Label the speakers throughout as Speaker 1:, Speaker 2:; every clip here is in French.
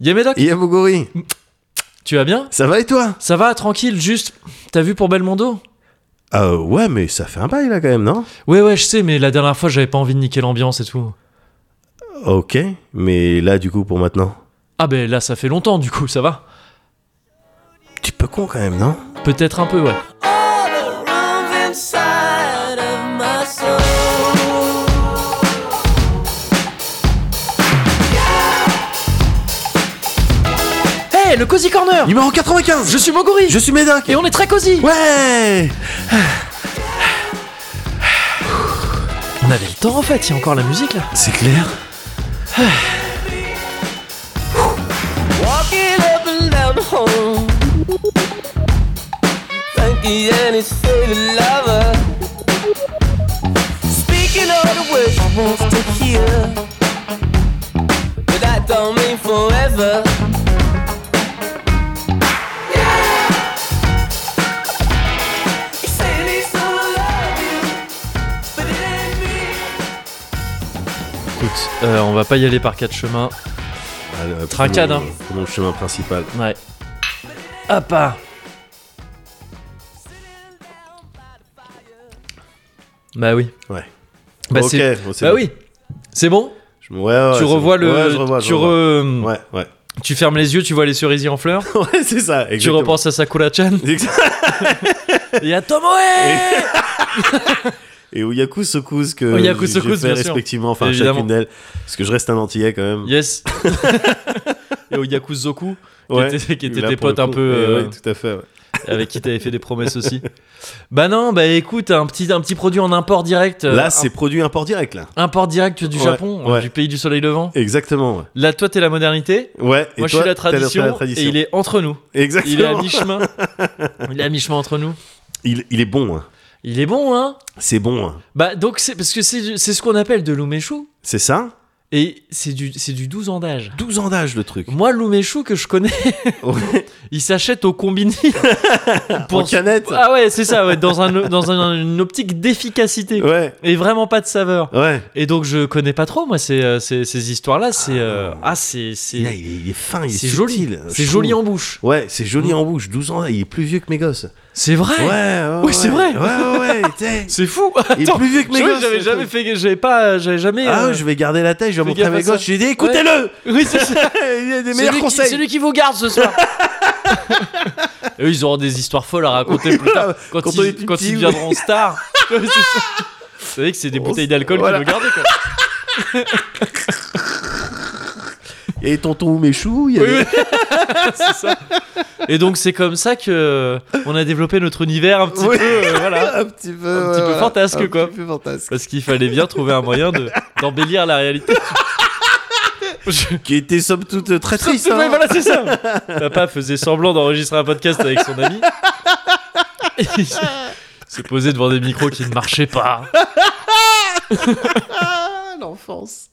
Speaker 1: Yamedoc,
Speaker 2: Yamogori,
Speaker 1: tu vas bien
Speaker 2: ça va et toi
Speaker 1: Ça va, tranquille, juste. T'as vu pour Belmondo
Speaker 2: Ah ouais, mais ça fait un bail là quand même, non
Speaker 1: Ouais, ouais, je sais, mais la dernière fois, j'avais pas envie de niquer l'ambiance et tout.
Speaker 2: Ok, mais là du coup pour maintenant.
Speaker 1: Ah, ben là, ça fait longtemps, du coup, ça va
Speaker 2: Petit peu con quand même, non
Speaker 1: Peut-être un peu, ouais.
Speaker 3: all the room inside of my soul.
Speaker 1: Hey, le Cozy Corner
Speaker 2: Numéro 95
Speaker 1: Je suis Mogori
Speaker 2: Je suis Médoc
Speaker 1: Et on est très cosy
Speaker 2: Ouais
Speaker 1: On avait le temps, en fait, il y a encore la musique, là.
Speaker 2: C'est clair
Speaker 3: Walking up and down the hall. Frankie and his favorite lover. Speaking all the words I want to hear. But that don't mean forever. Yeah. He said he's so love but it ain't me.
Speaker 1: Écoute, euh, on va pas y aller par quatre chemins. Trincade, hein.
Speaker 2: euh, Pour mon chemin principal.
Speaker 1: Ouais. Hop ah. Bah oui.
Speaker 2: Ouais.
Speaker 1: Bah,
Speaker 2: ok,
Speaker 1: c'est-
Speaker 2: bon, c'est
Speaker 1: bah
Speaker 2: bon.
Speaker 1: oui. C'est bon
Speaker 2: Je- ouais, ouais,
Speaker 1: Tu
Speaker 2: c'est
Speaker 1: revois
Speaker 2: bon.
Speaker 1: le.
Speaker 2: Ouais, je revois, je
Speaker 1: tu,
Speaker 2: revois.
Speaker 1: re-
Speaker 2: Ouais, ouais.
Speaker 1: tu fermes les yeux, tu vois les cerisiers en fleurs.
Speaker 2: ouais, c'est ça.
Speaker 1: Tu
Speaker 2: exactement.
Speaker 1: repenses à Sakura-chan.
Speaker 2: Exact.
Speaker 1: Et à Tomoe
Speaker 2: Et Oyaku Sokuz que
Speaker 1: Oyaku
Speaker 2: j'ai- j'ai
Speaker 1: Sokuz,
Speaker 2: fait
Speaker 1: bien sûr.
Speaker 2: respectivement, enfin
Speaker 1: Évidemment.
Speaker 2: chacune d'elles, parce que je reste un antillais quand même.
Speaker 1: Yes. Et au Yakuzoku, qui
Speaker 2: Ouais.
Speaker 1: était- qui était
Speaker 2: Là,
Speaker 1: tes
Speaker 2: pour le
Speaker 1: potes un
Speaker 2: coup,
Speaker 1: peu,
Speaker 2: et
Speaker 1: euh,
Speaker 2: ouais, tout à fait. ouais.
Speaker 1: avec qui t'avais fait des promesses aussi. Bah non, bah écoute, un petit, un petit produit en import direct. euh,
Speaker 2: Là,
Speaker 1: un-
Speaker 2: c'est produit import direct là.
Speaker 1: Import direct du
Speaker 2: Ouais,
Speaker 1: Japon, euh,
Speaker 2: ouais.
Speaker 1: du pays du soleil levant.
Speaker 2: Exactement. Ouais.
Speaker 1: Là, toi, t'es la modernité.
Speaker 2: Ouais, et
Speaker 1: Moi, je
Speaker 2: toi,
Speaker 1: suis la
Speaker 2: t'as l'air- t'as
Speaker 1: tradition, et il est entre nous.
Speaker 2: Exactement.
Speaker 1: Il est à mi-chemin. il est à mi-chemin entre nous.
Speaker 2: Il- il est bon. hein.
Speaker 1: Il est bon, hein
Speaker 2: C'est bon. hein.
Speaker 1: Bah, donc, c'est parce que c'est c'est ce qu'on appelle de l'ouméchou.
Speaker 2: C'est ça
Speaker 1: Et c'est du, c'est du 12 ans d'âge.
Speaker 2: 12 ans d'âge le truc.
Speaker 1: Moi, l'ouméchou que je connais,
Speaker 2: Ouais.
Speaker 1: il s'achète au combini.
Speaker 2: en canette.
Speaker 1: Ah ouais, c'est ça, ouais, dans, un, dans un- une optique d'efficacité.
Speaker 2: Ouais.
Speaker 1: Et vraiment pas de saveur.
Speaker 2: Ouais.
Speaker 1: Et donc, je connais pas trop, moi, ces, euh, ces, ces histoires-là. C'est. euh, ah, c'est. c'est-
Speaker 2: Là, il est, il est fin, il est
Speaker 1: C'est joli.
Speaker 2: subtil, euh, Mmh. je
Speaker 1: C'est
Speaker 2: trouve.
Speaker 1: joli en bouche.
Speaker 2: Ouais, c'est joli en bouche. 12 ans, il est plus vieux que mes gosses.
Speaker 1: C'est vrai.
Speaker 2: Ouais, ouais.
Speaker 1: Oui, c'est vrai.
Speaker 2: Ouais, ouais, ouais. t'es-
Speaker 1: C'est fou.
Speaker 2: Il est
Speaker 1: Attends.
Speaker 2: plus vieux que mes
Speaker 1: Je croyais que
Speaker 2: gosses.
Speaker 1: J'avais
Speaker 2: le
Speaker 1: jamais
Speaker 2: truc.
Speaker 1: fait, j'avais pas, j'avais jamais.
Speaker 2: Ah,
Speaker 1: euh,
Speaker 2: je vais garder la tête, je vais
Speaker 1: fais
Speaker 2: montrer à
Speaker 1: gaffe
Speaker 2: mes
Speaker 1: à ça.
Speaker 2: gosses. J'ai dit, écoutez-le
Speaker 1: Oui, c'est ça.
Speaker 2: Il y a
Speaker 1: C'est
Speaker 2: des
Speaker 1: lui
Speaker 2: meilleurs
Speaker 1: qui- C'est
Speaker 2: conseils.
Speaker 1: lui qui vous garde ce soir. Eux, ils auront des histoires folles à raconter plus tard. Quand,
Speaker 2: Quand on
Speaker 1: ils,
Speaker 2: était
Speaker 1: quand
Speaker 2: petits,
Speaker 1: ils
Speaker 2: oui.
Speaker 1: deviendront stars. Ouais, c'est ça. Vous savez que c'est des
Speaker 2: On
Speaker 1: bouteilles
Speaker 2: s-
Speaker 1: d'alcool
Speaker 2: voilà.
Speaker 1: qu'ils vont garder, quoi.
Speaker 2: Et tonton Méchou, il y a des-
Speaker 1: c'est ça. Et donc, c'est comme ça que euh, on a développé notre univers un petit
Speaker 2: Oui.
Speaker 1: peu. euh, voilà.
Speaker 2: un petit peu,
Speaker 1: Un
Speaker 2: ouais,
Speaker 1: petit peu
Speaker 2: voilà.
Speaker 1: fantasque,
Speaker 2: Un
Speaker 1: quoi.
Speaker 2: petit peu fantasque.
Speaker 1: Parce qu'il fallait bien trouver un moyen de- d'embellir la réalité. Je-
Speaker 2: Qui était somme toute très triste.
Speaker 1: Ouais,
Speaker 2: hein.
Speaker 1: voilà, c'est ça. Papa faisait semblant d'enregistrer un podcast avec son ami. Et il s'est posé devant des micros qui ne marchaient pas.
Speaker 2: Ah, l'enfance.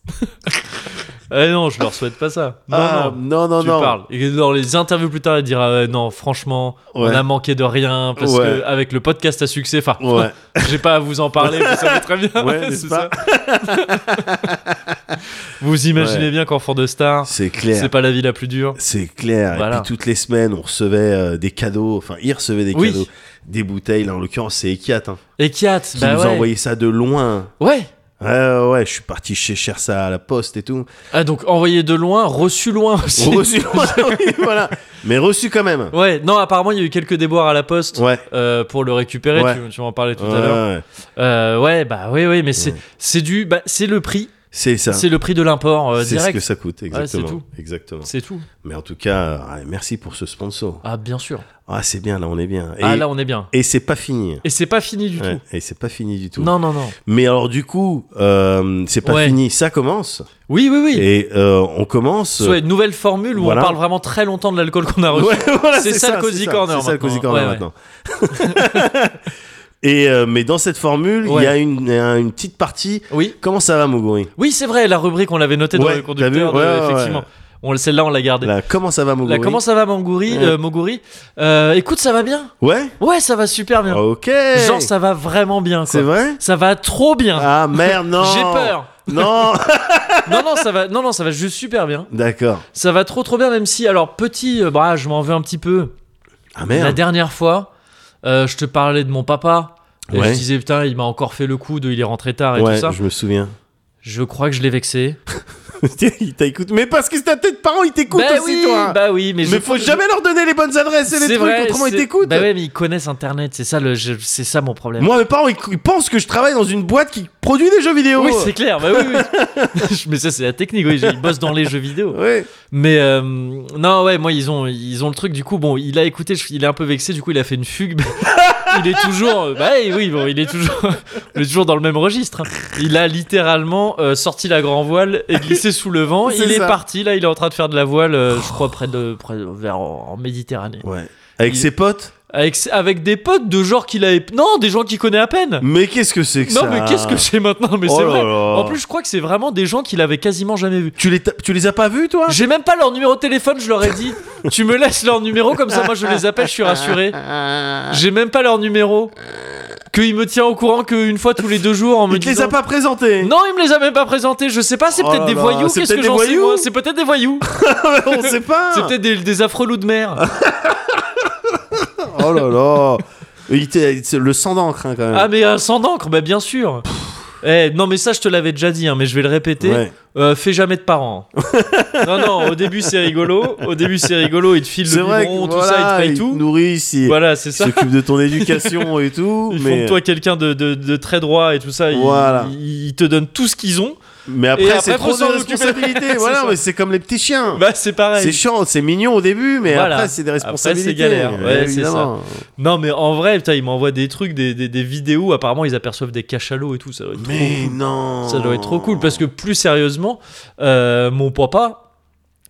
Speaker 1: Eh non, je leur souhaite pas ça. Non,
Speaker 2: Ah,
Speaker 1: non.
Speaker 2: non, non,
Speaker 1: tu
Speaker 2: non.
Speaker 1: parles. Et dans les interviews plus tard, il dira ouais, non, franchement, on
Speaker 2: Ouais.
Speaker 1: a manqué de rien parce
Speaker 2: Ouais.
Speaker 1: que avec le podcast à succès, enfin,
Speaker 2: Ouais.
Speaker 1: j'ai pas à vous en parler, vous savez très bien.
Speaker 2: Ouais,
Speaker 1: c'est
Speaker 2: n'est-ce pas
Speaker 1: ça. vous imaginez
Speaker 2: Ouais.
Speaker 1: bien qu'enfant de star,
Speaker 2: C'est
Speaker 1: c'est
Speaker 2: clair.
Speaker 1: pas la vie la plus dure.
Speaker 2: C'est clair.
Speaker 1: Voilà.
Speaker 2: Et puis toutes les semaines, on recevait euh, des cadeaux. Enfin, ils recevaient des
Speaker 1: Oui.
Speaker 2: cadeaux. Des bouteilles. Là, en l'occurrence, c'est Ekiat hein,
Speaker 1: Et Kiat,
Speaker 2: qui
Speaker 1: bah
Speaker 2: nous
Speaker 1: ouais.
Speaker 2: a envoyé ça de loin.
Speaker 1: Ouais.
Speaker 2: Ouais, ouais, ouais, je suis parti chez Chersa à la poste et tout.
Speaker 1: Ah donc envoyé de loin, reçu loin aussi.
Speaker 2: Reçu, oui, voilà. Mais reçu quand même.
Speaker 1: Ouais, non, apparemment il y a eu quelques déboires à la poste.
Speaker 2: Ouais.
Speaker 1: euh, pour le récupérer,
Speaker 2: Ouais.
Speaker 1: tu, tu m'en parlais tout
Speaker 2: Ouais,
Speaker 1: à l'heure.
Speaker 2: ouais.
Speaker 1: Euh, ouais, bah oui, oui, mais c'est
Speaker 2: Ouais.
Speaker 1: c'est du, bah, c'est le prix,
Speaker 2: C'est ça.
Speaker 1: c'est le prix de l'import euh,
Speaker 2: C'est ce que
Speaker 1: direct,
Speaker 2: ça coûte, exactement.
Speaker 1: tout.
Speaker 2: Exactement.
Speaker 1: c'est tout.
Speaker 2: Mais en tout cas, euh, ouais, merci pour ce sponsor.
Speaker 1: Ah bien sûr.
Speaker 2: Ah, c'est bien, là, on est bien. Et,
Speaker 1: Ah là on est bien.
Speaker 2: et c'est pas fini.
Speaker 1: Et c'est pas fini du
Speaker 2: Ouais,
Speaker 1: tout.
Speaker 2: et c'est pas fini du tout.
Speaker 1: Non non non.
Speaker 2: Mais alors, du coup, euh, c'est pas
Speaker 1: Ouais.
Speaker 2: fini. Ça commence.
Speaker 1: Oui oui oui.
Speaker 2: Et euh, on commence.
Speaker 1: Soit une nouvelle formule où
Speaker 2: Voilà.
Speaker 1: on parle vraiment très longtemps de l'alcool qu'on a reçu.
Speaker 2: Ouais, voilà,
Speaker 1: C'est ça, le Cozy
Speaker 2: c'est
Speaker 1: Corner
Speaker 2: C'est ça le
Speaker 1: maintenant.
Speaker 2: Cozy
Speaker 1: Ouais,
Speaker 2: Corner
Speaker 1: ouais.
Speaker 2: maintenant. Et euh, mais dans cette formule, il
Speaker 1: Ouais.
Speaker 2: y a une, un- une petite partie.
Speaker 1: Oui
Speaker 2: Comment ça va, Moguri
Speaker 1: oui c'est vrai. La rubrique on l'avait notée dans
Speaker 2: Ouais,
Speaker 1: le
Speaker 2: t'as vu
Speaker 1: conducteur. de-
Speaker 2: Ouais, ouais, ouais.
Speaker 1: effectivement. On- Celle-là on l'a gardée.
Speaker 2: Là, comment ça va, Moguri
Speaker 1: Là, comment ça va Mangouri,
Speaker 2: Ouais.
Speaker 1: euh, Moguri Euh, Écoute ça va bien.
Speaker 2: Ouais.
Speaker 1: Ouais ça va super bien.
Speaker 2: Ok.
Speaker 1: Genre ça Ah. va vraiment bien. quoi.
Speaker 2: Ah C'est vrai
Speaker 1: Ça va trop bien.
Speaker 2: Ah merde, non.
Speaker 1: J'ai peur.
Speaker 2: Non
Speaker 1: Non, non, ça va, non, non, ça va juste super bien.
Speaker 2: D'accord.
Speaker 1: Ça va trop, trop bien, même si, alors, petit, euh, bah, je m'en veux un petit peu.
Speaker 2: Ah
Speaker 1: La
Speaker 2: merde.
Speaker 1: dernière fois, euh, je te parlais de mon papa. Et
Speaker 2: Ouais.
Speaker 1: je disais, putain, il m'a encore fait le coup de il est rentré tard et
Speaker 2: Ouais,
Speaker 1: tout ça.
Speaker 2: je me souviens.
Speaker 1: Je crois que je l'ai vexé.
Speaker 2: il t'écoute. Mais parce que c'est ta tête de parent, il t'écoute
Speaker 1: bah
Speaker 2: aussi,
Speaker 1: oui,
Speaker 2: toi.
Speaker 1: bah oui, mais,
Speaker 2: mais
Speaker 1: je-
Speaker 2: faut jamais leur donner les bonnes adresses et les
Speaker 1: C'est
Speaker 2: trucs,
Speaker 1: vrai,
Speaker 2: autrement ils
Speaker 1: c'est-
Speaker 2: t'écoutent.
Speaker 1: Bah ouais, mais ils connaissent Internet, c'est ça, le... je- c'est ça mon problème.
Speaker 2: Moi, mes parents, ils, ils pensent que je travaille dans une boîte qui produit des jeux vidéo.
Speaker 1: Oui, c'est clair, bah oui, oui. Mais ça, c'est la technique, oui, ils bossent dans les jeux vidéo.
Speaker 2: Ouais.
Speaker 1: Mais euh, non, ouais, moi, ils ont, ils ont le truc, du coup, bon, il a écouté, je- il est un peu vexé, du coup, il a fait une fugue. il est toujours, euh, bah eh, oui, bon, il est toujours, on est toujours dans le même registre. hein. Il a littéralement euh, sorti la grand voile et glissé sous le vent.
Speaker 2: C'est
Speaker 1: Il est
Speaker 2: ça.
Speaker 1: parti, là, il est en train de faire de la voile, euh, je crois, près de, près de- vers, en, en Méditerranée.
Speaker 2: Ouais. Avec
Speaker 1: Il-
Speaker 2: ses potes
Speaker 1: Avec, avec des potes de genre qu'il a, non, des gens qu'il connaît à peine.
Speaker 2: Mais qu'est-ce que c'est que ça
Speaker 1: Non, mais qu'est-ce que c'est maintenant Mais
Speaker 2: Oh
Speaker 1: c'est
Speaker 2: là
Speaker 1: vrai.
Speaker 2: là.
Speaker 1: En plus, je crois que c'est vraiment des gens qu'il avait quasiment jamais vus.
Speaker 2: tu les, ta- tu les as pas vus, toi
Speaker 1: J'ai même pas leur numéro de téléphone, je leur ai dit. tu me laisses leur numéro, comme ça, moi, je les appelle, je suis rassuré. J'ai même pas leur numéro. Qu'il me tient au courant qu'une fois tous les deux jours en me
Speaker 2: Il te les a
Speaker 1: disant.
Speaker 2: pas présentés
Speaker 1: Non, il me les a même pas présentés. Je sais pas, c'est
Speaker 2: Oh
Speaker 1: peut-être
Speaker 2: là
Speaker 1: des
Speaker 2: là,
Speaker 1: voyous.
Speaker 2: c'est
Speaker 1: Qu'est-ce que
Speaker 2: peut-être des
Speaker 1: j'en sais
Speaker 2: voyous Ah.
Speaker 1: moi C'est peut-être des voyous.
Speaker 2: On sait pas
Speaker 1: C'est peut-être des, des affreux loups de
Speaker 2: Ah.
Speaker 1: mer.
Speaker 2: Oh là là Il t'a- il t'a- Le sang d'encre, hein, quand même.
Speaker 1: ah mais un sans d'encre, bah bien sûr. Eh, non mais ça je te l'avais déjà dit, hein, mais je vais le répéter.
Speaker 2: Ouais.
Speaker 1: Euh, fais jamais de parents. non, non, au début c'est rigolo. Au début c'est rigolo, ils te filent
Speaker 2: C'est
Speaker 1: le
Speaker 2: vrai que
Speaker 1: biberon, tout
Speaker 2: voilà,
Speaker 1: ça, ils te payent
Speaker 2: ils
Speaker 1: tout.
Speaker 2: nourrissent, ils
Speaker 1: Voilà, c'est ça.
Speaker 2: s'occupent de ton éducation et tout.
Speaker 1: Ils font
Speaker 2: mais... euh,
Speaker 1: de toi quelqu'un de, de- de très droit et tout ça. Ils,
Speaker 2: Voilà.
Speaker 1: ils- ils te donnent tout ce qu'ils ont.
Speaker 2: mais
Speaker 1: Et
Speaker 2: après,
Speaker 1: après,
Speaker 2: c'est
Speaker 1: faut
Speaker 2: trop de
Speaker 1: s'en occuper.
Speaker 2: responsabilités.
Speaker 1: C'est
Speaker 2: voilà,
Speaker 1: ça.
Speaker 2: mais c'est comme les petits chiens.
Speaker 1: Bah, c'est
Speaker 2: c'est
Speaker 1: pareil.
Speaker 2: chiant, c'est mignon au début, mais
Speaker 1: Voilà.
Speaker 2: après, c'est des
Speaker 1: Après, c'est
Speaker 2: responsabilités.
Speaker 1: galère. Ouais,
Speaker 2: euh,
Speaker 1: c'est ça.
Speaker 2: évidemment.
Speaker 1: Non, mais en vrai, putain, ils m'envoient des trucs, des, des- des vidéos. Apparemment, ils aperçoivent des cachalots et tout. Ça doit être trop
Speaker 2: Mais
Speaker 1: cool.
Speaker 2: non
Speaker 1: Ça doit être trop cool parce que plus sérieusement, euh, mon papa,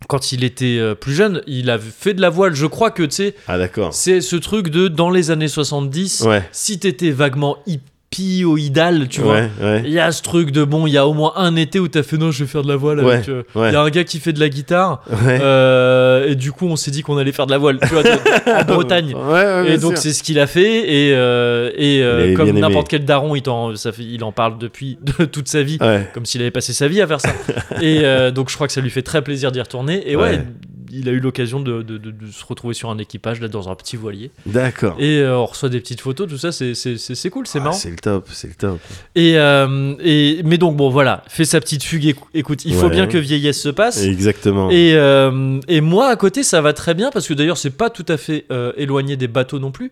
Speaker 1: quand il était euh, plus jeune, il avait fait de la voile. Je crois que tu sais,
Speaker 2: Ah, d'accord.
Speaker 1: c'est ce truc de dans les années 70,
Speaker 2: Ouais.
Speaker 1: si t'étais vaguement hippioïdal, tu vois.
Speaker 2: ouais, ouais.
Speaker 1: Il y a ce truc de bon, il y a au moins un été où t'as fait non, je vais faire de la voile.
Speaker 2: Ouais,
Speaker 1: avec, euh, Il
Speaker 2: ouais.
Speaker 1: y a un gars qui fait de la guitare
Speaker 2: Ouais.
Speaker 1: euh, et du coup on s'est dit qu'on allait faire de la voile, tu vois, de- de- en Bretagne.
Speaker 2: Ouais, ouais, bien
Speaker 1: et donc
Speaker 2: sûr.
Speaker 1: c'est ce qu'il a fait et, euh, et euh,
Speaker 2: Il avait
Speaker 1: comme
Speaker 2: bien
Speaker 1: n'importe quel daron, il, en, ça fait- il en parle depuis de toute sa vie,
Speaker 2: Ouais.
Speaker 1: comme s'il avait passé sa vie à faire ça. et euh, donc je crois que ça lui fait très plaisir d'y retourner. Et ouais,
Speaker 2: Ouais.
Speaker 1: il a eu l'occasion de, de- de- de se retrouver sur un équipage là dans un petit voilier.
Speaker 2: D'accord.
Speaker 1: Et euh, on reçoit des petites photos, tout ça, c'est- c'est c'est- c'est cool, c'est
Speaker 2: Ah,
Speaker 1: marrant.
Speaker 2: C'est le top, c'est le top.
Speaker 1: Et, euh, et mais donc bon voilà, fait sa petite fugue. écou- Écoute, il faut
Speaker 2: Ouais.
Speaker 1: bien que vieillesse se passe. Et
Speaker 2: Exactement.
Speaker 1: euh, et moi à côté, ça va très bien parce que d'ailleurs c'est pas tout à fait euh, éloigné des bateaux non plus.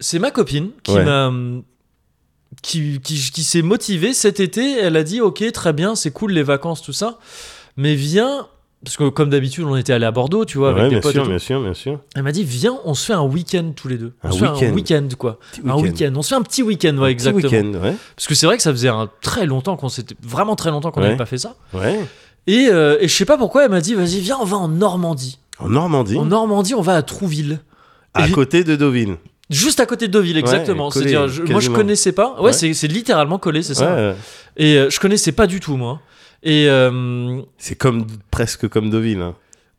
Speaker 1: C'est ma copine qui
Speaker 2: Ouais.
Speaker 1: m'a qui, qui, qui s'est motivée cet été. Elle a dit ok très bien, c'est cool les vacances tout ça, mais viens parce que comme d'habitude on était allé à Bordeaux, tu vois, avec
Speaker 2: Ouais,
Speaker 1: des
Speaker 2: bien
Speaker 1: potes. et
Speaker 2: sûr,
Speaker 1: tout.
Speaker 2: bien sûr, bien sûr.
Speaker 1: Elle m'a dit viens, on se fait un week-end tous les deux.
Speaker 2: Un
Speaker 1: on se fait un
Speaker 2: week-end.
Speaker 1: week-end quoi, un week-end. On se fait un petit week-end ouais
Speaker 2: Un petit
Speaker 1: exactement.
Speaker 2: week-end, ouais.
Speaker 1: Parce que c'est vrai que ça faisait un très longtemps qu'on s'était vraiment très longtemps qu'on
Speaker 2: Ouais.
Speaker 1: n'avait pas fait ça.
Speaker 2: Ouais.
Speaker 1: Et, euh, et je sais pas pourquoi elle m'a dit vas-y viens on va en Normandie.
Speaker 2: En Normandie,
Speaker 1: En Normandie on va à Trouville.
Speaker 2: à
Speaker 1: Et-
Speaker 2: côté de Deauville.
Speaker 1: Juste à côté de Deauville exactement.
Speaker 2: collé,
Speaker 1: C'est-à-dire, je- moi je
Speaker 2: quasiment.
Speaker 1: connaissais pas. Ouais,
Speaker 2: Ouais.
Speaker 1: c'est c'est littéralement collé c'est
Speaker 2: Ouais,
Speaker 1: ça.
Speaker 2: ouais.
Speaker 1: Et euh, je connaissais pas du tout moi. Et euh,
Speaker 2: C'est comme presque comme Deauville. hein.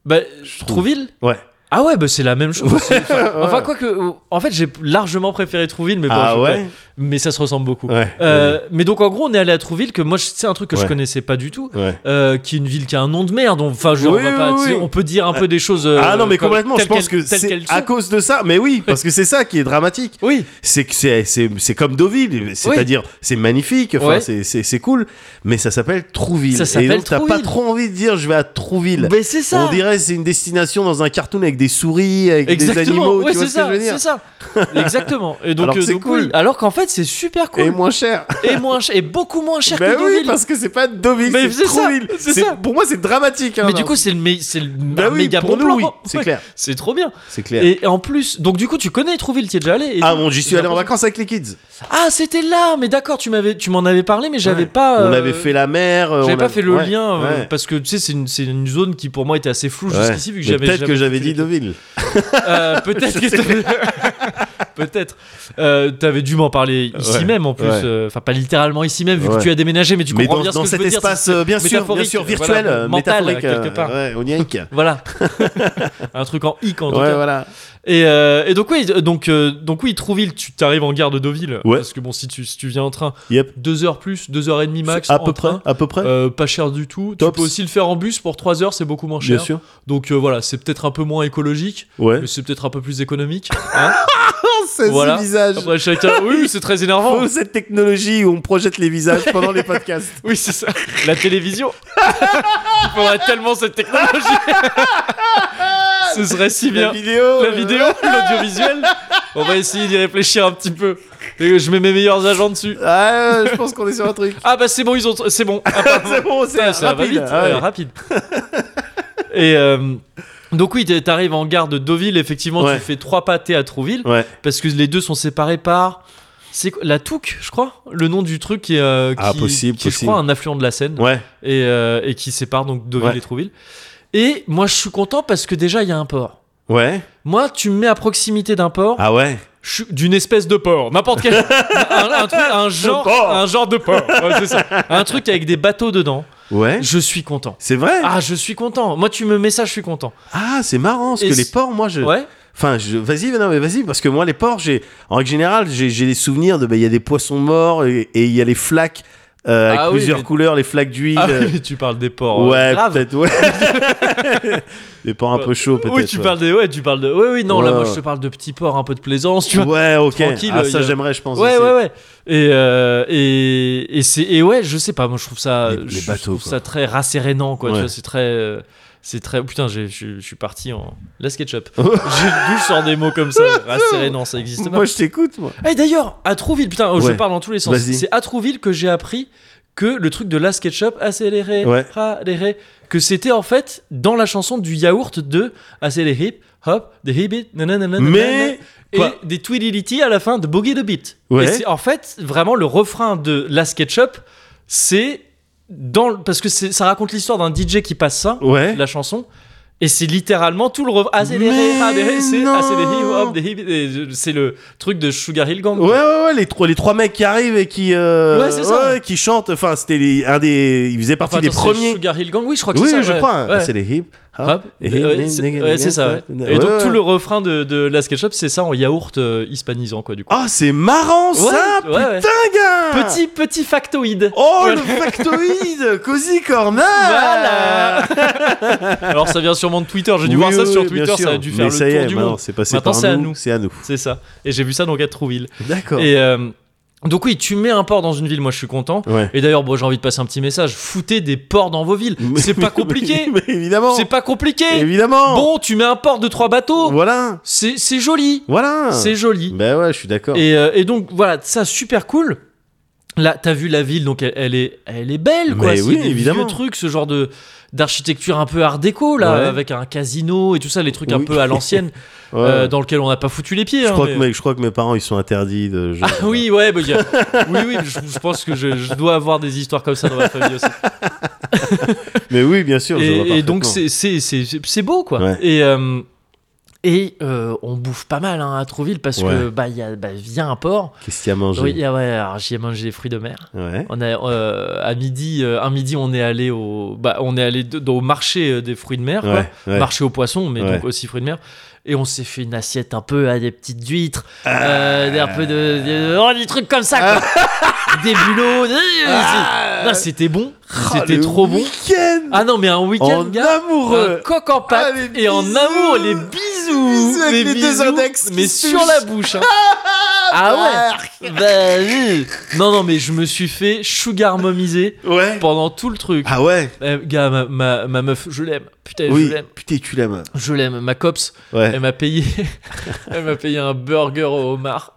Speaker 1: bah,
Speaker 2: Je trouve.
Speaker 1: Trouville.
Speaker 2: Ouais.
Speaker 1: Ah ouais bah c'est la même chose. C'est- enfin,
Speaker 2: ouais.
Speaker 1: enfin, quoi que euh, en fait j'ai largement préféré Trouville mais bon,
Speaker 2: ah
Speaker 1: je-
Speaker 2: ouais.
Speaker 1: mais ça se ressemble beaucoup.
Speaker 2: Ouais.
Speaker 1: Euh, Mais donc en gros on est allé à Trouville que moi je- c'est un truc que je
Speaker 2: Ouais.
Speaker 1: connaissais pas du tout.
Speaker 2: Ouais.
Speaker 1: euh, qui est une ville qui a un nom de merde. on- Enfin, je veux dire,
Speaker 2: Oui,
Speaker 1: on, va pas-
Speaker 2: oui,
Speaker 1: tu sais,
Speaker 2: oui.
Speaker 1: on peut dire un peu des choses. euh,
Speaker 2: ah non mais
Speaker 1: comme-
Speaker 2: complètement. Je
Speaker 1: telles
Speaker 2: pense
Speaker 1: qu'elles-
Speaker 2: que
Speaker 1: telles
Speaker 2: c'est
Speaker 1: qu'elles sont.
Speaker 2: à cause de ça. Mais oui, parce que c'est ça qui est dramatique.
Speaker 1: Oui,
Speaker 2: C'est que c'est c'est c'est comme Deauville. C'est-à-dire c'est magnifique. Enfin
Speaker 1: Ouais.
Speaker 2: c'est c'est c'est cool. Mais ça s'appelle Trouville.
Speaker 1: Ça
Speaker 2: Et
Speaker 1: s'appelle
Speaker 2: donc t'as pas
Speaker 1: Trouville.
Speaker 2: trop envie de dire je vais à Trouville.
Speaker 1: mais c'est ça.
Speaker 2: On dirait que c'est une destination dans un cartoon avec des souris, avec des
Speaker 1: Exactement,
Speaker 2: animaux.
Speaker 1: ouais,
Speaker 2: tu vois
Speaker 1: c'est
Speaker 2: ce que je
Speaker 1: ça,
Speaker 2: veux
Speaker 1: c'est
Speaker 2: dire
Speaker 1: ça. Exactement. Et donc,
Speaker 2: Alors que
Speaker 1: euh,
Speaker 2: c'est
Speaker 1: donc,
Speaker 2: cool.
Speaker 1: oui. Alors qu'en fait, c'est super cool.
Speaker 2: Et moins cher.
Speaker 1: Et, moins cher, et beaucoup moins cher
Speaker 2: Ben
Speaker 1: que
Speaker 2: oui,
Speaker 1: Deauville.
Speaker 2: parce que c'est pas Deauville,
Speaker 1: Mais
Speaker 2: c'est
Speaker 1: c'est ça,
Speaker 2: Trouville.
Speaker 1: c'est
Speaker 2: C'est-
Speaker 1: ça.
Speaker 2: Pour moi, c'est dramatique. hein,
Speaker 1: mais du
Speaker 2: alors.
Speaker 1: coup, bah, c'est le, mé- c'est le
Speaker 2: Ben
Speaker 1: un
Speaker 2: oui,
Speaker 1: méga bon
Speaker 2: pour nous,
Speaker 1: plan.
Speaker 2: oui, c'est
Speaker 1: Ouais,
Speaker 2: clair.
Speaker 1: C'est trop bien.
Speaker 2: c'est clair.
Speaker 1: Et en plus, donc du coup, tu connais Trouville, t'y es déjà allé. et
Speaker 2: Ah
Speaker 1: tout.
Speaker 2: bon, j'y suis allé en vacances avec les kids.
Speaker 1: Ah, c'était là, mais d'accord, tu m'avais, tu m'en avais parlé, mais j'avais
Speaker 2: Ouais.
Speaker 1: pas. euh,
Speaker 2: On avait fait la mer. euh,
Speaker 1: J'avais
Speaker 2: on
Speaker 1: pas
Speaker 2: avait-
Speaker 1: fait le
Speaker 2: ouais,
Speaker 1: lien euh,
Speaker 2: ouais.
Speaker 1: parce que tu sais c'est une, c'est une zone qui pour moi était assez floue
Speaker 2: Ouais.
Speaker 1: jusqu'ici vu que
Speaker 2: Mais
Speaker 1: j'avais
Speaker 2: Peut-être
Speaker 1: jamais
Speaker 2: que j'avais
Speaker 1: fait
Speaker 2: dit
Speaker 1: du tout.
Speaker 2: Deauville.
Speaker 1: Euh, peut-être que t'avais- Peut-être. Euh, T'avais dû m'en parler ici
Speaker 2: Ouais.
Speaker 1: même en plus.
Speaker 2: Ouais.
Speaker 1: euh, Enfin, pas littéralement ici même, vu
Speaker 2: Ouais.
Speaker 1: que tu as déménagé, mais tu
Speaker 2: Mais
Speaker 1: comprends
Speaker 2: dans,
Speaker 1: bien ce
Speaker 2: dans
Speaker 1: que
Speaker 2: cet
Speaker 1: je veux dire,
Speaker 2: espace,
Speaker 1: c'est-
Speaker 2: euh, bien sûr, bien
Speaker 1: métaphorique,
Speaker 2: sûr,
Speaker 1: voilà,
Speaker 2: virtuel, euh,
Speaker 1: mental,
Speaker 2: métaphorique, euh,
Speaker 1: quelque part.
Speaker 2: Ouais, onirique. ouais,
Speaker 1: Voilà. Un truc en hic en tout cas.
Speaker 2: voilà.
Speaker 1: Et, euh, et donc, oui, donc, euh, donc oui, Trouville, tu t'arrives en gare de Deauville.
Speaker 2: Ouais.
Speaker 1: Parce que bon, si tu, si tu viens en train,
Speaker 2: Yep.
Speaker 1: deux heures plus, deux heures et demie max.
Speaker 2: à
Speaker 1: en
Speaker 2: peu près,
Speaker 1: train.
Speaker 2: à peu près.
Speaker 1: Euh, pas cher du tout.
Speaker 2: Tops.
Speaker 1: Tu peux aussi le faire en bus pour 3 heures, c'est beaucoup moins cher.
Speaker 2: bien sûr.
Speaker 1: Donc euh, voilà, c'est peut-être un peu moins écologique,
Speaker 2: Ouais. Oh,
Speaker 1: mais c'est peut-être un peu plus économique. hein.
Speaker 2: C'est
Speaker 1: Voilà. Ah, bah,
Speaker 2: visage.
Speaker 1: Après chacun, oui, oui, c'est très énervant.
Speaker 2: Faut cette technologie où on projette les visages pendant les podcasts.
Speaker 1: Oui, c'est ça. La télévision. Il faudrait tellement cette technologie. Ce serait si Eh bien.
Speaker 2: La vidéo.
Speaker 1: La
Speaker 2: euh,
Speaker 1: vidéo, l'audiovisuel. On va essayer d'y réfléchir un petit peu. Et je mets mes meilleurs agents dessus.
Speaker 2: Ah, je pense qu'on est sur un truc.
Speaker 1: Ah bah c'est bon, ils ont. C'est bon. Ah, pardon.
Speaker 2: c'est bon, c'est
Speaker 1: Putain,
Speaker 2: rapide.
Speaker 1: ça va vite,
Speaker 2: Ah ouais.
Speaker 1: ouais, rapide. Et euh, donc oui, t'es- t'arrives en gare de Deauville, effectivement,
Speaker 2: Ouais.
Speaker 1: tu fais trois pâtés à Trouville,
Speaker 2: Ouais.
Speaker 1: parce que les deux sont séparés par... C'est quoi- la Touque, je crois, le nom du truc qui est, euh, qui,
Speaker 2: Ah, possible,
Speaker 1: qui est,
Speaker 2: possible.
Speaker 1: je crois, un affluent de la Seine
Speaker 2: Ouais.
Speaker 1: et, euh, et qui sépare donc Deauville
Speaker 2: Ouais.
Speaker 1: et Trouville. Et moi, je suis content parce que déjà, il y a un port.
Speaker 2: Ouais.
Speaker 1: Moi, tu me mets à proximité d'un port,
Speaker 2: Ah ouais.
Speaker 1: je suis- d'une espèce de porc, n'importe quel, un, un truc, un genre,
Speaker 2: porc.
Speaker 1: un genre de porc, Ouais, c'est ça. un truc avec des bateaux dedans.
Speaker 2: Ouais.
Speaker 1: Je suis content.
Speaker 2: C'est vrai. Ah,
Speaker 1: Ah, je suis content. Moi, tu me mets ça, je suis content.
Speaker 2: c'est marrant parce
Speaker 1: Et
Speaker 2: que
Speaker 1: c'est-
Speaker 2: les porcs, moi, je.
Speaker 1: Ouais.
Speaker 2: Enfin, je... vas-y, non, mais vas-y, parce que moi, les porcs, j'ai. En règle générale, j'ai j'ai des souvenirs de. bah, Il y a des poissons morts et et il y a les flaques euh, avec
Speaker 1: Ah oui,
Speaker 2: plusieurs
Speaker 1: mais-
Speaker 2: couleurs, les flaques d'huile.
Speaker 1: Ah
Speaker 2: euh,
Speaker 1: oui, tu parles des porcs. euh,
Speaker 2: Ouais,
Speaker 1: graves.
Speaker 2: peut-être, ouais. des porcs un peu chauds, peut-être.
Speaker 1: Oui, tu
Speaker 2: ouais.
Speaker 1: parles des. Ouais, tu parles de. Oui, oui, non, là,
Speaker 2: Ouais.
Speaker 1: moi, je te parle de petits porcs, un peu de plaisance, tu vois.
Speaker 2: Ouais, ok.
Speaker 1: Tranquille,
Speaker 2: ah,
Speaker 1: il y
Speaker 2: ça,
Speaker 1: a-
Speaker 2: j'aimerais, je pense.
Speaker 1: Ouais,
Speaker 2: aussi.
Speaker 1: ouais, ouais. Et, euh, et, et c'est. Et ouais, je sais pas, moi, je trouve ça.
Speaker 2: Les- les
Speaker 1: je
Speaker 2: bateaux,
Speaker 1: trouve
Speaker 2: quoi.
Speaker 1: ça très rassérénant, quoi.
Speaker 2: Ouais.
Speaker 1: Tu vois, c'est très. euh, C'est très. Putain, j'ai- je je suis parti en. La SketchUp. J'ai- D'où je sors des mots comme ça. Rassérénant, ça existe pas.
Speaker 2: Moi, je t'écoute, moi.
Speaker 1: Et Eh, d'ailleurs, à Trouville, putain, oh, je
Speaker 2: Ouais.
Speaker 1: parle dans tous les sens.
Speaker 2: Vas-y.
Speaker 1: C'est à Trouville que j'ai appris que le truc de la SketchUp, accéléré,
Speaker 2: Ouais.
Speaker 1: raléré, que c'était en fait dans la chanson du yaourt de accéléré, hop, des hibit, nanana, nanana,
Speaker 2: Mais-
Speaker 1: et
Speaker 2: quoi
Speaker 1: des twililiti à la fin de boogie the beat.
Speaker 2: Ouais.
Speaker 1: Et c'est en fait vraiment le refrain de la SketchUp, c'est dans le- parce que c'est- ça raconte l'histoire d'un DJ qui passe ça,
Speaker 2: Ouais.
Speaker 1: la chanson. Et c'est littéralement tout le refrain. Ah,
Speaker 2: Mais
Speaker 1: Accéléré, raléré, c'est
Speaker 2: non.
Speaker 1: accéléré, hop, des hibit, et je- c'est le truc de Sugar Hill Gang.
Speaker 2: Ouais, ouais, ouais, les trois, les trois mecs qui arrivent et qui, euh,
Speaker 1: Ouais, c'est ça.
Speaker 2: qui chantent. Enfin, c'était les- un des, ils faisaient partie
Speaker 1: Enfin,
Speaker 2: des
Speaker 1: attends, c'est
Speaker 2: premiers.
Speaker 1: Sugar Hill Gang, oui, je crois que
Speaker 2: Oui,
Speaker 1: c'est ça.
Speaker 2: je
Speaker 1: ouais.
Speaker 2: crois.
Speaker 1: Ouais.
Speaker 2: C'est les hip. hop.
Speaker 1: Hop.
Speaker 2: Et-
Speaker 1: Ouais, c'est ouais, c'est ça. ouais.
Speaker 2: Ouais,
Speaker 1: Et donc
Speaker 2: ouais.
Speaker 1: tout le refrain de, de la SketchUp, c'est ça en yaourt euh, hispanisant quoi du coup.
Speaker 2: Ah, c'est marrant ça,
Speaker 1: Ouais, ouais, ouais.
Speaker 2: putain, gars.
Speaker 1: Petit petit factoïde.
Speaker 2: Oh,
Speaker 1: Voilà.
Speaker 2: le factoïde, Cozy Corner.
Speaker 1: Voilà. Alors ça vient sûrement de Twitter, j'ai dû
Speaker 2: Oui,
Speaker 1: voir ça
Speaker 2: oui,
Speaker 1: sur
Speaker 2: oui, bien
Speaker 1: Twitter,
Speaker 2: sûr.
Speaker 1: ça a dû faire
Speaker 2: Mais
Speaker 1: le tour
Speaker 2: ça y est,
Speaker 1: du
Speaker 2: maintenant,
Speaker 1: monde.
Speaker 2: c'est passé
Speaker 1: Maintenant,
Speaker 2: par
Speaker 1: c'est à
Speaker 2: nous.
Speaker 1: nous.
Speaker 2: C'est à nous.
Speaker 1: C'est ça. Et j'ai vu ça donc à Trouville.
Speaker 2: D'accord.
Speaker 1: Et euh, donc oui, tu mets un port dans une ville, moi je suis content.
Speaker 2: Ouais.
Speaker 1: Et d'ailleurs, bon, j'ai envie de passer un petit message. Foutez des ports dans vos villes. C'est pas compliqué.
Speaker 2: Mais évidemment.
Speaker 1: C'est pas compliqué.
Speaker 2: Évidemment.
Speaker 1: Bon, tu mets un port de trois bateaux.
Speaker 2: Voilà.
Speaker 1: C'est c'est joli.
Speaker 2: Voilà.
Speaker 1: C'est joli.
Speaker 2: Ben ouais, je suis d'accord.
Speaker 1: Et, euh, et donc voilà, ça super cool. Là, t'as vu la ville, donc elle, elle est, elle est belle, quoi.
Speaker 2: Mais
Speaker 1: C'est
Speaker 2: oui,
Speaker 1: des
Speaker 2: évidemment.
Speaker 1: vieux trucs, ce genre de d'architecture un peu art déco, là,
Speaker 2: Ouais.
Speaker 1: avec un casino et tout ça, les trucs un
Speaker 2: Oui.
Speaker 1: peu à l'ancienne,
Speaker 2: Ouais.
Speaker 1: euh, dans lequel on n'a pas foutu les pieds.
Speaker 2: je,
Speaker 1: hein,
Speaker 2: crois
Speaker 1: mais-
Speaker 2: que mes, je crois que mes parents ils sont interdits de. jeux.
Speaker 1: Ah oui, ouais, bah, y a- oui, oui, je, je pense que je, je dois avoir des histoires comme ça dans ma famille aussi.
Speaker 2: Mais oui, bien sûr. je vois
Speaker 1: Et, et donc c'est
Speaker 2: parfaitement.
Speaker 1: c'est- c'est- c'est- c'est beau quoi.
Speaker 2: Ouais.
Speaker 1: Et euh, et euh, on bouffe pas mal hein, à Trouville parce que
Speaker 2: Ouais.
Speaker 1: bah il y a bah, via un port.
Speaker 2: Qu'est-ce qu'il y a à manger
Speaker 1: Oui, ah ouais, alors j'y ai mangé des fruits de mer.
Speaker 2: Ouais.
Speaker 1: On a, euh, à midi, euh, un midi, on est allé au, bah, on est allé de- au marché euh, des fruits de mer, quoi.
Speaker 2: Ouais, ouais.
Speaker 1: marché aux poissons, mais
Speaker 2: Ouais.
Speaker 1: donc aussi fruits de mer. Et on s'est fait une assiette un peu à des petites huîtres, euh, des- un peu de, de- oh, des trucs comme ça, quoi. des bulots. des- Non, c'était bon,
Speaker 2: Ah,
Speaker 1: c'était
Speaker 2: le
Speaker 1: trop bon.
Speaker 2: week-end
Speaker 1: Ah non, mais un week-end,
Speaker 2: En
Speaker 1: gars. Un
Speaker 2: amoureux
Speaker 1: coq en pâte
Speaker 2: Ah, les
Speaker 1: et en
Speaker 2: bisous.
Speaker 1: amour, les bisous,
Speaker 2: Bisous avec les deux index qui
Speaker 1: mais
Speaker 2: se
Speaker 1: sur
Speaker 2: touchent.
Speaker 1: la bouche. hein. ah ouais, bah oui. Non non, mais je me suis fait sugar momiser
Speaker 2: Ouais
Speaker 1: pendant tout le truc.
Speaker 2: Ah ouais
Speaker 1: Eh, gars, ma, ma, ma meuf, je l'aime. Putain,
Speaker 2: Oui
Speaker 1: je l'aime.
Speaker 2: Putain, tu l'aimes
Speaker 1: Je l'aime. Ma copse,
Speaker 2: Ouais
Speaker 1: elle m'a payé. elle m'a payé un burger au homard.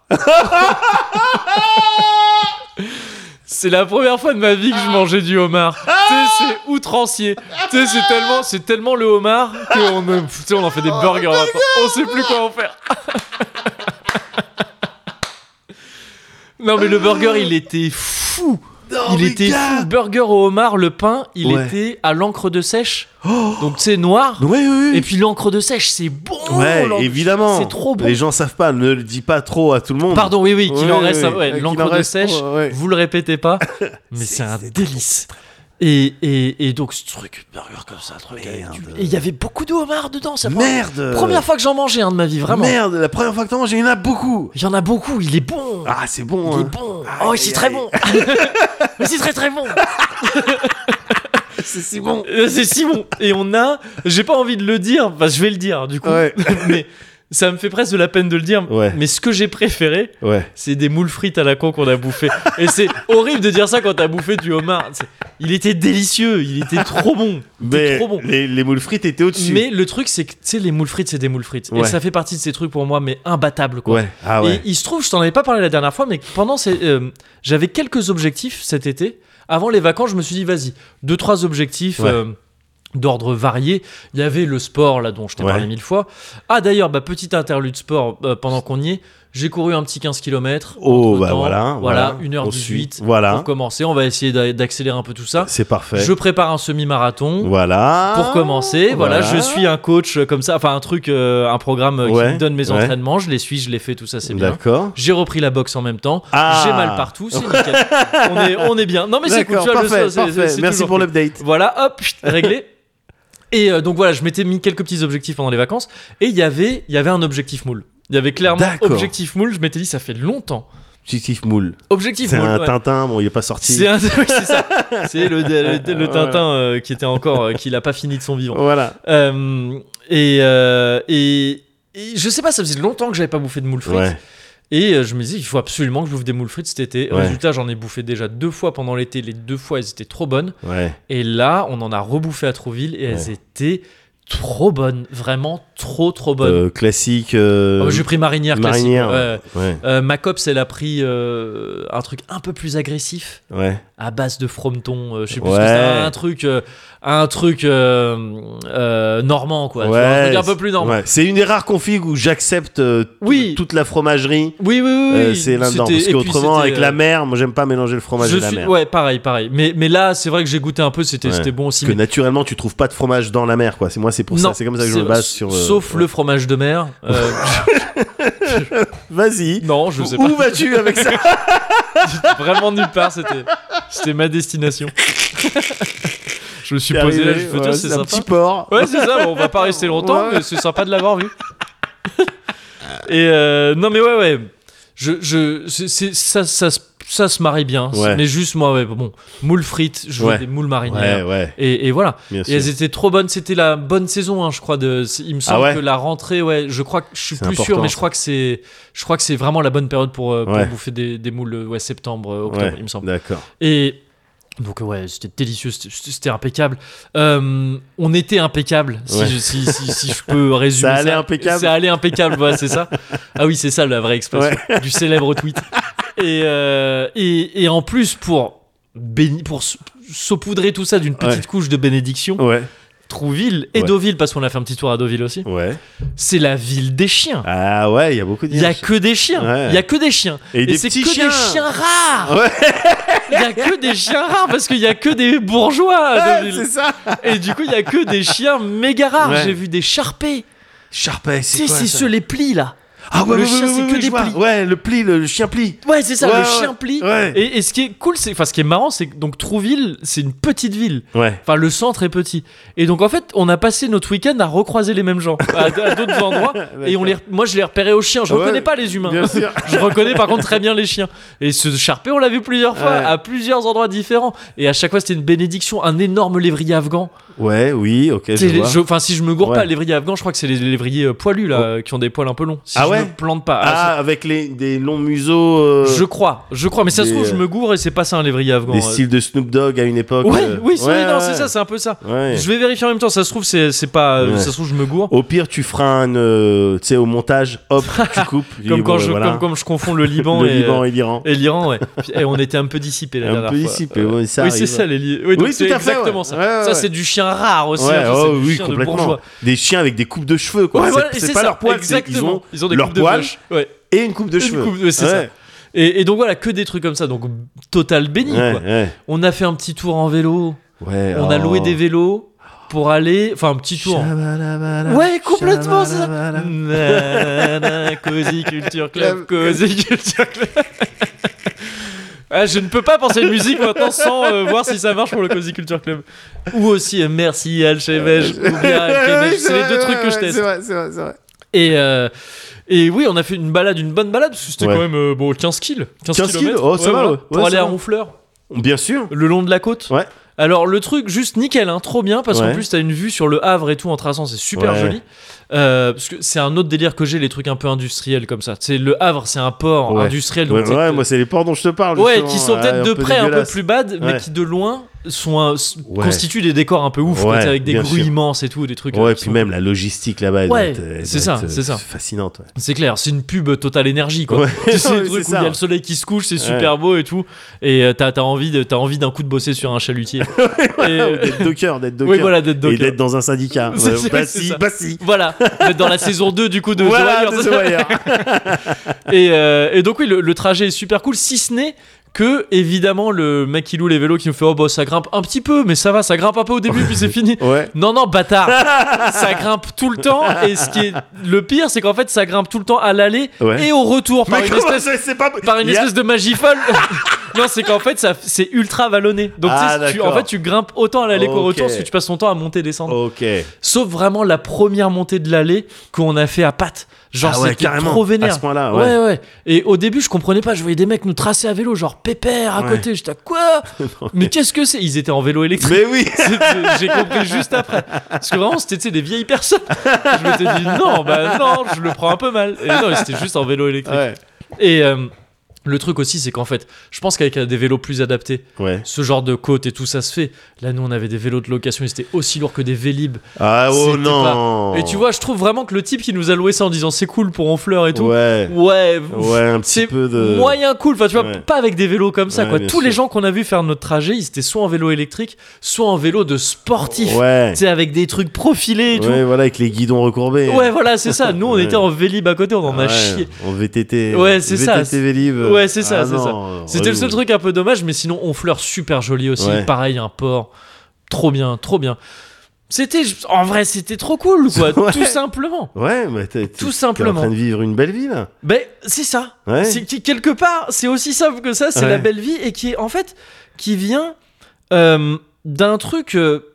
Speaker 1: c'est la première fois de ma vie que je mangeais du homard.
Speaker 2: Ah.
Speaker 1: tu sais, c'est outrancier. Tu sais, c'est tellement, c'est tellement le homard qu'on ne- tu sais, on en fait
Speaker 2: Oh,
Speaker 1: des burgers. maintenant. on sait plus quoi en faire. non, mais le burger, il était fou.
Speaker 2: Non,
Speaker 1: il
Speaker 2: Oh, mais
Speaker 1: était
Speaker 2: gars
Speaker 1: fou. Burger au homard, le pain, il
Speaker 2: Ouais.
Speaker 1: était à l'encre de sèche.
Speaker 2: Oh
Speaker 1: Donc c'est noir.
Speaker 2: Ouais, ouais, ouais.
Speaker 1: Et puis l'encre de sèche, c'est bon.
Speaker 2: Ouais,
Speaker 1: l'encre-
Speaker 2: évidemment.
Speaker 1: C'est trop bon.
Speaker 2: Les gens savent pas, ne le dis pas trop à tout le monde.
Speaker 1: Pardon, oui, oui, qu'il
Speaker 2: Ouais,
Speaker 1: en reste.
Speaker 2: ouais,
Speaker 1: un- ouais,
Speaker 2: euh, qu'il en
Speaker 1: l'encre de
Speaker 2: reste,
Speaker 1: sèche,
Speaker 2: ouais, ouais.
Speaker 1: vous le répétez pas. Mais
Speaker 2: C'est-
Speaker 1: c'est un
Speaker 2: c'est
Speaker 1: délice. Et, et, et donc ce truc, burger comme ça, un truc. avec
Speaker 2: Merde.
Speaker 1: du- Et il y avait beaucoup de homard dedans, ça
Speaker 2: Merde.
Speaker 1: Première fois que j'en mangeais un de ma vie, vraiment.
Speaker 2: Merde, la première fois que t'en manges, il y en a beaucoup.
Speaker 1: Il y en a beaucoup, il est bon.
Speaker 2: Ah, c'est
Speaker 1: il
Speaker 2: bon.
Speaker 1: est
Speaker 2: hein.
Speaker 1: bon.
Speaker 2: Aïe,
Speaker 1: oh, c'est
Speaker 2: aïe,
Speaker 1: très
Speaker 2: aïe.
Speaker 1: bon. Mais c'est très très bon.
Speaker 2: C'est si bon.
Speaker 1: Euh, C'est Simon. Et on a, j'ai pas envie de le dire, enfin je vais le dire du coup.
Speaker 2: Ouais.
Speaker 1: mais ça me fait presque de la peine de le dire.
Speaker 2: Ouais.
Speaker 1: Mais ce que j'ai préféré,
Speaker 2: Ouais.
Speaker 1: c'est des moules frites à la con qu'on a bouffé. Et c'est horrible de dire ça quand t'as bouffé du homard. C'est- Il était délicieux, il était trop bon. Il était
Speaker 2: Mais
Speaker 1: trop bon.
Speaker 2: les, les moules frites étaient au-dessus.
Speaker 1: Mais le truc, c'est que tu sais, les moules frites, c'est des moules frites. Et
Speaker 2: Ouais.
Speaker 1: ça fait partie de ces trucs pour moi, mais imbattables quoi.
Speaker 2: Ouais. Ah ouais.
Speaker 1: Et il se trouve, je t'en avais pas parlé la dernière fois, mais pendant ces, euh, j'avais quelques objectifs cet été. Avant les vacances, je me suis dit, vas-y, deux, trois objectifs
Speaker 2: Ouais.
Speaker 1: euh, d'ordre varié. Il y avait le sport, là, dont je t'ai
Speaker 2: Ouais.
Speaker 1: parlé mille fois. Ah, d'ailleurs, bah, petite interlude sport euh, pendant qu'on y est. J'ai couru un petit 15 km.
Speaker 2: Oh, bah voilà.
Speaker 1: Voilà,
Speaker 2: On
Speaker 1: 1h18.
Speaker 2: suit. Voilà.
Speaker 1: Pour commencer, on va essayer d'a- d'accélérer un peu tout ça.
Speaker 2: C'est parfait.
Speaker 1: Je prépare un semi-marathon.
Speaker 2: Voilà.
Speaker 1: Pour commencer, voilà.
Speaker 2: Voilà.
Speaker 1: je suis un coach euh, comme ça, enfin un truc, euh, un programme euh, qui
Speaker 2: Ouais,
Speaker 1: me donne mes
Speaker 2: ouais.
Speaker 1: entraînements, je les suis, je les fais, tout ça c'est bien.
Speaker 2: D'accord.
Speaker 1: J'ai repris la boxe en même temps.
Speaker 2: Ah.
Speaker 1: J'ai mal partout, c'est nickel. on, est, on est bien. Non, mais c'est cool,
Speaker 2: D'accord,
Speaker 1: tu vois, le
Speaker 2: parfait,
Speaker 1: so- c'est-
Speaker 2: parfait.
Speaker 1: c'est- c'est
Speaker 2: Merci
Speaker 1: toujours
Speaker 2: pour
Speaker 1: cool.
Speaker 2: l'update.
Speaker 1: Voilà, hop, chut, réglé. Et euh, donc voilà, je m'étais mis quelques petits objectifs pendant les vacances. Et il y avait, il y avait un objectif moule. Il y avait clairement
Speaker 2: D'accord.
Speaker 1: objectif moule. Je m'étais dit, ça fait longtemps.
Speaker 2: Objectif moule.
Speaker 1: Objectif
Speaker 2: C'est
Speaker 1: moule.
Speaker 2: un
Speaker 1: ouais.
Speaker 2: Tintin, bon, il est pas sorti.
Speaker 1: C'est un- oui, c'est ça. C'est le, le- le- le
Speaker 2: Voilà.
Speaker 1: Tintin euh, qui était encore, euh, qui l'a pas fini de son vivant.
Speaker 2: Voilà.
Speaker 1: Euh, et, euh, et, et je sais pas, ça faisait longtemps que j'avais pas bouffé de moule frites.
Speaker 2: Ouais.
Speaker 1: Et euh, je me dis, il faut absolument que je bouffe des moules frites cet été.
Speaker 2: Ouais.
Speaker 1: Résultat, j'en ai bouffé déjà deux fois pendant l'été. Les deux fois, elles étaient trop bonnes.
Speaker 2: Ouais.
Speaker 1: Et là, on en a rebouffé à Trouville et elles
Speaker 2: Ouais.
Speaker 1: étaient trop bonnes. Vraiment trop, trop bonnes.
Speaker 2: Euh, classique. euh,
Speaker 1: Ah, J'ai pris marinière,
Speaker 2: marinière.
Speaker 1: classique. Ouais.
Speaker 2: Ouais.
Speaker 1: Euh, ma copse, elle a pris euh, un truc un peu plus agressif
Speaker 2: Ouais.
Speaker 1: à base de frometon. euh, je sais plus ce
Speaker 2: Ouais.
Speaker 1: que c'est. Un truc, euh, un truc euh, euh, normand, quoi. tu vois, un truc un peu plus normand.
Speaker 2: Ouais. C'est une des rares configs où j'accepte euh, tout-
Speaker 1: Oui.
Speaker 2: toute la fromagerie.
Speaker 1: Oui, oui, oui.
Speaker 2: Euh,
Speaker 1: oui.
Speaker 2: c'est là-dedans.
Speaker 1: C'était-
Speaker 2: Parce
Speaker 1: et puis
Speaker 2: qu'autrement,
Speaker 1: c'était,
Speaker 2: avec
Speaker 1: euh,
Speaker 2: la mer, moi, j'aime pas mélanger le fromage
Speaker 1: Je
Speaker 2: et la
Speaker 1: suis-
Speaker 2: mer.
Speaker 1: Ouais, pareil, pareil. Mais, mais là, c'est vrai que j'ai goûté un peu, c'était
Speaker 2: Ouais.
Speaker 1: c'était bon aussi.
Speaker 2: Que
Speaker 1: mais-
Speaker 2: naturellement, tu trouves pas de fromage dans la mer, quoi. C'est moi, c'est pour
Speaker 1: Non,
Speaker 2: ça. C'est comme ça que je
Speaker 1: c'est-
Speaker 2: me base sur. euh,
Speaker 1: Sauf
Speaker 2: ouais.
Speaker 1: le fromage de mer. Euh,
Speaker 2: Vas-y.
Speaker 1: non, je sais
Speaker 2: Où vas-tu avec ça
Speaker 1: pas. Vraiment nulle part, c'était c'était ma destination. je me suis posé là, je me suis
Speaker 2: Ouais,
Speaker 1: dit, c'est
Speaker 2: un
Speaker 1: sympa.
Speaker 2: petit port.
Speaker 1: Ouais, c'est ça, bon, on va pas rester longtemps,
Speaker 2: Ouais.
Speaker 1: mais c'est sympa de l'avoir vu. Et euh, non, mais ouais, ouais. Je, je, c'est- c'est- ça, ça, se- ça se marie bien.
Speaker 2: Ouais.
Speaker 1: Mais juste, moi, ouais, bon, moules frites, je veux
Speaker 2: Ouais.
Speaker 1: des moules
Speaker 2: Ouais,
Speaker 1: marinières.
Speaker 2: ouais,
Speaker 1: Et, et voilà.
Speaker 2: bien
Speaker 1: Et
Speaker 2: sûr.
Speaker 1: elles étaient trop bonnes. C'était la bonne saison, hein, je crois. De, c'est- il me semble
Speaker 2: Ah ouais
Speaker 1: que la rentrée, ouais, je crois que je suis
Speaker 2: C'est
Speaker 1: plus sûr,
Speaker 2: important,
Speaker 1: mais je
Speaker 2: ça.
Speaker 1: crois que c'est, je crois que c'est vraiment la bonne période pour, euh, pour
Speaker 2: Ouais.
Speaker 1: bouffer des, des moules, euh, ouais, septembre, euh, octobre,
Speaker 2: Ouais,
Speaker 1: il me semble.
Speaker 2: d'accord.
Speaker 1: Et donc euh, ouais, c'était délicieux, c'était- c'était impeccable. Euh, on était impeccable, si,
Speaker 2: Ouais.
Speaker 1: je, si, si- si je peux résumer.
Speaker 2: Ça allait impeccable.
Speaker 1: Ça allait impeccable, ouais, c'est ça. Ah oui, c'est ça la vraie expression du célèbre tweet. Et, euh, et, et en plus pour béni- pour s- saupoudrer tout ça d'une petite
Speaker 2: Ouais.
Speaker 1: couche de bénédiction,
Speaker 2: Ouais,
Speaker 1: Trouville et
Speaker 2: Ouais.
Speaker 1: Deauville parce qu'on a fait un petit tour à Deauville aussi.
Speaker 2: ouais.
Speaker 1: C'est la ville des chiens.
Speaker 2: Ah ouais, il y a beaucoup de
Speaker 1: Il y a
Speaker 2: hiérarchie.
Speaker 1: que des chiens. Il
Speaker 2: Ouais.
Speaker 1: y a que des chiens.
Speaker 2: Et des
Speaker 1: c'est
Speaker 2: petits
Speaker 1: que
Speaker 2: chiens.
Speaker 1: des chiens rares.
Speaker 2: Ouais.
Speaker 1: Il y a que des chiens rares parce qu'il y a que des bourgeois à
Speaker 2: Ouais, c'est
Speaker 1: Deauville.
Speaker 2: ça.
Speaker 1: Et du coup, il y a que des chiens méga rares.
Speaker 2: Ouais.
Speaker 1: J'ai vu des charpés.
Speaker 2: Charpet,
Speaker 1: Tu sais,
Speaker 2: c'est quoi
Speaker 1: c'est
Speaker 2: ça
Speaker 1: ceux les plis là.
Speaker 2: Ah ouais,
Speaker 1: le
Speaker 2: ouais,
Speaker 1: chien,
Speaker 2: ouais,
Speaker 1: c'est
Speaker 2: ouais,
Speaker 1: que
Speaker 2: ouais,
Speaker 1: des
Speaker 2: je vois.
Speaker 1: plis.
Speaker 2: Ouais, le pli, le chien pli.
Speaker 1: Ouais, c'est ça,
Speaker 2: Ouais,
Speaker 1: le
Speaker 2: ouais.
Speaker 1: chien pli.
Speaker 2: Ouais.
Speaker 1: Et, et ce qui est cool, c'est, enfin, ce qui est marrant, c'est que donc Trouville, c'est une petite ville.
Speaker 2: Ouais.
Speaker 1: Enfin, le centre est petit. Et donc, en fait, on a passé notre week-end à recroiser les mêmes gens à, à d'autres endroits. Et on les, re- moi, je les repérais aux chiens. Je
Speaker 2: Ouais,
Speaker 1: reconnais pas les humains.
Speaker 2: Bien sûr.
Speaker 1: je reconnais par contre très bien les chiens. Et ce charpé, on l'a vu plusieurs fois
Speaker 2: Ouais.
Speaker 1: à plusieurs endroits différents. Et à chaque fois, c'était une bénédiction, un énorme lévrier afghan.
Speaker 2: Ouais, oui, ok, je
Speaker 1: C'est les-
Speaker 2: vois.
Speaker 1: je- Enfin, si je me gourre
Speaker 2: Ouais.
Speaker 1: pas, lévrier afghan, je crois que c'est les lévriers euh, poilus là,
Speaker 2: Oh.
Speaker 1: euh, qui ont des poils un peu longs. Si
Speaker 2: Ah
Speaker 1: je
Speaker 2: ouais
Speaker 1: me plante pas. Ah,
Speaker 2: Ah, avec les, des longs museaux, euh,
Speaker 1: c'est- je crois, je crois. Mais ça se
Speaker 2: Des,
Speaker 1: trouve, je
Speaker 2: euh,
Speaker 1: me gourre et c'est pas ça un lévrier afghan.
Speaker 2: des
Speaker 1: Euh,
Speaker 2: styles de Snoop Dogg à une époque.
Speaker 1: Ouais,
Speaker 2: euh,
Speaker 1: oui, c'est-
Speaker 2: ouais,
Speaker 1: non,
Speaker 2: ouais,
Speaker 1: c'est ça, c'est un peu ça.
Speaker 2: ouais.
Speaker 1: Je vais vérifier en même temps, ça se trouve, c'est c'est pas. euh,
Speaker 2: Ouais.
Speaker 1: Ça se trouve, je me gourre.
Speaker 2: Au pire, tu feras un, euh, tu sais, au montage, hop, tu coupes. tu dis,
Speaker 1: Comme
Speaker 2: bon,
Speaker 1: quand,
Speaker 2: ben
Speaker 1: je,
Speaker 2: voilà.
Speaker 1: comme, comme je confonds le Liban,
Speaker 2: le
Speaker 1: et, euh,
Speaker 2: Liban et l'Iran.
Speaker 1: et l'Iran, ouais. Puis, eh, on était un peu dissipés la
Speaker 2: Un
Speaker 1: dernière
Speaker 2: peu
Speaker 1: fois.
Speaker 2: dissipé,
Speaker 1: Euh,
Speaker 2: ouais, ça
Speaker 1: oui,
Speaker 2: arrive.
Speaker 1: c'est ça, les liés. Oui, donc
Speaker 2: Oui,
Speaker 1: c'est
Speaker 2: tout à fait,
Speaker 1: exactement
Speaker 2: ouais.
Speaker 1: ça.
Speaker 2: Ouais, ouais,
Speaker 1: ça,
Speaker 2: ouais.
Speaker 1: c'est du chien rare aussi.
Speaker 2: Ouais,
Speaker 1: hein, ça, c'est
Speaker 2: oh
Speaker 1: du
Speaker 2: oui,
Speaker 1: chien de bourgeois.
Speaker 2: complètement. Des chiens avec des coupes de cheveux, quoi.
Speaker 1: Ouais, voilà,
Speaker 2: c'est
Speaker 1: c'est
Speaker 2: pas
Speaker 1: ça,
Speaker 2: leur poil, c'est-
Speaker 1: exactement.
Speaker 2: ils ont
Speaker 1: des
Speaker 2: leur
Speaker 1: coupes de
Speaker 2: poil
Speaker 1: vache. Ouais.
Speaker 2: et une coupe de
Speaker 1: Une
Speaker 2: cheveux.
Speaker 1: coupe- ouais, c'est ça. Et, et donc voilà, que des trucs comme ça. Donc total béni.
Speaker 2: Ouais,
Speaker 1: quoi.
Speaker 2: ouais.
Speaker 1: On a fait un petit tour en vélo.
Speaker 2: Ouais,
Speaker 1: On a
Speaker 2: oh.
Speaker 1: loué des vélos pour aller. Enfin, un petit tour.
Speaker 2: Shabalabala,
Speaker 1: Ouais, complètement, c'est ça.
Speaker 2: shabalabala.
Speaker 1: Nanana, Cozy Culture Club, Cozy Culture Club. Ah, je ne peux pas penser musique maintenant sans euh, voir si ça marche pour le Cozy Culture Club. Ou aussi euh, merci Alchemège ou bien Alchemège. C'est les deux trucs que je teste.
Speaker 4: Euh, vrai, c'est vrai, c'est vrai.
Speaker 1: Et, euh, et oui, on a fait une balade, une bonne balade, parce que c'était
Speaker 2: Ouais.
Speaker 1: quand même euh, bon, 15 kills. 15,
Speaker 2: 15
Speaker 1: kilomètres.
Speaker 2: kills, oh, ça va, ouais.
Speaker 1: Pour
Speaker 2: Ouais,
Speaker 1: aller
Speaker 2: ça
Speaker 1: à
Speaker 2: va.
Speaker 1: Honfleur,
Speaker 2: Bien sûr.
Speaker 1: le long de la côte.
Speaker 2: Ouais.
Speaker 1: Alors, le truc, juste nickel, hein, trop bien, parce qu'en
Speaker 2: Ouais.
Speaker 1: plus, t'as une vue sur le Havre et tout en traçant, c'est super
Speaker 2: Ouais.
Speaker 1: joli. Euh, parce que c'est un autre délire que j'ai, les trucs un peu industriels comme ça. C'est le Havre, c'est un port
Speaker 2: Ouais.
Speaker 1: industriel. donc
Speaker 2: Ouais,
Speaker 1: c'est-
Speaker 2: ouais, moi, c'est les ports dont je te parle.
Speaker 1: Ouais,
Speaker 2: justement.
Speaker 1: qui sont
Speaker 2: Ah,
Speaker 1: peut-être de
Speaker 2: peu
Speaker 1: près un peu
Speaker 2: dégueulasse.
Speaker 1: plus bad, mais
Speaker 2: Ouais.
Speaker 1: qui de loin sont un- s-
Speaker 2: Ouais.
Speaker 1: constituent des décors un peu ouf, quoi,
Speaker 2: Ouais,
Speaker 1: t'sais, avec des
Speaker 2: bien
Speaker 1: grues
Speaker 2: sûr.
Speaker 1: immenses et tout, des trucs. euh,
Speaker 2: Ouais,
Speaker 1: qui
Speaker 2: puis
Speaker 1: sont-
Speaker 2: même la logistique là-bas. elle doit
Speaker 1: Ouais,
Speaker 2: être, euh,
Speaker 1: c'est
Speaker 2: doit
Speaker 1: ça,
Speaker 2: être,
Speaker 1: c'est
Speaker 2: euh,
Speaker 1: ça.
Speaker 2: Fascinante. ouais.
Speaker 1: C'est clair, c'est une pub totale énergie quoi.
Speaker 2: Ouais,
Speaker 1: Tu sais,
Speaker 2: non,
Speaker 1: le
Speaker 2: mais
Speaker 1: truc
Speaker 2: c'est
Speaker 1: où il y a
Speaker 2: ça.
Speaker 1: le soleil qui se couche, c'est super beau et tout. Et euh, t'as t'as envie de- t'as envie d'un coup de bosser sur un chalutier. Et, euh,
Speaker 2: D'être docker, d'être docker.
Speaker 1: oui, voilà, d'être
Speaker 2: Et
Speaker 1: docker.
Speaker 2: d'être dans un syndicat.
Speaker 1: C'est-
Speaker 2: Ouais,
Speaker 1: c'est-
Speaker 2: bah
Speaker 1: c'est
Speaker 2: si,
Speaker 1: ça.
Speaker 2: bah si.
Speaker 1: Voilà, Mais dans la saison 2 du coup de The
Speaker 2: Voilà,
Speaker 1: Wire.
Speaker 2: de The Wire.
Speaker 1: Et, euh, et donc oui, le, le trajet est super cool, si ce n'est que évidemment le mec qui loue les vélos qui nous fait oh bah ça grimpe un petit peu, mais ça va, ça grimpe un peu au début puis c'est fini.
Speaker 2: Ouais.
Speaker 1: Non, non, bâtard! ça grimpe tout le temps, et ce qui est le pire, c'est qu'en fait, ça grimpe tout le temps à l'aller
Speaker 2: Ouais.
Speaker 1: et au retour par
Speaker 2: Mais
Speaker 1: une
Speaker 2: comment
Speaker 1: espèce
Speaker 2: ça, c'est pas...
Speaker 1: par une
Speaker 2: Il y a-
Speaker 1: espèce de magie folle. non, c'est qu'en fait, ça, c'est ultra vallonné. Donc,
Speaker 2: Ah,
Speaker 1: tu sais, tu- en
Speaker 2: d'accord.
Speaker 1: fait, tu grimpes autant à l'aller qu'au
Speaker 2: Ok.
Speaker 1: retour parce que tu passes ton temps à monter et descendre.
Speaker 2: Ok.
Speaker 1: Sauf vraiment la première montée de l'allée qu'on a fait à pattes. Genre,
Speaker 2: Ah ouais,
Speaker 1: c'était
Speaker 2: carrément.
Speaker 1: trop vénère.
Speaker 2: À ce point-là,
Speaker 1: Ouais.
Speaker 2: ouais.
Speaker 1: ouais et au début je comprenais pas je voyais des mecs nous tracer à vélo genre pépère à
Speaker 2: Ouais.
Speaker 1: côté j'étais à quoi mais qu'est-ce que c'est ils étaient en vélo électrique
Speaker 2: Mais oui.
Speaker 1: c'est- j'ai compris juste après. Parce que vraiment, c'était tu sais, des vieilles personnes. Je m'étais dit, non, bah non, je le prends un peu mal. Et non, c'était juste en vélo électrique.
Speaker 2: Ouais.
Speaker 1: Et euh, le truc aussi, c'est qu'en fait, je pense qu'avec euh, des vélos plus adaptés,
Speaker 2: Ouais.
Speaker 1: ce genre de côte et tout, ça se fait. Là, nous, on avait des vélos de location, ils étaient aussi lourds que des Vélib.
Speaker 2: Ah oh
Speaker 1: C'était
Speaker 2: non.
Speaker 1: Et tu vois, je trouve vraiment que le type qui nous a loué ça en disant c'est cool pour Honfleur et tout.
Speaker 2: Ouais.
Speaker 1: Ouais.
Speaker 2: Ouais, un petit
Speaker 1: C'est
Speaker 2: peu de.
Speaker 1: moyen cool, enfin tu vois,
Speaker 2: Ouais.
Speaker 1: pas avec des vélos comme ça
Speaker 2: Ouais,
Speaker 1: quoi.
Speaker 2: bien
Speaker 1: Tous les
Speaker 2: sûr.
Speaker 1: gens qu'on a vu faire notre trajet, ils étaient soit en vélo électrique, soit en vélo de sportif.
Speaker 2: Ouais.
Speaker 1: Tu sais, avec des trucs profilés et tout.
Speaker 2: Ouais, voilà, avec les guidons recourbés.
Speaker 1: Ouais, voilà, c'est ça. Nous, on
Speaker 2: Ouais.
Speaker 1: était en Vélib à côté, on en a
Speaker 2: Ouais,
Speaker 1: chié.
Speaker 2: En VTT.
Speaker 1: Ouais, c'est ça.
Speaker 2: VTT Vélib.
Speaker 1: Ouais, c'est ça,
Speaker 2: Ah
Speaker 1: c'est
Speaker 2: non, relou.
Speaker 1: C'était le seul truc un peu dommage, mais sinon, Honfleur, super joli aussi.
Speaker 2: Ouais.
Speaker 1: Pareil, un port. Trop bien, trop bien. C'était, en vrai, c'était trop cool, quoi.
Speaker 2: Ouais.
Speaker 1: Tout simplement.
Speaker 2: Ouais, mais t'es, t'es-
Speaker 1: Tout
Speaker 2: t'es
Speaker 1: simplement.
Speaker 2: en train de vivre une belle vie là.
Speaker 1: Ben, c'est ça.
Speaker 2: Ouais.
Speaker 1: C'est qui- quelque part, c'est aussi simple que ça. C'est
Speaker 2: Ouais.
Speaker 1: la belle vie et qui est, en fait, qui vient euh, d'un truc euh,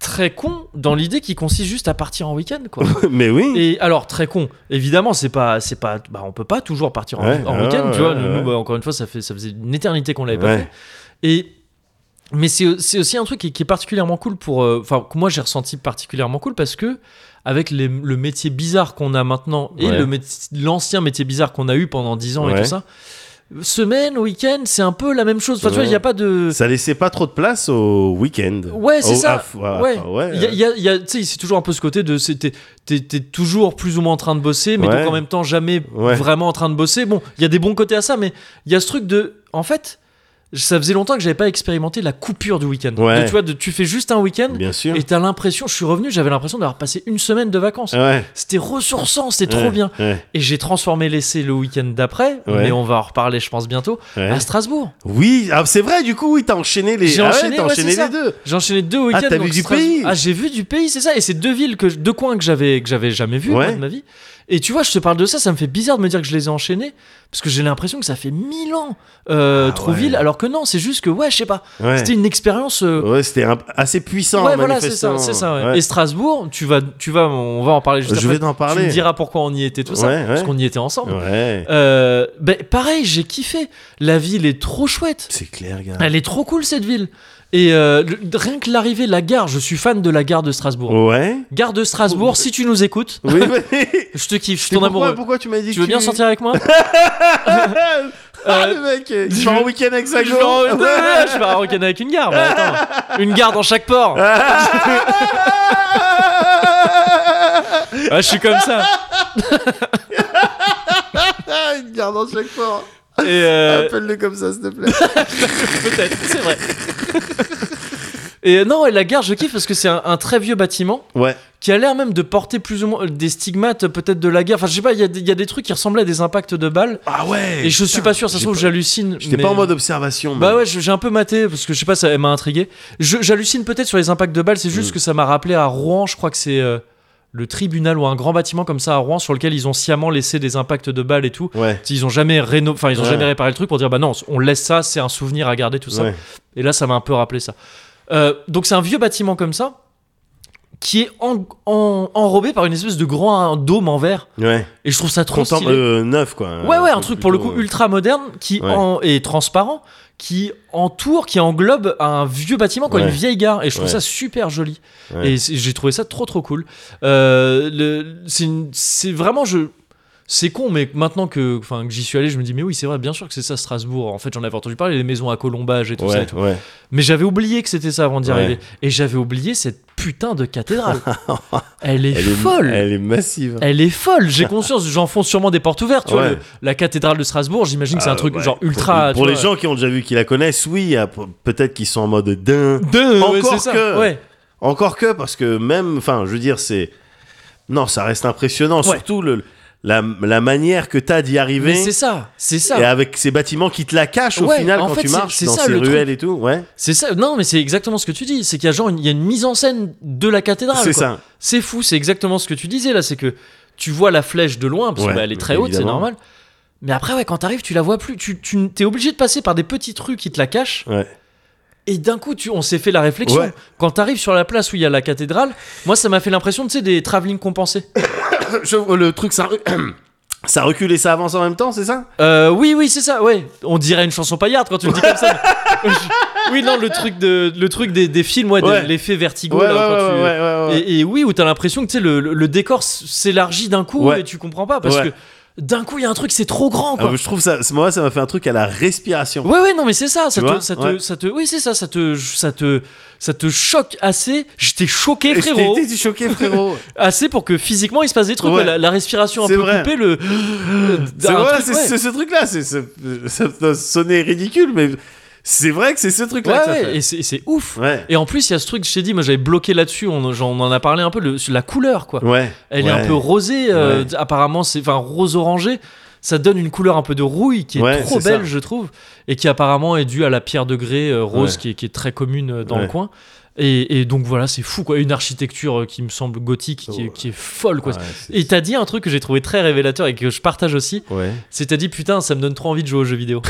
Speaker 1: très con dans l'idée qui consiste juste à partir en week-end, quoi.
Speaker 2: mais oui.
Speaker 1: Et alors très con, évidemment c'est pas c'est pas bah on peut pas toujours partir en,
Speaker 2: Ouais,
Speaker 1: en
Speaker 2: ouais,
Speaker 1: week-end, tu
Speaker 2: ouais,
Speaker 1: vois.
Speaker 2: ouais,
Speaker 1: Nous,
Speaker 2: ouais.
Speaker 1: bah, encore une fois ça fait ça faisait une éternité qu'on l'avait pas
Speaker 2: Ouais.
Speaker 1: fait. Et mais c'est c'est aussi un truc qui, qui est particulièrement cool pour euh, enfin que moi j'ai ressenti particulièrement cool parce que avec les- le métier bizarre qu'on a maintenant et
Speaker 2: Ouais.
Speaker 1: le métier- l'ancien métier bizarre qu'on a eu pendant 10 ans et
Speaker 2: Ouais.
Speaker 1: tout ça, semaine, week-end c'est un peu la même chose. Enfin tu vois
Speaker 2: Ouais.
Speaker 1: il y a pas de
Speaker 2: Ça laissait pas trop de place au week-end.
Speaker 1: Ouais, c'est
Speaker 2: Au-
Speaker 1: ça.
Speaker 2: à f- à-
Speaker 1: Ouais.
Speaker 2: ouais.
Speaker 1: Il y a- il y a- il y a- tu sais, c'est toujours un peu ce côté de c'est- t'es t'es- t'es toujours plus ou moins en train de bosser, mais
Speaker 2: Ouais.
Speaker 1: donc en même temps jamais
Speaker 2: Ouais.
Speaker 1: vraiment en train de bosser. Bon, il y a des bons côtés à ça, mais il y a ce truc de, en fait, ça faisait longtemps que j'avais pas expérimenté la coupure du week-end.
Speaker 2: Ouais.
Speaker 1: De, tu vois, de- tu fais juste un week-end
Speaker 2: euh, Bien sûr.
Speaker 1: et t'as l'impression, je suis revenu, j'avais l'impression d'avoir passé une semaine de vacances.
Speaker 2: Ouais.
Speaker 1: C'était ressourçant, c'était trop
Speaker 2: Ouais.
Speaker 1: bien.
Speaker 2: Ouais.
Speaker 1: Et j'ai transformé l'essai le week-end d'après,
Speaker 2: Ouais.
Speaker 1: mais on va en reparler, je pense bientôt,
Speaker 2: Ouais.
Speaker 1: à Strasbourg.
Speaker 2: Oui, ah, c'est vrai, du coup, oui, t'as enchaîné les,
Speaker 1: Ah, J'ai
Speaker 2: Ah ouais,
Speaker 1: enchaîné,
Speaker 2: t'as
Speaker 1: ouais,
Speaker 2: enchaîné
Speaker 1: c'est ça.
Speaker 2: les deux.
Speaker 1: J'ai enchaîné deux week-ends.
Speaker 2: t'as
Speaker 1: donc
Speaker 2: vu du
Speaker 1: Strasbourg-
Speaker 2: pays
Speaker 1: Ah, j'ai vu du pays, c'est ça. Et c'est deux villes, que je- deux coins que j'avais que j'avais jamais vu
Speaker 2: Ouais.
Speaker 1: de ma vie. Et tu vois, je te parle de ça, ça me fait bizarre de me dire que je les ai enchaînés, parce que j'ai l'impression que ça fait mille ans euh,
Speaker 2: Ah,
Speaker 1: Trouville,
Speaker 2: ouais.
Speaker 1: alors que non, c'est juste que ouais, je sais pas.
Speaker 2: Ouais.
Speaker 1: C'était une expérience. euh,
Speaker 2: Ouais, c'était un- assez puissant.
Speaker 1: ouais, voilà, c'est ça,
Speaker 2: manifestement.
Speaker 1: c'est ça. ouais.
Speaker 2: Ouais.
Speaker 1: Et Strasbourg, tu vas, tu vas, on va en parler juste
Speaker 2: Je
Speaker 1: après.
Speaker 2: vais t'en
Speaker 1: Tu
Speaker 2: parler.
Speaker 1: me diras pourquoi on y était tout ça,
Speaker 2: Ouais, ouais.
Speaker 1: parce qu'on y était ensemble.
Speaker 2: Ouais.
Speaker 1: Euh, ben, pareil, j'ai kiffé. La ville est trop chouette.
Speaker 2: C'est clair, gars.
Speaker 1: Elle est trop cool cette ville. Et euh, le- rien que l'arrivée, la gare, je suis fan de la gare de Strasbourg.
Speaker 2: Ouais.
Speaker 1: Gare de Strasbourg, si tu nous écoutes,
Speaker 2: Oui, mais...
Speaker 1: je te kiffe, je suis
Speaker 2: Mais
Speaker 1: ton
Speaker 2: pourquoi,
Speaker 1: amoureux.
Speaker 2: pourquoi tu m'as dit
Speaker 1: Tu
Speaker 2: que
Speaker 1: veux bien sortir avec moi
Speaker 2: Ah,
Speaker 1: Euh,
Speaker 2: le mec, il
Speaker 1: je-
Speaker 2: part en week-end avec sa
Speaker 1: Je vais en-
Speaker 2: gourde.
Speaker 1: je vais en Canada avec une gare. mais attends, une gare dans chaque port. Ah, je suis comme ça.
Speaker 4: Ah, une garde en chaque fois.
Speaker 1: Et euh,
Speaker 4: Appelle-le comme ça, s'il te plaît.
Speaker 1: peut-être, c'est vrai. Et euh, non, et la gare, je kiffe parce que c'est un, un très vieux bâtiment
Speaker 2: Ouais.
Speaker 1: qui a l'air même de porter plus ou moins des stigmates euh, peut-être de la guerre. Enfin, je sais pas, il y, a des- il y a des trucs qui ressemblaient à des impacts de balles.
Speaker 2: Ah ouais.
Speaker 1: Et je suis pas sûr, ça se
Speaker 2: j'ai
Speaker 1: trouve,
Speaker 2: pas-
Speaker 1: j'hallucine.
Speaker 2: J'étais
Speaker 1: mais-
Speaker 2: pas en mode observation. mais-
Speaker 1: Bah ouais, je- j'ai un peu maté parce que je sais pas, ça elle m'a intrigué. Je- J'hallucine peut-être sur les impacts de balles, c'est juste
Speaker 2: Mm.
Speaker 1: que ça m'a rappelé à Rouen, je crois que c'est euh, le tribunal ou un grand bâtiment comme ça à Rouen sur lequel ils ont sciemment laissé des impacts de balles et tout.
Speaker 2: Ouais.
Speaker 1: Ils ont jamais réno... enfin ils ont
Speaker 2: Ouais.
Speaker 1: jamais réparé le truc pour dire bah non, on laisse ça, c'est un souvenir à garder tout ça.
Speaker 2: ouais.
Speaker 1: Et là, ça m'a un peu rappelé ça. Euh, donc c'est un vieux bâtiment comme ça qui est en- en- enrobé par une espèce de grand dôme en verre
Speaker 2: Ouais.
Speaker 1: et je trouve ça trop
Speaker 2: Content,
Speaker 1: stylé.
Speaker 2: euh, neuf quoi.
Speaker 1: Ouais, ouais, un truc pour le coup
Speaker 2: plutôt, euh,
Speaker 1: ultra moderne qui
Speaker 2: Ouais.
Speaker 1: en, est transparent, qui entoure, qui englobe un vieux bâtiment, quoi,
Speaker 2: Ouais.
Speaker 1: une vieille gare. Et je trouve
Speaker 2: Ouais.
Speaker 1: ça super joli.
Speaker 2: Ouais.
Speaker 1: Et c'est- j'ai trouvé ça trop, trop cool. Euh, le- c'est une- c'est vraiment. Je, c'est con, mais maintenant que, enfin, que j'y suis allé, je me dis, mais oui, c'est vrai, bien sûr que c'est ça Strasbourg. En fait, j'en avais entendu parler, les maisons à colombage et tout ça. et
Speaker 2: Ouais,
Speaker 1: tout.
Speaker 2: ouais.
Speaker 1: Mais j'avais oublié que c'était ça avant d'y
Speaker 2: Ouais.
Speaker 1: arriver. Et j'avais oublié cette putain de cathédrale. Elle est,
Speaker 2: Elle est
Speaker 1: folle.
Speaker 2: Elle est massive.
Speaker 1: Elle est folle, j'ai conscience, j'enfonce sûrement des portes ouvertes, tu vois.
Speaker 2: Ouais.
Speaker 1: le- la cathédrale de Strasbourg, j'imagine que c'est un
Speaker 2: Ah,
Speaker 1: truc
Speaker 2: ouais.
Speaker 1: genre
Speaker 2: Pour-
Speaker 1: ultra.
Speaker 2: Pour, les gens qui ont déjà vu, qui la connaissent, oui, il y a p- peut-être qu'ils sont en mode d'un.
Speaker 1: de,
Speaker 2: Encore
Speaker 1: c'est ça.
Speaker 2: que-
Speaker 1: Ouais.
Speaker 2: Encore que, parce que même, enfin, je veux dire, c'est. Non, ça reste impressionnant, surtout le, la, la manière que t'as d'y
Speaker 1: Mais
Speaker 2: arriver.
Speaker 1: c'est ça, c'est
Speaker 2: Et
Speaker 1: ça,
Speaker 2: avec ces bâtiments qui te la cachent
Speaker 1: Ouais,
Speaker 2: au final
Speaker 1: en
Speaker 2: quand
Speaker 1: fait,
Speaker 2: tu
Speaker 1: c'est-
Speaker 2: marches
Speaker 1: c'est
Speaker 2: dans
Speaker 1: ça,
Speaker 2: ces
Speaker 1: le truc.
Speaker 2: ruelles et tout. Ouais,
Speaker 1: c'est ça. Non, mais c'est exactement ce que tu dis. C'est qu'il y a genre, une- il y a une mise en scène de la cathédrale.
Speaker 2: c'est
Speaker 1: quoi.
Speaker 2: ça.
Speaker 1: C'est fou, c'est exactement ce que tu disais là. C'est que tu vois la flèche de loin, parce
Speaker 2: Ouais,
Speaker 1: qu'elle est très haute, c'est
Speaker 2: évidemment.
Speaker 1: normal. Mais après, ouais, quand t'arrives, tu la vois plus. Tu, tu t'es obligé de passer par des petites rues qui te la cachent.
Speaker 2: Ouais.
Speaker 1: Et d'un coup, tu, on s'est fait la réflexion.
Speaker 2: Ouais.
Speaker 1: Quand t'arrives sur la place où il y a la cathédrale, moi, ça m'a fait l'impression, tu sais, des travelling compensés.
Speaker 2: Euh, Je- le truc, ça, ça recule et ça avance en même temps, c'est ça
Speaker 1: Euh, oui, oui, c'est ça, ouais. On dirait une chanson paillarde quand tu le dis comme ça. oui, non, le truc, de, le truc des, des films, ouais, de-
Speaker 2: Ouais.
Speaker 1: l'effet vertigo. là, hein, quand tu-
Speaker 2: ouais, ouais.
Speaker 1: Et, et oui, où t'as l'impression que tu sais, le, le- le décor s- s'élargit d'un coup
Speaker 2: Ouais.
Speaker 1: et tu comprends pas parce
Speaker 2: Ouais.
Speaker 1: que d'un coup, il y a un truc, c'est trop grand,
Speaker 2: Ah,
Speaker 1: quoi.
Speaker 2: je trouve ça, moi, ça m'a fait un truc à la respiration.
Speaker 1: Ouais ouais non mais c'est ça ça
Speaker 2: Tu
Speaker 1: te,
Speaker 2: vois
Speaker 1: ça te
Speaker 2: Ouais.
Speaker 1: ça te oui c'est ça ça te ça te ça te choque assez j'étais choqué
Speaker 2: Et
Speaker 1: frérot
Speaker 2: J'étais j'étais choqué, frérot.
Speaker 1: assez pour que physiquement il se passe des trucs
Speaker 2: Ouais.
Speaker 1: ouais, la, la respiration un
Speaker 2: C'est
Speaker 1: peu
Speaker 2: vrai.
Speaker 1: coupée le
Speaker 2: C'est
Speaker 1: un
Speaker 2: voilà,
Speaker 1: truc,
Speaker 2: c'est
Speaker 1: ouais.
Speaker 2: c'est ce truc-là. c'est ce- Ça doit sonner ridicule, mais c'est vrai que c'est ce truc-là.
Speaker 1: Ouais,
Speaker 2: que ça
Speaker 1: ouais,
Speaker 2: fait.
Speaker 1: et c'est et c'est ouf
Speaker 2: Ouais.
Speaker 1: Et en plus, il y a ce truc, je t'ai dit, moi j'avais bloqué là-dessus, on, genre, on en a parlé un peu, le- sur la couleur quoi.
Speaker 2: Ouais.
Speaker 1: Elle est
Speaker 2: Ouais.
Speaker 1: un peu rosée, euh,
Speaker 2: Ouais.
Speaker 1: d- apparemment c'est enfin rose-orangé. Ça donne une couleur un peu de rouille qui est
Speaker 2: Ouais,
Speaker 1: trop
Speaker 2: c'est
Speaker 1: belle,
Speaker 2: ça.
Speaker 1: je trouve, et qui apparemment est due à la pierre de grès euh, rose
Speaker 2: Ouais.
Speaker 1: qui, est, qui est très commune euh, dans le
Speaker 2: Ouais.
Speaker 1: coin. Et, et donc voilà, c'est fou quoi. Une architecture euh, qui me semble gothique, qui, est- qui est folle quoi.
Speaker 2: Oh. Ouais, c'est-
Speaker 1: Et t'as dit un truc que j'ai trouvé très révélateur et que je partage aussi,
Speaker 2: Ouais.
Speaker 1: c'est t'as dit putain, ça me donne trop envie de jouer aux jeux vidéo.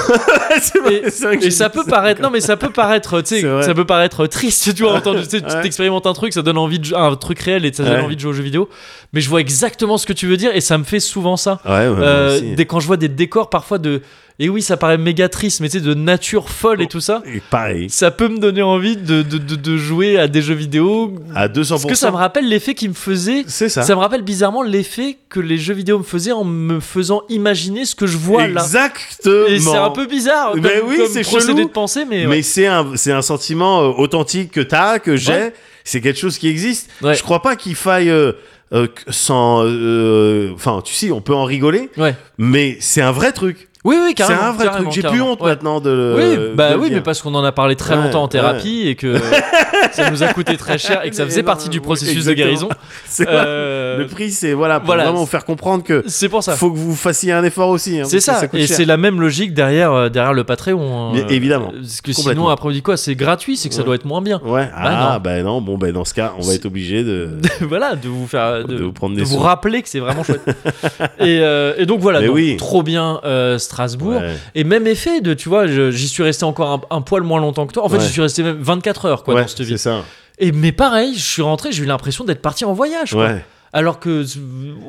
Speaker 2: C'est vrai- c'est vrai que
Speaker 1: Et
Speaker 2: j'ai
Speaker 1: ça
Speaker 2: dit
Speaker 1: peut paraître, non mais ça peut paraître, tu sais,
Speaker 2: C'est vrai.
Speaker 1: ça peut paraître triste, tu vois, en tant que- tu sais, tu
Speaker 2: Ouais.
Speaker 1: t'expérimentes un truc, ça donne envie de jou- un truc réel et ça donne
Speaker 2: Ouais.
Speaker 1: envie de jouer aux jeux vidéo. Mais je vois exactement ce que tu veux dire et ça me fait souvent ça.
Speaker 2: Ouais, ouais, moi
Speaker 1: Euh,
Speaker 2: aussi.
Speaker 1: dès quand je vois des décors parfois de, et oui, ça paraît méga triste, mais tu sais, de nature folle et
Speaker 2: Oh.
Speaker 1: tout ça,
Speaker 2: Et Pareil.
Speaker 1: ça peut me donner envie de, de, de- de jouer à des jeux vidéo.
Speaker 2: À 200%.
Speaker 1: Parce que ça me rappelle l'effet qui me faisait.
Speaker 2: C'est Oh, ça.
Speaker 1: Ça me rappelle bizarrement l'effet que les jeux vidéo me faisaient en me faisant imaginer ce que je vois là.
Speaker 2: Exactement.
Speaker 1: hein. Et c'est un peu bizarre comme,
Speaker 2: Mais oui,
Speaker 1: comme
Speaker 2: c'est
Speaker 1: procédé
Speaker 2: chelou.
Speaker 1: de pensée, mais, ouais.
Speaker 2: Mais c'est un, c'est un sentiment euh, authentique que t'as, que j'ai.
Speaker 1: Ouais.
Speaker 2: C'est quelque chose qui existe.
Speaker 1: Ouais.
Speaker 2: Je crois pas qu'il faille euh, euh, que- sans. euh, Enfin, tu sais, on peut en rigoler,
Speaker 1: Ouais.
Speaker 2: mais c'est un vrai truc.
Speaker 1: Oui, oui,
Speaker 2: C'est
Speaker 1: carrément.
Speaker 2: un vrai
Speaker 1: carrément,
Speaker 2: truc. J'ai plus
Speaker 1: carrément.
Speaker 2: honte
Speaker 1: Ouais.
Speaker 2: maintenant de le.
Speaker 1: Oui, bah
Speaker 2: de le
Speaker 1: oui,
Speaker 2: dire.
Speaker 1: mais parce qu'on en a parlé très
Speaker 2: Ouais,
Speaker 1: longtemps en thérapie et que ça nous a coûté très cher et que ça faisait
Speaker 2: Et ben,
Speaker 1: partie du
Speaker 2: oui,
Speaker 1: processus de
Speaker 2: exactement.
Speaker 1: guérison.
Speaker 2: C'est vrai.
Speaker 1: Euh,
Speaker 2: Le prix, c'est voilà, pour
Speaker 1: voilà.
Speaker 2: vraiment vous faire comprendre que
Speaker 1: c'est pour ça.
Speaker 2: faut que vous fassiez un effort aussi. hein,
Speaker 1: C'est
Speaker 2: parce que
Speaker 1: ça,
Speaker 2: coûte
Speaker 1: et
Speaker 2: cher.
Speaker 1: c'est la même logique derrière, euh, derrière le Patreon.
Speaker 2: Mais évidemment.
Speaker 1: Parce que
Speaker 2: Complètement.
Speaker 1: sinon, après, on dit quoi C'est gratuit, c'est que ça
Speaker 2: Ouais.
Speaker 1: doit être moins bien.
Speaker 2: Ouais. ah,
Speaker 1: non.
Speaker 2: bah non. Bon, bah dans ce cas, on va
Speaker 1: C'est-
Speaker 2: être obligé de.
Speaker 1: voilà, de vous faire. De,
Speaker 2: De vous prendre
Speaker 1: de
Speaker 2: des
Speaker 1: vous
Speaker 2: sous.
Speaker 1: rappeler que c'est vraiment chouette. et, euh, et donc voilà,
Speaker 2: Mais
Speaker 1: donc,
Speaker 2: oui.
Speaker 1: trop bien euh, Strasbourg.
Speaker 2: Ouais.
Speaker 1: Et même effet de, tu vois, je- j'y suis resté encore un, un poil moins longtemps que toi. En fait,
Speaker 2: Ouais.
Speaker 1: j'y suis resté même 24 heures quoi,
Speaker 2: Ouais,
Speaker 1: dans cette ville.
Speaker 2: c'est ça.
Speaker 1: Et mais pareil, je suis rentré, j'ai eu l'impression d'être parti en voyage. quoi.
Speaker 2: Ouais.
Speaker 1: Alors que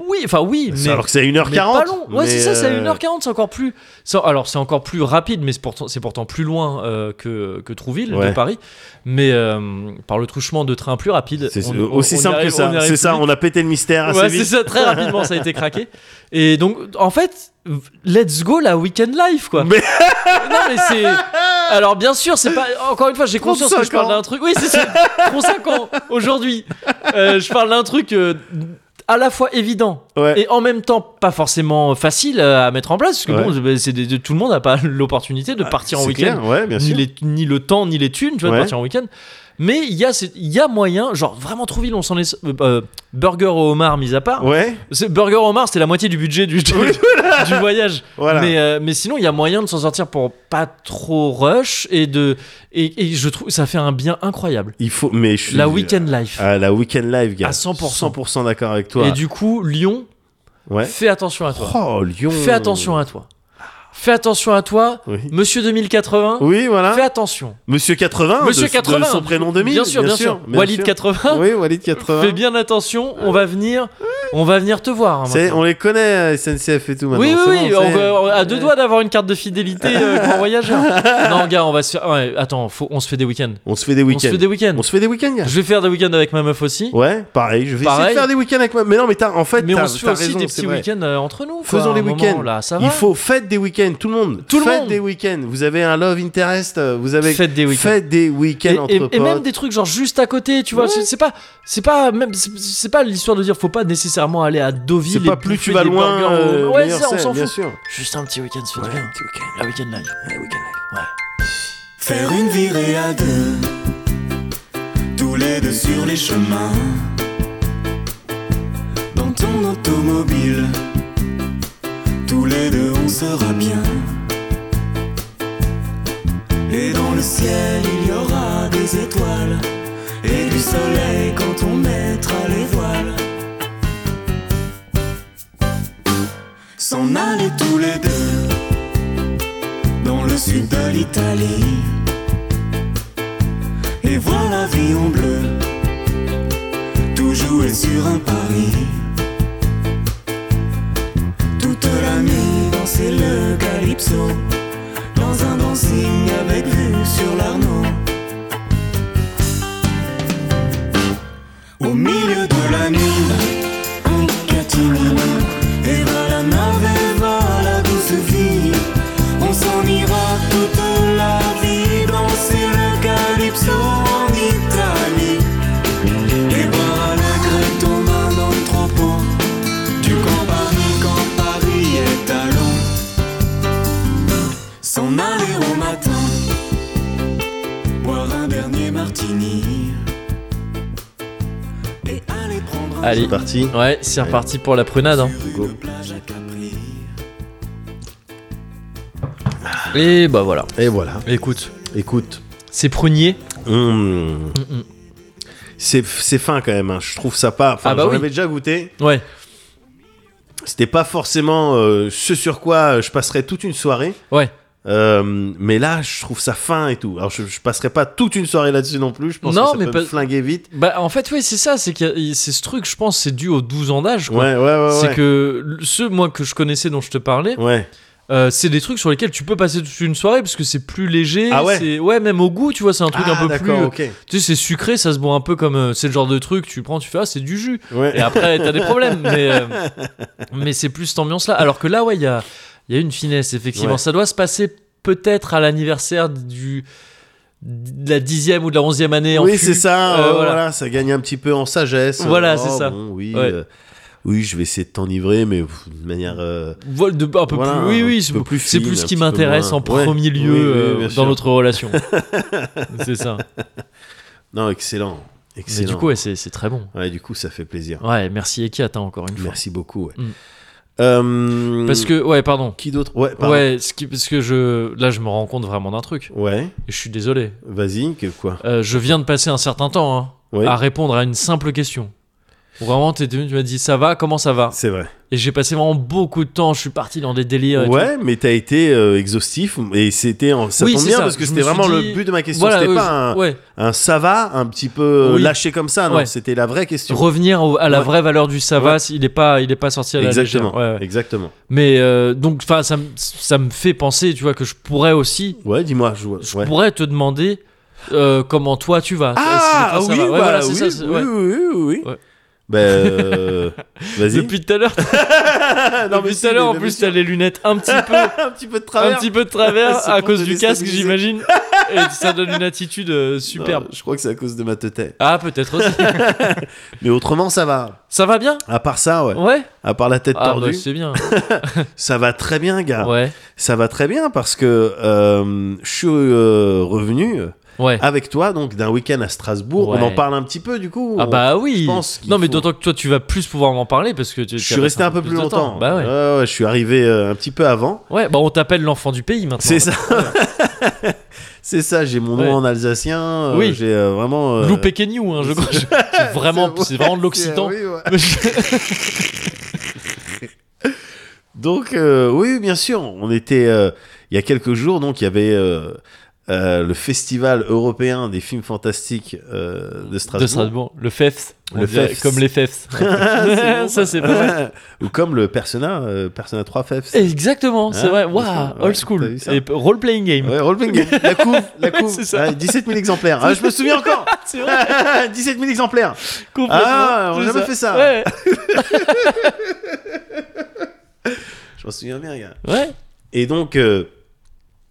Speaker 1: oui, enfin oui, mais,
Speaker 2: Alors que c'est à 1h40.
Speaker 1: mais pas long. Ouais,
Speaker 2: mais,
Speaker 1: c'est ça, c'est à
Speaker 2: euh,
Speaker 1: 1h40, c'est encore plus. c'est- alors c'est encore plus rapide, mais c'est pourtant, c'est pourtant plus loin euh, que, que Trouville de
Speaker 2: Ouais.
Speaker 1: Paris. Mais euh, par le truchement de trains plus rapides.
Speaker 2: C'est
Speaker 1: on- on-
Speaker 2: aussi
Speaker 1: on y
Speaker 2: simple
Speaker 1: arrive-
Speaker 2: que
Speaker 1: on y
Speaker 2: ça.
Speaker 1: arrive
Speaker 2: C'est
Speaker 1: plus
Speaker 2: ça,
Speaker 1: vite.
Speaker 2: on a pété le mystère assez
Speaker 1: Ouais, c'est
Speaker 2: Ah, vite.
Speaker 1: ça, très rapidement, ça a été craqué. Et donc, en fait, let's go la weekend life, quoi.
Speaker 2: Mais-
Speaker 1: Non, mais c'est. Alors, bien sûr, c'est pas. Encore une fois, j'ai conscience que je
Speaker 2: 35
Speaker 1: parle
Speaker 2: ans.
Speaker 1: d'un truc. Oui, c'est ça. 35 ans, aujourd'hui. Euh, je parle d'un truc euh, à la fois évident.
Speaker 2: Ouais.
Speaker 1: Et en même temps, pas forcément facile euh, à mettre en place, parce que bon, bah, c'est des- tout le monde n'a pas l'opportunité de partir en
Speaker 2: Ah, C'est
Speaker 1: week-end,
Speaker 2: clair, Ouais, bien
Speaker 1: ni,
Speaker 2: sûr.
Speaker 1: les- ni le temps, ni les thunes, tu vois, de
Speaker 2: Ouais.
Speaker 1: partir en week-end. Mais il y, a ces- il y a moyen, genre vraiment trop ville, on s'en est. euh, euh, burger au homard, mis à part.
Speaker 2: Ouais,
Speaker 1: C'est- Burger au homard, c'est la moitié du budget du, du, voyage.
Speaker 2: voilà.
Speaker 1: Mais, euh, mais sinon, il y a moyen de s'en sortir pour pas trop rush et de. Et, et je trouve ça fait un bien incroyable.
Speaker 2: Il faut. Mais je suis-
Speaker 1: La week-end life.
Speaker 2: Ah, la week-end live, gars.
Speaker 1: À 100%.
Speaker 2: 100% d'accord avec toi.
Speaker 1: Et du coup, Lyon,
Speaker 2: Ouais.
Speaker 1: fais attention à toi.
Speaker 2: Oh, Lyon.
Speaker 1: Fais attention à toi. Fais attention à toi,
Speaker 2: Oui.
Speaker 1: monsieur 2080.
Speaker 2: Oui, voilà.
Speaker 1: Fais attention.
Speaker 2: Monsieur 80.
Speaker 1: Monsieur
Speaker 2: de- de
Speaker 1: 80.
Speaker 2: son prénom 2000.
Speaker 1: Bien sûr, bien, sûr.
Speaker 2: bien
Speaker 1: Walid
Speaker 2: sûr.
Speaker 1: 80.
Speaker 2: Oui, Walid 80.
Speaker 1: Fais bien attention, on va venir, on va venir te voir. hein,
Speaker 2: C'est-
Speaker 1: maintenant.
Speaker 2: on les connaît, euh, SNCF et tout maintenant.
Speaker 1: oui, oui,
Speaker 2: c'est
Speaker 1: oui,
Speaker 2: bon,
Speaker 1: on
Speaker 2: c'est-
Speaker 1: va- on- à deux doigts d'avoir une carte de fidélité euh, grand voyageur. Non, gars, on va se faire. ouais, attends, faut- on se fait des week-ends.
Speaker 2: On se fait des
Speaker 1: On se
Speaker 2: week-ends.
Speaker 1: fait des week-ends.
Speaker 2: On se fait des week-ends, gars.
Speaker 1: Je vais faire des week-ends avec ma meuf aussi.
Speaker 2: Ouais, pareil. Je vais essayer
Speaker 1: Pareil.
Speaker 2: de faire des week-ends avec moi. Mais non, mais t'as, en fait,
Speaker 1: mais
Speaker 2: t'as,
Speaker 1: on se fait
Speaker 2: t'as
Speaker 1: aussi
Speaker 2: raison,
Speaker 1: des
Speaker 2: c'est
Speaker 1: petits
Speaker 2: vrai.
Speaker 1: week-ends euh, entre nous. quoi,
Speaker 2: Faisons
Speaker 1: à un
Speaker 2: des
Speaker 1: moment,
Speaker 2: week-ends.
Speaker 1: Là, ça va.
Speaker 2: Il faut faites des week-ends, tout le monde.
Speaker 1: Tout le
Speaker 2: Faites
Speaker 1: monde.
Speaker 2: des week-ends. Vous avez un love interest. euh, Vous avez
Speaker 1: Faites des week-ends.
Speaker 2: Faites des week-ends
Speaker 1: Et,
Speaker 2: entre
Speaker 1: et- et
Speaker 2: potes.
Speaker 1: même des trucs genre juste à côté, tu vois. c'est- C'est pas, c'est pas, même, c'est c'est pas l'histoire de dire faut pas nécessairement aller à Deauville.
Speaker 2: C'est
Speaker 1: et
Speaker 2: pas plus
Speaker 1: bouffer
Speaker 2: tu vas
Speaker 1: des
Speaker 2: loin.
Speaker 1: burgers au-
Speaker 2: euh,
Speaker 1: ouais,
Speaker 2: meilleur
Speaker 1: ça, on
Speaker 2: c'est,
Speaker 1: s'en
Speaker 2: Bien
Speaker 1: fout.
Speaker 2: sûr.
Speaker 1: Juste un petit week-end, se fait du bien. La week-end live.
Speaker 5: Faire une virée à deux, tous les deux sur les chemins. Dans ton automobile, tous les deux on sera bien. Et dans le ciel il y aura des étoiles et du soleil quand on mettra les voiles. S'en aller tous les deux dans le sud de l'Italie. Et voir la vie en bleu, tout jouer sur un pari. Toute la nuit danser le calypso, dans un dancing avec vue sur l'Arnaud. Au milieu de la nuit, en catimini, et va la nave, et va la douce vie. On s'en ira toute la vie danser le calypso en Italie. Et boire à la grecque dans un entrepôt du camp Paris quand Paris est à Londres. S'en aller au matin, boire un dernier martini. Et aller prendre un
Speaker 1: Allez.
Speaker 2: C'est parti.
Speaker 1: Ouais, c'est reparti pour la prunade. hein.
Speaker 5: sur une plage à Capri.
Speaker 1: Et bah voilà.
Speaker 2: Et voilà.
Speaker 1: Écoute,
Speaker 2: Eh, Écoute.
Speaker 1: c'est prunier.
Speaker 2: Mmh.
Speaker 1: Mm-mm.
Speaker 2: C'est, c'est fin quand même. hein. Je trouve ça pas. Enfin,
Speaker 1: Ah bah
Speaker 2: j'en
Speaker 1: oui.
Speaker 2: avais déjà goûté.
Speaker 1: Ouais.
Speaker 2: C'était pas forcément euh, ce sur quoi euh, je passerais toute une soirée.
Speaker 1: Ouais.
Speaker 2: Euh, mais là, je trouve ça fin et tout. Alors, je, je passerai pas toute une soirée là-dessus non plus. Je pense
Speaker 1: Non,
Speaker 2: que ça
Speaker 1: mais
Speaker 2: peut
Speaker 1: pas-
Speaker 2: me flinguer vite.
Speaker 1: Bah en fait, oui, c'est ça. C'est qu'il y a- c'est ce truc, je pense, c'est dû aux 12 ans d'âge.
Speaker 2: Ouais,
Speaker 1: quoi.
Speaker 2: ouais, ouais.
Speaker 1: C'est
Speaker 2: ouais.
Speaker 1: que le- ceux, moi, que je connaissais, dont je te parlais,
Speaker 2: Ouais.
Speaker 1: euh, c'est des trucs sur lesquels tu peux passer toute une soirée parce que c'est plus léger.
Speaker 2: Ah ouais
Speaker 1: c'est- Ouais, même au goût, tu vois, c'est un truc
Speaker 2: Ah,
Speaker 1: un peu plus. euh,
Speaker 2: d'accord, ok.
Speaker 1: Tu sais, c'est sucré, ça se boit un peu comme. euh, c'est le genre de truc, tu prends, tu fais, ah, c'est du jus.
Speaker 2: Ouais.
Speaker 1: Et après, t'as des problèmes. Mais, euh, mais c'est plus cette ambiance-là. Alors que là, ouais, il y a, il y a une finesse, effectivement.
Speaker 2: Ouais.
Speaker 1: Ça doit se passer peut-être à l'anniversaire du de la dixième ou de la onzième année en
Speaker 2: oui,
Speaker 1: fût.
Speaker 2: c'est ça.
Speaker 1: Euh,
Speaker 2: euh, voilà.
Speaker 1: voilà.
Speaker 2: ça gagne un petit peu en sagesse.
Speaker 1: Voilà,
Speaker 2: Euh,
Speaker 1: c'est
Speaker 2: oh,
Speaker 1: ça.
Speaker 2: bon, oui,
Speaker 1: Ouais.
Speaker 2: euh, oui, je vais essayer de t'enivrer, mais pff, de manière. euh,
Speaker 1: Voilà, de- un peu
Speaker 2: Voilà,
Speaker 1: plus, oui,
Speaker 2: un
Speaker 1: oui,
Speaker 2: petit
Speaker 1: c'est
Speaker 2: peu plus
Speaker 1: c'est
Speaker 2: fine,
Speaker 1: plus ce
Speaker 2: un
Speaker 1: qui
Speaker 2: petit peu
Speaker 1: m'intéresse en
Speaker 2: moins. Ouais.
Speaker 1: premier lieu
Speaker 2: Oui, oui,
Speaker 1: euh,
Speaker 2: bien
Speaker 1: dans
Speaker 2: sûr.
Speaker 1: notre relation. c'est ça.
Speaker 2: Non, excellent.
Speaker 1: Mais
Speaker 2: Excellent.
Speaker 1: du coup, ouais, c'est c'est très bon.
Speaker 2: Ouais, du coup, ça fait plaisir.
Speaker 1: Ouais, merci Ekiat hein, encore une fois.
Speaker 2: Merci beaucoup. ouais.
Speaker 1: Mm.
Speaker 2: Euh,
Speaker 1: Parce que, ouais, pardon.
Speaker 2: Qui d'autre Ouais, pardon.
Speaker 1: Ouais, ce qui- parce que je, là, je me rends compte vraiment d'un truc.
Speaker 2: Ouais,
Speaker 1: Et je suis désolé.
Speaker 2: vas-y, que- quoi
Speaker 1: Euh, je viens de passer un certain temps hein,
Speaker 2: Ouais.
Speaker 1: à répondre à une simple question. Vraiment, t'es venu, tu m'as dit ça va, comment ça va
Speaker 2: C'est vrai.
Speaker 1: Et j'ai passé vraiment beaucoup de temps, je suis parti dans des délires. et tout.
Speaker 2: Ouais, mais t'as été euh, exhaustif et c'était en... ça
Speaker 1: Oui,
Speaker 2: tombe
Speaker 1: c'est
Speaker 2: bien
Speaker 1: ça,
Speaker 2: parce que
Speaker 1: je me
Speaker 2: c'était
Speaker 1: suis
Speaker 2: vraiment
Speaker 1: dit-
Speaker 2: le but de ma question.
Speaker 1: Voilà,
Speaker 2: c'était
Speaker 1: ouais,
Speaker 2: pas
Speaker 1: je-
Speaker 2: un,
Speaker 1: ouais.
Speaker 2: un ça va un petit peu euh,
Speaker 1: Oui.
Speaker 2: lâché comme ça, non
Speaker 1: Ouais.
Speaker 2: C'était la vraie question.
Speaker 1: Revenir au- à la
Speaker 2: Ouais.
Speaker 1: vraie valeur du ça va, il est pas, il est pas sorti à la
Speaker 2: Exactement,
Speaker 1: légère. Ouais, ouais.
Speaker 2: exactement.
Speaker 1: Mais euh, donc, enfin, ça, me- ça me fait penser, tu vois, que je pourrais aussi,
Speaker 2: Ouais, dis-moi. Je...
Speaker 1: je
Speaker 2: ouais.
Speaker 1: pourrais te demander euh, comment toi tu vas.
Speaker 2: Ah
Speaker 1: Est-ce que toi,
Speaker 2: oui,
Speaker 1: ça va
Speaker 2: bah,
Speaker 1: Ouais, voilà, c'est
Speaker 2: oui,
Speaker 1: ça, c'est- ouais.
Speaker 2: oui, oui, oui, oui.
Speaker 1: Ouais.
Speaker 2: Bah, euh, vas-y. Ah,
Speaker 1: Depuis tout à l'heure,
Speaker 2: Non, mais
Speaker 1: depuis
Speaker 2: si,
Speaker 1: tout à l'heure, en
Speaker 2: mais
Speaker 1: plus,
Speaker 2: bien
Speaker 1: t'as les lunettes un petit peu
Speaker 2: sûr. un petit peu de
Speaker 1: un
Speaker 2: travers.
Speaker 1: petit peu de travers
Speaker 2: C'est
Speaker 1: à
Speaker 2: pour
Speaker 1: cause
Speaker 2: te
Speaker 1: du casque,
Speaker 2: déstabiliser.
Speaker 1: j'imagine. Et ça donne une attitude euh,
Speaker 2: Non,
Speaker 1: superbe.
Speaker 2: je crois que c'est à cause de ma tête.
Speaker 1: Ah, peut-être aussi.
Speaker 2: Mais autrement, ça va.
Speaker 1: Ça va bien
Speaker 2: À part ça, ouais.
Speaker 1: Ouais.
Speaker 2: À part la tête
Speaker 1: Ah, bah,
Speaker 2: tordue,
Speaker 1: c'est bien.
Speaker 2: ça va très bien, gars.
Speaker 1: Ouais.
Speaker 2: Ça va très bien parce que euh, je suis euh, revenu
Speaker 1: Ouais.
Speaker 2: avec toi, donc d'un week-end à Strasbourg.
Speaker 1: Ouais.
Speaker 2: On en parle un petit peu du coup.
Speaker 1: Ah
Speaker 2: On-
Speaker 1: bah oui.
Speaker 2: oh, je pense qu'il
Speaker 1: non mais
Speaker 2: faut-
Speaker 1: d'autant que toi tu vas plus pouvoir m'en parler parce que tu,
Speaker 2: Je suis resté un peu plus longtemps.
Speaker 1: Bah ouais.
Speaker 2: Ouais, ouais, je suis arrivé euh, un petit peu avant.
Speaker 1: Ouais, bah on t'appelle l'enfant du pays maintenant.
Speaker 2: C'est ça. C'est ça, j'ai mon nom
Speaker 1: Ouais.
Speaker 2: en alsacien. euh,
Speaker 1: Oui.
Speaker 2: J'ai euh, vraiment. euh,
Speaker 1: Loupé Kenyou, hein, je crois. C'est vraiment, c'est vraiment de l'occitan.
Speaker 4: Oui, ouais.
Speaker 2: Donc, euh, oui, bien sûr, on était. euh, il y a quelques jours, donc, il y avait euh, euh, le Festival européen des films fantastiques euh, de Strasbourg.
Speaker 1: de Strasbourg, le FEFS. on
Speaker 2: Le
Speaker 1: dirait,
Speaker 2: FEFS.
Speaker 1: Comme les FEFS. ça c'est pas mal.
Speaker 2: Ou comme le Persona, euh, Persona 3 FF.
Speaker 1: Exactement, c'est
Speaker 2: Hein,
Speaker 1: vrai.
Speaker 2: parce
Speaker 1: Waouh,
Speaker 2: que- ouais,
Speaker 1: old
Speaker 2: t'as vu
Speaker 1: school.
Speaker 2: ça
Speaker 1: Et role playing game.
Speaker 2: Ouais, roleplaying game. La couve, la
Speaker 1: Ouais,
Speaker 2: couve.
Speaker 1: c'est ça.
Speaker 2: Ah, 17 000 exemplaires. Ah, je me souviens encore.
Speaker 1: c'est vrai,
Speaker 2: 17 000 exemplaires.
Speaker 1: complètement.
Speaker 2: Ah, on a
Speaker 1: c'est
Speaker 2: jamais fait ça.
Speaker 1: Ouais.
Speaker 2: Je m'en souviens bien, gars.
Speaker 1: Ouais.
Speaker 2: Et donc, euh,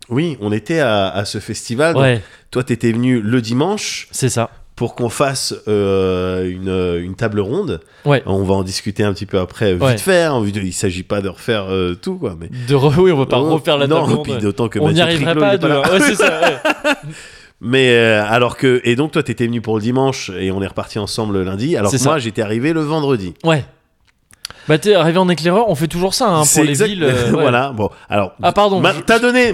Speaker 2: oui, on était à, à ce festival. Donc,
Speaker 1: Ouais,
Speaker 2: Toi, t'étais venu le dimanche
Speaker 1: c'est ça.
Speaker 2: pour qu'on fasse euh, une, euh, une table ronde.
Speaker 1: Ouais.
Speaker 2: On va en discuter un petit peu après, vite
Speaker 1: Ouais.
Speaker 2: fait. hein, en vue de- il s'agit pas de refaire euh, tout, quoi. Mais...
Speaker 1: De re- Oui, on va pas
Speaker 2: Oh,
Speaker 1: refaire la
Speaker 2: non,
Speaker 1: table ronde,
Speaker 2: puis
Speaker 1: ouais.
Speaker 2: d'autant que
Speaker 1: On n'y
Speaker 2: Mathieu
Speaker 1: arriverait
Speaker 2: Triclot,
Speaker 1: pas
Speaker 2: il
Speaker 1: à
Speaker 2: est
Speaker 1: deux.
Speaker 2: là.
Speaker 1: hein. Ouais, c'est ça. ouais.
Speaker 2: Mais euh, alors que et donc toi t'étais venu pour le dimanche et on est reparti ensemble le lundi. Alors
Speaker 1: C'est
Speaker 2: que moi
Speaker 1: ça.
Speaker 2: j'étais arrivé le vendredi.
Speaker 1: Ouais. Bah t'es arrivé en éclaireur, on fait toujours ça hein, pour les
Speaker 2: exact-
Speaker 1: villes. euh, ouais.
Speaker 2: voilà. Bon alors.
Speaker 1: Ah pardon.
Speaker 2: ma-
Speaker 1: je-
Speaker 2: T'as donné,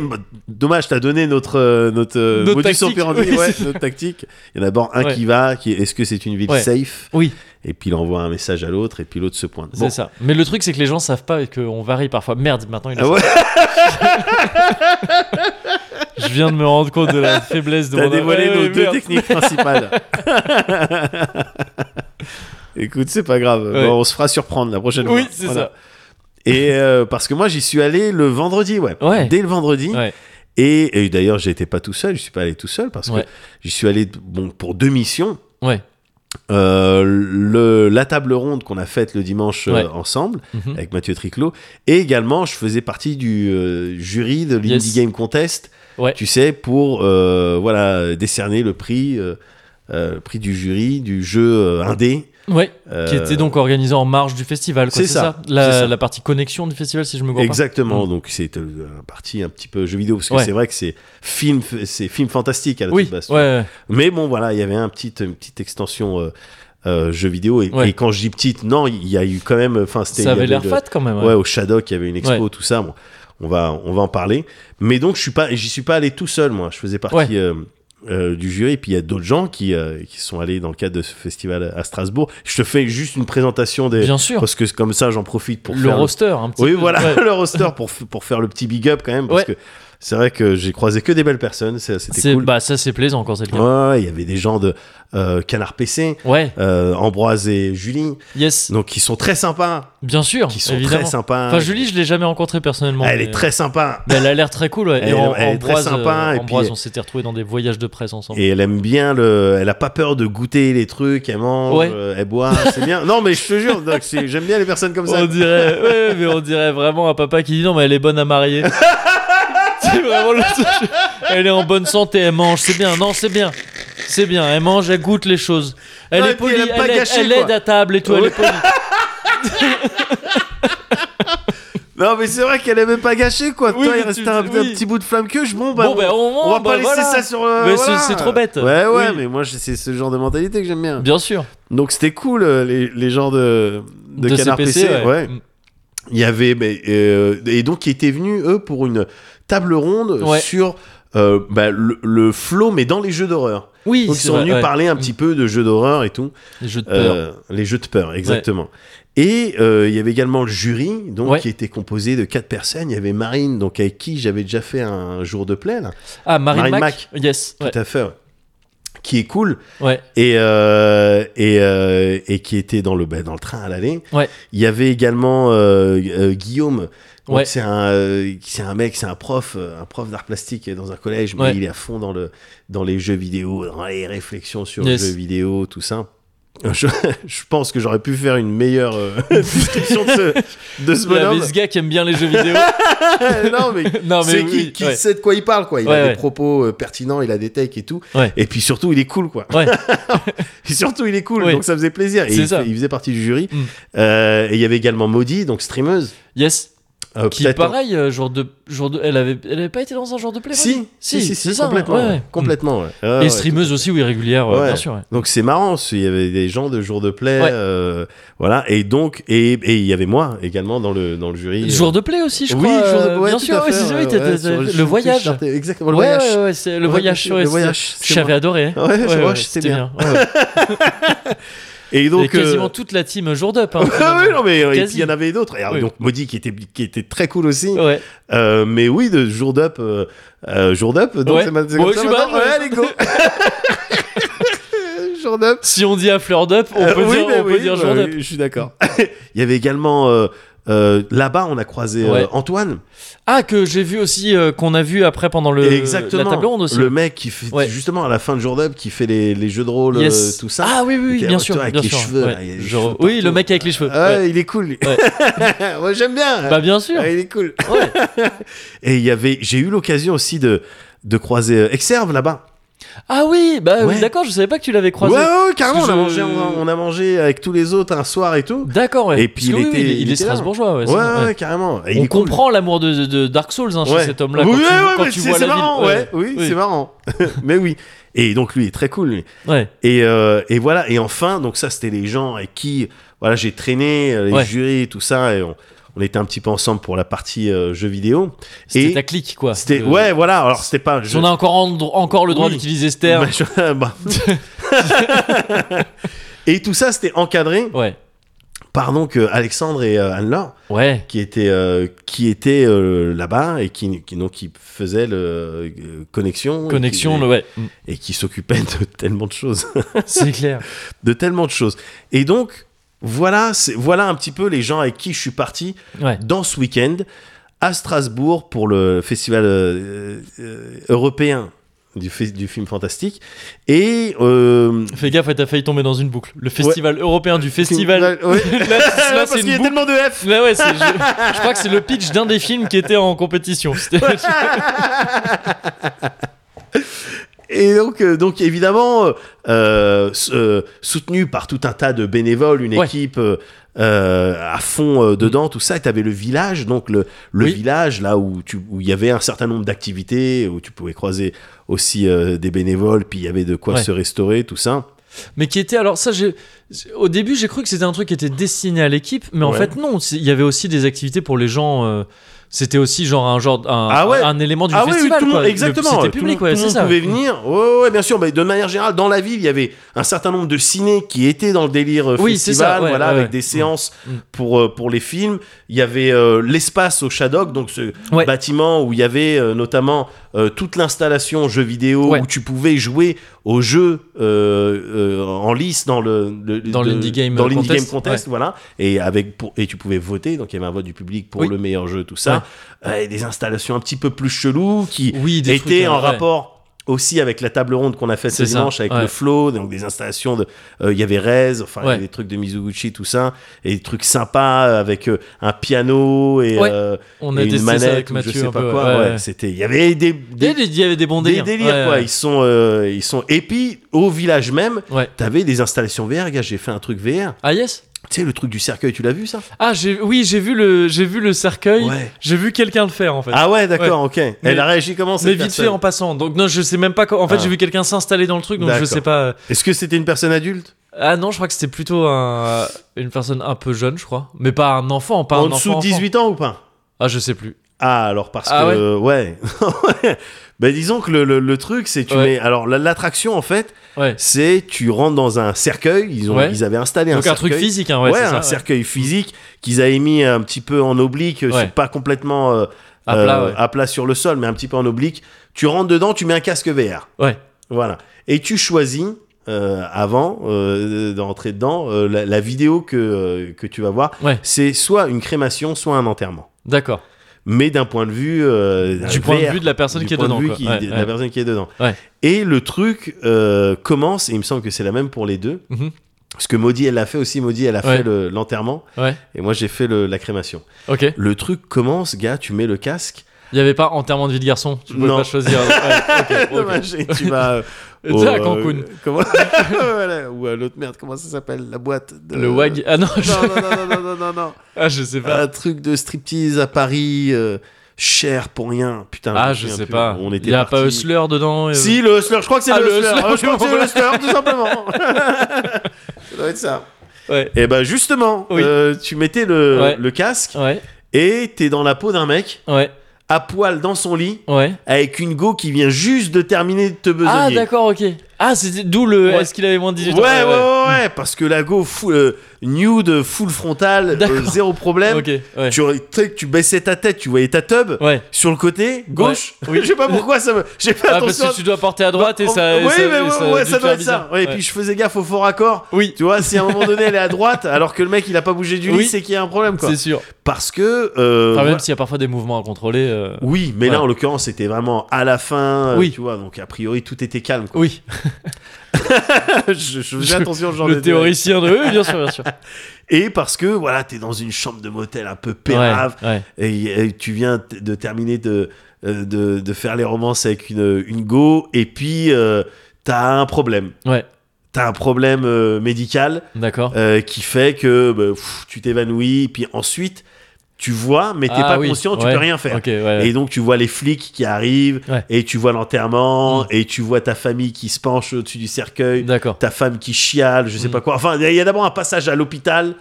Speaker 2: dommage, t'as donné notre euh, notre, euh,
Speaker 1: Notre
Speaker 2: modus
Speaker 1: tactique,
Speaker 2: operandi,
Speaker 1: oui,
Speaker 2: ouais,
Speaker 1: c'est-
Speaker 2: notre tactique. Il y en a d'abord un
Speaker 1: Ouais.
Speaker 2: qui va, qui est, est-ce que c'est une ville
Speaker 1: Ouais.
Speaker 2: safe
Speaker 1: Oui,
Speaker 2: Et puis il envoie un message à l'autre, et puis l'autre se pointe.
Speaker 1: c'est
Speaker 2: Bon.
Speaker 1: ça. Mais le truc c'est que les gens savent pas et qu'on varie parfois. Merde, maintenant il a
Speaker 2: Ah ouais,
Speaker 1: Je viens de me rendre compte de la faiblesse de
Speaker 2: t'as
Speaker 1: mon
Speaker 2: dévoilé
Speaker 1: Ouais,
Speaker 2: nos
Speaker 1: ouais,
Speaker 2: deux
Speaker 1: merde.
Speaker 2: techniques principales. Écoute, c'est pas grave.
Speaker 1: Ouais.
Speaker 2: Bon, on se fera surprendre la prochaine fois.
Speaker 1: Oui, c'est
Speaker 2: Voilà. Et euh, parce que moi, j'y suis allé le vendredi, ouais.
Speaker 1: Ouais.
Speaker 2: Dès le vendredi.
Speaker 1: Ouais.
Speaker 2: Et, et d'ailleurs, j'étais pas tout seul. Je suis pas allé tout seul parce
Speaker 1: Ouais.
Speaker 2: que j'y suis allé bon pour deux missions.
Speaker 1: ça. Ouais.
Speaker 2: Euh, le, la table ronde qu'on a faite le dimanche euh,
Speaker 1: Ouais.
Speaker 2: ensemble
Speaker 1: Mhm.
Speaker 2: avec Mathieu Triclot et également je faisais partie du euh, jury de l'Indie
Speaker 1: Yes.
Speaker 2: Game Contest
Speaker 1: Ouais.
Speaker 2: tu sais pour euh, voilà décerner le prix euh, euh, le prix du jury du jeu euh, indé
Speaker 1: Ouais,
Speaker 2: Euh,
Speaker 1: qui était donc organisé en marge du festival. quoi,
Speaker 2: c'est ça,
Speaker 1: La,
Speaker 2: c'est ça.
Speaker 1: la partie connexion du festival, si je me comprends.
Speaker 2: Exactement,
Speaker 1: Mm.
Speaker 2: donc c'est euh, un parti un petit peu jeu vidéo, parce que
Speaker 1: Ouais.
Speaker 2: c'est vrai que c'est film, f- c'est film fantastique à la
Speaker 1: Oui,
Speaker 2: toute base, tu
Speaker 1: ouais,
Speaker 2: vois.
Speaker 1: ouais.
Speaker 2: Mais bon, voilà, il y avait un petit, une petite extension euh, euh, jeu vidéo, et,
Speaker 1: Ouais.
Speaker 2: et quand je dis petite, non, il y a eu quand même, enfin, c'était. il y
Speaker 1: ça avait
Speaker 2: avait
Speaker 1: l'air
Speaker 2: le-
Speaker 1: fat quand même.
Speaker 2: Ouais, au Shadow, il y avait une expo,
Speaker 1: Ouais.
Speaker 2: tout ça, bon, on va, on va en parler. Mais donc, je suis pas, j'y suis pas allé tout seul, moi, je faisais partie.
Speaker 1: Ouais.
Speaker 2: euh, euh, du jury et puis il y a d'autres gens qui, euh, qui sont allés dans le cadre de ce festival à Strasbourg je te fais juste une présentation des
Speaker 1: Bien sûr.
Speaker 2: parce que comme ça j'en profite pour
Speaker 1: Le
Speaker 2: faire le-
Speaker 1: roster, un petit
Speaker 2: oui,
Speaker 1: peu.
Speaker 2: voilà,
Speaker 1: Ouais.
Speaker 2: le roster pour, f- pour faire le petit big up quand même. Parce
Speaker 1: Ouais.
Speaker 2: que c'est vrai que j'ai croisé que des belles personnes, c'est- c'était
Speaker 1: C'est-
Speaker 2: cool.
Speaker 1: Bah, ça, c'est plaisant quand c'est le
Speaker 2: Ouais,
Speaker 1: cas.
Speaker 2: ouais, il y avait des gens de euh, Canard PC,
Speaker 1: Ouais,
Speaker 2: euh, Ambroise et Julie,
Speaker 1: yes,
Speaker 2: donc qui sont très sympas.
Speaker 1: bien sûr.
Speaker 2: Qui sont
Speaker 1: évidemment.
Speaker 2: très sympas.
Speaker 1: Enfin, Julie, je l'ai jamais rencontrée personnellement.
Speaker 2: elle
Speaker 1: mais-
Speaker 2: est très sympa.
Speaker 1: Mais elle a l'air très cool, ouais.
Speaker 2: Elle
Speaker 1: et
Speaker 2: est-
Speaker 1: en,
Speaker 2: elle est très
Speaker 1: Ambroise,
Speaker 2: sympa,
Speaker 1: euh,
Speaker 2: et puis-
Speaker 1: Ambroise, on s'était retrouvés dans des voyages de presse ensemble.
Speaker 2: Et elle aime bien le. Elle a pas peur de goûter les trucs, elle mange,
Speaker 1: Ouais.
Speaker 2: euh, elle boit, c'est bien. Non, mais je te jure, donc, c'est- j'aime bien les personnes comme ça.
Speaker 1: On dirait, ouais, mais on dirait vraiment un papa qui dit non, mais elle est bonne à marier. c'est vraiment le truc. Elle est en bonne santé, elle mange, c'est bien. Non, c'est bien. C'est bien, elle mange, elle goûte les choses. Elle
Speaker 2: Non,
Speaker 1: est
Speaker 2: et puis
Speaker 1: polie,
Speaker 2: elle
Speaker 1: elle,
Speaker 2: aime pas
Speaker 1: aide-
Speaker 2: gâcher,
Speaker 1: elle
Speaker 2: quoi.
Speaker 1: aide à table et tout, elle est polie.
Speaker 2: Non, mais c'est vrai qu'elle aimait pas gâcher quoi.
Speaker 1: Oui,
Speaker 2: Toi, il
Speaker 1: mais tu-
Speaker 2: restait un,
Speaker 1: oui.
Speaker 2: un petit bout de flamme queue, je bon, bah,
Speaker 1: Bon, bah, au moins,
Speaker 2: on va
Speaker 1: bah,
Speaker 2: pas laisser
Speaker 1: voilà.
Speaker 2: ça sur. euh,
Speaker 1: Mais c'est-
Speaker 2: voilà.
Speaker 1: c'est trop bête.
Speaker 2: Ouais, ouais,
Speaker 1: Oui.
Speaker 2: mais moi, je- c'est ce genre de mentalité que j'aime bien.
Speaker 1: Bien sûr.
Speaker 2: Donc c'était cool euh, les, les gens de, de, Canard PC. ouais.
Speaker 1: Mm.
Speaker 2: Il y avait mais, euh, et donc ils étaient venus eux pour une table ronde
Speaker 1: Ouais.
Speaker 2: sur euh, bah, le, le flow mais dans les jeux d'horreur.
Speaker 1: Oui,
Speaker 2: Donc ils
Speaker 1: c'est
Speaker 2: sont
Speaker 1: vrai,
Speaker 2: venus
Speaker 1: ouais.
Speaker 2: parler un petit peu de jeux d'horreur et tout,
Speaker 1: Les jeux de peur.
Speaker 2: Euh, les jeux de peur exactement. Et euh, il y avait également le jury, donc
Speaker 1: Ouais.
Speaker 2: qui était composé de quatre personnes. Il y avait Marine, donc avec qui j'avais déjà fait un jour de play, là.
Speaker 1: ah, Marine,
Speaker 2: Marine
Speaker 1: Mac. Yes. Ouais.
Speaker 2: tout à fait, ouais. qui est cool.
Speaker 1: ouais.
Speaker 2: et euh, et, euh, et qui était dans le bah, dans le train à l'aller.
Speaker 1: Ouais.
Speaker 2: Il y avait également euh, euh, Guillaume. Donc,
Speaker 1: Ouais.
Speaker 2: C'est un euh, c'est un mec, c'est un prof, euh, un prof d'art plastique dans un collège, mais
Speaker 1: Ouais.
Speaker 2: il est à fond dans le dans les jeux vidéo, dans les réflexions sur les
Speaker 1: Yes.
Speaker 2: jeux vidéo, tout ça. Euh, Je, je pense que j'aurais pu faire une meilleure euh, description de ce, de ce
Speaker 1: Il y avait
Speaker 2: bonhomme.
Speaker 1: ce gars qui aime bien les jeux vidéo.
Speaker 2: non mais
Speaker 1: non, mais
Speaker 2: c'est
Speaker 1: oui,
Speaker 2: qui,
Speaker 1: oui,
Speaker 2: qui
Speaker 1: ouais.
Speaker 2: sait de quoi il parle quoi. Il
Speaker 1: Ouais,
Speaker 2: a
Speaker 1: ouais.
Speaker 2: des propos euh, pertinents, il a des takes et tout.
Speaker 1: Ouais.
Speaker 2: Et puis surtout il est cool quoi.
Speaker 1: Ouais.
Speaker 2: Et surtout il est cool
Speaker 1: Oui.
Speaker 2: donc ça faisait plaisir. Et
Speaker 1: C'est
Speaker 2: il,
Speaker 1: ça.
Speaker 2: il faisait partie du jury.
Speaker 1: Mm.
Speaker 2: Euh, et il y avait également Maudie donc streameuse
Speaker 1: Yes.
Speaker 2: Euh,
Speaker 1: Qui,
Speaker 2: peut-être-
Speaker 1: pareil, euh, genre de, genre de, elle, avait, elle avait pas été dans un genre de play
Speaker 2: Si, si, si, si,
Speaker 1: c'est ça,
Speaker 2: complètement.
Speaker 1: ouais, ouais.
Speaker 2: complètement ouais.
Speaker 1: Et
Speaker 2: Ouais, ouais,
Speaker 1: streameuse aussi, oui, régulière, euh,
Speaker 2: Ouais.
Speaker 1: bien sûr. ouais.
Speaker 2: Donc c'est marrant, il y avait des gens de jour de play,
Speaker 1: Ouais.
Speaker 2: euh, voilà, et donc et et il y avait moi également dans le dans le jury. euh.
Speaker 1: Jour de play aussi, je
Speaker 2: oui,
Speaker 1: crois.
Speaker 2: jour de
Speaker 1: euh,
Speaker 2: ouais,
Speaker 1: bien
Speaker 2: tout
Speaker 1: sûr,
Speaker 2: à
Speaker 1: ouais,
Speaker 2: fait,
Speaker 1: c'est-
Speaker 2: ouais,
Speaker 1: oui,
Speaker 2: ouais,
Speaker 1: t'as- t'as-
Speaker 2: sur
Speaker 1: le
Speaker 2: sur
Speaker 1: voyage.
Speaker 2: Charter, Exactement, le
Speaker 1: Ouais,
Speaker 2: voyage.
Speaker 1: ouais, ouais, c'est le
Speaker 2: Ouais,
Speaker 1: voyage.
Speaker 2: le
Speaker 1: ouais,
Speaker 2: voyage,
Speaker 1: c'est-
Speaker 2: c'est
Speaker 1: J'avais
Speaker 2: moi.
Speaker 1: adoré.
Speaker 2: Ouais, le voyage, c'était
Speaker 1: ouais, ouais.
Speaker 2: Et donc
Speaker 1: Et quasiment
Speaker 2: euh,
Speaker 1: toute la team jour d'up. hein,
Speaker 2: ah oui, non, mais et
Speaker 1: Quasi.
Speaker 2: puis il y en avait d'autres. Et alors,
Speaker 1: Oui.
Speaker 2: Donc Maudit qui était qui était très cool aussi.
Speaker 1: Ouais.
Speaker 2: Euh, mais oui, de jour d'up, euh, euh, jour d'up. Donc
Speaker 1: Ouais.
Speaker 2: c'est ma- c'est
Speaker 1: Bon,
Speaker 2: comme
Speaker 1: je
Speaker 2: ça
Speaker 1: sais
Speaker 2: maintenant.
Speaker 1: pas,
Speaker 2: Ouais,
Speaker 1: ouais.
Speaker 2: allez go.
Speaker 4: Jour d'up.
Speaker 1: Si on dit à fleur d'up, on
Speaker 2: Euh,
Speaker 1: peut
Speaker 2: oui,
Speaker 1: dire,
Speaker 2: mais
Speaker 1: on peut
Speaker 2: oui,
Speaker 1: dire
Speaker 2: bah
Speaker 1: jour
Speaker 2: oui,
Speaker 1: d'up.
Speaker 2: Je suis d'accord. Il y avait également euh, euh, là-bas, on a croisé euh,
Speaker 1: Ouais.
Speaker 2: Antoine.
Speaker 1: Ah, que j'ai vu aussi, euh, qu'on a vu après pendant le,
Speaker 2: Exactement.
Speaker 1: Euh, la table ronde aussi.
Speaker 2: Le mec qui fait
Speaker 1: Ouais.
Speaker 2: justement à la fin de jour d'up qui fait les, les jeux de rôle,
Speaker 1: Yes.
Speaker 2: euh, tout ça.
Speaker 1: Ah oui, oui, oui,
Speaker 2: Qui-
Speaker 1: bien
Speaker 2: ouais,
Speaker 1: sûr.
Speaker 2: toi, avec
Speaker 1: bien
Speaker 2: les
Speaker 1: sûr.
Speaker 2: cheveux,
Speaker 1: ouais.
Speaker 2: là, il y a les
Speaker 1: Genre-
Speaker 2: cheveux
Speaker 1: oui, le
Speaker 2: partout.
Speaker 1: mec avec les cheveux.
Speaker 2: Ah,
Speaker 1: ouais.
Speaker 2: il est cool. lui.
Speaker 1: Ouais.
Speaker 2: Moi, j'aime bien.
Speaker 1: Bah, bien sûr.
Speaker 2: Ah, il est cool.
Speaker 1: Ouais.
Speaker 2: Et il y avait, j'ai eu l'occasion aussi de de croiser euh, Exerve là-bas.
Speaker 1: Ah oui, bah oui,
Speaker 2: Ouais.
Speaker 1: d'accord, je savais pas que tu l'avais
Speaker 2: Ouais,
Speaker 1: croisé.
Speaker 2: ouais, carrément. On
Speaker 1: Parce
Speaker 2: a,
Speaker 1: que
Speaker 2: mangé,
Speaker 1: je-
Speaker 2: on a- on a mangé avec tous les autres un soir et tout.
Speaker 1: D'accord, ouais.
Speaker 2: Et
Speaker 1: Parce
Speaker 2: puis,
Speaker 1: que
Speaker 2: il
Speaker 1: oui,
Speaker 2: était-
Speaker 1: oui, il,
Speaker 2: il
Speaker 1: est
Speaker 2: était là.
Speaker 1: strasbourgeois, ouais.
Speaker 2: Ouais,
Speaker 1: c'est vrai,
Speaker 2: ouais,
Speaker 1: ouais.
Speaker 2: carrément. Et il
Speaker 1: On
Speaker 2: est cool.
Speaker 1: comprend l'amour de, de Dark Souls hein, chez
Speaker 2: Ouais.
Speaker 1: cet homme-là.
Speaker 2: Oui,
Speaker 1: quand tu,
Speaker 2: ouais,
Speaker 1: quand
Speaker 2: ouais,
Speaker 1: tu
Speaker 2: c'est
Speaker 1: vois
Speaker 2: c'est
Speaker 1: la vie-
Speaker 2: marrant, ouais, oui,
Speaker 1: Oui.
Speaker 2: c'est marrant. mais oui. Et donc lui est très cool. lui.
Speaker 1: ouais.
Speaker 2: Et, euh, et voilà. Et enfin, donc ça c'était les gens avec qui voilà j'ai traîné euh, les
Speaker 1: Ouais.
Speaker 2: jurys et tout ça et on, on était un petit peu ensemble pour la partie euh, jeux vidéo.
Speaker 1: C'était
Speaker 2: Et
Speaker 1: ta clique, quoi.
Speaker 2: C'était
Speaker 1: Euh,
Speaker 2: ouais voilà. Alors c'était pas je-
Speaker 1: On a encore, en- encore le droit
Speaker 2: Oui.
Speaker 1: d'utiliser ce terme.
Speaker 2: Bah, je- bah. et tout ça c'était encadré
Speaker 1: Ouais.
Speaker 2: par donc euh, Alexandre et euh, Anne-Laure
Speaker 1: Ouais.
Speaker 2: qui était euh, qui était euh, là-bas et qui, qui donc qui faisait le euh, connexion et
Speaker 1: Connexion,
Speaker 2: qui-
Speaker 1: le- ouais. Mm.
Speaker 2: et qui s'occupait de tellement de choses
Speaker 1: C'est clair.
Speaker 2: de tellement de choses et donc voilà c'est voilà un petit peu les gens avec qui je suis parti
Speaker 1: Ouais.
Speaker 2: dans ce week-end à Strasbourg pour le festival euh, euh, européen du, fes- du film fantastique et euh,
Speaker 1: Fais gaffe, ouais, t'as failli tomber dans une boucle. Le festival européen du festival.
Speaker 2: Ouais.
Speaker 1: Là, c'est- là,
Speaker 2: parce
Speaker 1: c'est
Speaker 2: qu'il y
Speaker 1: une
Speaker 2: a
Speaker 1: boucle. Bah
Speaker 2: tellement de F
Speaker 1: Ouais, ouais, c'est- je, je crois que c'est le pitch d'un des films qui était en compétition. C'était-
Speaker 2: Et donc, euh, donc évidemment, euh, euh, s- euh, soutenu par tout un tas de bénévoles, une
Speaker 1: Ouais.
Speaker 2: équipe euh, euh, à fond euh, dedans, tout ça. Et t'avais le village, donc le, le
Speaker 1: Oui.
Speaker 2: village là où tu- où il y avait un certain nombre d'activités, où tu pouvais croiser aussi euh, des bénévoles, puis il y avait de quoi
Speaker 1: Ouais.
Speaker 2: se restaurer, tout ça.
Speaker 1: mais qui était alors ça j'ai au début j'ai cru que c'était un truc qui était destiné à l'équipe mais en
Speaker 2: Ouais.
Speaker 1: fait non c'est- il y avait aussi des activités pour les gens euh, c'était aussi genre un genre un,
Speaker 2: Ah ouais.
Speaker 1: un élément du
Speaker 2: ah ouais, oui,
Speaker 1: festival
Speaker 2: tout le
Speaker 1: quoi.
Speaker 2: monde,
Speaker 1: Le-
Speaker 2: exactement.
Speaker 1: c'était
Speaker 2: Tout
Speaker 1: public
Speaker 2: le
Speaker 1: ouais
Speaker 2: monde- tout le
Speaker 1: c'est
Speaker 2: monde
Speaker 1: ça
Speaker 2: pouvait
Speaker 1: ouais.
Speaker 2: venir. Ouais, ouais, ouais, bien sûr. Mais de manière générale, dans la ville, il y avait un certain nombre de ciné qui étaient dans le délire euh,
Speaker 1: Oui, c'est
Speaker 2: festival,
Speaker 1: ça, ouais,
Speaker 2: voilà,
Speaker 1: ouais,
Speaker 2: avec
Speaker 1: ouais.
Speaker 2: des séances
Speaker 1: Mm.
Speaker 2: pour euh, pour les films. Il y avait euh, l'espace au Shadok, donc ce
Speaker 1: Ouais.
Speaker 2: bâtiment où il y avait euh, notamment euh, toute l'installation jeux vidéo
Speaker 1: Ouais.
Speaker 2: où tu pouvais jouer aux jeux euh, euh, en lice dans le, le-
Speaker 1: Dans
Speaker 2: de-
Speaker 1: l'Indie Game
Speaker 2: dans l'Indie
Speaker 1: Contest,
Speaker 2: Game Contest, voilà. Et avec pour, et tu pouvais voter, donc il y avait un vote du public pour
Speaker 1: Oui.
Speaker 2: le meilleur jeu, tout ça. Euh, et des installations un petit peu plus cheloues qui
Speaker 1: oui des
Speaker 2: était
Speaker 1: trucs, euh,
Speaker 2: en
Speaker 1: ouais.
Speaker 2: rapport aussi avec la table ronde qu'on a faite ce
Speaker 1: C'est ça,
Speaker 2: dimanche avec
Speaker 1: ouais.
Speaker 2: le flow, donc des installations de, euh, il y avait Rez, enfin il y
Speaker 1: Ouais.
Speaker 2: avait des trucs de Mizuguchi, tout ça, et des trucs sympas euh, avec euh, un piano et,
Speaker 1: Ouais.
Speaker 2: euh,
Speaker 1: on a
Speaker 2: et une
Speaker 1: testé ça
Speaker 2: manette,
Speaker 1: avec
Speaker 2: ou
Speaker 1: Mathieu
Speaker 2: je sais
Speaker 1: un
Speaker 2: pas
Speaker 1: peu,
Speaker 2: quoi.
Speaker 1: ouais,
Speaker 2: ouais,
Speaker 1: ouais.
Speaker 2: C'était, il y avait des,
Speaker 1: Il y
Speaker 2: des,
Speaker 1: avait des- il y avait des bons
Speaker 2: des
Speaker 1: délires,
Speaker 2: délires
Speaker 1: ouais,
Speaker 2: quoi.
Speaker 1: ouais.
Speaker 2: Ils sont, euh, ils sont. Et puis au village même,
Speaker 1: Ouais.
Speaker 2: t'avais des installations VR. Gars, j'ai fait un truc VR.
Speaker 1: ah yes
Speaker 2: Tu sais le truc du cercueil, tu l'as vu ça
Speaker 1: ah j'ai oui j'ai vu le j'ai vu le cercueil
Speaker 2: Ouais.
Speaker 1: j'ai vu quelqu'un le faire en fait
Speaker 2: Ah ouais, d'accord, ok. Elle a réagi comment cette
Speaker 1: mais vite
Speaker 2: personne
Speaker 1: fait en passant donc non je sais même pas quoi- en fait
Speaker 2: Ah.
Speaker 1: j'ai vu quelqu'un s'installer dans le truc donc je
Speaker 2: D'accord.
Speaker 1: sais pas euh,
Speaker 2: Est-ce que c'était une personne adulte
Speaker 1: Ah non, je crois que c'était plutôt un, une personne un peu jeune, je crois. Mais pas un enfant, pas
Speaker 2: En
Speaker 1: un enfant.
Speaker 2: dessous de
Speaker 1: enfant.
Speaker 2: 18 ans ou pas
Speaker 1: Ah, je sais plus.
Speaker 2: Ah, alors parce
Speaker 1: Ah
Speaker 2: que. Ouais. ben disons que le, le- le truc, c'est tu
Speaker 1: Ouais.
Speaker 2: mets. Alors la- l'attraction, en fait,
Speaker 1: Ouais.
Speaker 2: c'est tu rentres dans un cercueil. Ils, ont,
Speaker 1: Ouais.
Speaker 2: ils avaient installé
Speaker 1: Donc
Speaker 2: un,
Speaker 1: un truc
Speaker 2: cercueil.
Speaker 1: physique, hein, ouais.
Speaker 2: Ouais,
Speaker 1: c'est ça,
Speaker 2: un cercueil physique qu'ils avaient mis un petit peu en oblique, euh,
Speaker 1: Ouais.
Speaker 2: sur- pas complètement euh,
Speaker 1: À
Speaker 2: euh,
Speaker 1: plat, ouais.
Speaker 2: à plat sur le sol, mais un petit peu en oblique. Tu rentres dedans, tu mets un casque VR.
Speaker 1: Ouais.
Speaker 2: Voilà. Et tu choisis, euh, avant euh, d'entrer dedans, euh, la, la vidéo que, euh, que tu vas voir.
Speaker 1: Ouais.
Speaker 2: C'est soit une crémation, soit un enterrement
Speaker 1: D'accord.
Speaker 2: mais d'un point de vue euh,
Speaker 1: Du point de
Speaker 2: vert,
Speaker 1: vue de la personne
Speaker 2: du
Speaker 1: qui est
Speaker 2: point de
Speaker 1: dedans.
Speaker 2: vue
Speaker 1: quoi.
Speaker 2: qui-
Speaker 1: Ouais,
Speaker 2: de la
Speaker 1: ouais.
Speaker 2: personne qui est dedans
Speaker 1: Ouais.
Speaker 2: et le truc euh, commence et il me semble que c'est la même pour les deux
Speaker 1: Mhm.
Speaker 2: parce que Maudie elle l'a fait aussi Maudie elle a
Speaker 1: Ouais.
Speaker 2: fait le- l'enterrement
Speaker 1: Ouais.
Speaker 2: et moi j'ai fait le- la crémation
Speaker 1: Ok.
Speaker 2: le truc commence gars tu mets le casque
Speaker 1: Il y avait pas enterrement de vie de garçon. Tu pouvais
Speaker 2: Non.
Speaker 1: pas choisir. Ouais, ok, ok.
Speaker 2: Dommage, et tu vas
Speaker 1: Tu sais, à
Speaker 2: au, euh,
Speaker 1: Cancun.
Speaker 2: comment- Voilà, Ou à l'autre merde, comment ça s'appelle La boîte de-
Speaker 1: Le WAG. Ah non, je...
Speaker 2: euh, Non, non, non, non, non, non, non, non.
Speaker 1: Ah, je sais pas.
Speaker 2: Un truc de striptease à Paris, euh, cher pour rien. Putain,
Speaker 1: Ah,
Speaker 2: me
Speaker 1: je
Speaker 2: souviens
Speaker 1: sais
Speaker 2: plus.
Speaker 1: pas.
Speaker 2: On était
Speaker 1: Il y a
Speaker 2: partis.
Speaker 1: pas Hustler dedans. et-
Speaker 2: Si, le Hustler, je crois que c'est
Speaker 1: Euh, Ah,
Speaker 2: le,
Speaker 1: le
Speaker 2: Hustler.
Speaker 1: Hustler,
Speaker 2: je crois que c'est le Hustler, tout simplement.
Speaker 4: Ça doit être ça.
Speaker 1: Ouais.
Speaker 2: Et ben justement,
Speaker 1: Oui.
Speaker 2: euh, tu mettais le,
Speaker 1: Ouais.
Speaker 2: le casque
Speaker 1: Ouais,
Speaker 2: et t'es dans la peau d'un mec,
Speaker 1: ouais,
Speaker 2: à poil dans son lit,
Speaker 1: ouais.
Speaker 2: avec une go qui vient juste de terminer de te besogner.
Speaker 1: Ah, d'accord, ok. Ah, c'était d'où le.
Speaker 2: Ouais.
Speaker 1: Est-ce qu'il avait moins de
Speaker 2: Ouais,
Speaker 1: 18 ans
Speaker 2: ouais, ouais, ouais, parce que la go full, euh, nude, full frontal,
Speaker 1: D'accord.
Speaker 2: euh, zéro problème.
Speaker 1: Ok, ouais.
Speaker 2: Tu, tu sais que tu baissais ta tête, tu voyais ta tub
Speaker 1: Ouais.
Speaker 2: sur le côté gauche.
Speaker 1: Ouais. Oui.
Speaker 2: je sais pas pourquoi ça me. J'ai fait
Speaker 1: Ah, parce
Speaker 2: attention. Bah,
Speaker 1: que tu dois porter à droite et ça. et
Speaker 2: Oh, oui,
Speaker 1: ça,
Speaker 2: mais
Speaker 1: et ça
Speaker 2: ouais,
Speaker 1: a
Speaker 2: ouais,
Speaker 1: dû
Speaker 2: ça
Speaker 1: te
Speaker 2: doit
Speaker 1: faire
Speaker 2: être ça.
Speaker 1: bizarre.
Speaker 2: Ouais, Et
Speaker 1: Ouais.
Speaker 2: puis je faisais gaffe au fort raccord.
Speaker 1: Oui,
Speaker 2: Tu vois, si à un moment donné elle est à droite, alors que le mec il a pas bougé du lit,
Speaker 1: Oui.
Speaker 2: c'est qu'il y a un problème quoi.
Speaker 1: c'est sûr.
Speaker 2: Parce que.
Speaker 1: Enfin,
Speaker 2: euh, voilà.
Speaker 1: même s'il y a parfois des mouvements à contrôler. euh,
Speaker 2: Oui, mais
Speaker 1: Ouais.
Speaker 2: là en l'occurrence c'était vraiment à la fin. euh,
Speaker 1: Oui.
Speaker 2: Tu vois, donc a priori tout était calme. Quoi.
Speaker 1: Oui,
Speaker 2: je, je faisais attention au genre de
Speaker 1: le théoricien de. Oui, bien sûr, bien sûr.
Speaker 2: Et parce que voilà, t'es dans une chambre de motel un peu
Speaker 1: Ouais,
Speaker 2: pérave.
Speaker 1: ouais.
Speaker 2: et, et tu viens t- de terminer de, euh, de, de faire les romances avec une, une go, et puis euh, t'as un problème.
Speaker 1: Ouais.
Speaker 2: T'as un problème euh, médical
Speaker 1: D'accord.
Speaker 2: euh, qui fait que bah, pff, tu t'évanouis, puis ensuite tu vois, mais t'es
Speaker 1: Ah
Speaker 2: pas
Speaker 1: oui,
Speaker 2: conscient, tu
Speaker 1: ouais.
Speaker 2: peux rien faire.
Speaker 1: Ok, ouais.
Speaker 2: Et donc tu vois les flics qui arrivent,
Speaker 1: Ouais.
Speaker 2: et tu vois l'enterrement,
Speaker 1: Mm.
Speaker 2: et tu vois ta famille qui se penche au-dessus du cercueil,
Speaker 1: D'accord.
Speaker 2: ta femme qui chiale, je sais
Speaker 1: Mm.
Speaker 2: pas quoi. Enfin, il y a- il y a d'abord un passage à l'hôpital.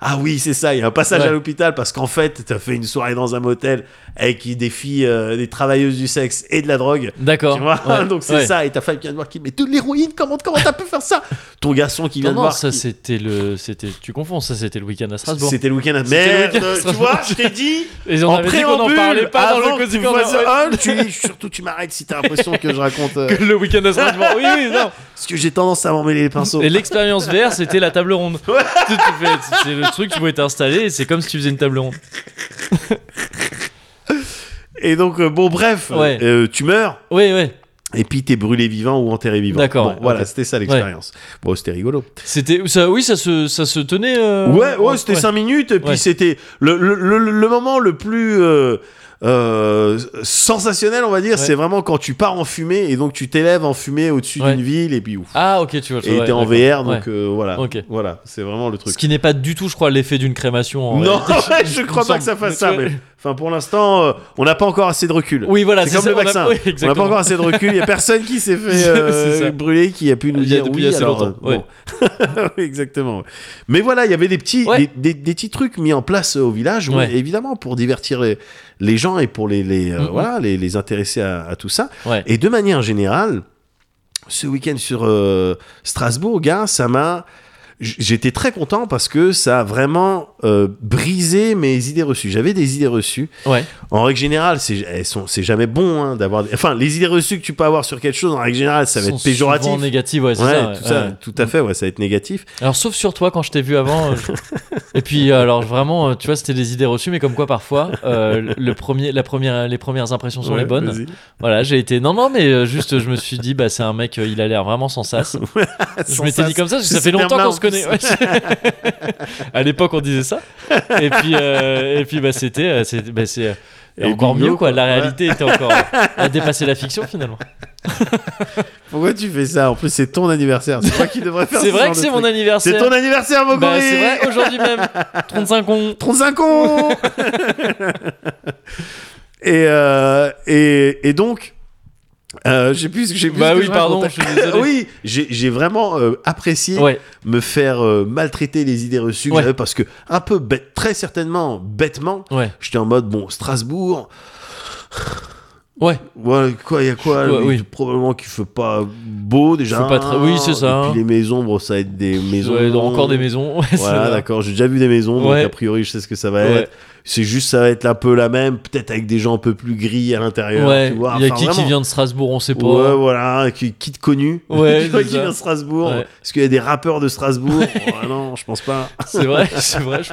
Speaker 2: Ah oui, c'est ça, il y a un passage
Speaker 1: Ouais.
Speaker 2: à l'hôpital parce qu'en fait, t'as fait une soirée dans un motel avec des filles, euh, des travailleuses du sexe et de la drogue.
Speaker 1: D'accord.
Speaker 2: Tu vois
Speaker 1: Ouais,
Speaker 2: Donc c'est
Speaker 1: ouais.
Speaker 2: ça, et ta femme qui vient de voir qui met de l'héroïne, comment, comment t'as pu faire ça Ton garçon qui vient
Speaker 1: Non,
Speaker 2: de
Speaker 1: non,
Speaker 2: voir.
Speaker 1: ça
Speaker 2: qui-
Speaker 1: c'était le. c'était Tu confonds, ça c'était le week-end à Strasbourg.
Speaker 2: C'était le week-end à
Speaker 1: C'était le
Speaker 2: Merde,
Speaker 1: week-end à
Speaker 2: tu
Speaker 1: Strasbourg.
Speaker 2: vois, je t'ai dit,
Speaker 1: Et on
Speaker 2: en
Speaker 1: avait dit qu'on en
Speaker 2: préambule,
Speaker 1: parlait pas dans
Speaker 2: avant
Speaker 1: le
Speaker 2: que
Speaker 1: Cozy
Speaker 2: tu
Speaker 1: Corner.
Speaker 2: fasses
Speaker 1: Ouais.
Speaker 2: un, tu- surtout tu m'arrêtes si t'as l'impression que je raconte. euh,
Speaker 1: Que le week-end à Strasbourg. Oui, oui, non.
Speaker 2: parce que j'ai tendance à m'emmêler les pinceaux.
Speaker 1: Et l'expérience VR, c'était la table ronde. Tu te fais- c'est- C'est le truc, tu pouvais t'installer et c'est comme si tu faisais une table ronde.
Speaker 2: Et donc, euh, bon, bref,
Speaker 1: Ouais.
Speaker 2: euh, tu meurs.
Speaker 1: Oui, oui.
Speaker 2: Et puis t'es brûlé vivant ou enterré vivant.
Speaker 1: D'accord,
Speaker 2: Bon,
Speaker 1: ouais,
Speaker 2: voilà,
Speaker 1: ok.
Speaker 2: c'était ça l'expérience. Bon, c'était rigolo.
Speaker 1: C'était, ça, oui, ça se, ça se tenait. euh,
Speaker 2: ouais, ouais, c'était
Speaker 1: ouais.
Speaker 2: cinq minutes. Et puis
Speaker 1: Ouais.
Speaker 2: c'était le, le, le- le moment le plus euh, euh, sensationnel, on va dire.
Speaker 1: Ouais.
Speaker 2: C'est vraiment quand tu pars en fumée et donc tu t'élèves en fumée au-dessus
Speaker 1: Ouais.
Speaker 2: d'une ville et puis ouf.
Speaker 1: Ah, ok, tu vois.
Speaker 2: et
Speaker 1: ouais,
Speaker 2: t'es en
Speaker 1: d'accord.
Speaker 2: VR, donc
Speaker 1: Ouais.
Speaker 2: euh, voilà.
Speaker 1: Ok.
Speaker 2: Voilà, c'est vraiment le truc.
Speaker 1: Ce qui n'est pas du tout, je crois, l'effet d'une crémation. En
Speaker 2: non,
Speaker 1: réalité,
Speaker 2: ouais,
Speaker 1: il
Speaker 2: je
Speaker 1: me
Speaker 2: crois pas que ça
Speaker 1: semble.
Speaker 2: fasse ça.
Speaker 1: Tu vois.
Speaker 2: Mais enfin, pour l'instant, euh, on n'a pas encore assez de recul.
Speaker 1: Oui, voilà,
Speaker 2: c'est comme
Speaker 1: ça,
Speaker 2: le
Speaker 1: on a-
Speaker 2: vaccin.
Speaker 1: oui,
Speaker 2: on n'a pas
Speaker 1: exactement.
Speaker 2: encore assez de recul. Il n'y a personne qui s'est fait
Speaker 1: C'est
Speaker 2: euh,
Speaker 1: ça.
Speaker 2: brûler, qui a pu nous
Speaker 1: Il y a
Speaker 2: dire
Speaker 1: depuis
Speaker 2: oui.
Speaker 1: assez
Speaker 2: alors,
Speaker 1: longtemps,
Speaker 2: euh, bon. Oui, Exactement. Mais voilà, il y avait des petits,
Speaker 1: Ouais.
Speaker 2: des, des- des petits trucs mis en place euh, au village, oui,
Speaker 1: Ouais.
Speaker 2: évidemment, pour divertir les, les gens et pour les, les, euh,
Speaker 1: Mhm.
Speaker 2: voilà, les, les intéresser à, à tout ça.
Speaker 1: Ouais.
Speaker 2: Et de manière générale, ce week-end sur euh, Strasbourg, gars, ça m'a. j- J'étais très content parce que ça a vraiment euh, brisé mes idées reçues. J'avais des idées reçues
Speaker 1: Ouais.
Speaker 2: en règle générale, c'est elles sont- c'est jamais bon hein, d'avoir. des- Enfin, les idées reçues que tu peux avoir sur quelque chose, en règle générale, ça va
Speaker 1: Ils
Speaker 2: être
Speaker 1: sont
Speaker 2: péjoratif.
Speaker 1: souvent négatif, ouais, c'est
Speaker 2: Ouais,
Speaker 1: ça. ouais,
Speaker 2: tout, ça,
Speaker 1: ouais.
Speaker 2: tout à fait, ouais, ça va être négatif.
Speaker 1: Alors, sauf sur toi, quand je t'ai vu avant. euh, je- et puis, euh, alors, vraiment, euh, tu vois, c'était des idées reçues, mais comme quoi, parfois, euh, le premier, la première, les premières impressions sont
Speaker 2: Ouais,
Speaker 1: les bonnes.
Speaker 2: vas-y.
Speaker 1: Voilà, j'ai été. Non, non, mais euh, juste, je me suis dit, bah, c'est un mec, euh, il a l'air vraiment sans sas. je
Speaker 2: Sans
Speaker 1: m'étais dit
Speaker 2: sas.
Speaker 1: comme ça, parce que
Speaker 2: C'est
Speaker 1: ça fait
Speaker 2: super
Speaker 1: longtemps
Speaker 2: marrant,
Speaker 1: qu'on se connaît.
Speaker 2: en
Speaker 1: ouais. à l'époque, on disait ça. Et puis, euh, et puis bah, c'était. euh, c'était- bah, c'est, euh,
Speaker 2: Et
Speaker 1: encore
Speaker 2: bingo,
Speaker 1: mieux, quoi. La
Speaker 2: quoi. Ouais.
Speaker 1: réalité était encore. euh, a dépassé la fiction, finalement.
Speaker 2: Pourquoi tu fais ça En plus, c'est ton anniversaire. C'est toi qui devrais faire
Speaker 1: C'est
Speaker 2: ce
Speaker 1: vrai
Speaker 2: genre
Speaker 1: que
Speaker 2: de
Speaker 1: c'est mon
Speaker 2: truc.
Speaker 1: anniversaire.
Speaker 2: C'est ton anniversaire, Mogori
Speaker 1: Bah, c'est vrai, aujourd'hui même. 35 ans.
Speaker 2: 35 ans et, euh, et, et donc, euh, je sais plus ce que j'ai plus
Speaker 1: Bah
Speaker 2: ce que
Speaker 1: oui,
Speaker 2: je
Speaker 1: pardon,
Speaker 2: racontais.
Speaker 1: je suis désolé.
Speaker 2: oui, j'ai j'ai vraiment euh, apprécié
Speaker 1: Ouais,
Speaker 2: me faire euh, maltraiter les idées reçues que
Speaker 1: Ouais.
Speaker 2: j'avais parce que un peu bête, très certainement bêtement,
Speaker 1: ouais,
Speaker 2: j'étais en mode bon Strasbourg,
Speaker 1: ouais.
Speaker 2: voilà quoi, il y a quoi,
Speaker 1: Ouais,
Speaker 2: mais
Speaker 1: oui.
Speaker 2: probablement qu'il fait pas beau déjà.
Speaker 1: Fait pas très- oui, c'est ça,
Speaker 2: Et
Speaker 1: hein.
Speaker 2: puis les maisons, bon ça va être des maisons,
Speaker 1: Ouais, dans encore des maisons. Ouais, c'est
Speaker 2: Voilà,
Speaker 1: vrai.
Speaker 2: d'accord, j'ai déjà vu des maisons,
Speaker 1: Ouais.
Speaker 2: donc a priori je sais ce que ça va
Speaker 1: Ouais.
Speaker 2: être. C'est juste ça va être un peu la même, peut-être avec des gens un peu plus gris à l'intérieur.
Speaker 1: Ouais,
Speaker 2: euh, tu vois,
Speaker 1: il y a
Speaker 2: enfin,
Speaker 1: qui qui
Speaker 2: vraiment.
Speaker 1: vient de Strasbourg, on sait pas.
Speaker 2: Ouais, voilà, qui, qui te connu
Speaker 1: Ouais,
Speaker 2: qui, qui
Speaker 1: c'est ça.
Speaker 2: vient de Strasbourg
Speaker 1: Ouais.
Speaker 2: Est-ce qu'il y a des rappeurs de Strasbourg Oh, Non, je pense pas.
Speaker 1: C'est vrai, c'est vrai. je-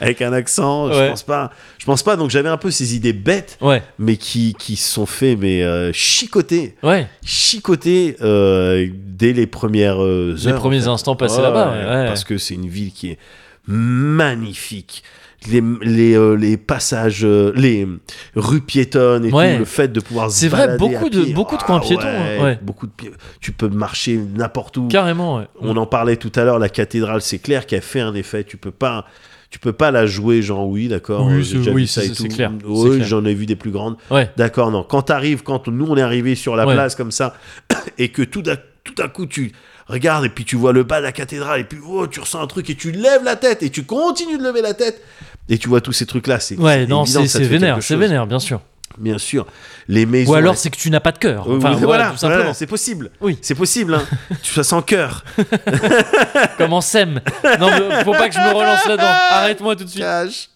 Speaker 2: avec un accent,
Speaker 1: Ouais.
Speaker 2: je pense pas. Je pense pas, donc j'avais un peu ces idées bêtes,
Speaker 1: Ouais,
Speaker 2: mais qui, qui se sont fait mais euh, chicoter,
Speaker 1: ouais.
Speaker 2: chicoter euh, dès les premières euh,
Speaker 1: Les
Speaker 2: heures.
Speaker 1: premiers instants passés
Speaker 2: Ouais,
Speaker 1: là-bas.
Speaker 2: ouais,
Speaker 1: Ouais, ouais.
Speaker 2: Parce que c'est une ville qui est magnifique. Les, les, euh, les passages, euh, les rues piétonnes et
Speaker 1: Ouais.
Speaker 2: tout, le fait de pouvoir se
Speaker 1: C'est vrai,
Speaker 2: balader à
Speaker 1: beaucoup de-
Speaker 2: pied.
Speaker 1: beaucoup de coins
Speaker 2: Ah
Speaker 1: piétons,
Speaker 2: ouais,
Speaker 1: hein, ouais.
Speaker 2: Beaucoup de pi- Tu peux marcher n'importe où.
Speaker 1: Carrément, ouais.
Speaker 2: On en parlait tout à l'heure, la cathédrale, c'est clair qu'elle fait un effet. Tu peux pas, tu peux pas la jouer, genre oui, d'accord.
Speaker 1: Oui,
Speaker 2: euh,
Speaker 1: c'est-
Speaker 2: j'ai déjà
Speaker 1: oui,
Speaker 2: vu ça
Speaker 1: c'est-
Speaker 2: et
Speaker 1: c'est
Speaker 2: tout.
Speaker 1: clair, c'est
Speaker 2: Oui,
Speaker 1: clair.
Speaker 2: j'en ai vu des plus grandes.
Speaker 1: Ouais.
Speaker 2: D'accord, non. Quand t'arrives, quand nous on est arrivé sur la
Speaker 1: Ouais.
Speaker 2: place comme ça, et que tout à, tout à coup tu regardes et puis tu vois le bas de la cathédrale et puis oh, tu ressens un truc et tu lèves la tête et tu continues de lever la tête et tu vois tous ces trucs là. C'est
Speaker 1: Ouais,
Speaker 2: c'est
Speaker 1: non,
Speaker 2: évident
Speaker 1: c'est
Speaker 2: que ça
Speaker 1: c'est
Speaker 2: te fait
Speaker 1: vénère,
Speaker 2: quelque
Speaker 1: c'est
Speaker 2: chose.
Speaker 1: vénère, bien sûr.
Speaker 2: Bien sûr, les maisons.
Speaker 1: Ou alors
Speaker 2: elles-
Speaker 1: c'est que tu n'as pas de cœur.
Speaker 2: Oui,
Speaker 1: Enfin, voilà,
Speaker 2: oui, voilà,
Speaker 1: tout
Speaker 2: voilà,
Speaker 1: simplement.
Speaker 2: c'est possible.
Speaker 1: Oui.
Speaker 2: C'est possible, hein. tu sois sans cœur.
Speaker 1: Comment sème Non, mais faut pas que je me relance là-dedans. Arrête-moi tout de suite.
Speaker 2: Cache.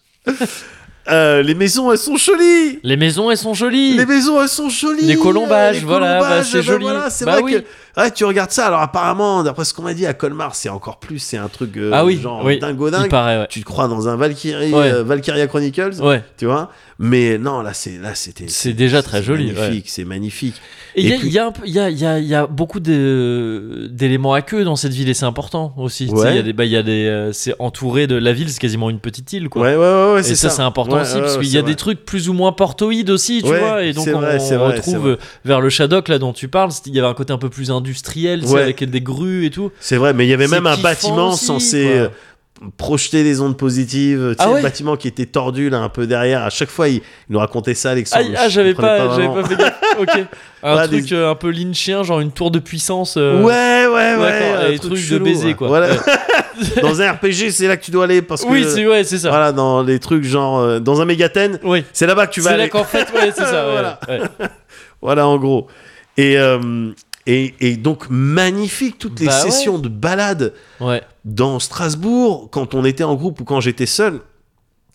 Speaker 2: Euh, les maisons, elles sont jolies.
Speaker 1: Les maisons, elles sont jolies.
Speaker 2: Les maisons, elles sont jolies.
Speaker 1: Les colombages,
Speaker 2: Les
Speaker 1: voilà, bah,
Speaker 2: colombages,
Speaker 1: c'est joli.
Speaker 2: voilà, c'est
Speaker 1: Bah
Speaker 2: vrai
Speaker 1: oui.
Speaker 2: que ouais, tu regardes ça. Alors apparemment, d'après ce qu'on m'a dit à Colmar, c'est encore plus. C'est un truc euh,
Speaker 1: ah oui,
Speaker 2: genre
Speaker 1: oui.
Speaker 2: dingo
Speaker 1: Il
Speaker 2: dingue.
Speaker 1: paraît, ouais.
Speaker 2: Tu te crois dans un Valkyrie,
Speaker 1: Ouais.
Speaker 2: euh, Valkyria Chronicles,
Speaker 1: Ouais.
Speaker 2: tu vois Mais non, là, c'est là, c'était.
Speaker 1: C'est déjà très
Speaker 2: c'est
Speaker 1: joli,
Speaker 2: Magnifique, c'est magnifique.
Speaker 1: Et il y,
Speaker 2: Et
Speaker 1: a-
Speaker 2: puis-
Speaker 1: il y a un peu- il y a- il y a- il y a beaucoup de- d'éléments à queue dans cette ville et c'est important aussi. Tu sais,
Speaker 2: Ouais.
Speaker 1: il y a des- bah, il y a des, euh, c'est entouré de la ville, c'est quasiment une petite île quoi.
Speaker 2: Ouais, ouais, ouais, ouais,
Speaker 1: Et
Speaker 2: c'est
Speaker 1: ça, c'est important
Speaker 2: Ouais,
Speaker 1: aussi
Speaker 2: ouais,
Speaker 1: parce
Speaker 2: ouais,
Speaker 1: qu'il y a
Speaker 2: c'est
Speaker 1: des
Speaker 2: vrai.
Speaker 1: trucs plus ou moins portoïdes aussi, tu
Speaker 2: Ouais,
Speaker 1: vois. Et donc
Speaker 2: c'est
Speaker 1: on,
Speaker 2: vrai, c'est
Speaker 1: on
Speaker 2: vrai, c'est
Speaker 1: retrouve
Speaker 2: vrai.
Speaker 1: euh, vers le Shadok là dont tu parles. c'était- Il y avait un côté un peu plus industriel, tu sais,
Speaker 2: Ouais.
Speaker 1: avec des grues et tout.
Speaker 2: C'est vrai, mais il y avait
Speaker 1: C'est
Speaker 2: même un
Speaker 1: kiffant
Speaker 2: bâtiment
Speaker 1: aussi,
Speaker 2: censé
Speaker 1: quoi.
Speaker 2: euh, projeter des ondes positives. Tu
Speaker 1: Ah
Speaker 2: sais,
Speaker 1: ouais
Speaker 2: le bâtiment qui était tordu là un peu derrière. À chaque fois, il, il nous racontait ça, Alexandre.
Speaker 1: Aïe,
Speaker 2: mais
Speaker 1: Ah,
Speaker 2: je
Speaker 1: j'avais
Speaker 2: comprenais
Speaker 1: pas, j'avais
Speaker 2: vraiment.
Speaker 1: pas fait gaffe. Ok. Un
Speaker 2: Voilà,
Speaker 1: truc
Speaker 2: des-
Speaker 1: euh, un peu lynchien, genre une tour de puissance. euh,
Speaker 2: Ouais, ouais, ouais.
Speaker 1: d'accord,
Speaker 2: un
Speaker 1: les
Speaker 2: truc
Speaker 1: trucs de
Speaker 2: chelou,
Speaker 1: baiser,
Speaker 2: ouais.
Speaker 1: quoi. Euh,
Speaker 2: Voilà. dans un RPG, c'est là que tu dois aller parce que.
Speaker 1: Oui, c'est ouais, c'est ça.
Speaker 2: Voilà, dans les trucs genre euh, dans un Megaten,
Speaker 1: Oui.
Speaker 2: c'est là-bas que tu vas
Speaker 1: C'est là
Speaker 2: aller.
Speaker 1: qu'en fait, ouais, c'est ça. ouais,
Speaker 2: Voilà.
Speaker 1: ouais.
Speaker 2: Voilà, en gros. Et euh, et, et donc magnifique toutes les
Speaker 1: Bah ouais.
Speaker 2: sessions de balade
Speaker 1: Ouais.
Speaker 2: dans Strasbourg, quand on était en groupe ou quand j'étais seul,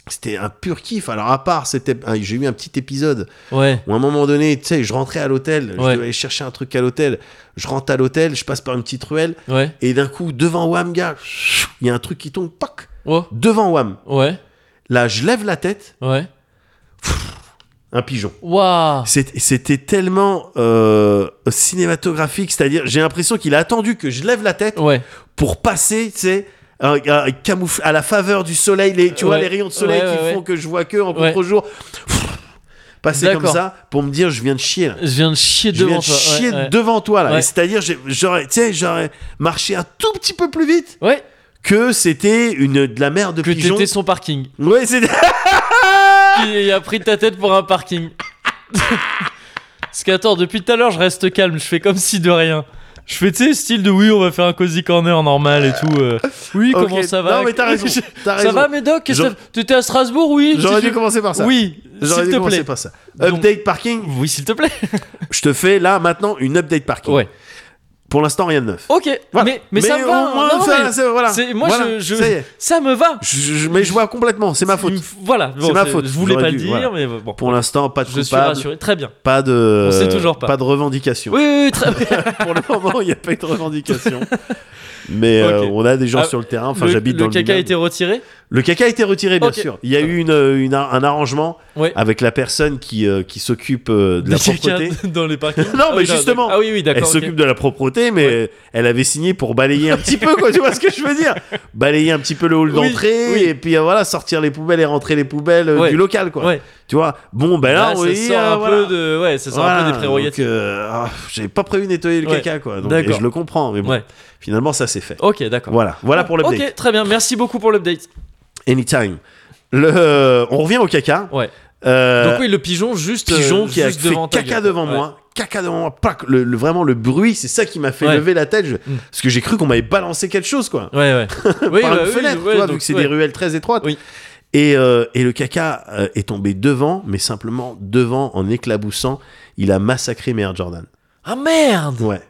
Speaker 2: c'était un pur kiff. Alors à part, c'était, ah, j'ai eu un petit épisode
Speaker 1: Ouais.
Speaker 2: où à un moment donné, tu sais, je rentrais à l'hôtel,
Speaker 1: Ouais.
Speaker 2: je devais aller chercher un truc à l'hôtel, je rentre à l'hôtel, je passe par une petite ruelle,
Speaker 1: Ouais.
Speaker 2: et d'un coup, devant Wam, gars, il y a un truc qui tombe, pac,
Speaker 1: Oh.
Speaker 2: devant Wam.
Speaker 1: Ouais.
Speaker 2: Là, je lève la tête,
Speaker 1: Ouais.
Speaker 2: un pigeon.
Speaker 1: Waouh.
Speaker 2: C'est- C'était tellement euh, cinématographique, c'est-à-dire, j'ai l'impression qu'il a attendu que je lève la tête
Speaker 1: Ouais.
Speaker 2: pour passer, tu sais, un- un camouf- à la faveur du soleil, les, tu vois,
Speaker 1: Ouais.
Speaker 2: les rayons de soleil
Speaker 1: Ouais,
Speaker 2: qui
Speaker 1: ouais,
Speaker 2: font
Speaker 1: ouais.
Speaker 2: que je vois que en
Speaker 1: Ouais.
Speaker 2: contre-jour. Passer comme
Speaker 1: D'accord.
Speaker 2: ça pour me dire, je viens de chier là.
Speaker 1: Je viens de chier
Speaker 2: Je viens
Speaker 1: devant
Speaker 2: de
Speaker 1: toi. ouais,
Speaker 2: chier
Speaker 1: ouais.
Speaker 2: devant toi là.
Speaker 1: Ouais.
Speaker 2: Et C'est-à-dire, j'ai- j'aurais, tu sais, j'aurais marché un tout petit peu plus vite
Speaker 1: Ouais.
Speaker 2: que c'était une de la merde de
Speaker 1: Que
Speaker 2: pigeons.
Speaker 1: t'étais son parking.
Speaker 2: Ouais, c'est
Speaker 1: Il a pris ta tête pour un parking. Parce qu'attends, depuis tout à l'heure, je reste calme. Je fais comme si de rien. Je fais, tu sais, style de oui, on va faire un cozy corner normal et tout. euh. Oui,
Speaker 2: Ok.
Speaker 1: comment ça va
Speaker 2: Non mais t'as raison. T'as
Speaker 1: Ça
Speaker 2: raison.
Speaker 1: va, Médoc Qu'est-ce que
Speaker 2: J'aurais-
Speaker 1: t'as- T'étais à Strasbourg, oui
Speaker 2: J'aurais
Speaker 1: Tu-
Speaker 2: dû commencer par ça.
Speaker 1: Oui,
Speaker 2: J'aurais
Speaker 1: s'il
Speaker 2: dû
Speaker 1: te
Speaker 2: commencer
Speaker 1: plaît.
Speaker 2: par ça.
Speaker 1: Donc-
Speaker 2: Update parking.
Speaker 1: Oui, s'il te plaît.
Speaker 2: Je te fais là maintenant une update parking.
Speaker 1: Ouais.
Speaker 2: Pour l'instant, rien de neuf.
Speaker 1: Ok.
Speaker 2: Voilà.
Speaker 1: Mais, mais, ça me
Speaker 2: au
Speaker 1: va.
Speaker 2: moins,
Speaker 1: non,
Speaker 2: ça,
Speaker 1: mais
Speaker 2: c'est- voilà.
Speaker 1: c'est- moi,
Speaker 2: Voilà,
Speaker 1: je, je-
Speaker 2: ça y est.
Speaker 1: ça me va.
Speaker 2: Je- je- mais je vois complètement, c'est ma faute.
Speaker 1: Voilà.
Speaker 2: C'est
Speaker 1: bon,
Speaker 2: ma faute,
Speaker 1: Je voulais
Speaker 2: j'aurais
Speaker 1: pas
Speaker 2: dû,
Speaker 1: le dire,
Speaker 2: voilà.
Speaker 1: mais bon.
Speaker 2: Pour l'instant, pas de
Speaker 1: je suis
Speaker 2: coupable,
Speaker 1: rassuré. Très bien.
Speaker 2: pas de,
Speaker 1: On sait toujours pas.
Speaker 2: de revendication.
Speaker 1: Oui, oui, oui, très bien.
Speaker 2: Pour le moment, il n'y a pas eu de revendication. Mais euh,
Speaker 1: Ok.
Speaker 2: on a des gens
Speaker 1: Ah,
Speaker 2: sur le terrain. Enfin,
Speaker 1: le,
Speaker 2: j'habite
Speaker 1: le
Speaker 2: dans le
Speaker 1: caca a
Speaker 2: immeuble.
Speaker 1: été retiré.
Speaker 2: Le caca a été retiré, bien
Speaker 1: Ok.
Speaker 2: sûr. Il y a eu une, euh, une ar- un arrangement
Speaker 1: Ouais.
Speaker 2: avec la personne qui, euh, qui s'occupe euh, de la
Speaker 1: Des caca
Speaker 2: propreté.
Speaker 1: dans les parkings.
Speaker 2: Non,
Speaker 1: Ah
Speaker 2: mais
Speaker 1: oui,
Speaker 2: justement,
Speaker 1: d'accord. Ah oui, oui,
Speaker 2: Elle
Speaker 1: d'accord. ok.
Speaker 2: s'occupe de la propreté, mais elle avait signé pour balayer un petit peu, quoi. Tu vois ce que je veux dire Balayer un petit peu le hall
Speaker 1: Oui,
Speaker 2: d'entrée
Speaker 1: oui.
Speaker 2: et puis euh, voilà, sortir les poubelles et rentrer les poubelles euh,
Speaker 1: Ouais.
Speaker 2: du local, quoi.
Speaker 1: Ouais.
Speaker 2: Tu vois Bon, ben là,
Speaker 1: Là,
Speaker 2: on
Speaker 1: ça
Speaker 2: est,
Speaker 1: sort
Speaker 2: euh,
Speaker 1: un
Speaker 2: voilà.
Speaker 1: peu de, ouais, ça sort un peu
Speaker 2: Voilà,
Speaker 1: des prérogatives.
Speaker 2: donc, euh, ah, J'avais pas prévu de nettoyer le
Speaker 1: Ouais.
Speaker 2: caca, quoi. Donc,
Speaker 1: D'accord.
Speaker 2: et je le comprends, mais bon,
Speaker 1: Ouais.
Speaker 2: finalement, ça s'est fait.
Speaker 1: Ok, d'accord.
Speaker 2: Voilà, euh, voilà pour l'update.
Speaker 1: Ok, très bien. Merci beaucoup pour l'update.
Speaker 2: Anytime. Le, euh, on revient au caca.
Speaker 1: Ouais.
Speaker 2: Euh,
Speaker 1: Donc oui, le pigeon juste.
Speaker 2: pigeon
Speaker 1: euh,
Speaker 2: qui a
Speaker 1: juste
Speaker 2: fait
Speaker 1: devant ta
Speaker 2: caca
Speaker 1: gueule.
Speaker 2: devant
Speaker 1: Ouais.
Speaker 2: moi, caca devant moi, plac, le, le- vraiment le bruit, c'est ça qui m'a fait
Speaker 1: Ouais.
Speaker 2: lever la tête, je- parce que j'ai cru qu'on m'avait balancé quelque chose, quoi.
Speaker 1: Ouais, ouais. Oui,
Speaker 2: par
Speaker 1: bah,
Speaker 2: une
Speaker 1: oui,
Speaker 2: fenêtre,
Speaker 1: ouais,
Speaker 2: tu vois,
Speaker 1: donc,
Speaker 2: vu que c'est
Speaker 1: ouais.
Speaker 2: des ruelles très étroites.
Speaker 1: Oui.
Speaker 2: Et, euh, et le caca euh, est tombé devant, mais simplement devant, en éclaboussant. Il a massacré Mayor Jordan.
Speaker 1: Ah merde
Speaker 2: Ouais,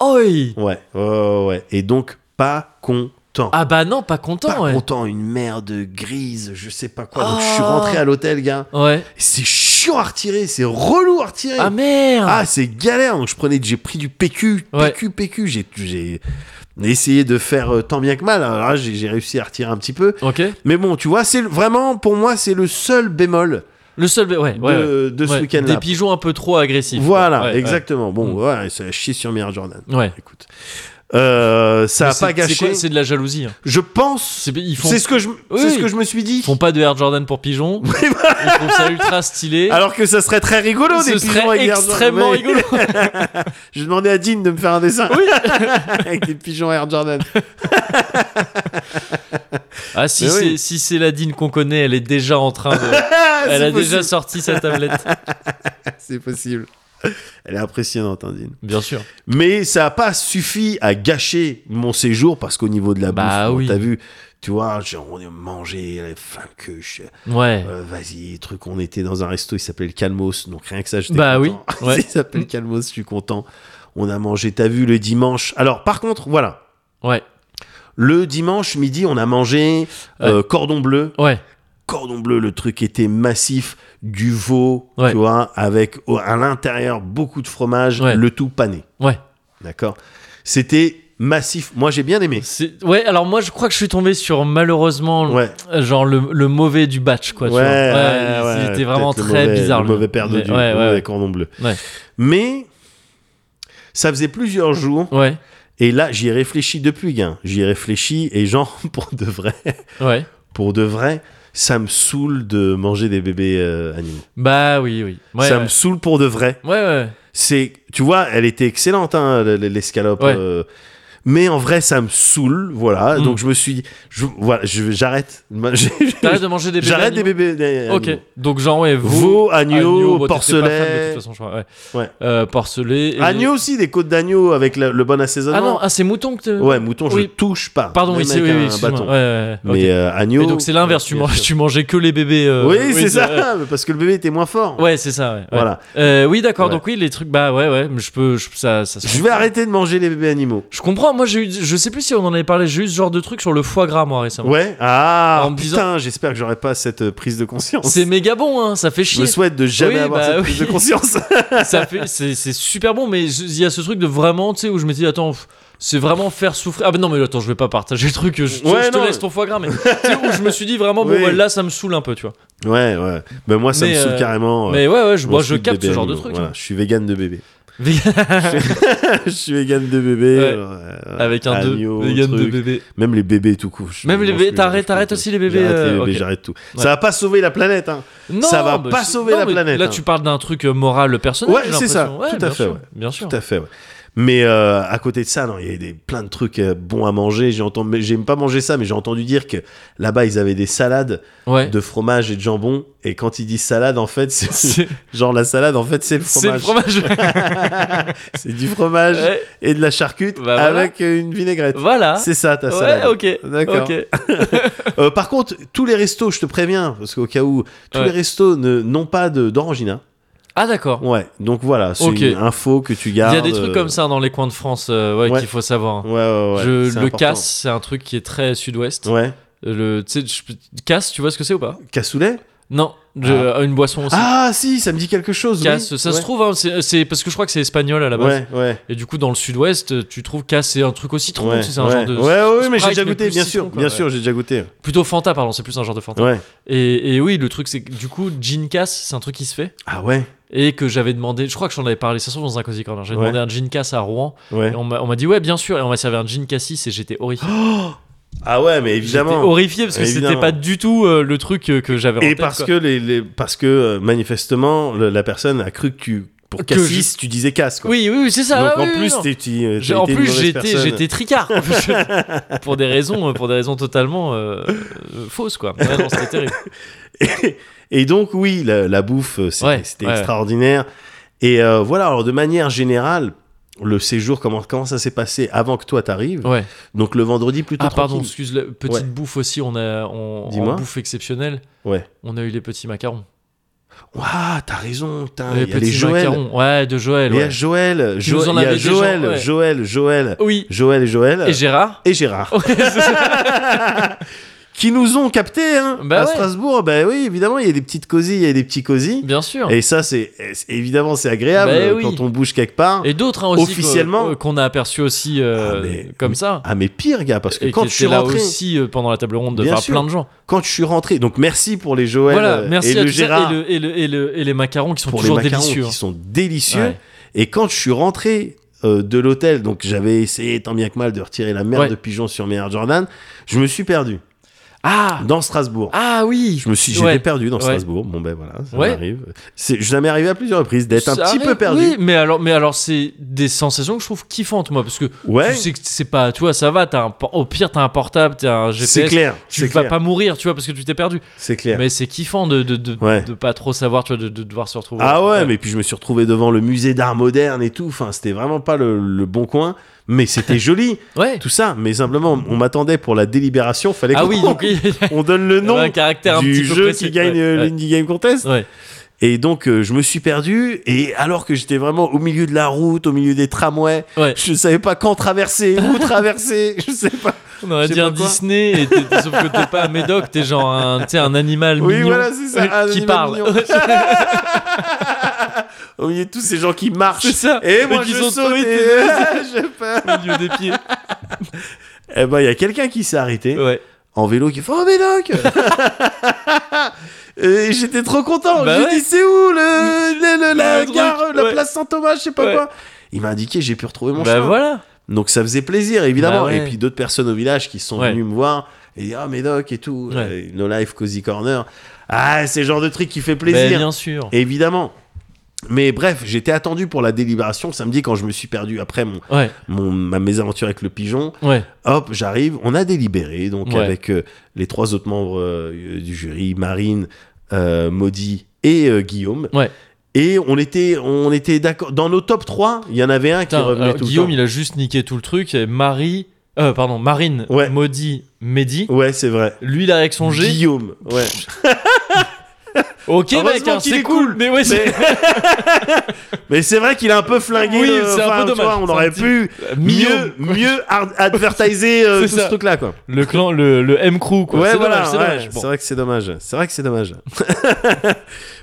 Speaker 1: Oi
Speaker 2: ouais, ouais, ouais. Et donc, pas content.
Speaker 1: Ah bah non, pas content,
Speaker 2: pas
Speaker 1: ouais.
Speaker 2: content, une merde grise, je sais pas quoi. Donc,
Speaker 1: Ah.
Speaker 2: je suis rentré à l'hôtel, gars.
Speaker 1: Ouais.
Speaker 2: C'est chiant à retirer, c'est relou à retirer.
Speaker 1: Ah merde
Speaker 2: Ah, c'est galère. Donc je prenais, j'ai pris du PQ,
Speaker 1: Ouais.
Speaker 2: PQ, PQ. J'ai, j'ai essayé de faire euh, tant bien que mal. Alors là, j'ai, j'ai réussi à retirer un petit peu.
Speaker 1: Ok.
Speaker 2: Mais bon, tu vois, c'est le- vraiment pour moi, c'est le seul bémol
Speaker 1: Le seul. Ouais, ouais.
Speaker 2: de,
Speaker 1: ouais.
Speaker 2: de ce
Speaker 1: Ouais,
Speaker 2: week-end-là.
Speaker 1: Des pigeons un peu trop agressifs.
Speaker 2: Voilà,
Speaker 1: Ouais, ouais.
Speaker 2: exactement. Bon,
Speaker 1: Mm.
Speaker 2: voilà, ça a chié sur Mire Jordan.
Speaker 1: Ouais.
Speaker 2: Écoute. Euh, ça a
Speaker 1: C'est-
Speaker 2: pas
Speaker 1: C'est
Speaker 2: gâché.
Speaker 1: quoi C'est de la jalousie. hein.
Speaker 2: je pense.
Speaker 1: C'est- Ils font
Speaker 2: C'est ce que je, c'est ce
Speaker 1: oui.
Speaker 2: que je me suis dit.
Speaker 1: Ils font pas de Air Jordan pour pigeons. Ils trouvent ça ultra stylé.
Speaker 2: bah. Alors que ça serait très rigolo
Speaker 1: ce
Speaker 2: des pigeons avec
Speaker 1: serait
Speaker 2: des Air Jordan.
Speaker 1: extrêmement
Speaker 2: Ouais.
Speaker 1: rigolo.
Speaker 2: Je demandais à Dean de me faire un dessin. avec des pigeons Air Jordan.
Speaker 1: Ah, si
Speaker 2: Mais
Speaker 1: c'est
Speaker 2: oui.
Speaker 1: si c'est la Dine qu'on connaît, elle est déjà en train de.
Speaker 2: Ah,
Speaker 1: elle
Speaker 2: c'est
Speaker 1: a
Speaker 2: possible.
Speaker 1: déjà sorti sa tablette.
Speaker 2: C'est possible. Elle est impressionnante, hein, Dean.
Speaker 1: Bien sûr.
Speaker 2: Mais ça n'a pas suffi à gâcher mon séjour parce qu'au niveau de la
Speaker 1: Bah
Speaker 2: bouffe, bon,
Speaker 1: oui.
Speaker 2: t'as vu, tu vois, genre, on a mangé, la fin que je-
Speaker 1: Ouais.
Speaker 2: euh, vas-y, truc, on était dans un resto, il s'appelait le Calmos, donc rien que ça, j'étais
Speaker 1: Bah
Speaker 2: content.
Speaker 1: oui, ouais.
Speaker 2: il s'appelle Calmos, je suis content. On a mangé, t'as vu, le dimanche. Alors, par contre, voilà,
Speaker 1: Ouais.
Speaker 2: le dimanche midi, on a mangé euh, cordon bleu.
Speaker 1: Ouais.
Speaker 2: Cordon bleu, le truc était massif, du veau,
Speaker 1: Ouais.
Speaker 2: tu vois, avec au- à l'intérieur beaucoup de fromage,
Speaker 1: Ouais.
Speaker 2: le tout pané.
Speaker 1: Ouais.
Speaker 2: D'accord. C'était massif. Moi, j'ai bien aimé.
Speaker 1: C'est- Ouais, alors moi je crois que je suis tombé sur malheureusement
Speaker 2: Ouais,
Speaker 1: euh, genre le, le mauvais du batch quoi. tu
Speaker 2: Ouais,
Speaker 1: vois.
Speaker 2: ouais,
Speaker 1: il- il
Speaker 2: ouais,
Speaker 1: était vraiment
Speaker 2: peut-être le
Speaker 1: très
Speaker 2: mauvais-
Speaker 1: bizarre.
Speaker 2: Le mauvais père de
Speaker 1: mais-
Speaker 2: Dieu,
Speaker 1: Ouais,
Speaker 2: le
Speaker 1: ouais,
Speaker 2: mauvais
Speaker 1: ouais.
Speaker 2: cordon bleu.
Speaker 1: Ouais.
Speaker 2: Mais ça faisait plusieurs jours,
Speaker 1: Ouais,
Speaker 2: et là, j'y ai réfléchi depuis, gain. J'y ai réfléchi, et genre, pour de vrai,
Speaker 1: ouais.
Speaker 2: pour de vrai, ça me saoule de manger des bébés euh, animaux.
Speaker 1: Bah oui, oui. Ouais,
Speaker 2: ça
Speaker 1: ouais.
Speaker 2: me saoule pour de vrai.
Speaker 1: Ouais, ouais.
Speaker 2: C'est, tu vois, elle était excellente, hein, l- l- l'escalope.
Speaker 1: Ouais.
Speaker 2: euh, mais en vrai, ça me saoule, voilà.
Speaker 1: Mm.
Speaker 2: Donc je me suis dit, je, voilà, je- j'arrête. de manger-
Speaker 1: T'arrêtes de manger des bébés.
Speaker 2: J'arrête des
Speaker 1: animaux
Speaker 2: bébés. des
Speaker 1: Ok,
Speaker 2: animaux.
Speaker 1: donc genre ouais, veau,
Speaker 2: Veau, agneau,
Speaker 1: bon, t'étais pas fan, mais de
Speaker 2: porcelet.
Speaker 1: toute façon, je crois, ouais.
Speaker 2: Ouais.
Speaker 1: Euh, porcelet. et-
Speaker 2: Agneau aussi, des côtes d'agneau avec le, le bon
Speaker 1: Ah non,
Speaker 2: assaisonnement.
Speaker 1: ah, c'est mouton que t'es-
Speaker 2: ouais, mouton, je
Speaker 1: oui.
Speaker 2: touche pas.
Speaker 1: Pardon,
Speaker 2: Même
Speaker 1: oui, c'est
Speaker 2: avec
Speaker 1: oui, oui,
Speaker 2: un
Speaker 1: excuse-moi.
Speaker 2: bâton.
Speaker 1: Ouais, ouais, ouais,
Speaker 2: Mais
Speaker 1: ok.
Speaker 2: euh, agneau.
Speaker 1: Et donc c'est l'inverse, tu,
Speaker 2: Bien
Speaker 1: manges,
Speaker 2: sûr.
Speaker 1: tu mangeais que les bébés. euh,
Speaker 2: oui, c'est
Speaker 1: Ouais,
Speaker 2: ça, mais parce que le bébé était moins fort.
Speaker 1: Ouais, c'est ça. ouais, ouais.
Speaker 2: Voilà.
Speaker 1: Euh, oui, d'accord.
Speaker 2: Ouais.
Speaker 1: Donc oui, les trucs, bah ouais, ouais. mais Je peux, je- ça, ça. se-
Speaker 2: Je vais arrêter de manger les bébés animaux.
Speaker 1: Je comprends. Moi, j'ai eu, je sais plus si on en avait parlé. J'ai eu ce genre de truc sur le foie gras moi récemment.
Speaker 2: Ouais. Ah,
Speaker 1: En me disant-
Speaker 2: putain, j'espère que j'aurai pas cette euh, prise de conscience.
Speaker 1: C'est méga bon, hein. Ça fait
Speaker 2: Je
Speaker 1: chier.
Speaker 2: me souhaite de jamais
Speaker 1: Oui,
Speaker 2: avoir
Speaker 1: bah
Speaker 2: cette
Speaker 1: oui.
Speaker 2: prise de conscience.
Speaker 1: ça fait, c'est, c'est super bon. Mais je- il y a ce truc de vraiment, tu sais, où je me dis, attends. pff, C'est vraiment faire souffrir. Ah, mais non, mais attends, je vais pas partager le truc. Je, je-
Speaker 2: Ouais,
Speaker 1: je te
Speaker 2: non.
Speaker 1: laisse ton foie gras, mais tu sais, où je me suis dit vraiment, bon,
Speaker 2: Oui.
Speaker 1: ouais, là, ça me saoule un peu, tu vois.
Speaker 2: Ouais, ouais. Ben moi, ça
Speaker 1: Mais,
Speaker 2: me saoule
Speaker 1: euh,
Speaker 2: carrément. euh,
Speaker 1: Mais ouais, ouais, je,
Speaker 2: mon
Speaker 1: moi, je
Speaker 2: truc
Speaker 1: capte ce
Speaker 2: bébé
Speaker 1: genre de
Speaker 2: animaux.
Speaker 1: truc.
Speaker 2: Voilà, je suis vegan de bébé.
Speaker 1: Vegan-
Speaker 2: je suis vegan de bébé.
Speaker 1: Ouais.
Speaker 2: euh,
Speaker 1: Avec un
Speaker 2: agneau,
Speaker 1: 2. Vegan de
Speaker 2: truc.
Speaker 1: bébé.
Speaker 2: Même les bébés tout court. je
Speaker 1: Même
Speaker 2: mange
Speaker 1: les bébés,
Speaker 2: plus,
Speaker 1: t'arrêtes-
Speaker 2: je
Speaker 1: t'arrêtes
Speaker 2: mange
Speaker 1: aussi
Speaker 2: plus.
Speaker 1: les bébés,
Speaker 2: J'arrête les
Speaker 1: euh,
Speaker 2: bébés,
Speaker 1: ok.
Speaker 2: j'arrête tout.
Speaker 1: Ouais.
Speaker 2: Ça va pas sauver la planète. Hein.
Speaker 1: Non,
Speaker 2: Ça va
Speaker 1: bah,
Speaker 2: pas
Speaker 1: c'est-
Speaker 2: sauver
Speaker 1: non,
Speaker 2: la
Speaker 1: mais
Speaker 2: planète,
Speaker 1: Là,
Speaker 2: hein.
Speaker 1: tu parles d'un truc euh, moral personnel.
Speaker 2: Ouais,
Speaker 1: j'ai
Speaker 2: c'est ça,
Speaker 1: l'impression. Ouais,
Speaker 2: tout à
Speaker 1: bien
Speaker 2: fait,
Speaker 1: sûr,
Speaker 2: ouais.
Speaker 1: Bien sûr.
Speaker 2: Tout à fait. ouais. Mais euh, à côté de ça, non, il y a des, plein de trucs euh, bons à manger. J'ai entendu, j'aime pas manger ça, mais j'ai entendu dire que là-bas ils avaient des salades
Speaker 1: Ouais.
Speaker 2: de fromage et de jambon. Et quand ils disent salade, en fait, c'est
Speaker 1: C'est
Speaker 2: genre la salade, en fait, c'est le
Speaker 1: c'est le
Speaker 2: fromage.
Speaker 1: fromage.
Speaker 2: C'est du fromage
Speaker 1: Ouais,
Speaker 2: et de la charcute
Speaker 1: Bah, voilà.
Speaker 2: avec euh, une vinaigrette.
Speaker 1: voilà.
Speaker 2: C'est ça ta
Speaker 1: Ouais,
Speaker 2: salade.
Speaker 1: ok.
Speaker 2: D'accord.
Speaker 1: ok.
Speaker 2: Euh, par contre, tous les restos, je te préviens, parce qu'au cas où, tous
Speaker 1: Ouais.
Speaker 2: les restos ne- n'ont pas de- d'orangina.
Speaker 1: Ah, d'accord.
Speaker 2: Ouais, donc voilà, c'est
Speaker 1: Ok.
Speaker 2: une info que tu
Speaker 1: Il
Speaker 2: gardes.
Speaker 1: y a des trucs comme ça dans les coins de France euh, ouais,
Speaker 2: euh, Ouais.
Speaker 1: qu'il faut savoir.
Speaker 2: Ouais, ouais, ouais.
Speaker 1: Je-
Speaker 2: c'est
Speaker 1: le
Speaker 2: important.
Speaker 1: casse, c'est un truc qui est très sud-ouest.
Speaker 2: Ouais.
Speaker 1: Le tu sais, je- casse, tu vois ce que c'est ou pas
Speaker 2: Cassoulet
Speaker 1: Non, je- euh, une boisson aussi.
Speaker 2: Ah, si, ça me dit quelque chose. oui.
Speaker 1: casse, ça se
Speaker 2: Ouais.
Speaker 1: trouve, hein, c'est c'est- parce que je crois que c'est espagnol à la base.
Speaker 2: Ouais, ouais.
Speaker 1: Et du coup, dans le sud-ouest, tu trouves casse, c'est un truc au citron,
Speaker 2: ouais,
Speaker 1: tu sais, c'est un
Speaker 2: ouais.
Speaker 1: genre de.
Speaker 2: Ouais, ouais, ouais, mais j'ai
Speaker 1: Sprite,
Speaker 2: déjà
Speaker 1: mais
Speaker 2: goûté,
Speaker 1: plus
Speaker 2: bien
Speaker 1: citron,
Speaker 2: sûr,
Speaker 1: quoi,
Speaker 2: bien
Speaker 1: ouais.
Speaker 2: sûr, j'ai déjà goûté.
Speaker 1: Plutôt Fanta, pardon, c'est plus un genre de Fanta.
Speaker 2: Ouais.
Speaker 1: Et, et oui, le truc, c'est que du coup, gin cass, c'est un truc qui se fait.
Speaker 2: Ah ouais,
Speaker 1: Et que j'avais demandé, je crois que j'en avais parlé, ça se trouve dans un Cozy Corner. J'ai
Speaker 2: Ouais.
Speaker 1: demandé un gin cass à Rouen.
Speaker 2: ouais.
Speaker 1: Et on m'a on m'a dit, ouais, bien sûr. Et on m'a servi un gin cassis et j'étais horrifié.
Speaker 2: Ah ouais, mais
Speaker 1: J'étais
Speaker 2: évidemment.
Speaker 1: horrifié parce que c'était
Speaker 2: Évidemment.
Speaker 1: pas du tout euh, le truc euh, que j'avais en
Speaker 2: Et
Speaker 1: tête,
Speaker 2: parce
Speaker 1: quoi.
Speaker 2: que, les, les- parce que euh, manifestement, le- la personne a cru que tu. Pour
Speaker 1: Que
Speaker 2: cassis, tu disais casse, quoi.
Speaker 1: Oui, oui, oui, c'est ça.
Speaker 2: Donc
Speaker 1: ah,
Speaker 2: en
Speaker 1: oui, oui,
Speaker 2: plus,
Speaker 1: non.
Speaker 2: t'es- tu- euh, t'as
Speaker 1: J'ai- en
Speaker 2: été une
Speaker 1: plus,
Speaker 2: mauvaise
Speaker 1: j'étais,
Speaker 2: personne.
Speaker 1: j'étais tricard. pour des raisons,
Speaker 2: euh,
Speaker 1: pour des raisons totalement euh, euh, fausses, quoi. Ouais, non, c'était terrible.
Speaker 2: Et donc, oui, la, la bouffe, euh, c'était
Speaker 1: Ouais,
Speaker 2: c'était
Speaker 1: ouais.
Speaker 2: extraordinaire. Et euh, voilà, alors de manière générale, le séjour, comment, comment ça s'est passé avant que toi t'arrives
Speaker 1: Ouais.
Speaker 2: Donc le vendredi, plutôt
Speaker 1: Ah pardon,
Speaker 2: tranquille.
Speaker 1: excuse le petite
Speaker 2: Ouais.
Speaker 1: bouffe aussi, on a on, en
Speaker 2: Dis-moi.
Speaker 1: bouffe exceptionnelle.
Speaker 2: Ouais.
Speaker 1: On a eu les petits macarons.
Speaker 2: Waouh, t'as raison, putain,
Speaker 1: les
Speaker 2: Ah, il y a
Speaker 1: petits
Speaker 2: les Joël.
Speaker 1: macarons. Ouais, de Joël.
Speaker 2: Il y
Speaker 1: ouais.
Speaker 2: a Joël,
Speaker 1: Qui nous
Speaker 2: Jo-
Speaker 1: en
Speaker 2: il y
Speaker 1: avait
Speaker 2: a
Speaker 1: des gens,
Speaker 2: Joël,
Speaker 1: ouais.
Speaker 2: Joël, Joël,
Speaker 1: Oui.
Speaker 2: Joël et Joël.
Speaker 1: Et Gérard.
Speaker 2: et Gérard.
Speaker 1: Ouais, c'est ça.
Speaker 2: Qui nous ont captés hein,
Speaker 1: Bah
Speaker 2: à
Speaker 1: ouais.
Speaker 2: Strasbourg. Ben oui, évidemment, il y a des petites cosy, il y a des petits cosy.
Speaker 1: Bien sûr. Et,
Speaker 2: Et ça, c'est c'est- évidemment, c'est agréable
Speaker 1: Bah
Speaker 2: euh,
Speaker 1: oui.
Speaker 2: quand on bouge quelque part.
Speaker 1: d'autres hein, aussi qu'on-
Speaker 2: Officiellement.
Speaker 1: euh, qu'on a aperçu aussi euh,
Speaker 2: Ah, mais-
Speaker 1: comme ça.
Speaker 2: Ah mais pire gars, parce que
Speaker 1: et
Speaker 2: quand
Speaker 1: qui
Speaker 2: je suis
Speaker 1: étaient là
Speaker 2: rentré,
Speaker 1: aussi euh, pendant la table ronde,
Speaker 2: Bien
Speaker 1: enfin,
Speaker 2: sûr.
Speaker 1: plein de gens.
Speaker 2: quand je suis rentré, donc merci pour les Joël
Speaker 1: voilà,
Speaker 2: euh,
Speaker 1: merci
Speaker 2: et
Speaker 1: à
Speaker 2: le
Speaker 1: tout ça.
Speaker 2: Gérard
Speaker 1: Et, le- et, le- et le- et les macarons qui sont
Speaker 2: pour les
Speaker 1: toujours
Speaker 2: macarons
Speaker 1: délicieux. hein.
Speaker 2: qui sont délicieux.
Speaker 1: Ouais.
Speaker 2: Et quand je suis rentré euh, de l'hôtel, donc j'avais essayé tant bien que mal de retirer la merde
Speaker 1: Ouais.
Speaker 2: de pigeon sur mes Air Jordan, je me suis perdu
Speaker 1: Ah
Speaker 2: dans Strasbourg.
Speaker 1: Ah oui
Speaker 2: Je me suis, j'étais
Speaker 1: Ouais.
Speaker 2: perdu dans
Speaker 1: Ouais.
Speaker 2: Strasbourg. Bon ben voilà, ça
Speaker 1: Ouais.
Speaker 2: m'arrive. C'est, je ça m'est arrivé à plusieurs reprises d'être un
Speaker 1: Ça
Speaker 2: petit peu
Speaker 1: arrive,
Speaker 2: perdu.
Speaker 1: Oui, mais alors, mais alors c'est des sensations que je trouve kiffantes, moi, parce que
Speaker 2: Ouais,
Speaker 1: tu sais que c'est pas. Tu vois, ça va, t'as un por- au pire, t'as un portable, t'as un GPS.
Speaker 2: c'est clair,
Speaker 1: Tu
Speaker 2: c'est
Speaker 1: vas
Speaker 2: clair,
Speaker 1: pas mourir, tu vois, parce que tu t'es perdu.
Speaker 2: c'est clair.
Speaker 1: Mais c'est kiffant de, de, de,
Speaker 2: Ouais.
Speaker 1: de pas trop savoir, tu vois, de, de devoir se retrouver.
Speaker 2: Ah ouais, mais puis je me suis retrouvé devant le musée d'art moderne et tout. Enfin, c'était vraiment pas le, le bon coin, mais c'était joli,
Speaker 1: Ouais.
Speaker 2: tout ça. Mais simplement, on m'attendait pour la délibération. Fallait
Speaker 1: Ah
Speaker 2: qu'on
Speaker 1: oui, donc il y a
Speaker 2: on donne le nom
Speaker 1: un caractère un petit
Speaker 2: du
Speaker 1: peu
Speaker 2: jeu
Speaker 1: précis,
Speaker 2: qui gagne
Speaker 1: ouais,
Speaker 2: euh,
Speaker 1: ouais.
Speaker 2: l'Indie Game Contest.
Speaker 1: Ouais.
Speaker 2: Et donc, euh, je me suis perdu. Et alors que j'étais vraiment au milieu de la route, au milieu des tramways,
Speaker 1: Ouais.
Speaker 2: je savais pas quand traverser, où traverser, je sais pas.
Speaker 1: On aurait
Speaker 2: Je sais
Speaker 1: dit un
Speaker 2: pas quoi.
Speaker 1: Disney, et t'es- sauf que t'es pas un médoc, t'es genre un, tu sais, un animal
Speaker 2: Oui,
Speaker 1: mignon
Speaker 2: voilà, c'est ça, un
Speaker 1: qui
Speaker 2: animal
Speaker 1: parle.
Speaker 2: mignon. Au milieu de tous ces gens qui marchent.
Speaker 1: C'est ça.
Speaker 2: Et moi,
Speaker 1: qui
Speaker 2: je
Speaker 1: sont
Speaker 2: saute
Speaker 1: tombés,
Speaker 2: et- euh, je perds.
Speaker 1: au milieu des pieds.
Speaker 2: Eh ben, il y a quelqu'un qui s'est arrêté
Speaker 1: Ouais.
Speaker 2: en vélo qui fait Oh, Médoc Et j'étais trop content.
Speaker 1: Bah
Speaker 2: J'ai
Speaker 1: ouais.
Speaker 2: dit C'est où le, le- le-
Speaker 1: Le
Speaker 2: la
Speaker 1: truc,
Speaker 2: gare, la
Speaker 1: ouais.
Speaker 2: place Saint-Thomas, je sais pas
Speaker 1: Ouais.
Speaker 2: quoi Il m'a indiqué, j'ai pu retrouver mon
Speaker 1: Bah
Speaker 2: chemin.
Speaker 1: voilà.
Speaker 2: Donc ça faisait plaisir, évidemment.
Speaker 1: Bah ouais.
Speaker 2: Et puis d'autres personnes au village qui sont
Speaker 1: Ouais.
Speaker 2: venues me voir et dire Ah, Médoc et tout,
Speaker 1: Ouais.
Speaker 2: euh, No Life, Cozy Corner. Ah, c'est le genre de truc qui fait plaisir.
Speaker 1: Bah, bien sûr.
Speaker 2: Évidemment. Mais bref, j'étais attendu pour la délibération le samedi quand je me suis perdu après mon,
Speaker 1: Ouais,
Speaker 2: mon- ma mésaventure avec le pigeon.
Speaker 1: ouais.
Speaker 2: Hop, j'arrive, on a délibéré, donc
Speaker 1: Ouais.
Speaker 2: avec euh, les trois autres membres euh, du jury, Marine, euh, Maudit et euh, Guillaume.
Speaker 1: Ouais.
Speaker 2: Et on était, on était d'accord. Dans nos top 3, il y en avait un qui
Speaker 1: Putain,
Speaker 2: revenait
Speaker 1: alors,
Speaker 2: tout
Speaker 1: Guillaume,
Speaker 2: le
Speaker 1: il a juste niqué tout le truc. Il y avait Marie, euh, pardon, Marine,
Speaker 2: Ouais.
Speaker 1: Maudit, Mehdi.
Speaker 2: temps. Ouais, c'est vrai.
Speaker 1: Lui, il a avec son G.
Speaker 2: Guillaume, ouais.
Speaker 1: Ok, mec,
Speaker 2: Heureusement
Speaker 1: hein,
Speaker 2: qu'il
Speaker 1: c'est
Speaker 2: est
Speaker 1: cool.
Speaker 2: cool.
Speaker 1: Mais ouais, c'est
Speaker 2: Mais c'est vrai qu'il a un peu flingué.
Speaker 1: Oui,
Speaker 2: le-
Speaker 1: c'est un
Speaker 2: enfin,
Speaker 1: peu
Speaker 2: tu vois,
Speaker 1: dommage.
Speaker 2: on
Speaker 1: C'est un
Speaker 2: aurait
Speaker 1: petit-
Speaker 2: pu
Speaker 1: mieux.
Speaker 2: mieux, mieux ad- advertiser euh,
Speaker 1: C'est
Speaker 2: tout
Speaker 1: ça.
Speaker 2: ce truc-là, quoi.
Speaker 1: Le clan, le, le M crew, quoi.
Speaker 2: Ouais,
Speaker 1: c'est
Speaker 2: voilà,
Speaker 1: dommage, c'est
Speaker 2: ouais,
Speaker 1: dommage. Bon.
Speaker 2: c'est vrai que c'est dommage. C'est vrai que c'est dommage.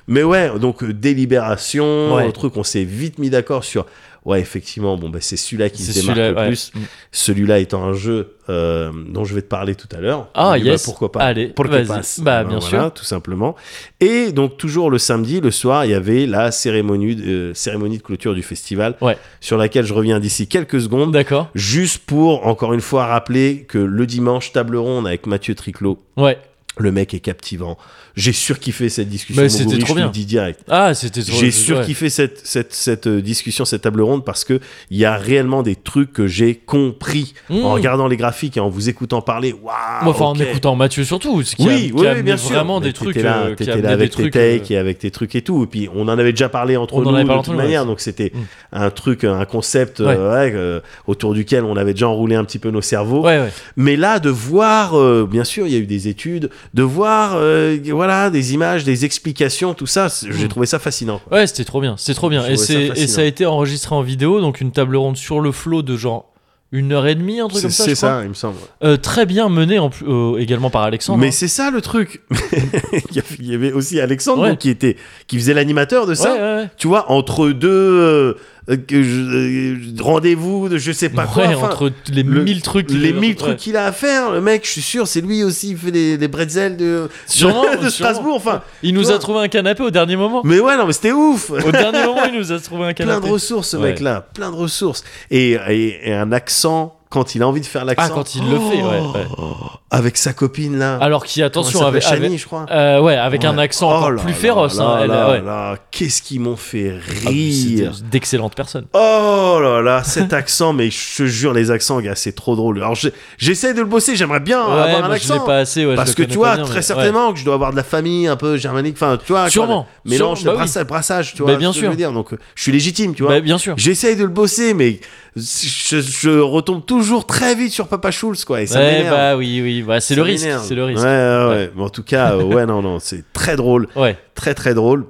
Speaker 2: Mais ouais, donc euh, délibération,
Speaker 1: Ouais.
Speaker 2: un truc, on s'est vite mis d'accord sur. Ouais, effectivement, bon, bah, c'est celui-là qui
Speaker 1: C'est
Speaker 2: se démarque
Speaker 1: celui-là,
Speaker 2: le
Speaker 1: ouais. Mm.
Speaker 2: plus. Celui-là étant un jeu euh, dont je vais te parler tout à l'heure.
Speaker 1: Ah,
Speaker 2: Et bah,
Speaker 1: yes.
Speaker 2: pourquoi pas
Speaker 1: Allez,
Speaker 2: Pour que
Speaker 1: vas-y.
Speaker 2: passe.
Speaker 1: Bah,
Speaker 2: Ben,
Speaker 1: bien
Speaker 2: voilà,
Speaker 1: sûr.
Speaker 2: Tout simplement. Et donc, toujours le samedi, le soir, il y avait la cérémonie de, euh, cérémonie de clôture du festival,
Speaker 1: Ouais.
Speaker 2: sur laquelle je reviens d'ici quelques secondes.
Speaker 1: D'accord.
Speaker 2: Juste pour, encore une fois, rappeler que le dimanche, table ronde avec Mathieu Triclot,
Speaker 1: Ouais.
Speaker 2: le mec est captivant. J'ai surkiffé cette discussion.
Speaker 1: Mais
Speaker 2: mon
Speaker 1: c'était
Speaker 2: Bourri,
Speaker 1: trop
Speaker 2: je te le
Speaker 1: bien.
Speaker 2: dis direct.
Speaker 1: Ah, c'était trop.
Speaker 2: J'ai
Speaker 1: ouais.
Speaker 2: surkiffé cette, cette, cette euh, discussion, cette table ronde, parce que il y a réellement des trucs que j'ai compris
Speaker 1: Mmh.
Speaker 2: en regardant les graphiques et en vous écoutant parler. Waouh!
Speaker 1: Moi, enfin,
Speaker 2: Oh, ok.
Speaker 1: en écoutant Mathieu surtout. ce qui a-
Speaker 2: Oui,
Speaker 1: qui
Speaker 2: oui,
Speaker 1: a
Speaker 2: oui,
Speaker 1: amené
Speaker 2: bien sûr.
Speaker 1: vraiment
Speaker 2: Mais
Speaker 1: des trucs.
Speaker 2: T'étais là,
Speaker 1: euh, qui
Speaker 2: t'étais
Speaker 1: amenaient
Speaker 2: là
Speaker 1: des
Speaker 2: avec tes
Speaker 1: trucs,
Speaker 2: takes
Speaker 1: euh,
Speaker 2: et avec tes trucs et tout. Et puis, on en avait déjà parlé entre
Speaker 1: On en
Speaker 2: nous
Speaker 1: avait
Speaker 2: de
Speaker 1: parlé
Speaker 2: toute
Speaker 1: entre nous,
Speaker 2: manière.
Speaker 1: ouais.
Speaker 2: Donc, c'était
Speaker 1: Mm.
Speaker 2: un truc, un concept
Speaker 1: Ouais.
Speaker 2: euh, ouais, euh, autour duquel on avait déjà enroulé un petit peu nos cerveaux.
Speaker 1: Ouais, ouais.
Speaker 2: Mais là, de voir, euh, bien sûr, il y a eu des études, de voir, euh, voilà, des images, des explications, tout ça, c'est-
Speaker 1: Mm.
Speaker 2: j'ai trouvé ça fascinant. quoi.
Speaker 1: Ouais, c'était trop bien, c'était trop bien.
Speaker 2: Je
Speaker 1: Et,
Speaker 2: trouvais ça
Speaker 1: c'est- et
Speaker 2: fascinant.
Speaker 1: ça a été enregistré en vidéo, donc une table ronde sur le flot de genre une heure et demie, un truc
Speaker 2: C'est
Speaker 1: comme ça. je
Speaker 2: c'est
Speaker 1: crois.
Speaker 2: ça, il me semble.
Speaker 1: Euh, très bien mené en plus, euh, également par Alexandre.
Speaker 2: Mais
Speaker 1: hein.
Speaker 2: c'est ça le truc. il y a- il y avait aussi Alexandre
Speaker 1: Ouais.
Speaker 2: donc, qui était, qui faisait l'animateur de ça.
Speaker 1: Ouais, ouais, ouais.
Speaker 2: Tu vois, entre deux euh, euh, que je- euh, rendez-vous, de je sais pas quoi.
Speaker 1: Ouais,
Speaker 2: enfin,
Speaker 1: entre t- les
Speaker 2: le-
Speaker 1: mille trucs. qu'il
Speaker 2: les
Speaker 1: avait-
Speaker 2: mille
Speaker 1: ouais.
Speaker 2: trucs qu'il a à faire, le mec, je suis sûr, c'est lui aussi, il fait les, les bretzels de,
Speaker 1: Sûrement,
Speaker 2: de
Speaker 1: sûrement.
Speaker 2: Strasbourg. Enfin,
Speaker 1: Il nous
Speaker 2: tu vois.
Speaker 1: a trouvé un canapé au dernier moment.
Speaker 2: mais ouais, non, mais c'était ouf.
Speaker 1: Au dernier moment, il nous a trouvé un
Speaker 2: plein
Speaker 1: canapé.
Speaker 2: de ressources, ce
Speaker 1: Ouais.
Speaker 2: mec-là, plein de ressources. Et, et- et un accent quand il a envie de faire l'accent. Oh,
Speaker 1: Ah, quand il le fait, ouais, ouais.
Speaker 2: Avec sa copine, là.
Speaker 1: Alors qu'il attention
Speaker 2: Comment elle
Speaker 1: avec,
Speaker 2: s'appelle,
Speaker 1: avec-
Speaker 2: Chani, je crois.
Speaker 1: euh, ouais, avec un
Speaker 2: Ouais.
Speaker 1: accent
Speaker 2: Oh
Speaker 1: encore
Speaker 2: là
Speaker 1: plus
Speaker 2: là
Speaker 1: féroce.
Speaker 2: là
Speaker 1: hein, elle,
Speaker 2: là
Speaker 1: ouais.
Speaker 2: là, qu'est-ce qu'ils m'ont fait
Speaker 1: Ah, mais c'était
Speaker 2: rire.
Speaker 1: D'excellentes personnes.
Speaker 2: Oh là là, cet accent, mais je te jure, les accents, gars, c'est trop drôle. Alors j'ai- j'essaie de le bosser, j'aimerais bien
Speaker 1: ouais,
Speaker 2: Oh, avoir
Speaker 1: moi,
Speaker 2: un
Speaker 1: je
Speaker 2: accent.
Speaker 1: l'ai pas assez. ouais, je
Speaker 2: Parce
Speaker 1: le
Speaker 2: que
Speaker 1: connais pas
Speaker 2: tu vois,
Speaker 1: bien,
Speaker 2: très
Speaker 1: mais- ouais.
Speaker 2: certainement que je dois avoir de la famille un peu germanique, enfin, tu vois. quoi,
Speaker 1: Sûrement,
Speaker 2: le Mélange,
Speaker 1: sûrement,
Speaker 2: de
Speaker 1: bah oui.
Speaker 2: brassa- brassage, tu
Speaker 1: Bah,
Speaker 2: vois.
Speaker 1: bien
Speaker 2: ce que je veux
Speaker 1: sûr.
Speaker 2: dire. Donc, euh, je suis légitime, tu vois.
Speaker 1: Bah, bien sûr.
Speaker 2: J'essaye de le bosser, mais je, je retombe toujours très vite sur Papa Schulz, quoi. Et ça
Speaker 1: ouais,
Speaker 2: m'énerve.
Speaker 1: bah oui, oui, bah, c'est
Speaker 2: Ça
Speaker 1: le risque,
Speaker 2: m'énerve.
Speaker 1: c'est le risque.
Speaker 2: Ouais, ouais, ouais.
Speaker 1: Ouais.
Speaker 2: Mais en tout cas, euh, ouais, non, non, c'est très drôle,
Speaker 1: Ouais.
Speaker 2: très très drôle.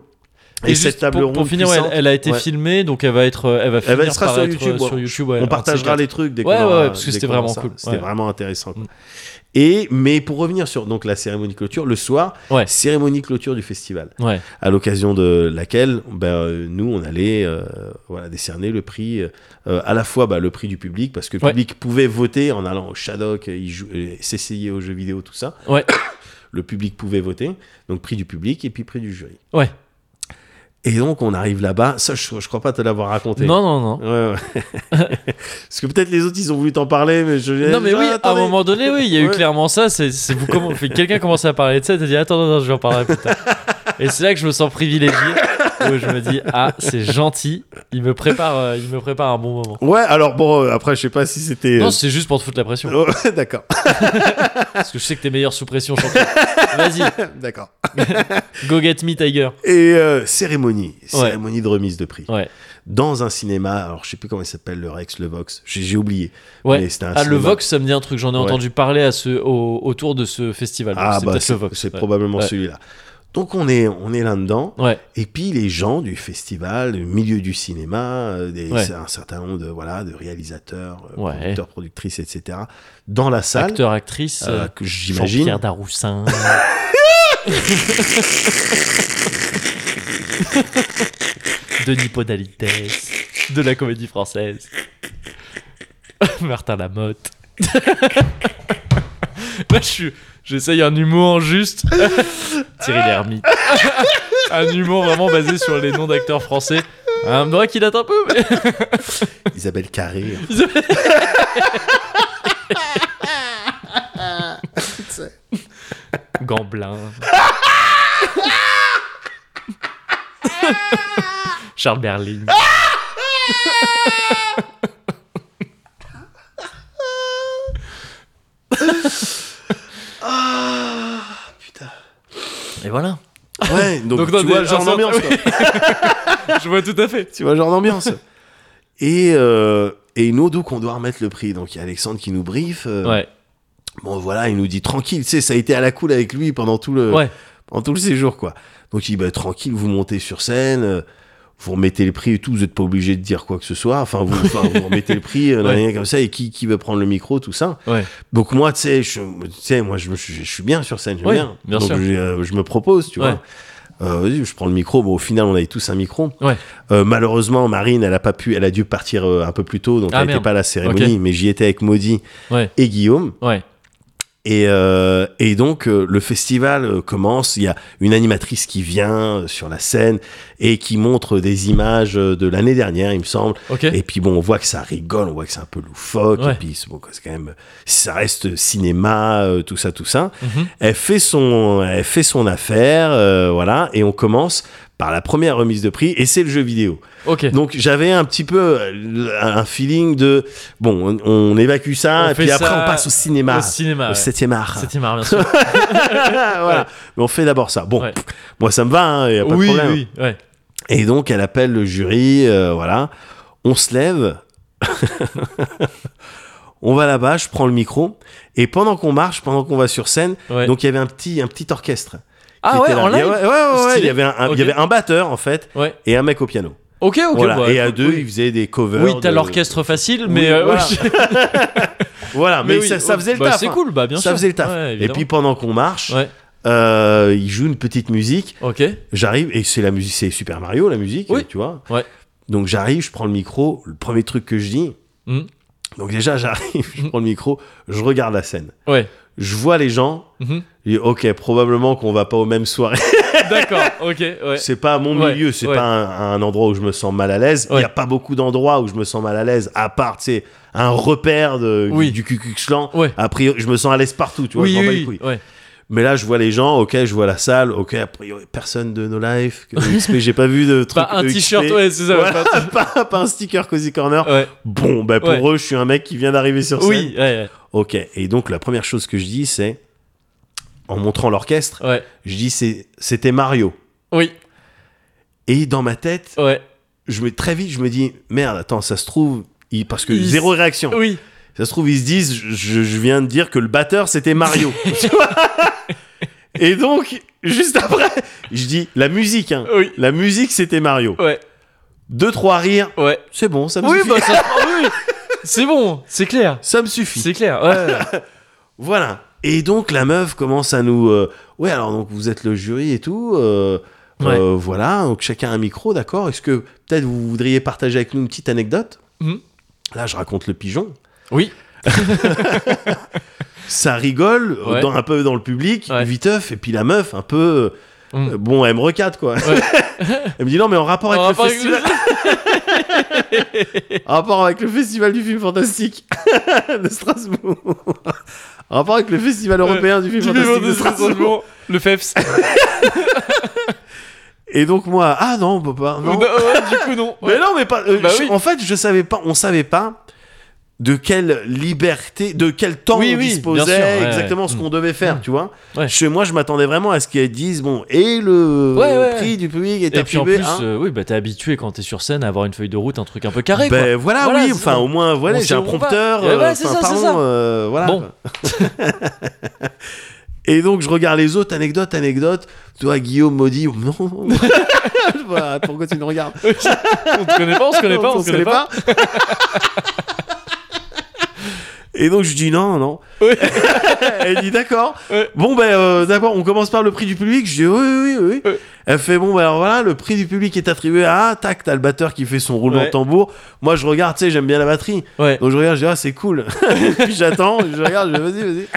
Speaker 2: Et,
Speaker 1: juste
Speaker 2: cette table
Speaker 1: pour,
Speaker 2: ronde
Speaker 1: pour finir, ouais, elle,
Speaker 2: puissante,
Speaker 1: elle a été
Speaker 2: ouais.
Speaker 1: filmée, donc elle va être, euh, elle va finir
Speaker 2: Elle va- elle sera
Speaker 1: par
Speaker 2: sur
Speaker 1: être
Speaker 2: YouTube,
Speaker 1: euh,
Speaker 2: ouais.
Speaker 1: sur YouTube. ouais, un
Speaker 2: on
Speaker 1: de ces
Speaker 2: partagera
Speaker 1: quatre.
Speaker 2: les trucs dès qu'on
Speaker 1: Ouais,
Speaker 2: aura-
Speaker 1: ouais, parce que
Speaker 2: dès
Speaker 1: c'était
Speaker 2: qu'on aura
Speaker 1: vraiment
Speaker 2: ça.
Speaker 1: cool.
Speaker 2: C'était
Speaker 1: Ouais.
Speaker 2: vraiment intéressant. quoi.
Speaker 1: Mm.
Speaker 2: Et mais pour revenir sur donc la cérémonie de clôture le soir,
Speaker 1: Ouais.
Speaker 2: cérémonie de clôture du festival.
Speaker 1: Ouais,
Speaker 2: à l'occasion de laquelle ben, euh, nous on allait euh, voilà décerner le prix euh, à la fois bah, le prix du public parce que le
Speaker 1: Ouais.
Speaker 2: public pouvait voter en allant au Shadok euh, il jou- euh, s'essayer aux jeux vidéo tout ça
Speaker 1: Ouais.
Speaker 2: le public pouvait voter donc prix du public et puis prix du jury
Speaker 1: Ouais.
Speaker 2: Et donc, on arrive là-bas. Ça, je, je crois pas te l'avoir raconté.
Speaker 1: Non, non, non.
Speaker 2: Ouais, ouais. Parce que peut-être les autres, ils ont voulu t'en parler, mais je.
Speaker 1: Non mais
Speaker 2: Ah,
Speaker 1: oui, à un
Speaker 2: attendez.
Speaker 1: moment donné, oui, il y a eu
Speaker 2: Ouais.
Speaker 1: clairement ça. C'est c'est vous comment fait quelqu'un commençait à parler de ça, t'as dit attends, attends, je vais en parler plus tard. Et c'est là que je me sens privilégié, où je me dis ah c'est gentil, il me prépare, euh, il me prépare un bon moment.
Speaker 2: Ouais, alors bon, euh, après, je sais pas si
Speaker 1: Non,
Speaker 2: c'était.
Speaker 1: c'est juste pour te foutre la pression,
Speaker 2: euh, ouais, d'accord,
Speaker 1: parce que je sais que t'es meilleur sous pression. champion. Vas-y,
Speaker 2: d'accord.
Speaker 1: go get me Tiger.
Speaker 2: Et euh, cérémonie, cérémonie de remise de prix.
Speaker 1: Ouais.
Speaker 2: Dans un cinéma, alors je sais plus comment il s'appelle, le Rex, le Vox, j'ai j'ai oublié.
Speaker 1: Ouais.
Speaker 2: Mais c'était un
Speaker 1: Ah le
Speaker 2: cinéma-
Speaker 1: Vox, ça me dit un truc. J'en ai
Speaker 2: Ouais.
Speaker 1: entendu parler à ce au- autour de ce festival. donc
Speaker 2: Ah
Speaker 1: c'est
Speaker 2: bah
Speaker 1: peut-être le
Speaker 2: c'est
Speaker 1: Vox.
Speaker 2: c'est
Speaker 1: ouais.
Speaker 2: probablement
Speaker 1: Ouais.
Speaker 2: celui-là. Donc on est, on est là-dedans.
Speaker 1: Ouais.
Speaker 2: Et puis les gens du festival, du milieu du cinéma, euh, des,
Speaker 1: Ouais.
Speaker 2: un certain nombre de, voilà, de réalisateurs, euh,
Speaker 1: Ouais.
Speaker 2: producteurs, productrices, etc. Dans la salle,
Speaker 1: Acteur, actrice.
Speaker 2: euh,
Speaker 1: euh,
Speaker 2: que j'imagine.
Speaker 1: Jean-Pierre Daroussin. Denis Podalites. De la comédie française. Martin Lamotte. Là, je suis. J'essaye un humour juste. Thierry Lhermitte. un humour vraiment basé sur les noms d'acteurs français. Un droit qui date un peu, mais.
Speaker 2: Isabelle Carré.
Speaker 1: Gamblin. Charles Berling. Ah, Et voilà.
Speaker 2: Ouais, donc,
Speaker 1: Donc, dans
Speaker 2: tu, vois
Speaker 1: des-
Speaker 2: le genre
Speaker 1: un centre-
Speaker 2: d'ambiance,
Speaker 1: oui.
Speaker 2: quoi.
Speaker 1: Je vois tout à fait.
Speaker 2: tu vois le genre d'ambiance. et, euh, et nous, donc, on doit remettre le prix. Donc il y a Alexandre qui nous briefe. euh,
Speaker 1: Ouais.
Speaker 2: Bon voilà, il nous dit tranquille, tu sais, ça a été à la cool avec lui pendant tout le,
Speaker 1: Ouais.
Speaker 2: pendant tout le séjour quoi. Donc il dit bah, tranquille, vous montez sur scène, euh, vous remettez le prix et tout, vous n'êtes pas obligé de dire quoi que ce soit. Enfin vous, enfin, vous remettez le prix, euh,
Speaker 1: Ouais.
Speaker 2: rien comme ça et qui qui veut prendre le micro, tout ça.
Speaker 1: Ouais.
Speaker 2: Donc moi tu sais, je, tu sais moi je, me suis- je suis bien sur scène, j'aime
Speaker 1: Oui,
Speaker 2: bien.
Speaker 1: bien
Speaker 2: Donc
Speaker 1: sûr.
Speaker 2: j'ai, euh, je me propose, tu
Speaker 1: Ouais.
Speaker 2: vois. Euh, vas-y, je prends le micro. Bon, au final, on avait tous un micro.
Speaker 1: Ouais.
Speaker 2: Euh, malheureusement, Marine, elle a pas pu, elle a dû partir euh, un peu plus tôt, donc
Speaker 1: Ah,
Speaker 2: elle n'était
Speaker 1: merde.
Speaker 2: pas à la cérémonie.
Speaker 1: Ok.
Speaker 2: Mais j'y étais avec Maudit
Speaker 1: Ouais.
Speaker 2: et Guillaume.
Speaker 1: Ouais.
Speaker 2: Et, euh, et donc euh, le festival euh, commence, il y a une animatrice qui vient euh, sur la scène et qui montre des images euh, de l'année dernière, il me semble.
Speaker 1: Ok.
Speaker 2: Et puis bon, on voit que ça rigole, on voit que c'est un peu loufoque,
Speaker 1: Ouais.
Speaker 2: et puis c'est- bon, c'est quand même, ça reste cinéma, euh, tout ça, tout ça.
Speaker 1: Mhm.
Speaker 2: Elle fait son, elle fait son affaire, euh, voilà, et on commence par la première remise de prix, et c'est le jeu vidéo.
Speaker 1: Ok.
Speaker 2: Donc j'avais un petit peu euh, un feeling de bon, on, on évacue
Speaker 1: On
Speaker 2: ça, et
Speaker 1: fait
Speaker 2: puis après
Speaker 1: ça
Speaker 2: on passe au cinéma,
Speaker 1: Au cinéma.
Speaker 2: au
Speaker 1: ouais.
Speaker 2: septième art.
Speaker 1: Septième art, bien sûr.
Speaker 2: Voilà. Mais on fait d'abord ça. Bon,
Speaker 1: Ah, Ouais.
Speaker 2: pff, moi ça me va, hein, y a pas
Speaker 1: oui,
Speaker 2: de problème.
Speaker 1: oui. Ouais.
Speaker 2: Et donc elle appelle le jury, euh, voilà. On se lève, on va là-bas, je prends le micro, et pendant qu'on marche, pendant qu'on va sur scène,
Speaker 1: Ouais.
Speaker 2: donc il y avait un petit, un petit orchestre. qui
Speaker 1: ah ouais,
Speaker 2: était là.
Speaker 1: en
Speaker 2: Il y
Speaker 1: live.
Speaker 2: a- ouais, ouais, ouais,
Speaker 1: Stylé.
Speaker 2: il y avait un, un-
Speaker 1: Ok.
Speaker 2: il y avait un batteur en fait
Speaker 1: Ouais.
Speaker 2: et un mec au piano.
Speaker 1: Ok, ok.
Speaker 2: Voilà.
Speaker 1: bah,
Speaker 2: et à
Speaker 1: écoute,
Speaker 2: deux,
Speaker 1: oui.
Speaker 2: ils faisaient des covers.
Speaker 1: Oui, t'as
Speaker 2: de-
Speaker 1: l'orchestre facile, mais euh,
Speaker 2: voilà.
Speaker 1: oui.
Speaker 2: Voilà, mais,
Speaker 1: oui,
Speaker 2: ça, ça
Speaker 1: oh,
Speaker 2: faisait le
Speaker 1: bah,
Speaker 2: taf.
Speaker 1: C'est
Speaker 2: hein.
Speaker 1: cool, bah bien
Speaker 2: ça
Speaker 1: sûr.
Speaker 2: faisait le taf.
Speaker 1: Ouais,
Speaker 2: et
Speaker 1: évidemment.
Speaker 2: puis pendant qu'on marche,
Speaker 1: Ouais.
Speaker 2: euh, ils jouent une petite musique.
Speaker 1: Ok.
Speaker 2: J'arrive et c'est la musique, c'est Super Mario la musique,
Speaker 1: Oui.
Speaker 2: euh, tu vois.
Speaker 1: Ouais.
Speaker 2: Donc j'arrive, je prends le micro, le premier truc que je dis.
Speaker 1: Mhm.
Speaker 2: Donc déjà j'arrive,
Speaker 1: Hmm.
Speaker 2: je prends le micro, je regarde la scène,
Speaker 1: Ouais.
Speaker 2: je vois les gens.
Speaker 1: Mhm.
Speaker 2: Et ok, probablement qu'on va pas aux mêmes soirées.
Speaker 1: D'accord. Ok. Ouais.
Speaker 2: c'est pas mon
Speaker 1: Ouais,
Speaker 2: milieu, c'est
Speaker 1: ouais.
Speaker 2: pas un, un endroit où je me sens mal à l'aise. Il
Speaker 1: Ouais.
Speaker 2: y a pas beaucoup d'endroits où je me sens mal à l'aise, à part tu sais un repère de,
Speaker 1: Oui.
Speaker 2: du Cucuxlan.
Speaker 1: Ouais.
Speaker 2: A priori, je me sens à l'aise partout, tu vois.
Speaker 1: oui,
Speaker 2: je m'en bats les
Speaker 1: oui,
Speaker 2: couilles.
Speaker 1: oui. Ouais.
Speaker 2: Mais là, je vois les gens, ok, je vois la salle, ok, a priori, personne de No Life, que de XP, j'ai pas vu de truc.
Speaker 1: Pas Bah, un
Speaker 2: EXP.
Speaker 1: t-shirt. Ouais, c'est ça.
Speaker 2: Voilà,
Speaker 1: pas un
Speaker 2: pas, pas un sticker Cozy Corner.
Speaker 1: t- Ouais.
Speaker 2: Bon, bah pour
Speaker 1: Ouais.
Speaker 2: eux, je suis un mec qui vient d'arriver sur scène.
Speaker 1: Oui. Ouais.
Speaker 2: Ok, et donc la première chose que je dis, c'est, en montrant l'orchestre,
Speaker 1: Ouais. ouais.
Speaker 2: je dis, c'est- c'était Mario.
Speaker 1: Oui.
Speaker 2: Et dans ma tête,
Speaker 1: Ouais.
Speaker 2: je me, très vite, je me dis, merde, attends, ça se trouve, il- parce que
Speaker 1: Il-
Speaker 2: zéro réaction.
Speaker 1: Oui.
Speaker 2: Ça se trouve, ils se disent, je, je- je viens de dire que le batteur, c'était Mario. Tu vois Et donc, juste après, je dis, la musique, hein.
Speaker 1: Oui.
Speaker 2: La musique, c'était Mario.
Speaker 1: Ouais.
Speaker 2: Deux, trois rires,
Speaker 1: Ouais.
Speaker 2: c'est bon, ça me
Speaker 1: Oui,
Speaker 2: suffit.
Speaker 1: bah ça. oui, oui. C'est bon. C'est clair.
Speaker 2: Ça me suffit.
Speaker 1: C'est clair. Ouais.
Speaker 2: Voilà. Et donc, la meuf commence à nous... euh, ouais, alors, donc, vous êtes le jury et tout. euh,
Speaker 1: Ouais.
Speaker 2: euh, voilà, donc chacun a un micro, d'accord. Est-ce que peut-être vous voudriez partager avec nous une petite anecdote
Speaker 1: Mhm.
Speaker 2: Là, je raconte le pigeon.
Speaker 1: Oui.
Speaker 2: ça rigole euh,
Speaker 1: Ouais.
Speaker 2: dans, un peu dans le public,
Speaker 1: Ouais.
Speaker 2: viteuf, et puis la meuf un peu
Speaker 1: Mm.
Speaker 2: Euh, Bon, elle me recadre, quoi.
Speaker 1: Ouais.
Speaker 2: elle me dit non, mais en rapport avec
Speaker 1: En
Speaker 2: le
Speaker 1: rapport avec le-
Speaker 2: festival. en rapport avec le festival du film fantastique de Strasbourg. en rapport avec le festival européen du film
Speaker 1: Euh, Du
Speaker 2: fantastique
Speaker 1: vivant
Speaker 2: de
Speaker 1: de
Speaker 2: Strasbourg.
Speaker 1: Strasbourg, Le FEFS.
Speaker 2: Et donc moi, ah non, on peut pas.
Speaker 1: Non,
Speaker 2: Non.
Speaker 1: ouais, du coup, non.
Speaker 2: Mais non, mais pas. euh,
Speaker 1: Bah
Speaker 2: je-
Speaker 1: oui.
Speaker 2: En fait, je savais pas. On savait pas de quelle liberté, de quel temps
Speaker 1: Oui,
Speaker 2: on
Speaker 1: oui,
Speaker 2: disposait,
Speaker 1: bien sûr, ouais,
Speaker 2: exactement
Speaker 1: ouais.
Speaker 2: ce
Speaker 1: Mm.
Speaker 2: qu'on devait faire, tu vois.
Speaker 1: Ouais.
Speaker 2: Chez moi, je m'attendais vraiment à ce qu'ils disent bon, et le
Speaker 1: Ouais, ouais.
Speaker 2: prix du public est
Speaker 1: Et puis en
Speaker 2: attribué
Speaker 1: plus,
Speaker 2: à-
Speaker 1: euh, oui, bah t'es habitué quand t'es sur scène à avoir une feuille de route, un truc un peu carré.
Speaker 2: Ben voilà,
Speaker 1: Voilà,
Speaker 2: oui,
Speaker 1: c'est
Speaker 2: enfin
Speaker 1: ça.
Speaker 2: au moins voilà,
Speaker 1: On
Speaker 2: j'ai
Speaker 1: sait
Speaker 2: un
Speaker 1: où on va.
Speaker 2: prompteur,
Speaker 1: Ouais,
Speaker 2: euh,
Speaker 1: ouais, c'est
Speaker 2: enfin,
Speaker 1: ça, c'est
Speaker 2: pardon,
Speaker 1: ça.
Speaker 2: euh, voilà.
Speaker 1: Bon.
Speaker 2: Et donc je regarde les autres anecdotes, anecdotes. Toi Guillaume me dit non. Voilà, pourquoi tu me regardes
Speaker 1: quoi. on te connaît pas, on se connaît pas, on se connaît pas.
Speaker 2: Et donc je dis non, non.
Speaker 1: Ouais.
Speaker 2: Elle dit d'accord.
Speaker 1: Ouais.
Speaker 2: Bon ben euh, d'accord, on commence par le prix du public. Je dis oui, oui, oui. oui.
Speaker 1: Ouais.
Speaker 2: Elle fait bon ben alors voilà, le prix du public est attribué à tac, t'as le batteur qui fait son roulement
Speaker 1: Ouais.
Speaker 2: de tambour. Moi je regarde, tu sais, j'aime bien la batterie.
Speaker 1: Ouais.
Speaker 2: Donc je regarde, je dis ah c'est cool. Puis j'attends, je regarde, je dis vas-y, vas-y.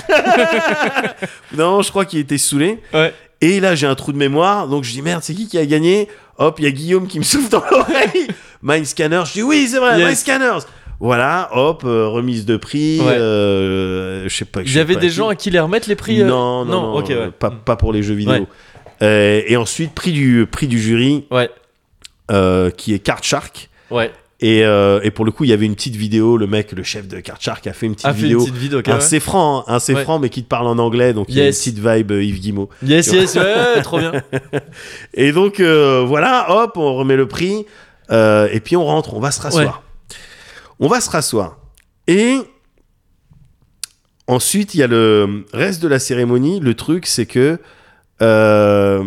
Speaker 2: non, je crois qu'il était saoulé.
Speaker 1: Ouais.
Speaker 2: Et là j'ai un trou de mémoire, donc je dis merde, c'est qui qui a gagné Hop, il y a Guillaume qui me souffle dans l'oreille. Mind Scanner, je dis oui c'est vrai,
Speaker 1: Yes.
Speaker 2: Mind Scanners. Voilà, hop, euh, remise de prix.
Speaker 1: Ouais.
Speaker 2: euh, je sais pas. je
Speaker 1: Il y
Speaker 2: sais
Speaker 1: avait
Speaker 2: pas
Speaker 1: des
Speaker 2: qui.
Speaker 1: gens à qui les remettre les prix. euh,
Speaker 2: Non, non, non,
Speaker 1: ok, ouais.
Speaker 2: pas, pas pour les jeux vidéo.
Speaker 1: Ouais.
Speaker 2: Euh, et ensuite prix du prix du jury
Speaker 1: Ouais,
Speaker 2: euh, qui est Card Shark.
Speaker 1: ouais.
Speaker 2: Et, euh, et pour le coup, il y avait une petite vidéo. Le mec, le chef de Card Shark, a fait une petite
Speaker 1: A fait Ah, une
Speaker 2: vidéo.
Speaker 1: petite vidéo, ok,
Speaker 2: un
Speaker 1: ouais.
Speaker 2: c'est franc, hein, un c'est
Speaker 1: Ouais.
Speaker 2: franc, mais qui te parle en anglais, donc il y a une
Speaker 1: Yes.
Speaker 2: petite vibe euh, Yves Guimau.
Speaker 1: Yes, yes, ouais, ouais, trop bien.
Speaker 2: Et donc euh, voilà, hop, on remet le prix euh, et puis on rentre, on va se rasseoir.
Speaker 1: Ouais.
Speaker 2: On va se rasseoir. Et ensuite, il y a le reste de la cérémonie. Le truc, c'est que euh,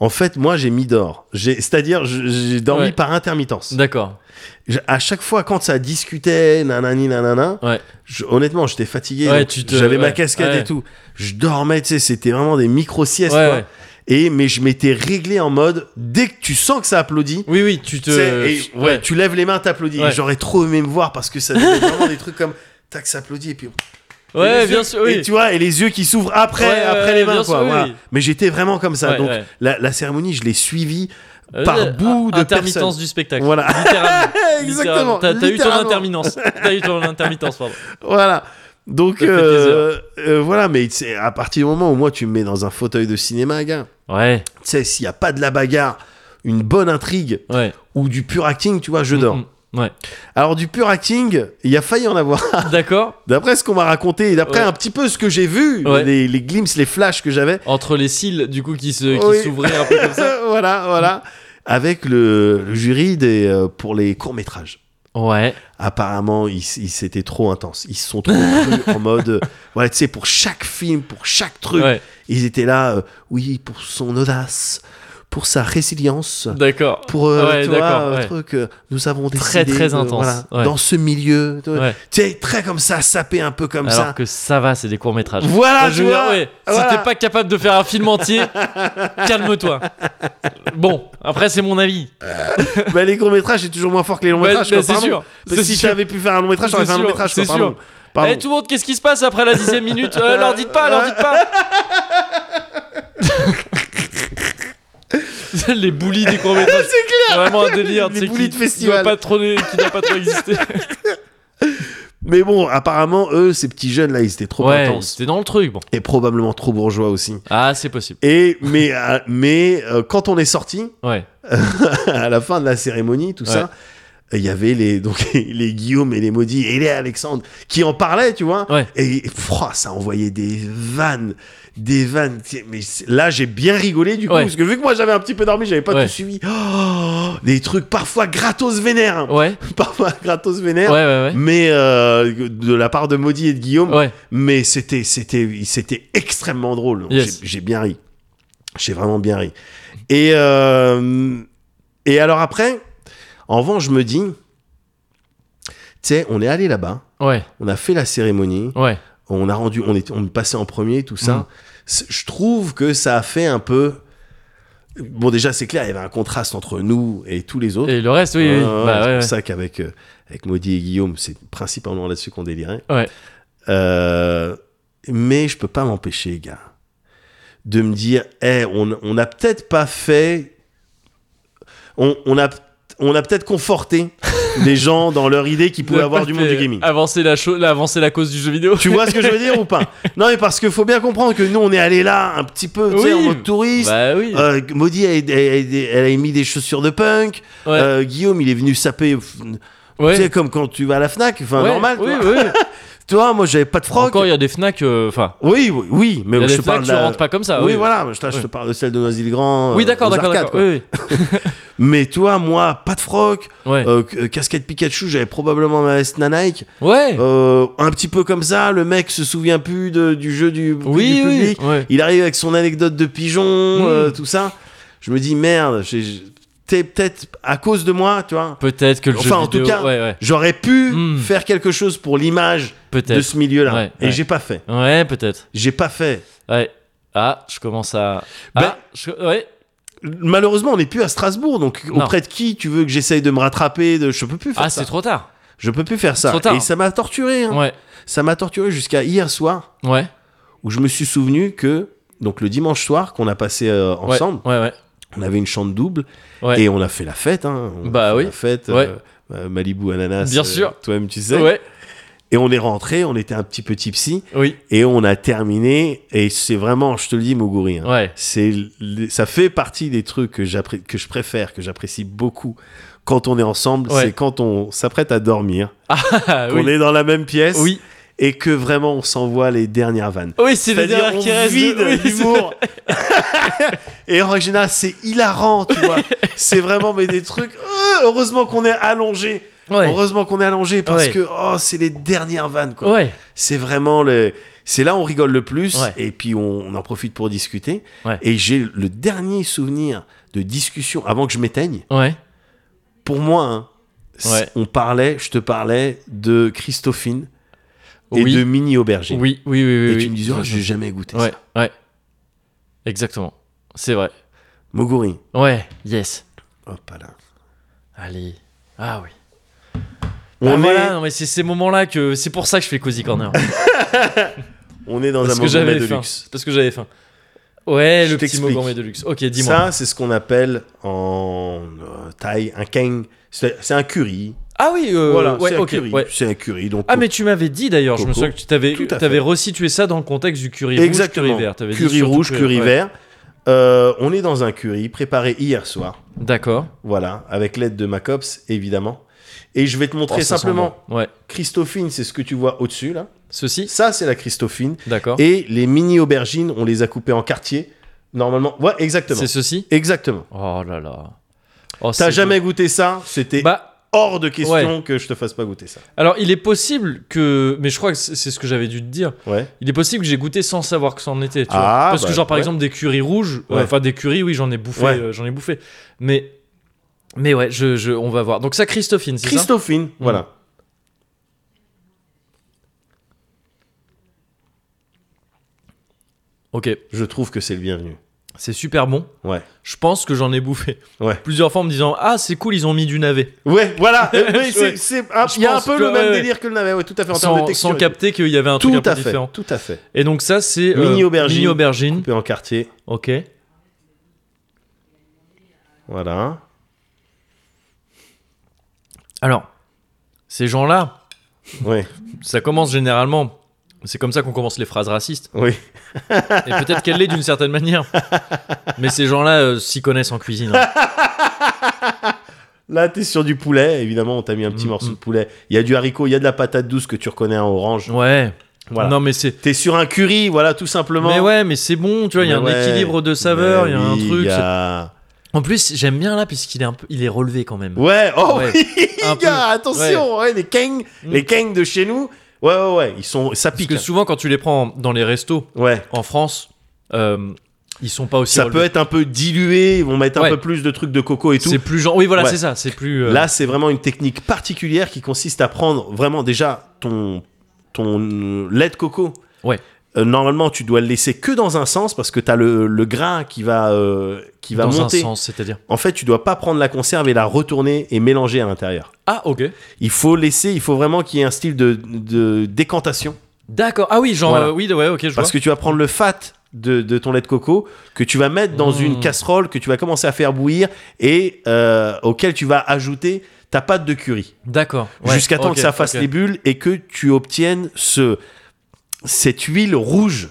Speaker 2: en fait, moi, j'ai mis d'or. J'ai- C'est-à-dire, je- j'ai dormi
Speaker 1: Ouais.
Speaker 2: par intermittence.
Speaker 1: D'accord.
Speaker 2: Je- à chaque fois, quand ça discutait, nanani, nanana,
Speaker 1: Ouais.
Speaker 2: je- honnêtement, j'étais fatigué.
Speaker 1: Ouais,
Speaker 2: donc
Speaker 1: tu te-
Speaker 2: J'avais ma
Speaker 1: ouais,
Speaker 2: casquette
Speaker 1: ouais.
Speaker 2: et tout. Je dormais, tu sais, c'était vraiment des micro-siestes.
Speaker 1: Ouais,
Speaker 2: quoi.
Speaker 1: ouais.
Speaker 2: Et mais je m'étais réglé en mode dès que tu sens que ça applaudit,
Speaker 1: Oui, oui, tu te.
Speaker 2: tu sais, et, ouais,
Speaker 1: ouais.
Speaker 2: tu lèves les mains, t'applaudis.
Speaker 1: Ouais.
Speaker 2: Et J'aurais trop aimé me voir parce que ça donnait vraiment des trucs comme tac, ça applaudit et puis. et
Speaker 1: Ouais,
Speaker 2: les
Speaker 1: bien
Speaker 2: yeux-
Speaker 1: sûr, oui.
Speaker 2: Et tu vois, et les yeux qui s'ouvrent après,
Speaker 1: Ouais,
Speaker 2: après
Speaker 1: ouais,
Speaker 2: les mains,
Speaker 1: bien
Speaker 2: quoi.
Speaker 1: sûr,
Speaker 2: voilà.
Speaker 1: oui.
Speaker 2: Mais j'étais vraiment comme ça.
Speaker 1: Ouais,
Speaker 2: Donc
Speaker 1: ouais.
Speaker 2: La, la cérémonie, je l'ai suivie
Speaker 1: Euh,
Speaker 2: par
Speaker 1: euh,
Speaker 2: bout de
Speaker 1: intermittence
Speaker 2: personne.
Speaker 1: du spectacle.
Speaker 2: Voilà.
Speaker 1: Littéralement.
Speaker 2: Exactement,
Speaker 1: Littéralement. T'as t'as eu ton
Speaker 2: littéralement.
Speaker 1: intermittence. T'as eu ton intermittence, pardon.
Speaker 2: Voilà. Donc
Speaker 1: Ça fait
Speaker 2: euh, euh, voilà, mais c'est à partir du moment où moi tu me mets dans un fauteuil de cinéma, gars.
Speaker 1: Ouais,
Speaker 2: Tu sais, s'il n'y a pas de la bagarre, une bonne intrigue
Speaker 1: ouais.
Speaker 2: ou du pur acting, tu vois, je dors.
Speaker 1: Mm, mm, Ouais.
Speaker 2: Alors du pur acting, il a failli en avoir.
Speaker 1: D'accord.
Speaker 2: D'après ce qu'on m'a raconté et d'après
Speaker 1: Ouais.
Speaker 2: un petit peu ce que j'ai vu,
Speaker 1: Ouais.
Speaker 2: les, les glimpses, les flashs que j'avais,
Speaker 1: Entre les cils, du coup, qui se-
Speaker 2: Oui.
Speaker 1: qui s'ouvraient un peu comme ça.
Speaker 2: voilà, voilà, avec le, le jury des, euh, pour les courts métrages.
Speaker 1: Ouais.
Speaker 2: Apparemment, ils ils- c'était trop intense. Ils se sont trop crus en mode, euh, voilà, tu sais, pour chaque film, pour chaque truc,
Speaker 1: Ouais.
Speaker 2: ils étaient là, euh, oui, pour son audace, pour sa résilience.
Speaker 1: D'accord.
Speaker 2: Pour euh,
Speaker 1: Ouais,
Speaker 2: tu vois,
Speaker 1: d'accord,
Speaker 2: euh,
Speaker 1: ouais.
Speaker 2: truc, euh, nous avons décidé
Speaker 1: Très, très
Speaker 2: de,
Speaker 1: intense,
Speaker 2: voilà,
Speaker 1: ouais.
Speaker 2: dans ce milieu, tu vois,
Speaker 1: Ouais.
Speaker 2: tu sais, très comme ça, sapé un peu comme
Speaker 1: Alors
Speaker 2: ça.
Speaker 1: que ça va, c'est des courts métrages.
Speaker 2: Voilà,
Speaker 1: je
Speaker 2: je
Speaker 1: veux dire,
Speaker 2: vois.
Speaker 1: ouais, si
Speaker 2: Ah, Voilà.
Speaker 1: t'es pas capable de faire un film entier, calme-toi. Bon, après c'est mon avis.
Speaker 2: Bah, les courts métrages, c'est toujours moins fort que les longs
Speaker 1: Ouais,
Speaker 2: métrages.
Speaker 1: bah,
Speaker 2: quoi,
Speaker 1: c'est
Speaker 2: pardon.
Speaker 1: sûr.
Speaker 2: Parce que
Speaker 1: C'est
Speaker 2: si
Speaker 1: sûr.
Speaker 2: j'avais pu faire un long métrage, j'aurais
Speaker 1: C'est
Speaker 2: fait un long
Speaker 1: sûr,
Speaker 2: métrage. quoi,
Speaker 1: c'est
Speaker 2: pardon.
Speaker 1: sûr.
Speaker 2: Pardon.
Speaker 1: Eh, tout le monde, qu'est-ce qui se passe après la dixième minute Euh, Leur dites pas, leur dites pas. les boulis des courts métrages. C'est clair. Vraiment un délire.
Speaker 2: Les
Speaker 1: tu sais,
Speaker 2: boulis
Speaker 1: qui
Speaker 2: de festival.
Speaker 1: doit pas trop, qui doit pas trop exister.
Speaker 2: Mais bon, apparemment, eux, ces petits jeunes là, ils étaient trop intenses
Speaker 1: c'était dans le truc. Bon.
Speaker 2: et probablement trop bourgeois aussi.
Speaker 1: Ah, c'est possible.
Speaker 2: Et mais euh, mais euh, quand on est sorti
Speaker 1: Ouais.
Speaker 2: à la fin de la cérémonie, tout ça. Il y avait les, donc, les Guillaume et les Maudits et les Alexandre qui en parlaient, tu vois.
Speaker 1: Ouais.
Speaker 2: Et froid, ça envoyait des vannes, des vannes. C'est- Mais c'est- là, j'ai bien rigolé du coup,
Speaker 1: Ouais.
Speaker 2: parce que vu que moi j'avais un petit peu dormi, j'avais pas
Speaker 1: Ouais.
Speaker 2: tout suivi. Oh, des trucs parfois gratos vénères, hein.
Speaker 1: Ouais.
Speaker 2: parfois gratos
Speaker 1: Ouais,
Speaker 2: vénères.
Speaker 1: ouais,
Speaker 2: Mais euh, de la part de Maudit et de Guillaume,
Speaker 1: ouais. Ouais.
Speaker 2: mais c'était c'était c'était extrêmement drôle. Donc,
Speaker 1: Yes.
Speaker 2: J'ai j'ai bien ri, j'ai vraiment bien ri. Et euh, et alors après, en revanche, je me dis, tu sais, on est allé là-bas,
Speaker 1: Ouais.
Speaker 2: on a fait la cérémonie
Speaker 1: Ouais.
Speaker 2: on a rendu, on est, on est passé en premier, tout ça.
Speaker 1: Mm.
Speaker 2: C'est- Je trouve que ça a fait un peu. Bon, déjà, c'est clair, il y avait un contraste entre nous et tous les autres.
Speaker 1: Et le reste, oui,
Speaker 2: Ouais,
Speaker 1: oui. Bah,
Speaker 2: ouais, c'est
Speaker 1: ouais,
Speaker 2: pour
Speaker 1: ouais.
Speaker 2: ça qu'avec euh, avec Maudit et Guillaume, c'est principalement là-dessus hein. qu'on délirait.
Speaker 1: Ouais.
Speaker 2: Euh, mais je peux pas m'empêcher, gars, de me dire, Eh, on on n'a peut-être pas fait, on, on a, on a peut-être conforté des gens dans leur idée qu'ils pouvaient
Speaker 1: Vous
Speaker 2: avoir
Speaker 1: avez
Speaker 2: du
Speaker 1: pas
Speaker 2: monde du
Speaker 1: fait Ah
Speaker 2: gaming.
Speaker 1: Avancer la, cho- avancer la cause du jeu vidéo.
Speaker 2: Tu vois ce que je veux dire ou pas Non, mais parce qu'il faut bien comprendre que nous, on est allé là un petit peu, tu sais,
Speaker 1: Oui.
Speaker 2: en mode touriste.
Speaker 1: Bah oui.
Speaker 2: Euh, Maudit, elle, elle- elle- elle a mis des chaussures de punk.
Speaker 1: Ouais.
Speaker 2: Euh, Guillaume, il est venu saper. pff,
Speaker 1: Ouais.
Speaker 2: Tu sais, comme quand tu vas à la Fnac, enfin,
Speaker 1: Ouais,
Speaker 2: normal.
Speaker 1: Oui,
Speaker 2: toi.
Speaker 1: oui.
Speaker 2: Toi, moi, j'avais pas de froc.
Speaker 1: Encore, il y a des Fnac. euh, Enfin,
Speaker 2: Oui, oui, oui, mais
Speaker 1: il y a
Speaker 2: je
Speaker 1: des
Speaker 2: te
Speaker 1: Fnac,
Speaker 2: parle de
Speaker 1: tu
Speaker 2: la-
Speaker 1: rentres pas comme ça.
Speaker 2: Oui, voilà, je, te- je
Speaker 1: Ouais.
Speaker 2: te parle de celle de Noisy-le-Grand.
Speaker 1: Oui,
Speaker 2: euh,
Speaker 1: d'accord,
Speaker 2: aux
Speaker 1: d'accord,
Speaker 2: arcades,
Speaker 1: d'accord.
Speaker 2: quoi.
Speaker 1: Oui, oui.
Speaker 2: Mais toi, moi, pas de froc,
Speaker 1: Ouais.
Speaker 2: euh, c- euh, casquette Pikachu, j'avais probablement ma veste Nike.
Speaker 1: ouais.
Speaker 2: Euh, un petit peu comme ça, le mec se souvient plus de- du jeu du,
Speaker 1: oui,
Speaker 2: du
Speaker 1: oui. Hmm.
Speaker 2: public.
Speaker 1: ouais.
Speaker 2: Il arrive avec son anecdote de pigeon, euh, tout ça. Je me dis, merde, j'ai- j'ai- t'es peut-être à cause de moi, tu vois.
Speaker 1: Peut-être que le jeu
Speaker 2: Enfin, en tout
Speaker 1: vidéo.
Speaker 2: cas,
Speaker 1: ouais, ouais.
Speaker 2: J'aurais pu
Speaker 1: Mm.
Speaker 2: faire quelque chose pour l'image de
Speaker 1: Peut-être.
Speaker 2: ce milieu-là.
Speaker 1: Ouais,
Speaker 2: et
Speaker 1: ouais.
Speaker 2: j'ai pas fait.
Speaker 1: Ouais, peut-être.
Speaker 2: J'ai pas fait.
Speaker 1: Ouais. Ah, je commence à.
Speaker 2: Ben-
Speaker 1: Ah, je- ouais.
Speaker 2: Malheureusement, on n'est plus à Strasbourg, donc
Speaker 1: Non.
Speaker 2: auprès de qui tu veux que j'essaye de me rattraper de... Je peux plus faire
Speaker 1: Ah,
Speaker 2: ça.
Speaker 1: c'est trop tard.
Speaker 2: Je peux plus faire ça.
Speaker 1: Trop tard.
Speaker 2: Et ça m'a torturé. hein.
Speaker 1: Ouais.
Speaker 2: Ça m'a torturé jusqu'à hier soir,
Speaker 1: Ouais.
Speaker 2: où je me suis souvenu que, donc le dimanche soir qu'on a passé euh,
Speaker 1: Ouais.
Speaker 2: ensemble,
Speaker 1: Ouais, ouais.
Speaker 2: on avait une chambre double,
Speaker 1: Ouais.
Speaker 2: et on a fait la fête. hein. On a
Speaker 1: Bah
Speaker 2: fait
Speaker 1: oui.
Speaker 2: La fête.
Speaker 1: Ouais.
Speaker 2: euh, euh, Malibu Ananas.
Speaker 1: Bien
Speaker 2: euh,
Speaker 1: sûr.
Speaker 2: Toi-même, tu sais.
Speaker 1: Ouais.
Speaker 2: Et on est rentré, on était un petit peu tipsy,
Speaker 1: Oui.
Speaker 2: et on a terminé. Et c'est vraiment, je te le dis, Moguri. hein,
Speaker 1: Ouais.
Speaker 2: c'est le- ça fait partie des trucs que j'appré- que je préfère que j'apprécie beaucoup quand on est ensemble
Speaker 1: Ouais.
Speaker 2: c'est quand on s'apprête à dormir
Speaker 1: Ah,
Speaker 2: qu'on
Speaker 1: oui.
Speaker 2: est dans la même pièce
Speaker 1: Oui.
Speaker 2: et que vraiment on s'envoie les dernières vannes
Speaker 1: Oui, c'est les
Speaker 2: c'est-à-dire
Speaker 1: dernières
Speaker 2: on
Speaker 1: qui restent.
Speaker 2: vide
Speaker 1: Oui, c'est-
Speaker 2: l'humour et en règle générale c'est hilarant tu vois c'est vraiment mais des trucs euh, heureusement qu'on est allongé
Speaker 1: Ouais.
Speaker 2: heureusement qu'on est allongé parce
Speaker 1: Ouais.
Speaker 2: que oh c'est les dernières vannes quoi
Speaker 1: Ouais.
Speaker 2: c'est vraiment le. C'est là où on rigole le plus
Speaker 1: Ouais.
Speaker 2: et puis on, on en profite pour discuter.
Speaker 1: Ouais.
Speaker 2: Et j'ai le dernier souvenir de discussion avant que je m'éteigne.
Speaker 1: Ouais.
Speaker 2: Pour moi, hein, c-
Speaker 1: Ouais.
Speaker 2: on parlait, je te parlais de Christophine et
Speaker 1: Oui.
Speaker 2: de mini aubergine.
Speaker 1: Oui, oui, oui, oui.
Speaker 2: Et
Speaker 1: oui.
Speaker 2: tu me disais, oh, j'ai jamais goûté
Speaker 1: Ouais,
Speaker 2: ça.
Speaker 1: ouais. Exactement. C'est vrai.
Speaker 2: Moguri.
Speaker 1: Ouais, yes.
Speaker 2: Hop
Speaker 1: Bah
Speaker 2: là.
Speaker 1: Allez. Ah oui.
Speaker 2: On,
Speaker 1: Ah,
Speaker 2: est,
Speaker 1: voilà, non, mais c'est ces moments-là que. C'est pour ça que je fais Cozy Corner.
Speaker 2: on est dans
Speaker 1: parce
Speaker 2: un
Speaker 1: que
Speaker 2: moment
Speaker 1: j'avais
Speaker 2: de
Speaker 1: faim.
Speaker 2: luxe.
Speaker 1: Parce que j'avais faim. Ouais,
Speaker 2: Je
Speaker 1: le petit mot
Speaker 2: t'explique.
Speaker 1: gourmet de luxe. Ok, dis-moi.
Speaker 2: Ça, c'est ce qu'on appelle en taille un keng. C'est c'est un curry.
Speaker 1: Ah oui, euh,
Speaker 2: voilà,
Speaker 1: ouais,
Speaker 2: c'est un
Speaker 1: ok.
Speaker 2: curry.
Speaker 1: ouais.
Speaker 2: C'est un curry. Donc
Speaker 1: Ah, mais tu m'avais dit d'ailleurs, je me
Speaker 2: Coco.
Speaker 1: souviens que tu t'avais,
Speaker 2: Tout à fait.
Speaker 1: t'avais resitué ça dans le contexte du curry
Speaker 2: Exactement.
Speaker 1: rouge, curry vert. T'avais dit
Speaker 2: Curry
Speaker 1: surtout
Speaker 2: rouge, curry
Speaker 1: ouais.
Speaker 2: vert. Euh, on est dans un curry préparé hier soir,
Speaker 1: D'accord.
Speaker 2: voilà, avec l'aide de Macops, évidemment. Et je vais te montrer
Speaker 1: Oh, ça sent
Speaker 2: simplement,
Speaker 1: bon. Ouais.
Speaker 2: Christophine, c'est ce que tu vois au-dessus, là.
Speaker 1: Ceci.
Speaker 2: Ça, c'est la Christophine.
Speaker 1: D'accord.
Speaker 2: Et les mini aubergines, on les a coupées en quartier. Normalement, ouais, exactement.
Speaker 1: C'est ceci.
Speaker 2: Exactement.
Speaker 1: Oh là là. Oh,
Speaker 2: T'as
Speaker 1: c'est
Speaker 2: jamais goûté ça C'était
Speaker 1: beau. Bah,
Speaker 2: hors de question que je te fasse pas goûter ça.
Speaker 1: Alors, il est possible que. Mais je crois que c'est c'est ce que j'avais dû te dire.
Speaker 2: Ouais.
Speaker 1: Il est possible que j'ai goûté sans savoir que c'en était. Tu vois.
Speaker 2: Ah,
Speaker 1: Parce que,
Speaker 2: bah,
Speaker 1: genre, par
Speaker 2: ouais.
Speaker 1: exemple, des curries rouges. euh,
Speaker 2: Ouais.
Speaker 1: Enfin, des curries, oui, j'en ai bouffé.
Speaker 2: Ouais.
Speaker 1: euh, j'en ai bouffé. Mais. Mais ouais, je, je- on va voir. Donc, ça, Christophine, c'est ça Mmh.
Speaker 2: Christophine, voilà.
Speaker 1: Ok.
Speaker 2: Je trouve que c'est le bienvenu.
Speaker 1: C'est super bon.
Speaker 2: Ouais.
Speaker 1: Je pense que j'en ai bouffé.
Speaker 2: Ouais.
Speaker 1: Plusieurs fois en me disant Ah, c'est cool, ils ont mis du navet.
Speaker 2: Ouais, voilà. Euh, oui,
Speaker 1: Ouais.
Speaker 2: c'est- c'est un-
Speaker 1: Je
Speaker 2: Il y a un
Speaker 1: pense
Speaker 2: peu
Speaker 1: que-
Speaker 2: le même
Speaker 1: ouais, ouais.
Speaker 2: délire que le navet, ouais, tout à fait, en termes de
Speaker 1: Sans,
Speaker 2: texture.
Speaker 1: sans
Speaker 2: et tout.
Speaker 1: capter qu'il y avait un
Speaker 2: Tout
Speaker 1: truc un
Speaker 2: à
Speaker 1: peu
Speaker 2: fait,
Speaker 1: différent.
Speaker 2: tout à fait.
Speaker 1: Et donc, ça, c'est. euh,
Speaker 2: Mini aubergine.
Speaker 1: Mini aubergine.
Speaker 2: Coupé en quartier,
Speaker 1: Ok.
Speaker 2: voilà.
Speaker 1: Alors, ces gens-là,
Speaker 2: Oui,
Speaker 1: ça commence généralement. C'est comme ça qu'on commence les phrases racistes.
Speaker 2: oui.
Speaker 1: Et peut-être qu'elle l'est d'une certaine manière. Mais ces gens-là euh, s'y connaissent en cuisine. hein.
Speaker 2: Là, t'es sur du poulet, évidemment, on t'a mis un petit
Speaker 1: Mm,
Speaker 2: morceau
Speaker 1: mm.
Speaker 2: de poulet. Il y a du haricot, il y a de la patate douce que tu reconnais en orange.
Speaker 1: Ouais.
Speaker 2: Voilà.
Speaker 1: Non, mais c'est.
Speaker 2: T'es sur un curry, voilà, tout simplement.
Speaker 1: Mais ouais, mais c'est bon, tu vois, il y a un
Speaker 2: Mais ouais.
Speaker 1: équilibre de saveur, il y a un
Speaker 2: Mais oui,
Speaker 1: truc.
Speaker 2: il y a-
Speaker 1: c'est- En plus, j'aime bien là, puisqu'il est un peu. Il est relevé quand même.
Speaker 2: Ouais, oh
Speaker 1: Ouais.
Speaker 2: oui,
Speaker 1: Un peu.
Speaker 2: gars, attention, ouais, les kangs,
Speaker 1: Mm.
Speaker 2: les kangs de chez nous, ouais, ouais, ouais, ils sont, ça
Speaker 1: Parce
Speaker 2: pique.
Speaker 1: que souvent, quand tu les prends dans les restos
Speaker 2: Ouais.
Speaker 1: en France, euh, ils sont pas aussi.
Speaker 2: Ça
Speaker 1: relevés.
Speaker 2: peut être un peu dilué, ils vont mettre un
Speaker 1: Ouais.
Speaker 2: peu plus de trucs de coco et tout.
Speaker 1: C'est plus genre. Oui, voilà,
Speaker 2: Ouais.
Speaker 1: c'est ça. C'est plus. euh,
Speaker 2: Là, c'est vraiment une technique particulière qui consiste à prendre vraiment déjà ton, ton euh, lait de coco.
Speaker 1: Ouais.
Speaker 2: Euh, normalement, tu dois le laisser que dans un sens parce que tu as le, le grain qui va, euh, qui va
Speaker 1: dans
Speaker 2: monter.
Speaker 1: un sens, c'est-à-dire.
Speaker 2: En fait, tu dois pas prendre la conserve et la retourner et mélanger à l'intérieur.
Speaker 1: Ah, ok.
Speaker 2: Il faut laisser, il faut vraiment qu'il y ait un style de, de décantation
Speaker 1: D'accord. Ah oui, genre.
Speaker 2: Voilà.
Speaker 1: euh, oui, ouais, ok, je
Speaker 2: parce
Speaker 1: vois.
Speaker 2: que tu vas prendre le fat de, de ton lait de coco que tu vas mettre dans
Speaker 1: Mm.
Speaker 2: une casserole que tu vas commencer à faire bouillir et euh, auquel tu vas ajouter ta pâte de curry
Speaker 1: D'accord. ouais,
Speaker 2: jusqu'à temps
Speaker 1: ok,
Speaker 2: que ça fasse
Speaker 1: ok.
Speaker 2: les bulles et que tu obtiennes ce, cette huile rouge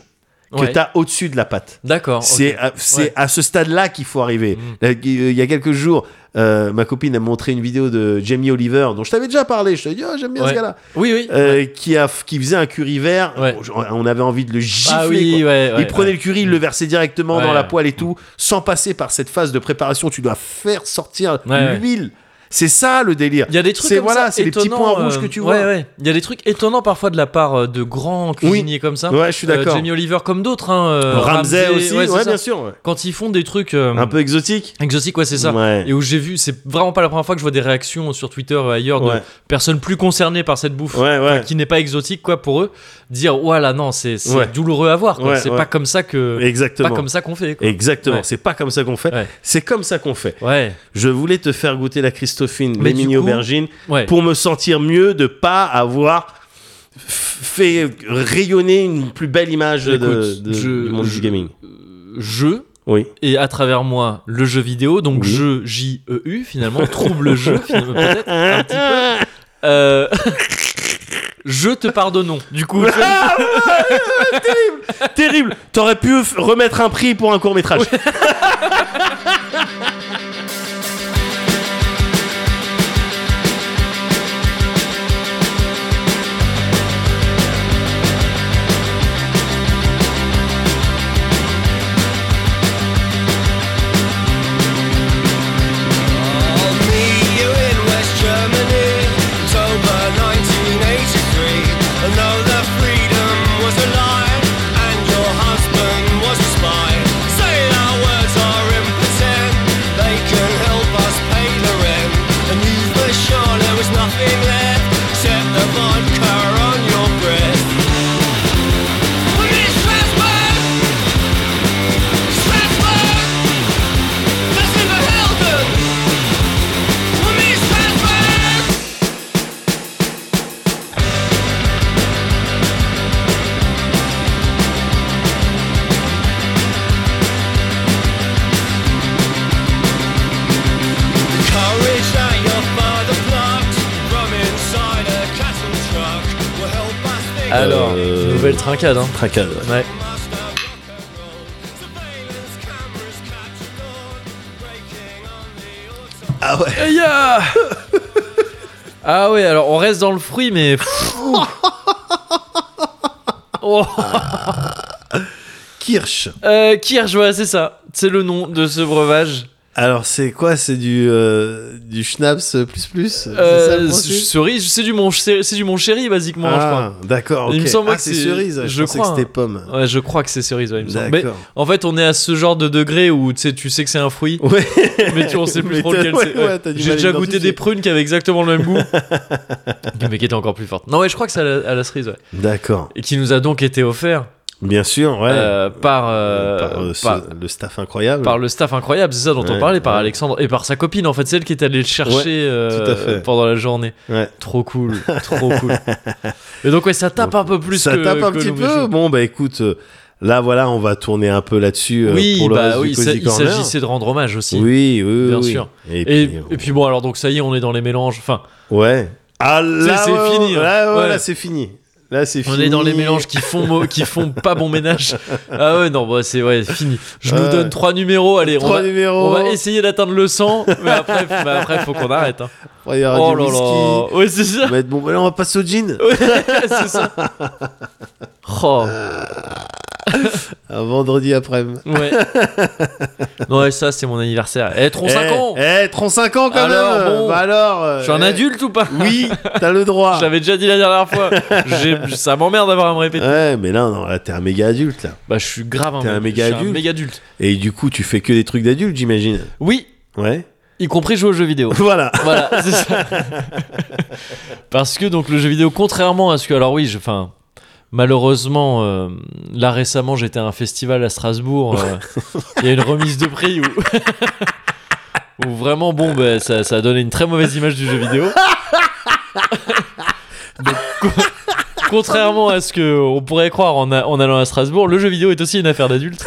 Speaker 2: que
Speaker 1: Ouais.
Speaker 2: tu as au-dessus de la pâte.
Speaker 1: D'accord. ok.
Speaker 2: C'est à, c'est
Speaker 1: Ouais.
Speaker 2: à ce stade-là qu'il faut arriver.
Speaker 1: Mm.
Speaker 2: Là, il y a quelques jours, euh, ma copine a montré une vidéo de Jamie Oliver, dont je t'avais déjà parlé. Je t'avais dit, oh, j'aime bien
Speaker 1: Ouais.
Speaker 2: ce gars-là.
Speaker 1: Oui, oui.
Speaker 2: Euh, qui, a, qui faisait un curry vert.
Speaker 1: Ouais.
Speaker 2: On avait envie de le gifler.
Speaker 1: ah oui,
Speaker 2: quoi.
Speaker 1: ouais, ouais,
Speaker 2: il prenait
Speaker 1: ouais.
Speaker 2: le curry, il le versait directement
Speaker 1: Ouais,
Speaker 2: dans la
Speaker 1: ouais.
Speaker 2: poêle et tout, sans passer par cette phase de préparation. Tu dois faire sortir
Speaker 1: Ouais, ouais.
Speaker 2: l'huile. C'est ça le délire.
Speaker 1: Il y a des trucs
Speaker 2: C'est-
Speaker 1: comme
Speaker 2: voilà,
Speaker 1: ça,
Speaker 2: c'est les petits
Speaker 1: étonnants,
Speaker 2: points rouges
Speaker 1: euh,
Speaker 2: que tu
Speaker 1: ouais,
Speaker 2: vois.
Speaker 1: ouais. Il y a des trucs étonnants parfois de la part euh, de grands cuisiniers comme ça.
Speaker 2: Ouais, je suis d'accord.
Speaker 1: Euh, Jamie Oliver comme d'autres. Hein, euh,
Speaker 2: Ramsey, aussi,
Speaker 1: ouais,
Speaker 2: ouais,
Speaker 1: c'est ça.
Speaker 2: bien sûr. ouais.
Speaker 1: Quand ils font des trucs euh,
Speaker 2: Un peu exotique.
Speaker 1: exotiques, ouais, c'est ça.
Speaker 2: Ouais.
Speaker 1: Et où j'ai vu, c'est vraiment pas la première fois que je vois des réactions sur Twitter euh, ailleurs de
Speaker 2: Ouais.
Speaker 1: personnes plus concernées par cette bouffe.
Speaker 2: Ouais, ouais.
Speaker 1: Qui n'est pas exotique quoi pour eux, dire voilà non c'est c'est
Speaker 2: Ouais.
Speaker 1: douloureux à voir quoi.
Speaker 2: Ouais,
Speaker 1: c'est
Speaker 2: ouais.
Speaker 1: pas comme ça que
Speaker 2: Exactement.
Speaker 1: pas comme ça qu'on fait quoi.
Speaker 2: Exactement.
Speaker 1: Ouais.
Speaker 2: C'est pas comme ça qu'on fait.
Speaker 1: Ouais.
Speaker 2: C'est comme ça qu'on fait.
Speaker 1: ouais
Speaker 2: Je voulais te faire goûter la Christophine,
Speaker 1: Mais
Speaker 2: les
Speaker 1: du
Speaker 2: mini
Speaker 1: coup-
Speaker 2: aubergines,
Speaker 1: ouais
Speaker 2: pour me sentir mieux de pas avoir f- fait rayonner une plus belle image de,
Speaker 1: Écoute,
Speaker 2: de-
Speaker 1: je-
Speaker 2: du monde
Speaker 1: je-
Speaker 2: du gaming.
Speaker 1: jeu
Speaker 2: Oui.
Speaker 1: et à travers moi le jeu vidéo, donc
Speaker 2: Oui.
Speaker 1: jeu J-E-U finalement, trouble jeu finalement, peut-être un petit peu. Euh, je te pardonnons. Du coup,
Speaker 2: Euh, Terrible. T'aurais pu f- remettre un prix pour un court métrage.
Speaker 6: I'll meet you in West Germany, October 1983. Another freedom was a lie, and your husband was a spy. Say our words are impotent, they can help us pay the rent. And you were sure there was nothing left, except the vodka on your breath. We're in Strasbourg, Strasbourg, that's never held them. Courage that your father plucked from inside a cattle truck will help us think.
Speaker 1: alors,
Speaker 2: Euh,
Speaker 1: nouvelle trincade. Hein.
Speaker 2: Trincade, ouais.
Speaker 1: Ouais.
Speaker 6: Must have rock and roll. Surveillance cameras captured on. Breaking on the auto.
Speaker 2: Ah ouais.
Speaker 1: Aïe, Eh ya ah ouais, alors on reste dans le fruit, mais. Oh,
Speaker 2: Kirsch.
Speaker 1: euh, Kirsch, ouais, c'est ça. C'est le nom de ce breuvage.
Speaker 2: Alors c'est quoi C'est du euh, du schnapps plus plus. C'est ça le
Speaker 1: Euh,
Speaker 2: principe
Speaker 1: cerise, c'est du mon, c'est c'est du mon chéri, basiquement, je crois.
Speaker 2: Ah, d'accord.
Speaker 1: Il
Speaker 2: ok.
Speaker 1: me semble
Speaker 2: Ah,
Speaker 1: que
Speaker 2: c'est
Speaker 1: c'est-
Speaker 2: cerise. Je,
Speaker 1: je
Speaker 2: pensais
Speaker 1: crois. hein.
Speaker 2: que c'était pomme.
Speaker 1: Ouais, je crois que c'est cerise, ouais, il me semble. Mais
Speaker 2: D'accord.
Speaker 1: en fait, on est à ce genre de degré où tu sais, tu sais que c'est un fruit,
Speaker 2: Ouais.
Speaker 1: mais tu on sait plus
Speaker 2: Mais
Speaker 1: trop
Speaker 2: t'as-
Speaker 1: lequel
Speaker 2: ouais,
Speaker 1: c'est.
Speaker 2: ouais, t'as du
Speaker 1: J'ai
Speaker 2: mal à
Speaker 1: déjà goûté
Speaker 2: l'identifier.
Speaker 1: des prunes qui avaient exactement le même goût, mais qui étaient encore plus fortes. Non, ouais, je crois que c'est à, la- à la cerise, ouais.
Speaker 2: D'accord.
Speaker 1: Et qui nous a donc été offert
Speaker 2: Bien sûr, ouais.
Speaker 1: euh, par, euh,
Speaker 2: par euh, ce-
Speaker 1: par-
Speaker 2: le staff incroyable.
Speaker 1: par le staff incroyable, c'est ça dont on
Speaker 2: Ouais,
Speaker 1: parlait, par
Speaker 2: ouais.
Speaker 1: Alexandre et par sa copine, en fait, celle qui est allée le chercher
Speaker 2: Ouais,
Speaker 1: euh,
Speaker 2: tout à fait.
Speaker 1: pendant la journée.
Speaker 2: Ouais.
Speaker 1: Trop cool, trop cool. Et donc, ouais, ça tape un peu plus
Speaker 2: Ça
Speaker 1: que-
Speaker 2: tape un
Speaker 1: que
Speaker 2: petit
Speaker 1: l'oubli chaud.
Speaker 2: peu. Bon, bah écoute, euh, là voilà, on va tourner un peu là-dessus euh,
Speaker 1: Oui,
Speaker 2: pour le
Speaker 1: bah
Speaker 2: reste
Speaker 1: oui,
Speaker 2: du
Speaker 1: ça-
Speaker 2: Cozy
Speaker 1: il
Speaker 2: Corner.
Speaker 1: s'agissait de rendre hommage aussi.
Speaker 2: Oui, oui,
Speaker 1: Bien
Speaker 2: oui.
Speaker 1: sûr.
Speaker 2: Et,
Speaker 1: Et,
Speaker 2: puis,
Speaker 1: et puis bon, alors donc ça y est, on est dans les mélanges. Enfin,
Speaker 2: ouais. Ah là,
Speaker 1: c'est
Speaker 2: ouais,
Speaker 1: fini,
Speaker 2: ouais,
Speaker 1: hein.
Speaker 2: Là, ouais,
Speaker 1: Ouais.
Speaker 2: là, c'est fini. Là, c'est
Speaker 1: on
Speaker 2: fini.
Speaker 1: est dans les mélanges qui font, mo- qui font pas bon ménage. Ah ouais, non, bah, c'est ouais, fini. Je nous
Speaker 2: Ouais.
Speaker 1: donne Euh, trois numéros. Allez, on,
Speaker 2: Trois
Speaker 1: va,
Speaker 2: numéros.
Speaker 1: on va essayer d'atteindre le 100, mais après, mais après faut qu'on arrête. hein.
Speaker 2: Il y aura
Speaker 1: Oh
Speaker 2: du
Speaker 1: là
Speaker 2: whisky.
Speaker 1: là. Ouais, c'est ça.
Speaker 2: On va être bon. bah là, on va passer au gin
Speaker 1: c'est ça. Oh,
Speaker 2: un vendredi après-midi.
Speaker 1: ouais. Non, ouais, ça, c'est mon anniversaire. Eh, tronc 5 ans
Speaker 2: Eh, eh, 35 ans quand
Speaker 1: Alors,
Speaker 2: même.
Speaker 1: bon.
Speaker 2: Bah alors. euh,
Speaker 1: Je suis un
Speaker 2: eh,
Speaker 1: adulte ou pas
Speaker 2: Oui, t'as le droit.
Speaker 1: Je l'avais déjà dit la dernière fois. J'ai- ça m'emmerde d'avoir à me répéter.
Speaker 2: Ouais, mais là, non, là, t'es un méga adulte là.
Speaker 1: Bah, je suis grave
Speaker 2: T'es un
Speaker 1: mec.
Speaker 2: méga
Speaker 1: Je suis
Speaker 2: adulte.
Speaker 1: méga adulte.
Speaker 2: Et du coup, tu fais que des trucs d'adulte, j'imagine.
Speaker 1: Oui,
Speaker 2: Ouais.
Speaker 1: y compris jouer aux jeux vidéo.
Speaker 2: Voilà.
Speaker 1: voilà, c'est ça. Parce que donc le jeu vidéo, contrairement à ce que, alors oui, je, enfin, malheureusement, euh, là récemment, j'étais à un festival à Strasbourg. euh, Il y a une remise de prix où, où vraiment, bon, ben, ça, ça a donné une très mauvaise image du jeu vidéo. Donc, co- Contrairement à ce que on pourrait croire en, a- en allant à Strasbourg, le jeu vidéo est aussi une affaire d'adulte.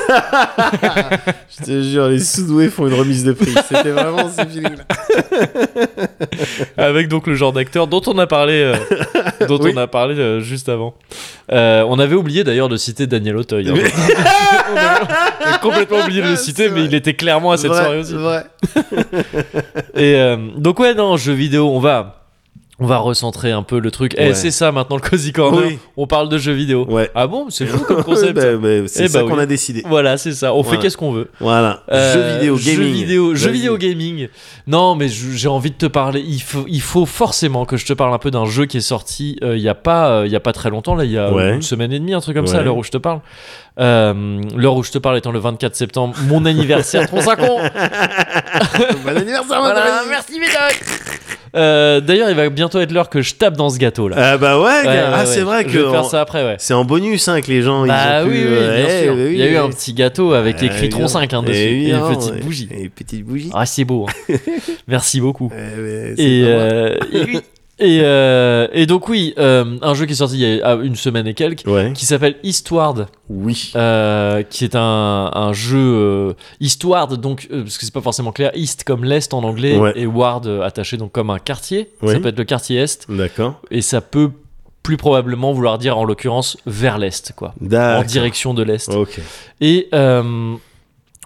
Speaker 2: Je te jure, les soudoués font une remise de prix. C'était vraiment ce feeling-là.
Speaker 1: Euh, Avec donc le genre d'acteur dont on a parlé, euh, dont
Speaker 2: Oui.
Speaker 1: on a parlé euh, juste avant. Euh, on avait oublié d'ailleurs de citer Daniel Auteuil. hein.
Speaker 2: Mais-
Speaker 1: on avait complètement oublié de le citer,
Speaker 2: C'est
Speaker 1: mais
Speaker 2: vrai.
Speaker 1: il était clairement à Ah, cette
Speaker 2: Vrai,
Speaker 1: soirée aussi.
Speaker 2: vrai.
Speaker 1: Et euh, donc ouais, non, jeux vidéo, on va, on va recentrer un peu le truc. Eh,
Speaker 2: Ouais.
Speaker 1: c'est ça maintenant le cozy corner.
Speaker 2: Oui.
Speaker 1: On parle de jeux vidéo.
Speaker 2: Ouais.
Speaker 1: Ah bon, c'est fou comme concept.
Speaker 2: Bah, bah, c'est
Speaker 1: Eh
Speaker 2: ça
Speaker 1: bah
Speaker 2: qu'on
Speaker 1: oui.
Speaker 2: a décidé.
Speaker 1: Voilà, c'est ça. On
Speaker 2: Voilà.
Speaker 1: fait qu'est-ce qu'on veut.
Speaker 2: Voilà. jeux
Speaker 1: Euh,
Speaker 2: vidéo, gaming.
Speaker 1: Jeux vidéo, jeux
Speaker 2: Vas-y.
Speaker 1: vidéo gaming. Non, mais je- j'ai envie de te parler. Il faut, il faut forcément que je te parle un peu d'un jeu qui est sorti euh, il y a pas, euh, il y a pas très longtemps. Là, il y a
Speaker 2: Ouais.
Speaker 1: une semaine et demie, un truc comme
Speaker 2: Ouais.
Speaker 1: ça. À l'heure où je te parle. Euh, l'heure où je te parle étant le 24 septembre, mon anniversaire, 35 ans.
Speaker 2: Bon anniversaire, madame.
Speaker 1: Voilà, merci Médoc. Euh, D'ailleurs, il va bientôt être l'heure que je tape dans ce gâteau là.
Speaker 2: Ah bah ouais,
Speaker 1: Ouais,
Speaker 2: gars.
Speaker 1: ouais,
Speaker 2: ah
Speaker 1: ouais.
Speaker 2: c'est vrai
Speaker 1: Je
Speaker 2: que
Speaker 1: vais faire
Speaker 2: on-
Speaker 1: ça après, ouais.
Speaker 2: c'est en bonus hein, que les gens
Speaker 1: Bah
Speaker 2: ils ont
Speaker 1: oui,
Speaker 2: pu,
Speaker 1: oui,
Speaker 2: euh,
Speaker 1: bien
Speaker 2: eh,
Speaker 1: sûr.
Speaker 2: bah oui,
Speaker 1: Il y a eu
Speaker 2: oui.
Speaker 1: un petit gâteau avec
Speaker 2: Ah,
Speaker 1: écrit
Speaker 2: évidemment.
Speaker 1: 35 hein, dessus et une
Speaker 2: Évidemment,
Speaker 1: petite
Speaker 2: ouais.
Speaker 1: bougie.
Speaker 2: Et une petite bougie.
Speaker 1: Ah, c'est beau. hein. Merci beaucoup.
Speaker 2: Eh, mais c'est
Speaker 1: Et,
Speaker 2: pas mal.
Speaker 1: euh, et, euh, et donc oui, euh, un jeu qui est sorti il y a ah, une semaine et quelques,
Speaker 2: euh, Ouais.
Speaker 1: qui s'appelle Histward,
Speaker 2: Oui.
Speaker 1: euh, qui est un, un jeu euh, Histward, donc euh, parce que c'est pas forcément clair, East comme l'est en anglais
Speaker 2: Ouais.
Speaker 1: et Ward euh, attaché donc comme un quartier.
Speaker 2: Oui.
Speaker 1: Ça peut être le quartier est
Speaker 2: D'accord.
Speaker 1: et ça peut plus probablement vouloir dire en l'occurrence vers l'est quoi, en
Speaker 2: Ah, D'accord.
Speaker 1: direction de l'est.
Speaker 2: Ok.
Speaker 1: Et euh,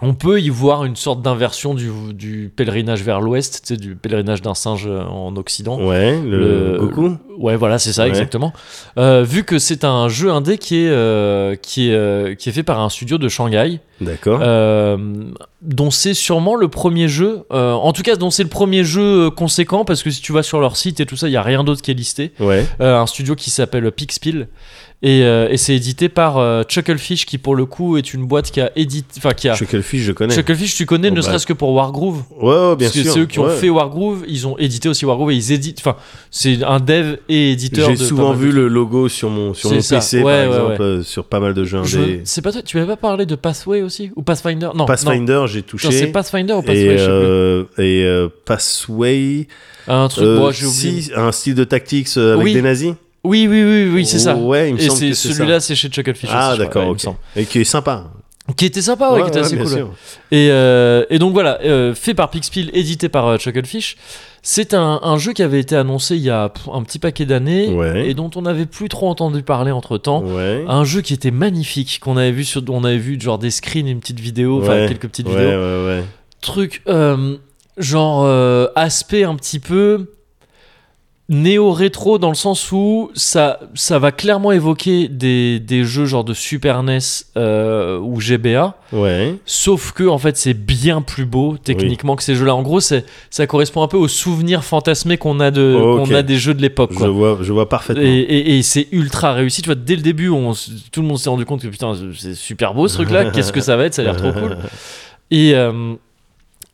Speaker 1: on peut y voir une sorte d'inversion du, du pèlerinage vers l'ouest, tu sais, du pèlerinage d'un singe euh, en Occident.
Speaker 2: Ouais. Le,
Speaker 1: Le-
Speaker 2: Goku.
Speaker 1: Ouais, voilà, c'est ça,
Speaker 2: Ouais.
Speaker 1: exactement. Euh, vu que c'est un jeu indé qui est, euh, qui, est, euh, qui est fait par un studio de Shanghai,
Speaker 2: D'accord.
Speaker 1: euh, dont c'est sûrement le premier jeu, euh, en tout cas, dont c'est le premier jeu euh, conséquent, parce que si tu vas sur leur site et tout ça, il n'y a rien d'autre qui est listé.
Speaker 2: ouais.
Speaker 1: Euh, un studio qui s'appelle Pixpill. Et, euh, et c'est édité par euh, Chucklefish, qui pour le coup est une boîte qui a édité. Enfin, qui a.
Speaker 2: Chucklefish, je connais.
Speaker 1: Chucklefish, tu connais,
Speaker 2: Oh,
Speaker 1: ne
Speaker 2: bah.
Speaker 1: serait-ce que pour Wargroove.
Speaker 2: Ouais, ouais, bien
Speaker 1: Parce que
Speaker 2: sûr.
Speaker 1: c'est eux qui ont
Speaker 2: ouais.
Speaker 1: fait Wargroove, ils ont édité aussi Wargroove et ils éditent. Enfin, c'est un dev et éditeur.
Speaker 2: J'ai
Speaker 1: de pas
Speaker 2: souvent
Speaker 1: mal de
Speaker 2: vu le logo sur mon, sur
Speaker 1: C'est
Speaker 2: mon
Speaker 1: ça. Ouais,
Speaker 2: PC, par
Speaker 1: ouais,
Speaker 2: exemple,
Speaker 1: ouais.
Speaker 2: euh, sur pas mal de jeux
Speaker 1: Je
Speaker 2: indés.
Speaker 1: me- C'est pas toi, tu m'avais pas parlé de Pathway aussi Ou Pathfinder Non, non.
Speaker 2: Pathfinder, j'ai
Speaker 1: Non, c'est
Speaker 2: touché.
Speaker 1: Pathfinder ou Pathway,
Speaker 2: Et,
Speaker 1: je sais plus.
Speaker 2: euh, et euh, Pathway,
Speaker 1: Un truc,
Speaker 2: euh,
Speaker 1: bon, j'ai oublié.
Speaker 2: si, un style de tactics euh, avec
Speaker 1: Oui.
Speaker 2: des nazis.
Speaker 1: Oui, oui, oui, oui, c'est ça.
Speaker 2: Ouais, il me
Speaker 1: Et
Speaker 2: semble
Speaker 1: c'est
Speaker 2: que c'est
Speaker 1: celui-là, c'est chez Chucklefish.
Speaker 2: ça. Ah
Speaker 1: aussi, je crois,
Speaker 2: d'accord,
Speaker 1: ouais, il me
Speaker 2: ok.
Speaker 1: semble.
Speaker 2: Et qui est sympa.
Speaker 1: Qui était sympa, ouais, qui était assez
Speaker 2: bien
Speaker 1: cool. ouais.
Speaker 2: sûr.
Speaker 1: Et, euh, et donc voilà, euh, fait par Pixpill, édité par euh, Chucklefish. C'est un, un jeu qui avait été annoncé il y a pff, un petit paquet d'années
Speaker 2: Ouais.
Speaker 1: et dont on n'avait plus trop entendu parler entre temps.
Speaker 2: Ouais.
Speaker 1: Un jeu qui était magnifique, qu'on avait vu sur, on avait vu genre des screens, et une petite vidéo, enfin
Speaker 2: Ouais.
Speaker 1: quelques petites
Speaker 2: ouais,
Speaker 1: vidéos.
Speaker 2: ouais,
Speaker 1: Truc euh, genre euh, aspect un petit peu néo-rétro dans le sens où ça, ça va clairement évoquer des, des jeux genre de Super NES euh, ou GBA.
Speaker 2: ouais. Ouais.
Speaker 1: Sauf que en fait c'est bien plus beau techniquement que ces jeux-là. En gros, c'est ça correspond un peu aux souvenirs fantasmés qu'on a de
Speaker 2: Oh, Ok.
Speaker 1: qu'on a des jeux de l'époque.
Speaker 2: Je
Speaker 1: quoi.
Speaker 2: vois, je vois parfaitement.
Speaker 1: Et, et- et c'est ultra réussi. Tu vois, dès le début, on, s- tout le monde s'est rendu compte que putain c'est super beau ce truc-là. Qu'est-ce que ça va être Ça a l'air trop cool. Et euh,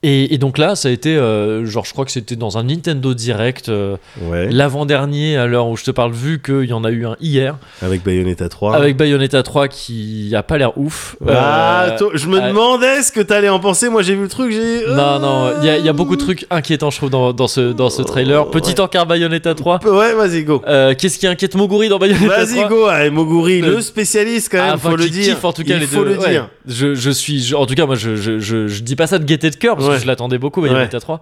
Speaker 1: et, et donc là, ça a été, euh, genre, je crois que c'était dans un Nintendo Direct, euh,
Speaker 2: Ouais.
Speaker 1: l'avant-dernier, à l'heure où je te parle, vu qu'il y en a eu un hier,
Speaker 2: Avec Bayonetta 3.
Speaker 1: avec Bayonetta 3 qui a pas l'air ouf.
Speaker 2: Ah,
Speaker 1: Euh,
Speaker 2: toi, je me
Speaker 1: euh,
Speaker 2: demandais ce que t'allais en penser. Moi, j'ai vu le truc, j'ai. euh,
Speaker 1: Non, non, il y, a- il y a beaucoup de trucs inquiétants, je trouve, dans, dans ce, dans ce trailer.
Speaker 2: Oh,
Speaker 1: Petit encart Bayonetta 3.
Speaker 2: Ouais, vas-y, go.
Speaker 1: Euh, Qu'est-ce qui inquiète Moguri dans Bayonetta 3
Speaker 2: Vas-y, go. Allez, Moguri,
Speaker 1: Euh,
Speaker 2: le spécialiste, quand même,
Speaker 1: Ah, enfin,
Speaker 2: faut le
Speaker 1: qui
Speaker 2: dire.
Speaker 1: kiffe, en tout cas,
Speaker 2: Il
Speaker 1: les
Speaker 2: faut
Speaker 1: deux.
Speaker 2: le
Speaker 1: Ouais.
Speaker 2: dire.
Speaker 1: Je, je suis, je- en tout cas, moi, je, je, je, je dis pas ça de gaieté de cœur parce
Speaker 2: Ouais.
Speaker 1: que je l'attendais beaucoup, Bayonetta 3.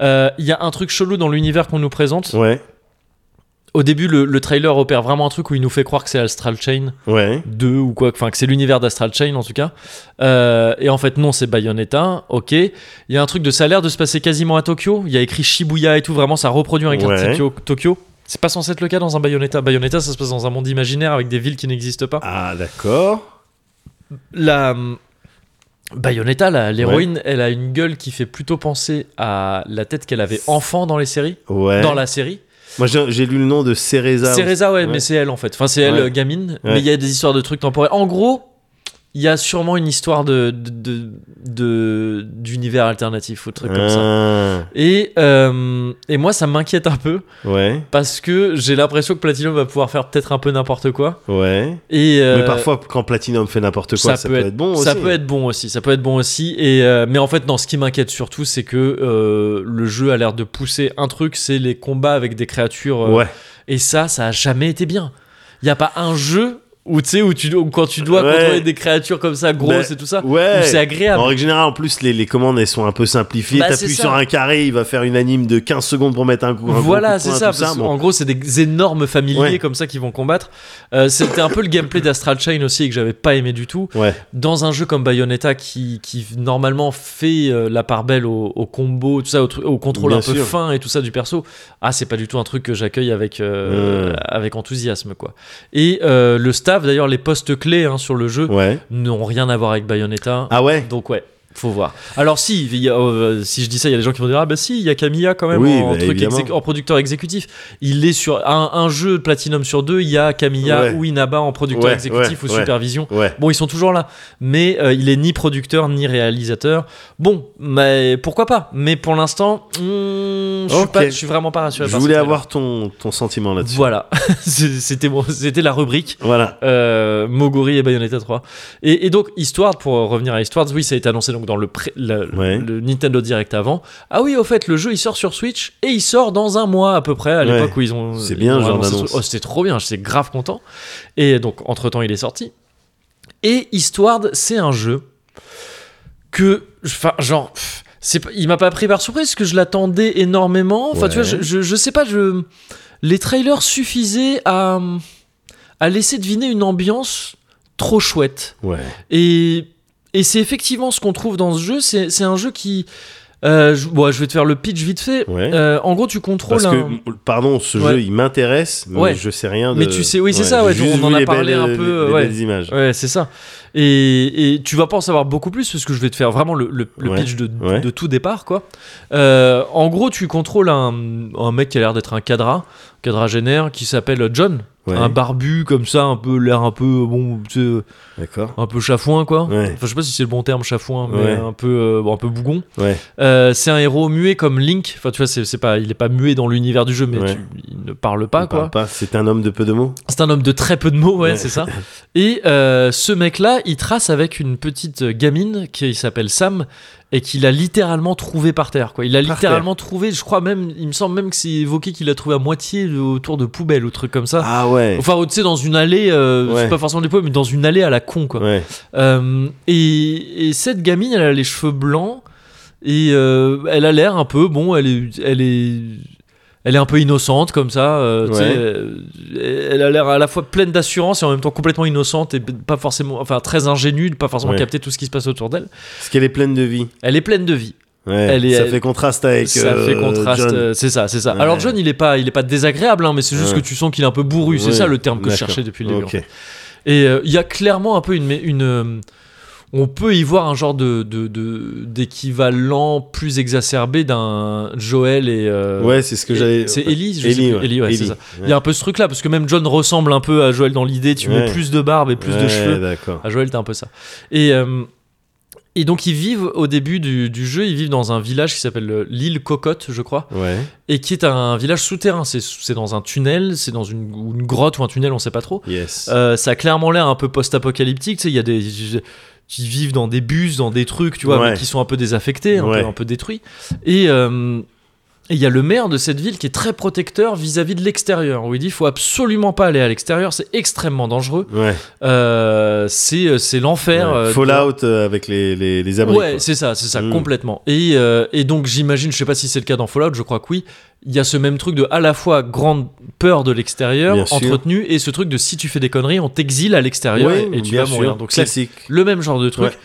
Speaker 1: Euh, Il y a un truc chelou dans l'univers qu'on nous présente.
Speaker 2: Ouais,
Speaker 1: Au début, le, le trailer opère vraiment un truc où il nous fait croire que c'est Astral Chain
Speaker 2: ouais.
Speaker 1: 2 ou quoi, enfin, que c'est l'univers d'Astral Chain en tout cas. Euh, et en fait, non, c'est Bayonetta, ok. Il y a un truc de ça a l'air de se passer quasiment à Tokyo. Il y a écrit Shibuya et tout, vraiment, ça reproduit un quartier
Speaker 2: Ouais.
Speaker 1: de Tokyo- Tokyo. C'est pas censé être le cas dans un Bayonetta. Bayonetta, ça se passe dans un monde imaginaire avec des villes qui n'existent pas.
Speaker 2: Ah, d'accord.
Speaker 1: La. hum, Bayonetta, la- l'héroïne, elle a une gueule qui fait plutôt penser à la tête qu'elle avait enfant dans les séries,
Speaker 2: Ouais.
Speaker 1: dans la série.
Speaker 2: Moi, j'ai j'ai lu le nom de Cereza.
Speaker 1: C'est Reza, ouais, mais
Speaker 2: ouais.
Speaker 1: c'est elle en fait. Enfin, c'est elle
Speaker 2: Ouais.
Speaker 1: euh, gamine.
Speaker 2: Ouais.
Speaker 1: Mais il y a des histoires de trucs temporaires. En gros, il y a sûrement une histoire de de- de- de- d'univers alternatif ou de trucs comme ça.
Speaker 2: Ah,
Speaker 1: Et euh, et moi, ça m'inquiète un peu
Speaker 2: Ouais,
Speaker 1: parce que j'ai l'impression que Platinum va pouvoir faire peut-être un peu n'importe quoi.
Speaker 2: ouais.
Speaker 1: Et
Speaker 2: Mais
Speaker 1: euh,
Speaker 2: parfois, quand Platinum fait n'importe quoi, ça, peut être, bon aussi.
Speaker 1: ça peut être bon aussi ça peut être bon aussi et euh, mais en fait non ce qui m'inquiète surtout c'est que euh, le jeu a l'air de pousser un truc c'est les combats avec des créatures euh,
Speaker 2: Ouais,
Speaker 1: et ça ça a jamais été bien Il n'y a pas un jeu où, tu sais, où, tu, où quand tu dois
Speaker 2: Ouais.
Speaker 1: contrôler des créatures comme ça, grosses
Speaker 2: Ben,
Speaker 1: et tout ça,
Speaker 2: ouais.
Speaker 1: où c'est
Speaker 2: En
Speaker 1: agréable.
Speaker 2: règle générale, en plus, les, les commandes elles sont un peu simplifiées.
Speaker 1: Ah Bah,
Speaker 2: T'appuies
Speaker 1: c'est ça.
Speaker 2: sur un carré, il va faire une anime de 15 secondes pour mettre un coup. un gros coup
Speaker 1: Voilà,
Speaker 2: de
Speaker 1: c'est
Speaker 2: poing,
Speaker 1: ça.
Speaker 2: tout
Speaker 1: parce
Speaker 2: Bon.
Speaker 1: En gros, c'est des énormes familiers
Speaker 2: Ouais.
Speaker 1: comme ça qui vont combattre. Euh, C'était un peu le gameplay d'Astral Chain aussi que j'avais pas aimé du tout.
Speaker 2: Ouais.
Speaker 1: dans un jeu comme Bayonetta qui, qui normalement fait euh, la part belle au, au combo, tout ça, au, tru- au contrôle
Speaker 2: Bien
Speaker 1: un peu
Speaker 2: sûr.
Speaker 1: fin et tout ça du perso, ah c'est pas du tout un truc que j'accueille avec euh,
Speaker 2: Ouais.
Speaker 1: avec enthousiasme quoi. Et euh, le staff d'ailleurs, les postes clés hein, sur le jeu
Speaker 2: Ouais.
Speaker 1: n'ont rien à voir avec Bayonetta.
Speaker 2: Ah ouais.
Speaker 1: Donc ouais. Faut voir. Alors si, il y a, euh, si je dis ça, il y a des gens qui vont dire ah bah si, il y a Camilla quand même
Speaker 2: Oui,
Speaker 1: en,
Speaker 2: bah,
Speaker 1: truc
Speaker 2: évidemment.
Speaker 1: exé- en producteur exécutif. Il est sur un, un jeu platinum sur deux, il y a Camilla
Speaker 2: Ouais.
Speaker 1: ou Inaba en producteur
Speaker 2: Ouais,
Speaker 1: exécutif
Speaker 2: ouais,
Speaker 1: ou
Speaker 2: ouais.
Speaker 1: supervision.
Speaker 2: Ouais.
Speaker 1: Bon, ils sont toujours là, mais euh, il est ni producteur ni réalisateur. Bon, mais pourquoi pas Mais pour l'instant, hmm, je suis
Speaker 2: Ok.
Speaker 1: pas- je suis vraiment pas rassuré.
Speaker 2: Je
Speaker 1: par ce
Speaker 2: voulais
Speaker 1: trailer.
Speaker 2: avoir ton, ton sentiment là-dessus.
Speaker 1: Voilà, C'est- c'était bon, c'était la rubrique.
Speaker 2: Voilà.
Speaker 1: euh, Moguri et Bayonetta 3. Et, et donc, Histoire, pour revenir à Histoire, oui, ça a été annoncé donc dans le, pré- le- le-
Speaker 2: Ouais.
Speaker 1: le Nintendo Direct avant. Ah oui, au fait, le jeu il sort sur Switch et il sort dans un mois à peu près, à
Speaker 2: Ouais.
Speaker 1: l'époque où ils ont.
Speaker 2: C'est
Speaker 1: ils
Speaker 2: bien,
Speaker 1: ont
Speaker 2: genre
Speaker 1: annoncé ce
Speaker 2: d'annonce.
Speaker 1: truc. Oh, c'était trop bien, j'étais grave content. Et donc, entre-temps, il est sorti. Et Histoire, c'est un jeu que. Enfin, genre. pff, c'est pas- il m'a pas pris par surprise parce que je l'attendais énormément. Enfin, tu vois,
Speaker 2: Ouais.
Speaker 1: je, je, je sais pas, je, les trailers suffisaient à, à laisser deviner une ambiance trop chouette.
Speaker 2: Ouais.
Speaker 1: Et, et c'est effectivement ce qu'on trouve dans ce jeu. C'est c'est un jeu qui. euh, je, bon, je vais te faire le pitch vite fait.
Speaker 2: Ouais.
Speaker 1: Euh, en gros, tu contrôles
Speaker 2: Parce
Speaker 1: un.
Speaker 2: que, pardon, ce
Speaker 1: Ouais.
Speaker 2: jeu, il m'intéresse, mais
Speaker 1: Ouais.
Speaker 2: je sais rien de.
Speaker 1: Mais tu sais- oui, c'est ça,
Speaker 2: j'ai
Speaker 1: ouais,
Speaker 2: juste
Speaker 1: on en
Speaker 2: vu
Speaker 1: a
Speaker 2: les
Speaker 1: parlé
Speaker 2: belles-
Speaker 1: un
Speaker 2: les-
Speaker 1: peu,
Speaker 2: les
Speaker 1: ouais.
Speaker 2: belles images.
Speaker 1: Ouais, c'est ça. Et, et tu vas pas en savoir beaucoup plus parce que je vais te faire vraiment le, le- le
Speaker 2: Ouais,
Speaker 1: pitch de,
Speaker 2: ouais.
Speaker 1: de tout départ, quoi. Euh, en gros, tu contrôles un, un mec qui a l'air d'être un cadra, quadragénaire, qui s'appelle John.
Speaker 2: Ouais.
Speaker 1: Un barbu comme ça, un peu l'air un peu bon, tu sais,
Speaker 2: D'accord.
Speaker 1: un peu chafouin quoi.
Speaker 2: Ouais.
Speaker 1: Enfin, je sais pas si c'est le bon terme chafouin, mais
Speaker 2: Ouais.
Speaker 1: un peu euh, bon, un peu bougon.
Speaker 2: Ouais.
Speaker 1: Euh, c'est un héros muet comme Link. Enfin, tu vois, c'est, c'est pas, il est pas muet dans l'univers du jeu, mais
Speaker 2: Ouais.
Speaker 1: tu- il ne parle pas,
Speaker 2: On
Speaker 1: quoi.
Speaker 2: parle pas. C'est un homme de peu de mots.
Speaker 1: C'est un homme de très peu de mots, ouais,
Speaker 2: Ouais.
Speaker 1: c'est ça. Et euh, ce mec-là, il trace avec une petite euh, gamine qui s'appelle Sam et qu'il a littéralement trouvé par terre, quoi. Il a
Speaker 2: Par
Speaker 1: littéralement trouvé, je crois même, il me semble même que c'est évoqué qu'il a trouvé à moitié autour de poubelles ou truc comme ça.
Speaker 2: Ah ouais.
Speaker 1: Enfin, tu sais, dans une allée, euh,
Speaker 2: Ouais.
Speaker 1: c'est pas forcément des poubelles, mais dans une allée à la con, quoi.
Speaker 2: Ouais.
Speaker 1: Euh, et, et cette gamine, elle a les cheveux blancs et euh, elle a l'air un peu bon. Elle est, elle est, elle est un peu innocente comme ça. euh, tu sais,
Speaker 2: Ouais.
Speaker 1: euh, elle a l'air à la fois pleine d'assurance et en même temps complètement innocente et pas forcément, enfin très ingénue, de pas forcément
Speaker 2: Ouais.
Speaker 1: capter tout ce qui se passe autour d'elle.
Speaker 2: Parce qu'elle est pleine de vie.
Speaker 1: Elle est pleine de vie.
Speaker 2: Ouais.
Speaker 1: Elle est-
Speaker 2: ça
Speaker 1: elle-
Speaker 2: fait contraste avec.
Speaker 1: ça
Speaker 2: euh,
Speaker 1: fait contraste.
Speaker 2: John.
Speaker 1: euh, C'est ça, c'est ça.
Speaker 2: Ouais.
Speaker 1: Alors John, il est pas, il est pas désagréable, hein, mais c'est juste
Speaker 2: Ouais.
Speaker 1: que tu sens qu'il est un peu bourru. C'est
Speaker 2: Ouais.
Speaker 1: ça le terme que je
Speaker 2: D'accord.
Speaker 1: cherchais depuis le début. en
Speaker 2: Ok.
Speaker 1: fait. Et euh, il y a clairement un peu une. une euh, on peut y voir un genre de de- de- d'équivalent plus exacerbé d'un Joël et. euh,
Speaker 2: ouais, c'est ce que
Speaker 1: et-
Speaker 2: j'avais.
Speaker 1: C'est Ellie, je sais
Speaker 2: Ellie,
Speaker 1: plus. Ellie, ouais, c'est
Speaker 2: Ellie.
Speaker 1: ça. Il y a un peu ce truc-là, parce que même John ressemble un peu à Joël dans l'idée. Tu mets
Speaker 2: Ouais.
Speaker 1: plus de barbe et plus de
Speaker 2: Ouais,
Speaker 1: cheveux.
Speaker 2: D'accord.
Speaker 1: À Joël, t'es un peu ça. Et, euh, et donc, ils vivent au début du, du jeu, ils vivent dans un village qui s'appelle euh, l'île Cocotte, je crois
Speaker 2: Ouais.
Speaker 1: et qui est un village souterrain. C'est- C'est dans un tunnel, c'est dans une, ou une grotte ou un tunnel, on sait pas trop.
Speaker 2: Yes.
Speaker 1: Euh, ça a clairement l'air un peu post-apocalyptique. Tu sais, il y a des qui vivent dans des bus, dans des trucs, tu vois,
Speaker 2: Ouais.
Speaker 1: mais qui sont un peu désaffectés, un,
Speaker 2: Ouais.
Speaker 1: peu, un peu détruits. Et euh, et il y a le maire de cette ville qui est très protecteur vis-à-vis de l'extérieur, où il dit faut absolument pas aller à l'extérieur, c'est extrêmement dangereux,
Speaker 2: Ouais.
Speaker 1: Euh, c'est c'est l'enfer.
Speaker 2: Ouais.
Speaker 1: euh,
Speaker 2: Fallout euh, avec les les, les abris.
Speaker 1: Ouais,
Speaker 2: quoi.
Speaker 1: c'est ça, c'est ça,
Speaker 2: Mm.
Speaker 1: complètement. Et, euh, et donc j'imagine, je sais pas si c'est le cas dans Fallout, je crois que oui, il y a ce même truc de à la fois grande peur de l'extérieur
Speaker 2: Bien sûr.
Speaker 1: entretenue et ce truc de si tu fais des conneries, on t'exile à l'extérieur
Speaker 2: Ouais,
Speaker 1: et, et tu
Speaker 2: bien
Speaker 1: vas mourir.
Speaker 2: sûr.
Speaker 1: Donc c'est
Speaker 2: classique.
Speaker 1: le même genre de truc.
Speaker 2: Ouais.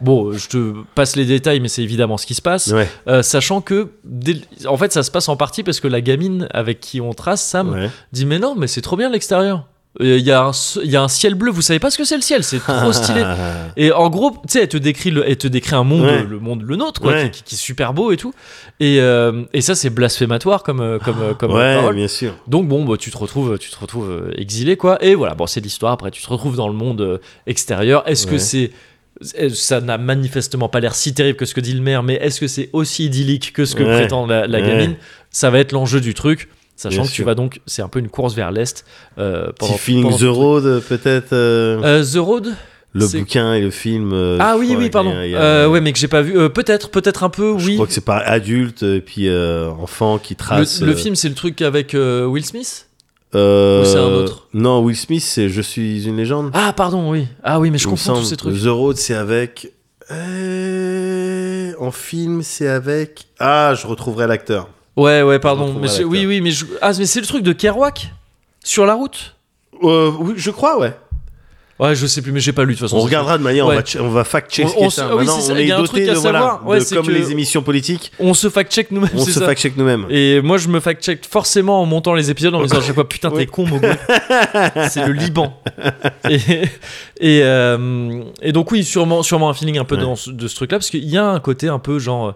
Speaker 1: Bon, euh, je te passe les détails, mais c'est évidemment ce qui se passe.
Speaker 2: Ouais.
Speaker 1: Euh, sachant que, dès le- en fait, ça se passe en partie parce que la gamine avec qui on trace, Sam,
Speaker 2: Ouais.
Speaker 1: dit mais non, mais c'est trop bien l'extérieur. Euh, Il y, a un s- il y a un ciel bleu, vous savez pas ce que c'est le ciel, c'est trop stylé. Et en gros, tu sais, elle te décrit le, elle te décrit un monde,
Speaker 2: Ouais.
Speaker 1: le monde, le nôtre, quoi,
Speaker 2: Ouais.
Speaker 1: qui, qui- qui est super beau et tout. Et, euh, et ça, c'est blasphématoire comme euh, comme euh, comme euh,
Speaker 2: Ouais,
Speaker 1: parole.
Speaker 2: bien sûr.
Speaker 1: Donc bon, bah, tu te retrouves, tu te retrouves euh, exilé, quoi. Et voilà, bon, c'est l'histoire. Après, tu te retrouves dans le monde euh, extérieur. Est-ce que
Speaker 2: Ouais.
Speaker 1: c'est euh, ça n'a manifestement pas l'air si terrible que ce que dit le maire, mais est-ce que c'est aussi idyllique que ce que
Speaker 2: Ouais.
Speaker 1: prétend la, la
Speaker 2: Ouais.
Speaker 1: gamine Ça va être l'enjeu du truc, sachant
Speaker 2: Bien
Speaker 1: que tu
Speaker 2: sûr.
Speaker 1: vas donc, c'est un peu une course vers l'est. euh, pendant,
Speaker 2: Petit feeling
Speaker 1: pendant-
Speaker 2: The Road, peut-être. euh,
Speaker 1: Euh, The Road,
Speaker 2: le
Speaker 1: c'est-
Speaker 2: bouquin et le film. euh,
Speaker 1: Ah
Speaker 2: je
Speaker 1: oui,
Speaker 2: crois
Speaker 1: oui,
Speaker 2: qu'il
Speaker 1: pardon.
Speaker 2: y a- il y a-
Speaker 1: Euh, ouais, mais que j'ai pas vu. Euh, peut-être, peut-être un peu,
Speaker 2: Je
Speaker 1: oui.
Speaker 2: crois que c'est par adulte et puis euh, enfant qui trace.
Speaker 1: le, le
Speaker 2: euh,
Speaker 1: film, c'est le truc avec euh, Will Smith
Speaker 2: Euh,
Speaker 1: Ou c'est un autre
Speaker 2: Non, Will Smith, c'est Je suis une légende.
Speaker 1: Ah, pardon, oui. Ah oui, mais je
Speaker 2: Il me
Speaker 1: confonds tous
Speaker 2: semble.
Speaker 1: ces trucs.
Speaker 2: The Road, c'est avec. Euh, En film, c'est avec. Ah, je retrouverai l'acteur.
Speaker 1: Ouais, ouais, pardon.
Speaker 2: retrouverai
Speaker 1: Mais c'est-
Speaker 2: l'acteur.
Speaker 1: oui, oui, mais je- ah, mais c'est le truc de Kerouac sur la route.
Speaker 2: Euh, oui, je crois, ouais.
Speaker 1: Ouais, je sais plus, mais j'ai pas lu de toute façon.
Speaker 2: On regardera de manière, on
Speaker 1: Ouais.
Speaker 2: va, che- on va fact-checker
Speaker 1: On- on
Speaker 2: ça.
Speaker 1: se- ah oui,
Speaker 2: Maintenant,
Speaker 1: c'est ça,
Speaker 2: on
Speaker 1: il
Speaker 2: est
Speaker 1: y a un
Speaker 2: doté
Speaker 1: truc à
Speaker 2: de, voilà,
Speaker 1: savoir. Ouais,
Speaker 2: de-
Speaker 1: c'est
Speaker 2: comme
Speaker 1: que-
Speaker 2: les émissions politiques,
Speaker 1: On se fact-check nous-mêmes,
Speaker 2: on
Speaker 1: c'est
Speaker 2: se
Speaker 1: ça.
Speaker 2: fact-check nous-mêmes.
Speaker 1: Et moi, je me fact-check forcément en montant les épisodes en me disant à chaque fois Putain,
Speaker 2: Oui.
Speaker 1: t'es con, Mogo. c'est le Liban. Et, et, euh, et donc, oui, sûrement, sûrement un feeling un peu
Speaker 2: Ouais.
Speaker 1: dans ce- de ce truc-là, parce qu'il y a un côté un peu genre. euh,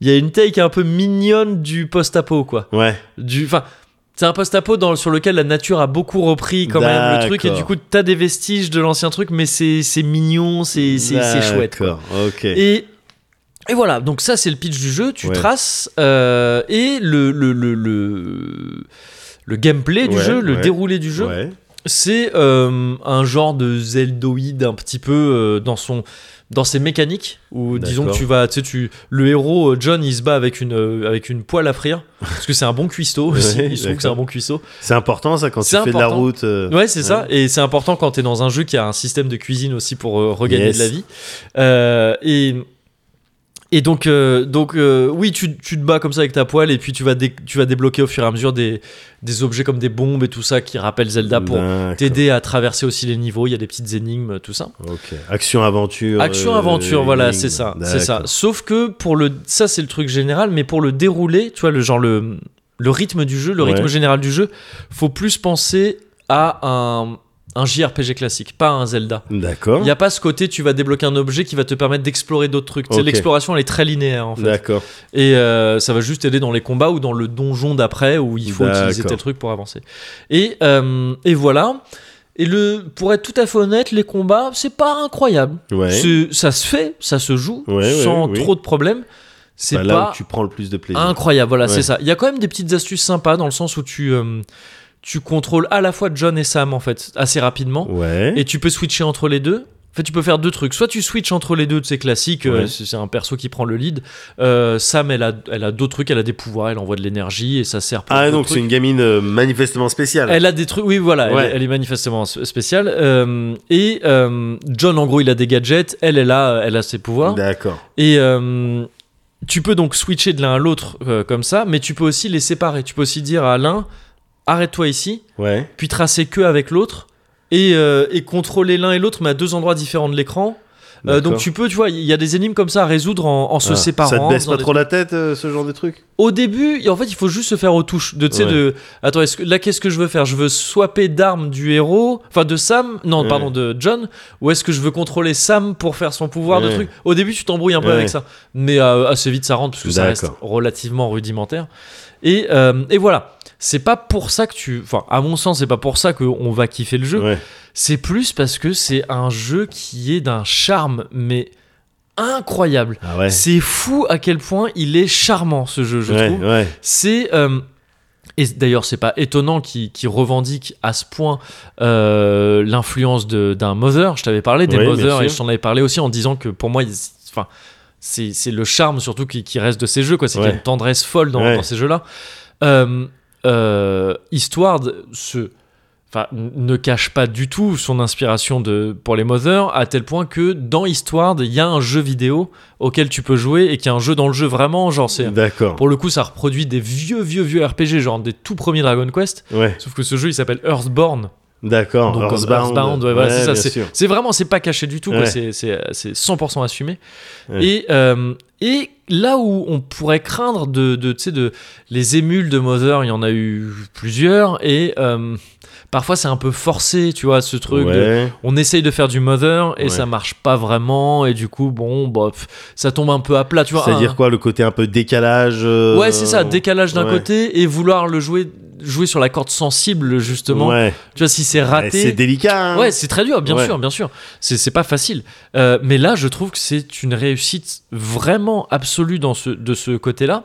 Speaker 1: Il y a une take un peu mignonne du post-apo, quoi.
Speaker 2: Ouais.
Speaker 1: Du, enfin, c'est un post-apo dans- sur lequel la nature a beaucoup repris quand même le truc, et
Speaker 2: D'accord.
Speaker 1: du coup, t'as des vestiges de l'ancien truc, mais c'est c'est mignon, c'est c'est- c'est chouette. quoi.
Speaker 2: D'accord, ok.
Speaker 1: Et, et voilà, donc ça c'est le pitch du jeu, tu
Speaker 2: Ouais.
Speaker 1: traces, euh, et le, le, le, le, le gameplay du
Speaker 2: Ouais,
Speaker 1: jeu, le
Speaker 2: ouais.
Speaker 1: déroulé du jeu,
Speaker 2: Ouais.
Speaker 1: c'est euh, un genre de Zeldoïde un petit peu euh, dans son dans ses mécaniques où disons que
Speaker 2: D'accord.
Speaker 1: tu vas tu sais tu le héros euh, John il se bat avec une euh, avec une poêle à frire parce que c'est un bon cuistot aussi,
Speaker 2: Ouais,
Speaker 1: il se trouve que c'est un bon
Speaker 2: d'accord.
Speaker 1: cuistot
Speaker 2: C'est important ça quand tu
Speaker 1: C'est
Speaker 2: fais de la
Speaker 1: important.
Speaker 2: route. euh,
Speaker 1: Ouais, c'est ça. Et c'est important quand t'es dans un jeu qui a un système de cuisine aussi pour euh, regagner
Speaker 2: Yes.
Speaker 1: de la vie. Euh, et. Et donc, euh, donc euh, oui, tu, tu te bats comme ça avec ta poêle et puis tu vas, dé- tu vas débloquer au fur et à mesure des, des objets comme des bombes et tout ça qui rappellent Zelda pour
Speaker 2: D'accord,
Speaker 1: t'aider à traverser aussi les niveaux. Il y a des petites énigmes, tout ça.
Speaker 2: ok. Action aventure.
Speaker 1: Action
Speaker 2: euh,
Speaker 1: aventure, voilà,
Speaker 2: énigme.
Speaker 1: c'est ça, c'est ça.
Speaker 2: D'accord.
Speaker 1: Sauf que pour le, ça c'est le truc général, mais pour le dérouler, tu vois le genre le le rythme du jeu, le
Speaker 2: Ouais.
Speaker 1: rythme général du jeu, faut plus penser à un un JRPG classique, pas un Zelda. Il
Speaker 2: D'accord.
Speaker 1: n'y a pas ce côté, tu vas débloquer un objet qui va te permettre d'explorer d'autres trucs. Tu sais,
Speaker 2: Ok.
Speaker 1: L'exploration, elle est très linéaire en fait.
Speaker 2: D'accord.
Speaker 1: Et euh, ça va juste t'aider dans les combats ou dans le donjon d'après où il faut utiliser
Speaker 2: D'accord.
Speaker 1: tel truc pour avancer. Et, euh, et voilà. Et le, pour être tout à fait honnête, les combats, c'est pas incroyable.
Speaker 2: Ouais.
Speaker 1: C'est- ça se fait, ça se joue
Speaker 2: Ouais, ouais,
Speaker 1: sans
Speaker 2: oui.
Speaker 1: trop de problèmes. C'est
Speaker 2: Bah,
Speaker 1: pas,
Speaker 2: là où tu prends le plus de plaisir.
Speaker 1: incroyable, voilà,
Speaker 2: Ouais.
Speaker 1: c'est ça. Il y a quand même des petites astuces sympas dans le sens où tu, euh, tu contrôles à la fois John et Sam en fait assez rapidement
Speaker 2: Ouais.
Speaker 1: et tu peux switcher entre les deux. En fait, tu peux faire deux trucs. Soit tu switches entre les deux, c'est classique, euh,
Speaker 2: Ouais.
Speaker 1: c'est c'est un perso qui prend le lead. Euh, Sam, elle a, elle a d'autres trucs, elle a des pouvoirs, elle envoie de l'énergie et ça sert pour
Speaker 2: Ah
Speaker 1: d'autres
Speaker 2: donc c'est
Speaker 1: trucs.
Speaker 2: une gamine euh, manifestement spéciale.
Speaker 1: Elle a des trucs, oui, voilà, elle-
Speaker 2: Ouais.
Speaker 1: elle, est manifestement s- spéciale. Euh, et euh, John, en gros, il a des gadgets, elle, elle a, elle a ses pouvoirs.
Speaker 2: D'accord.
Speaker 1: Et euh, tu peux donc switcher de l'un à l'autre euh, comme ça, mais tu peux aussi les séparer. Tu peux aussi dire à l'un, arrête-toi ici,
Speaker 2: Ouais.
Speaker 1: puis tracer que avec l'autre, et, euh, et contrôler l'un et l'autre, mais à deux endroits différents de l'écran. Euh,
Speaker 2: D'accord.
Speaker 1: donc tu peux, tu vois, il y a des énigmes comme ça à résoudre en, en se
Speaker 2: Ah,
Speaker 1: séparant.
Speaker 2: Ça te baisse
Speaker 1: dans
Speaker 2: pas
Speaker 1: des-
Speaker 2: trop la tête euh, ce genre de truc
Speaker 1: Au début, en fait, il faut juste se faire aux touches. De, tu sais,
Speaker 2: Ouais.
Speaker 1: de, attends, est-ce que, là, qu'est-ce que je veux faire Je veux swapper d'armes du héros, enfin de Sam, non,
Speaker 2: Ouais.
Speaker 1: pardon, de John, ou est-ce que je veux contrôler Sam pour faire son pouvoir de
Speaker 2: Ouais.
Speaker 1: truc Au début, tu t'embrouilles un peu
Speaker 2: Ouais.
Speaker 1: avec ça. Mais euh, assez vite, ça rentre, parce que ça reste
Speaker 2: D'accord.
Speaker 1: relativement rudimentaire. Et, euh, et voilà. C'est pas pour ça que tu. Enfin, à mon sens, c'est pas pour ça qu'on va kiffer le jeu.
Speaker 2: Ouais.
Speaker 1: C'est plus parce que c'est un jeu qui est d'un charme, mais incroyable.
Speaker 2: Ah ouais.
Speaker 1: C'est fou à quel point il est charmant ce jeu, je
Speaker 2: ouais,
Speaker 1: trouve.
Speaker 2: ouais.
Speaker 1: C'est euh, et d'ailleurs c'est pas étonnant qu'il qu'il revendique à ce point euh, l'influence de- d'un Mother. Je t'avais parlé des
Speaker 2: Oui, bien
Speaker 1: Mother et
Speaker 2: sûr.
Speaker 1: je t'en avais parlé aussi en disant que pour moi, il- enfin c'est c'est le charme surtout qui, qui reste de ces jeux quoi. C'est qu'il y a
Speaker 2: Ouais.
Speaker 1: une tendresse folle dans,
Speaker 2: Ouais.
Speaker 1: dans ces jeux-là. Euh, euh, histoire de ce Enfin, n- ne cache pas du tout son inspiration de, pour les Mother, à tel point que dans Histoire, il y a un jeu vidéo auquel tu peux jouer et qui est un jeu dans le jeu vraiment, genre c'est
Speaker 2: D'accord.
Speaker 1: pour le coup, ça reproduit des vieux, vieux, vieux RPG, genre des tout premiers Dragon Quest.
Speaker 2: Ouais.
Speaker 1: Sauf que ce jeu, il s'appelle Earthborn.
Speaker 2: D'accord.
Speaker 1: Donc
Speaker 2: Earthbound.
Speaker 1: Earthbound, ouais, voilà, c'est ça.
Speaker 2: bien
Speaker 1: C'est-
Speaker 2: sûr.
Speaker 1: C'est vraiment, c'est pas caché du tout. quoi,
Speaker 2: Ouais.
Speaker 1: C'est c'est- c'est 100% assumé.
Speaker 2: Ouais.
Speaker 1: Et, euh, et là où on pourrait craindre de, de, tu sais, de les émules de Mother, il y en a eu plusieurs. Et euh, parfois, c'est un peu forcé, tu vois, ce truc. de-
Speaker 2: Ouais.
Speaker 1: on essaye de faire du Mother et
Speaker 2: Ouais.
Speaker 1: ça marche pas vraiment. Et du coup, bon, bah, pff, ça tombe un peu à plat, tu vois. un-
Speaker 2: C'est-à-dire quoi, le côté un peu décalage euh,
Speaker 1: Ouais, c'est ça, décalage d'un
Speaker 2: ouais.
Speaker 1: côté et vouloir le jouer jouer sur la corde sensible justement.
Speaker 2: Ouais.
Speaker 1: Tu vois si c'est
Speaker 2: Ouais, C'est
Speaker 1: raté.
Speaker 2: délicat. hein.
Speaker 1: Ouais, c'est très dur, bien
Speaker 2: Ouais.
Speaker 1: sûr, bien sûr. C'est c'est pas facile. Euh, mais là, je trouve que c'est une réussite vraiment absolue dans ce, de ce côté-là.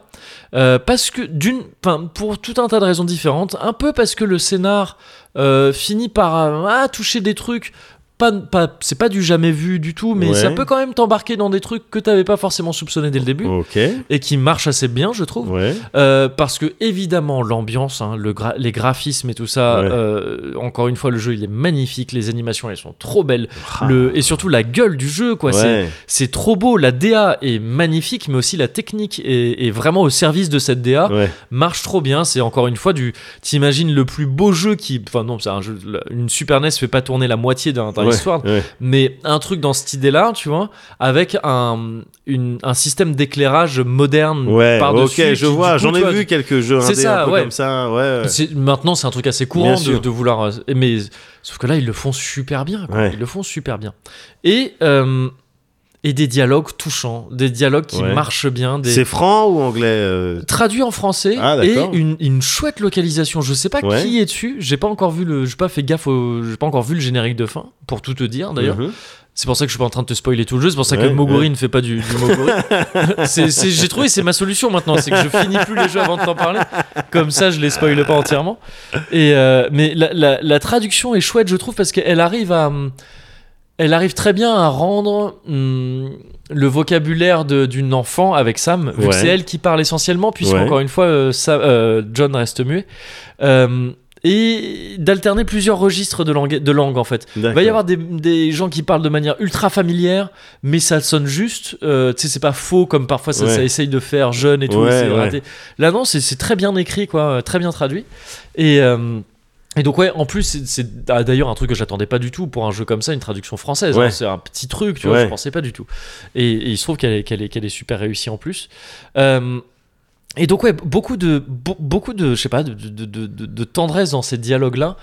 Speaker 1: Euh, parce que, d'une, enfin, pour tout un tas de raisons différentes, un peu parce que le scénar euh, finit par euh, ah, toucher des trucs, pas, pas c'est pas du jamais vu du tout, mais
Speaker 2: Ouais.
Speaker 1: ça peut quand même t'embarquer dans des trucs que t'avais pas forcément soupçonné dès le début
Speaker 2: Ok.
Speaker 1: et qui marchent assez bien, je trouve.
Speaker 2: Ouais.
Speaker 1: Euh, parce que évidemment l'ambiance, hein, le gra- les graphismes et tout ça.
Speaker 2: Ouais.
Speaker 1: euh, encore une fois, le jeu il est magnifique, les animations elles sont trop belles, Ah. le, et surtout la gueule du jeu quoi. c'est-
Speaker 2: Ah. Ouais.
Speaker 1: C'est trop beau. La DA est magnifique, mais aussi la technique est, est vraiment au service de cette DA.
Speaker 2: Ouais.
Speaker 1: Marche trop bien. C'est encore une fois du. T'imagines le plus beau jeu qui. Enfin non, c'est un jeu. Une Super NES fait pas tourner la moitié d'un d'un
Speaker 2: Ouais.
Speaker 1: histoire,
Speaker 2: Ouais.
Speaker 1: mais un truc dans cette idée-là, tu vois, avec un une- un système d'éclairage moderne
Speaker 2: Ouais,
Speaker 1: par-dessus.
Speaker 2: ok,
Speaker 1: qui,
Speaker 2: je
Speaker 1: du
Speaker 2: vois,
Speaker 1: coup,
Speaker 2: j'en
Speaker 1: tu
Speaker 2: ai
Speaker 1: vois,
Speaker 2: vu quelques jeux
Speaker 1: C'est
Speaker 2: indés
Speaker 1: ça,
Speaker 2: un peu
Speaker 1: ouais.
Speaker 2: comme ça, ouais. ouais.
Speaker 1: c'est- Maintenant, c'est un truc assez
Speaker 2: Bien
Speaker 1: courant de,
Speaker 2: sûr.
Speaker 1: de vouloir. euh, Mais sauf que là, ils le font super bien. quoi.
Speaker 2: Ouais.
Speaker 1: Ils le font super bien. Et euh, et des dialogues touchants, des dialogues qui
Speaker 2: Ouais.
Speaker 1: marchent bien, des
Speaker 2: C'est franc ou anglais euh,
Speaker 1: traduit en français
Speaker 2: Ah,
Speaker 1: et
Speaker 2: d'accord.
Speaker 1: une, une chouette localisation. Je sais pas
Speaker 2: Ouais.
Speaker 1: qui est dessus. J'ai pas encore vu le. J'ai pas fait gaffe. au- J'ai pas encore vu le générique de fin. Pour tout te dire d'ailleurs.
Speaker 2: Mhm.
Speaker 1: C'est pour ça que je suis pas en train de te spoiler tout le jeu. C'est pour ça que
Speaker 2: Ouais,
Speaker 1: Moguri
Speaker 2: ouais.
Speaker 1: ne fait pas du, du Moguri. C'est- c'est- J'ai trouvé, c'est ma solution maintenant. C'est que je finis plus les jeux avant de t'en parler. Comme ça, je les spoile pas entièrement. Et euh, mais la, la- la traduction est chouette, je trouve, parce qu'elle arrive à. hum, Elle arrive très bien à rendre hum, le vocabulaire de- d'une enfant avec Sam, vu
Speaker 2: Ouais.
Speaker 1: que c'est elle qui parle essentiellement, puisque
Speaker 2: Ouais.
Speaker 1: encore une fois, euh, Sam- euh, John reste muet. Euh, et d'alterner plusieurs registres de langue, de langue en fait. Il
Speaker 2: D'accord.
Speaker 1: va y avoir des, des gens qui parlent de manière ultra familière, mais ça sonne juste. euh, tu sais, c'est pas faux comme parfois ça,
Speaker 2: Ouais.
Speaker 1: ça essaye de faire jeune et tout.
Speaker 2: Ouais,
Speaker 1: c'est
Speaker 2: ouais.
Speaker 1: raté. Là, non, c'est- c'est très bien écrit, quoi, euh, très bien traduit. Et. euh, et donc ouais, en plus c'est- c'est ah, d'ailleurs un truc que j'attendais pas du tout pour un jeu comme ça, une traduction française.
Speaker 2: Ouais.
Speaker 1: hein, c'est un petit truc, tu vois,
Speaker 2: Ouais.
Speaker 1: je pensais pas du tout. Et, et il se trouve qu'elle est, qu'elle est, qu'elle est super réussie en plus. Euh, et donc ouais, beaucoup de be- beaucoup de je sais pas de, de, de, de- de tendresse dans ces dialogues là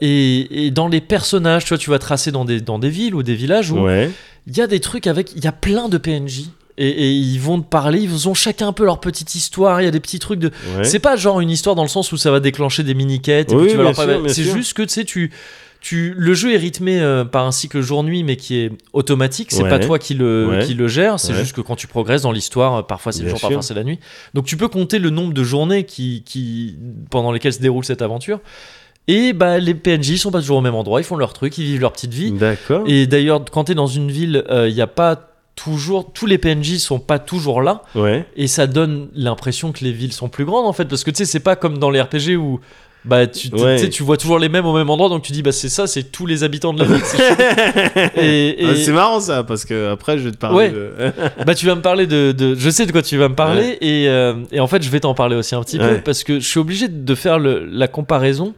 Speaker 1: et, et dans les personnages, tu vois, tu vas tracer dans des dans des villes ou des villages où il
Speaker 2: Ouais,
Speaker 1: y a des trucs avec il y a plein de PNJ. Et, et ils vont te parler, ils ont chacun un peu leur petite histoire, il y a des petits trucs de...
Speaker 2: ouais.
Speaker 1: C'est pas genre une histoire dans le sens où ça va déclencher des mini-quêtes, et
Speaker 2: Oui,
Speaker 1: puis tu vas
Speaker 2: bien
Speaker 1: leur
Speaker 2: sûr,
Speaker 1: parler.
Speaker 2: bien
Speaker 1: C'est
Speaker 2: sûr.
Speaker 1: juste que tu sais, tu... Tu, le jeu est rythmé euh, par un cycle jour-nuit, mais qui est automatique. C'est
Speaker 2: Ouais.
Speaker 1: pas toi qui le,
Speaker 2: Ouais.
Speaker 1: qui le gère. C'est
Speaker 2: Ouais.
Speaker 1: juste que quand tu progresses dans l'histoire, euh, parfois c'est le
Speaker 2: Bien
Speaker 1: jour,
Speaker 2: sûr.
Speaker 1: parfois c'est la nuit. Donc tu peux compter le nombre de journées qui, qui, pendant lesquelles se déroule cette aventure. Et bah, les PNJ sont pas toujours au même endroit. Ils font leur truc, ils vivent leur petite vie.
Speaker 2: D'accord.
Speaker 1: Et d'ailleurs, quand t'es dans une ville, il n'y a pas toujours. Tous les PNJ sont pas toujours là.
Speaker 2: Ouais.
Speaker 1: Et ça donne l'impression que les villes sont plus grandes en fait, parce que tu sais, c'est pas comme dans les RPG où bah tu, tu-
Speaker 2: Ouais.
Speaker 1: tu sais, tu vois toujours les mêmes au même endroit, donc tu dis bah c'est ça, c'est tous les habitants de la ville. c'est chou- et, et-
Speaker 2: Ah, C'est marrant ça, parce que après je vais te parler
Speaker 1: Ouais.
Speaker 2: de.
Speaker 1: bah tu vas me parler de, de- je sais de quoi tu vas me parler et, euh, et en fait je vais t'en parler aussi un petit peu
Speaker 2: Ouais.
Speaker 1: parce que je suis obligé de faire le- la comparaison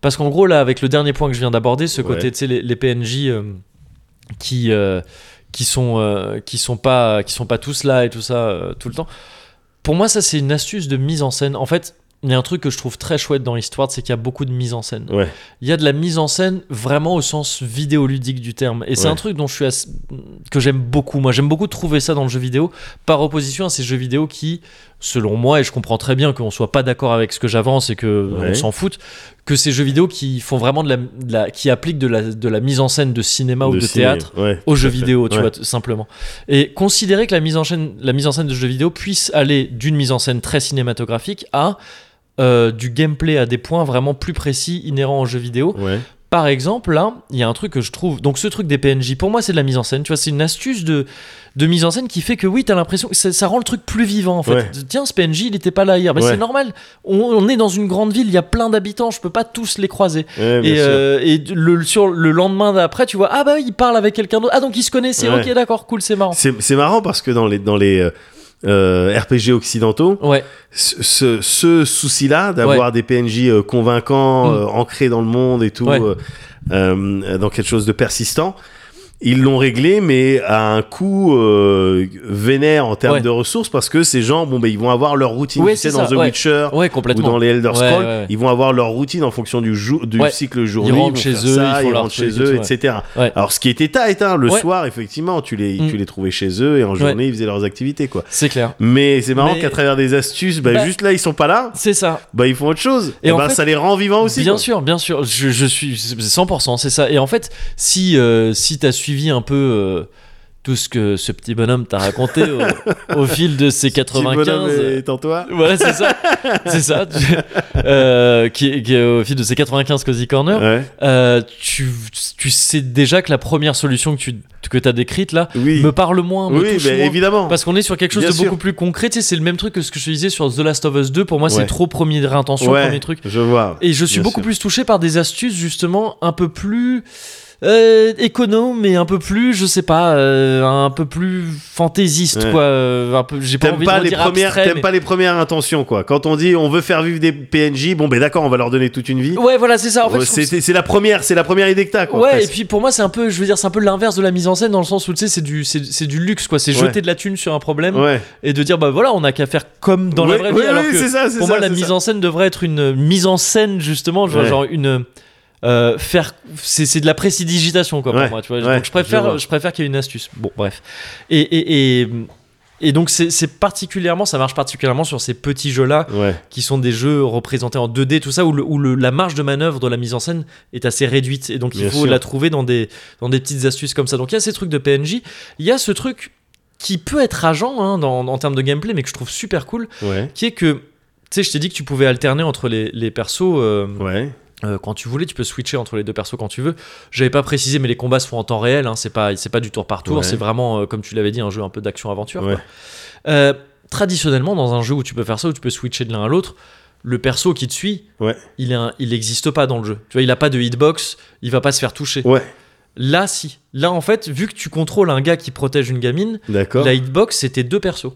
Speaker 1: parce qu'en gros là avec le dernier point que je viens d'aborder ce côté
Speaker 2: Ouais.
Speaker 1: tu sais les, les PNJ euh, qui euh, qui sont euh, qui sont pas qui sont pas tous là et tout ça euh, tout le temps pour moi ça c'est une astuce de mise en scène en fait il y a un truc que je trouve très chouette dans Eastward, c'est qu'il y a beaucoup de mise en scène.
Speaker 2: Ouais.
Speaker 1: Il y a de la mise en scène vraiment au sens vidéoludique du terme. Et c'est
Speaker 2: Ouais.
Speaker 1: un truc dont je suis assez- que j'aime beaucoup. Moi, j'aime beaucoup trouver ça dans le jeu vidéo, par opposition à ces jeux vidéo qui, selon moi, et je comprends très bien qu'on soit pas d'accord avec ce que j'avance et que
Speaker 2: Ouais.
Speaker 1: on s'en fout, que ces jeux vidéo qui font vraiment de la, de la- qui appliquent de la, de la mise en scène de cinéma ou de
Speaker 2: ciné,
Speaker 1: théâtre
Speaker 2: Ouais.
Speaker 1: aux
Speaker 2: tout
Speaker 1: jeux
Speaker 2: à fait.
Speaker 1: vidéo, tu
Speaker 2: Ouais.
Speaker 1: vois, t- simplement. Et considérer que la mise en scène, la mise en scène de jeux vidéo puisse aller d'une mise en scène très cinématographique à euh, du gameplay à des points vraiment plus précis inhérents aux jeux vidéo.
Speaker 2: Ouais.
Speaker 1: Par exemple, là, il y a un truc que je trouve. Donc, ce truc des PNJ, pour moi, c'est de la mise en scène. Tu vois, c'est une astuce de, de mise en scène qui fait que oui, t'as l'impression que ça, ça rend le truc plus vivant, en fait.
Speaker 2: Ouais.
Speaker 1: Tiens, ce PNJ, il était pas là hier. Bah,
Speaker 2: Ouais.
Speaker 1: c'est normal. On, on est dans une grande ville, il y a plein d'habitants, je peux pas tous les croiser.
Speaker 2: Ouais, bien
Speaker 1: Et,
Speaker 2: sûr.
Speaker 1: euh, et le, sur le lendemain d'après, tu vois, ah bah oui, il parle avec quelqu'un d'autre. Ah donc il se connaissait,
Speaker 2: Ouais.
Speaker 1: ok, d'accord, cool, c'est marrant.
Speaker 2: C'est c'est marrant parce que dans les, dans les euh, euh, RPG occidentaux,
Speaker 1: Ouais,
Speaker 2: ce, ce- ce souci-là d'avoir des PNJ euh, convaincants,
Speaker 1: Mm.
Speaker 2: euh, ancrés dans le monde et tout,
Speaker 1: Ouais.
Speaker 2: euh, euh, dans quelque chose de persistant. Ils l'ont réglé, mais à un coût euh, vénère en termes
Speaker 1: Ouais.
Speaker 2: de ressources, parce que ces gens, bon, ben, ils vont avoir leur routine.
Speaker 1: Ouais,
Speaker 2: tu sais,
Speaker 1: c'est
Speaker 2: dans
Speaker 1: ça,
Speaker 2: The
Speaker 1: ouais.
Speaker 2: Witcher
Speaker 1: ouais,
Speaker 2: ou
Speaker 1: complètement.
Speaker 2: dans les Elder
Speaker 1: Ouais,
Speaker 2: Scrolls,
Speaker 1: ouais, ouais.
Speaker 2: ils vont avoir leur routine en fonction du, jour- du
Speaker 1: Ouais.
Speaker 2: cycle journée.
Speaker 1: rentrent
Speaker 2: vont
Speaker 1: chez
Speaker 2: faire
Speaker 1: eux,
Speaker 2: ça,
Speaker 1: ils font
Speaker 2: ils
Speaker 1: leur
Speaker 2: rentrent
Speaker 1: truc
Speaker 2: chez
Speaker 1: et
Speaker 2: eux,
Speaker 1: tout,
Speaker 2: etc.
Speaker 1: Ouais.
Speaker 2: Alors, ce qui était tight, hein, le
Speaker 1: Ouais.
Speaker 2: soir, effectivement, tu les,
Speaker 1: Mm.
Speaker 2: tu les trouvais chez eux et en journée, ils faisaient leurs activités, quoi.
Speaker 1: C'est clair.
Speaker 2: Mais c'est marrant
Speaker 1: Mais-
Speaker 2: qu'à travers des astuces, bah,
Speaker 1: Bah-
Speaker 2: juste là, ils sont pas là,
Speaker 1: C'est ça.
Speaker 2: bah, ils font autre chose.
Speaker 1: Et
Speaker 2: Et,
Speaker 1: en
Speaker 2: ben,
Speaker 1: fait-
Speaker 2: ça les rend vivants aussi.
Speaker 1: Bien
Speaker 2: quoi.
Speaker 1: sûr, bien sûr. Je, je suis c'est 100%, c'est ça. Et en fait, si, euh, si t'as suivi un peu. euh, tout ce que ce petit bonhomme t'a raconté au, au fil de ces
Speaker 2: Petit bonhomme
Speaker 1: 95.
Speaker 2: et Tantois.
Speaker 1: Voilà, c'est ça. c'est ça. Tu- euh, qui, qui est au fil de ces 95 Cozy Corner.
Speaker 2: Ouais.
Speaker 1: Euh, tu, tu sais déjà que la première solution que tu que as décrite là
Speaker 2: Oui.
Speaker 1: me parle moins, me
Speaker 2: oui,
Speaker 1: touche
Speaker 2: mais
Speaker 1: moins.
Speaker 2: évidemment.
Speaker 1: Parce qu'on est sur quelque chose
Speaker 2: Bien
Speaker 1: de
Speaker 2: sûr.
Speaker 1: beaucoup plus concret. Tu sais, c'est le même truc que ce que je te disais sur The Last of Us 2. Pour moi, c'est
Speaker 2: Ouais.
Speaker 1: trop première intention,
Speaker 2: Ouais,
Speaker 1: premier truc.
Speaker 2: Je vois.
Speaker 1: Et je suis
Speaker 2: Bien
Speaker 1: beaucoup
Speaker 2: sûr.
Speaker 1: plus touché par des astuces justement un peu plus euh, économes et un peu plus, je sais pas, euh, un peu plus fantaisiste
Speaker 2: Ouais.
Speaker 1: quoi. euh, un peu, j'ai pas
Speaker 2: T'aimes
Speaker 1: envie
Speaker 2: pas,
Speaker 1: de
Speaker 2: les
Speaker 1: dire
Speaker 2: premières,
Speaker 1: abstrait,
Speaker 2: t'aimes
Speaker 1: mais-
Speaker 2: pas les premières intentions, quoi. Quand on dit on veut faire vivre des PNJ, bon, ben d'accord, on va leur donner toute une vie.
Speaker 1: Ouais, voilà, c'est ça. En fait,
Speaker 2: Euh,
Speaker 1: je trouve
Speaker 2: c'est c'est la première, c'est la première idée que t'as, quoi.
Speaker 1: Ouais,
Speaker 2: presque.
Speaker 1: et puis pour moi, c'est un peu, je veux dire, c'est un peu l'inverse de la mise en scène dans le sens où tu sais, c'est du, c'est, c'est du luxe quoi. C'est
Speaker 2: Ouais.
Speaker 1: jeter de la thune sur un problème
Speaker 2: ouais.
Speaker 1: et de dire, bah voilà, on a qu'à faire comme dans la
Speaker 2: Ouais,
Speaker 1: vraie
Speaker 2: ouais,
Speaker 1: vie. alors
Speaker 2: ouais,
Speaker 1: que
Speaker 2: c'est ça, c'est
Speaker 1: pour
Speaker 2: ça,
Speaker 1: moi, la
Speaker 2: c'est
Speaker 1: mise
Speaker 2: ça.
Speaker 1: en scène devrait être une euh, mise en scène justement, genre,
Speaker 2: Ouais.
Speaker 1: genre une. euh, faire c'est, c'est de la prestidigitation quoi
Speaker 2: Ouais,
Speaker 1: pour moi tu vois
Speaker 2: ouais,
Speaker 1: donc je préfère
Speaker 2: je
Speaker 1: je,
Speaker 2: vois.
Speaker 1: préfère qu'il y ait une astuce bon bref et et, et, et donc c'est, c'est particulièrement ça marche particulièrement sur ces petits jeux là
Speaker 2: Ouais.
Speaker 1: qui sont des jeux représentés en 2D, tout ça, où, le- où le- la marge de manœuvre de la mise en scène est assez réduite. Et donc, il
Speaker 2: Bien
Speaker 1: faut
Speaker 2: sûr.
Speaker 1: la trouver dans des, dans des petites astuces comme ça. Donc, il y a ces trucs de PNJ. Il y a ce truc qui peut être rageant hein, dans- en termes de gameplay, mais que je trouve super cool,
Speaker 2: Ouais.
Speaker 1: qui est que, tu sais, je t'ai dit que tu pouvais alterner entre les, les persos. euh,
Speaker 2: Ouais.
Speaker 1: euh, quand tu voulais, tu peux switcher entre les deux persos quand tu veux. J'avais pas précisé, mais les combats se font en temps réel. hein, c'est pas, c'est pas du tour par tour.
Speaker 2: Ouais.
Speaker 1: C'est vraiment, euh, comme tu l'avais dit, un jeu un peu d'action-aventure.
Speaker 2: Ouais.
Speaker 1: quoi. Euh, traditionnellement, dans un jeu où tu peux faire ça, où tu peux switcher de l'un à l'autre, le perso qui te suit,
Speaker 2: Ouais.
Speaker 1: il est un- il n'existe pas dans le jeu. Tu vois, il a pas de hitbox, il va pas se faire toucher.
Speaker 2: Ouais.
Speaker 1: Là, si. Là, en fait, vu que tu contrôles un gars qui protège une gamine,
Speaker 2: D'accord.
Speaker 1: la hitbox c'était deux persos.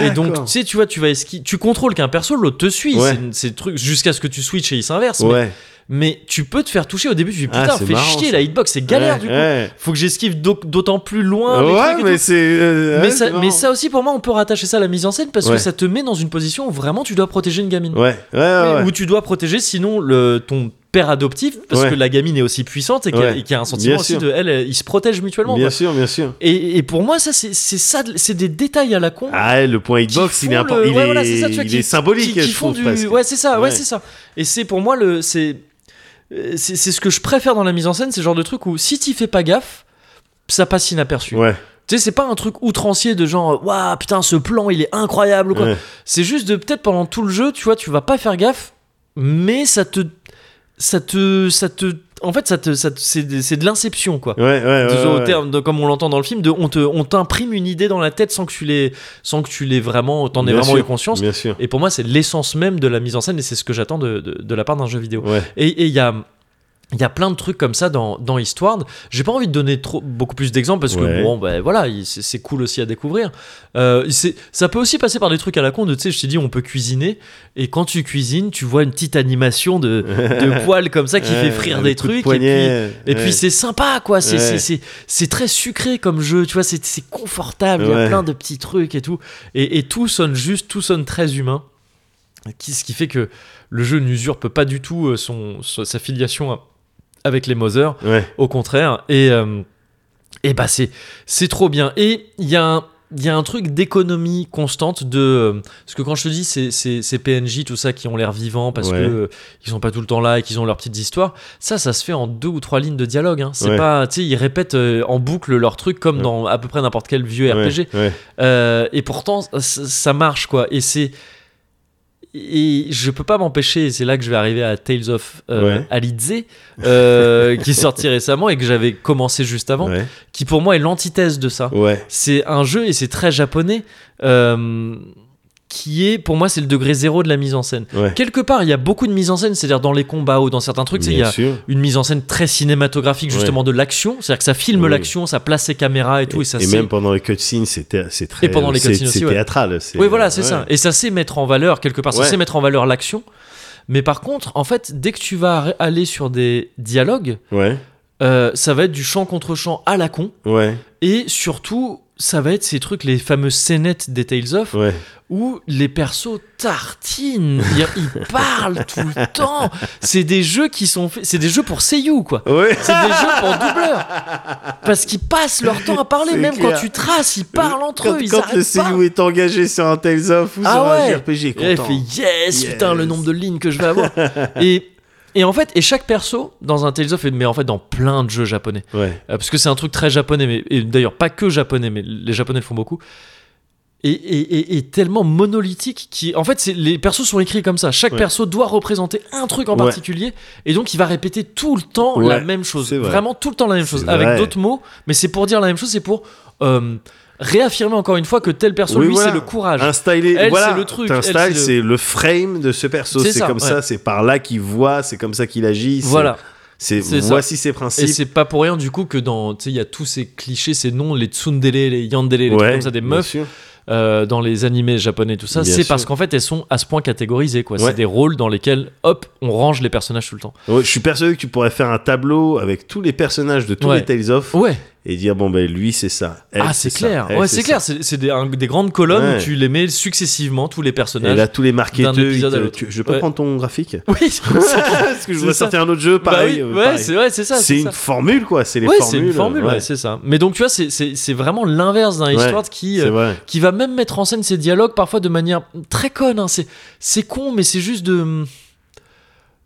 Speaker 1: Et donc, tu sais, tu vois, tu vas esquiver, tu contrôles qu'un perso, l'autre te suit.
Speaker 2: Ouais.
Speaker 1: C'est- C'est le truc jusqu'à ce que tu switches et il s'inverse. mais
Speaker 2: ouais.
Speaker 1: mais tu peux te faire toucher au début tu dis
Speaker 2: Ah,
Speaker 1: putain
Speaker 2: c'est
Speaker 1: fais
Speaker 2: marrant,
Speaker 1: chier
Speaker 2: ça.
Speaker 1: la hitbox c'est galère
Speaker 2: Ouais,
Speaker 1: du coup
Speaker 2: ouais.
Speaker 1: faut que j'esquive d'au- d'autant plus loin les
Speaker 2: Ouais,
Speaker 1: trucs et
Speaker 2: mais
Speaker 1: tout.
Speaker 2: c'est. euh,
Speaker 1: mais,
Speaker 2: ouais,
Speaker 1: ça,
Speaker 2: c'est
Speaker 1: mais
Speaker 2: marrant.
Speaker 1: ça aussi pour moi on peut rattacher ça à la mise en scène parce que
Speaker 2: Ouais.
Speaker 1: ça te met dans une position où vraiment tu dois protéger une gamine
Speaker 2: Ouais. Ouais, ouais, ouais.
Speaker 1: où tu dois protéger sinon le, ton père adoptif parce
Speaker 2: Ouais.
Speaker 1: que la gamine est aussi puissante et qu'elle-
Speaker 2: Ouais.
Speaker 1: et qu'il y a un sentiment
Speaker 2: Bien
Speaker 1: aussi
Speaker 2: sûr.
Speaker 1: de elle elle- ils se protègent mutuellement
Speaker 2: Bien
Speaker 1: quoi.
Speaker 2: sûr, bien sûr.
Speaker 1: Et, et pour moi ça c'est c'est ça c'est des détails à la con
Speaker 2: Ah, le point
Speaker 1: qui
Speaker 2: hitbox, il
Speaker 1: font
Speaker 2: est
Speaker 1: le-
Speaker 2: important. Il
Speaker 1: ouais,
Speaker 2: est,
Speaker 1: voilà, c'est ça, tu vois,
Speaker 2: il
Speaker 1: qui-
Speaker 2: est symbolique,
Speaker 1: qui, qui
Speaker 2: je
Speaker 1: font
Speaker 2: trouve.
Speaker 1: du
Speaker 2: presque.
Speaker 1: ouais c'est ça ouais,
Speaker 2: Ouais.
Speaker 1: c'est ça et c'est pour moi le c'est euh, c'est c'est ce que je préfère dans la mise en scène c'est le genre de truc où si t'y fais pas gaffe ça passe inaperçu
Speaker 2: Ouais.
Speaker 1: tu sais c'est pas un truc outrancier de genre euh, waouh putain ce plan il est incroyable ou quoi
Speaker 2: Ouais.
Speaker 1: c'est juste de peut-être pendant tout le jeu tu vois tu vas pas faire gaffe mais ça te ça te ça te en fait ça te, ça te- c'est de, c'est de l'inception quoi
Speaker 2: Ouais, ouais, ouais,
Speaker 1: Disons au
Speaker 2: ouais.
Speaker 1: terme de comme on l'entend dans le film de on te on t'imprime une idée dans la tête sans que tu l'aies sans que tu l'aies vraiment t'en aies
Speaker 2: Bien
Speaker 1: vraiment
Speaker 2: sûr,
Speaker 1: eu conscience
Speaker 2: Bien sûr.
Speaker 1: et pour moi, c'est l'essence même de la mise en scène et c'est ce que j'attends de, de- de la part d'un jeu vidéo.
Speaker 2: Ouais.
Speaker 1: Et et il y a. Il y a plein de trucs comme ça dans, dans Eastward. J'ai pas envie de donner trop, beaucoup plus d'exemples parce que
Speaker 2: Ouais.
Speaker 1: bon, ben voilà, il- c'est c'est cool aussi à découvrir. Euh, c'est- ça peut aussi passer par des trucs à la con de, tu sais, je t'ai dit, on peut cuisiner. Et quand tu cuisines, tu vois une petite animation de, de poils comme ça qui fait frire des trucs. et puis, et puis c'est sympa quoi, c'est
Speaker 2: Ouais.
Speaker 1: c'est- c'est- c'est très sucré comme jeu, tu vois, c'est c'est confortable, il y a
Speaker 2: Ouais.
Speaker 1: plein de petits trucs et tout. Et, et tout sonne juste, tout sonne très humain. Qui, ce qui fait que le jeu n'usurpe pas du tout euh, son, sa sa filiation à- avec les Mother
Speaker 2: Ouais.
Speaker 1: au contraire. Et, euh, et bah c'est, c'est trop bien. Et il y a un... Il y a un truc d'économie constante de... euh, Parce que quand je te dis ces, ces, ces PNJ, tout ça, qui ont l'air vivants parce
Speaker 2: Ouais.
Speaker 1: que euh, ils sont pas tout le temps là et qu'ils ont leurs petites histoires, ça, ça se fait en deux ou trois lignes de dialogue. Hein. C'est
Speaker 2: Ouais.
Speaker 1: pas... Tu sais, ils répètent euh, en boucle leurs trucs comme
Speaker 2: Ouais.
Speaker 1: dans à peu près n'importe quel vieux RPG.
Speaker 2: Ouais. ouais.
Speaker 1: Euh, et pourtant, ça- ça marche, quoi. Et c'est. Et je peux pas m'empêcher, et c'est là que je vais arriver à Tales of euh,
Speaker 2: Ouais.
Speaker 1: Alizé, euh, qui est sorti récemment et que j'avais commencé juste avant,
Speaker 2: Ouais.
Speaker 1: qui pour moi est l'antithèse de ça.
Speaker 2: Ouais.
Speaker 1: C'est un jeu, et c'est très japonais, euh, qui est, pour moi, c'est le degré zéro de la mise en scène.
Speaker 2: Ouais.
Speaker 1: Quelque part, il y a beaucoup de mise en scène, c'est-à-dire dans les combats ou dans certains trucs, tu sais, il y
Speaker 2: Bien
Speaker 1: a
Speaker 2: sûr.
Speaker 1: une mise en scène très cinématographique, justement, de l'action, c'est-à-dire que ça filme
Speaker 2: Oui.
Speaker 1: l'action, ça place ses caméras et tout, et, ça
Speaker 2: et
Speaker 1: c'est-
Speaker 2: même pendant les cutscenes, c'était- c'est très.
Speaker 1: Et pendant les
Speaker 2: c'est-
Speaker 1: cutscenes aussi,
Speaker 2: C'est
Speaker 1: ouais.
Speaker 2: théâtral. c'est-
Speaker 1: Oui, voilà, c'est
Speaker 2: ouais.
Speaker 1: ça. Et ça sait mettre en valeur, quelque part, ça
Speaker 2: Ouais.
Speaker 1: sait mettre en valeur l'action. Mais par contre, en fait, dès que tu vas ar- aller sur des dialogues,
Speaker 2: Ouais.
Speaker 1: euh, ça va être du chant contre chant à la con.
Speaker 2: Ouais.
Speaker 1: Et surtout, ça va être ces trucs, les fameuses scénettes des Tales of,
Speaker 2: Ouais.
Speaker 1: où les persos tartinent. Ils, ils parlent tout le temps. C'est des jeux qui sont faits. C'est des jeux pour Seiyu, quoi.
Speaker 2: Ouais.
Speaker 1: C'est des jeux pour doubleurs. Parce qu'ils passent leur temps à parler.
Speaker 2: C'est
Speaker 1: Même quand
Speaker 2: clair.
Speaker 1: tu traces, ils parlent entre
Speaker 2: Quand,
Speaker 1: eux. Ils
Speaker 2: quand
Speaker 1: arrêtent
Speaker 2: le
Speaker 1: pas.
Speaker 2: CU est engagé sur un Tales of ou
Speaker 1: Ah
Speaker 2: sur
Speaker 1: ouais. Eh,
Speaker 2: un JRPG,
Speaker 1: Et elle
Speaker 2: content.
Speaker 1: fait yes, putain, le
Speaker 2: Yes.
Speaker 1: nombre de lignes que je vais avoir. et Et en fait, et chaque perso dans un Tales of, mais en fait dans plein de jeux japonais,
Speaker 2: Ouais.
Speaker 1: Euh, parce que c'est un truc très japonais, mais et d'ailleurs pas que japonais, mais les japonais le font beaucoup. Et, et- et- et tellement monolithique qui, en fait, c'est- les persos sont écrits comme ça. Chaque
Speaker 2: Ouais.
Speaker 1: perso doit représenter un truc en
Speaker 2: Ouais.
Speaker 1: particulier, et donc il va répéter tout le temps
Speaker 2: Ouais,
Speaker 1: la même chose,
Speaker 2: c'est vrai.
Speaker 1: vraiment tout le temps la même chose,
Speaker 2: C'est vrai.
Speaker 1: avec d'autres mots, mais c'est pour dire la même chose, c'est pour euh, réaffirmer encore une fois que tel perso,
Speaker 2: Oui,
Speaker 1: lui,
Speaker 2: voilà.
Speaker 1: c'est le courage.
Speaker 2: Un style,
Speaker 1: Ah, Elle,
Speaker 2: voilà,
Speaker 1: c'est le truc,
Speaker 2: t'as Un
Speaker 1: elle,
Speaker 2: style,
Speaker 1: c'est le-
Speaker 2: c'est le frame de ce perso.
Speaker 1: C'est
Speaker 2: C'est
Speaker 1: ça,
Speaker 2: comme
Speaker 1: ouais.
Speaker 2: ça, c'est par là qu'il voit, c'est comme ça qu'il agit. c'est-
Speaker 1: Voilà.
Speaker 2: C'est
Speaker 1: C'est ça.
Speaker 2: voici ses
Speaker 1: Et
Speaker 2: principes.
Speaker 1: c'est pas pour rien du coup que dans, tu sais, il y a tous ces clichés, ces noms, les tsundere, les yandere, les trucs comme ça, des
Speaker 2: bien
Speaker 1: meufs
Speaker 2: sûr.
Speaker 1: euh, dans les animés japonais, tout ça.
Speaker 2: Bien
Speaker 1: C'est
Speaker 2: sûr.
Speaker 1: parce qu'en fait elles sont à ce point catégorisées, quoi. C'est
Speaker 2: Ouais.
Speaker 1: des rôles dans lesquels, hop, on range les personnages tout le temps.
Speaker 2: Ouais, je suis persuadé que tu pourrais faire un tableau avec tous les personnages de tous
Speaker 1: Ouais.
Speaker 2: les Tales of
Speaker 1: Ouais.
Speaker 2: et dire bon ben lui c'est ça. elle,
Speaker 1: ah, c'est
Speaker 2: ça,
Speaker 1: clair.
Speaker 2: elle,
Speaker 1: ouais, c'est clair. C'est c'est des, un- des grandes colonnes
Speaker 2: Ouais.
Speaker 1: où tu les mets successivement tous les
Speaker 2: ça. Et
Speaker 1: personnages.
Speaker 2: là tous les marketeurs, ils
Speaker 1: épisode à
Speaker 2: te-
Speaker 1: l'autre.
Speaker 2: tu- je peux
Speaker 1: Ouais.
Speaker 2: prendre ton graphique
Speaker 1: Oui. c'est-
Speaker 2: Parce que je
Speaker 1: C'est
Speaker 2: voudrais
Speaker 1: ça.
Speaker 2: sortir un autre jeu pareil.
Speaker 1: bah oui,
Speaker 2: euh,
Speaker 1: ouais,
Speaker 2: pareil.
Speaker 1: c'est ouais, c'est ça.
Speaker 2: C'est une
Speaker 1: ça.
Speaker 2: formule quoi, c'est les
Speaker 1: Ouais, c'est
Speaker 2: formules.
Speaker 1: une formule, ouais,
Speaker 2: ouais.
Speaker 1: c'est ça. Mais donc tu vois, c'est- c'est c'est vraiment l'inverse d'un
Speaker 2: Ouais,
Speaker 1: histoire qui euh,
Speaker 2: C'est vrai.
Speaker 1: qui va même mettre en scène ces dialogues parfois de manière très conne. hein. C'est, c'est con, mais c'est juste de.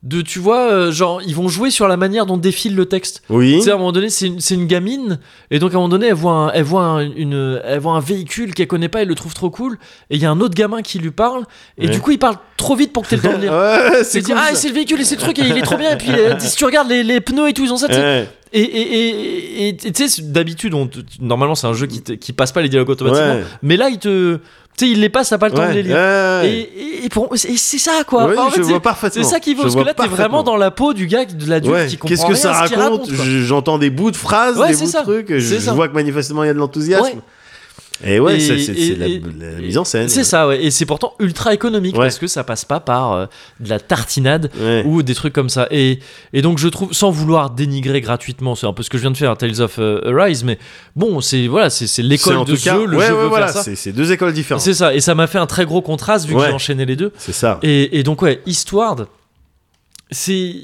Speaker 1: De, tu vois, euh, genre, ils vont jouer sur la manière dont défile le texte.
Speaker 2: Oui.
Speaker 1: Tu sais, à un moment donné, c'est une, c'est une gamine, et donc à un moment donné, elle voit un, elle voit un, une, elle voit un véhicule qu'elle connaît pas, elle le trouve trop cool, et il y a un autre gamin qui lui parle, et
Speaker 2: Ouais.
Speaker 1: du coup, il parle trop vite pour que t'aies le temps de lire.
Speaker 2: Ouais,
Speaker 1: C'est
Speaker 2: c'est
Speaker 1: dire,
Speaker 2: cool,
Speaker 1: ah,
Speaker 2: ça.
Speaker 1: c'est le véhicule, et c'est le truc, et il est trop bien, et puis euh, si tu regardes les, les pneus et tout, ils ont ça, tu sais,
Speaker 2: Ouais.
Speaker 1: et et- et- et- et tu sais, d'habitude, on te- normalement, c'est un jeu qui, te- qui passe pas les dialogues automatiquement.
Speaker 2: Ouais.
Speaker 1: Mais là, il te. Tu sais, il les passe, t'as pas le temps de
Speaker 2: Ouais,
Speaker 1: les lire.
Speaker 2: ouais.
Speaker 1: Et, et- et pour- et c'est ça, quoi.
Speaker 2: Oui,
Speaker 1: Enfin, en fait,
Speaker 2: je
Speaker 1: c'est-
Speaker 2: vois parfaitement.
Speaker 1: c'est ça qui vaut.
Speaker 2: Je
Speaker 1: Parce que
Speaker 2: vois
Speaker 1: là, t'es
Speaker 2: parfaitement.
Speaker 1: vraiment dans la peau du gars, de l'adulte
Speaker 2: Ouais,
Speaker 1: qui comprend
Speaker 2: qu'est-ce que
Speaker 1: rien
Speaker 2: ça
Speaker 1: à ce qu'il
Speaker 2: raconte,
Speaker 1: quoi.
Speaker 2: Je- J'entends des bouts de phrases,
Speaker 1: Ouais,
Speaker 2: des
Speaker 1: c'est
Speaker 2: bouts
Speaker 1: ça.
Speaker 2: de trucs. Je,
Speaker 1: C'est
Speaker 2: je
Speaker 1: ça.
Speaker 2: vois que manifestement il y a de l'enthousiasme.
Speaker 1: Ouais.
Speaker 2: Et ouais,
Speaker 1: Et-
Speaker 2: ça, c'est
Speaker 1: et-
Speaker 2: c'est la,
Speaker 1: et-
Speaker 2: la mise en scène.
Speaker 1: C'est ça, ouais. Et c'est pourtant ultra économique
Speaker 2: Ouais.
Speaker 1: parce que ça passe pas par euh, de la tartinade
Speaker 2: Ouais.
Speaker 1: ou des trucs comme ça. Et, et donc, je trouve, sans vouloir dénigrer gratuitement, c'est un peu ce que je viens de faire, Tales of euh, Arise, mais bon, c'est voilà, c'est c'est
Speaker 2: C'est
Speaker 1: l'école
Speaker 2: en
Speaker 1: de
Speaker 2: tout cas,
Speaker 1: jeu, le
Speaker 2: ouais,
Speaker 1: jeu
Speaker 2: ouais,
Speaker 1: veut
Speaker 2: voilà,
Speaker 1: faire ça.
Speaker 2: c'est- C'est deux écoles différentes.
Speaker 1: C'est ça, et ça m'a fait un très gros contraste vu que
Speaker 2: Ouais.
Speaker 1: j'ai enchaîné les deux.
Speaker 2: C'est ça.
Speaker 1: Et, et donc, ouais, Histoire, c'est.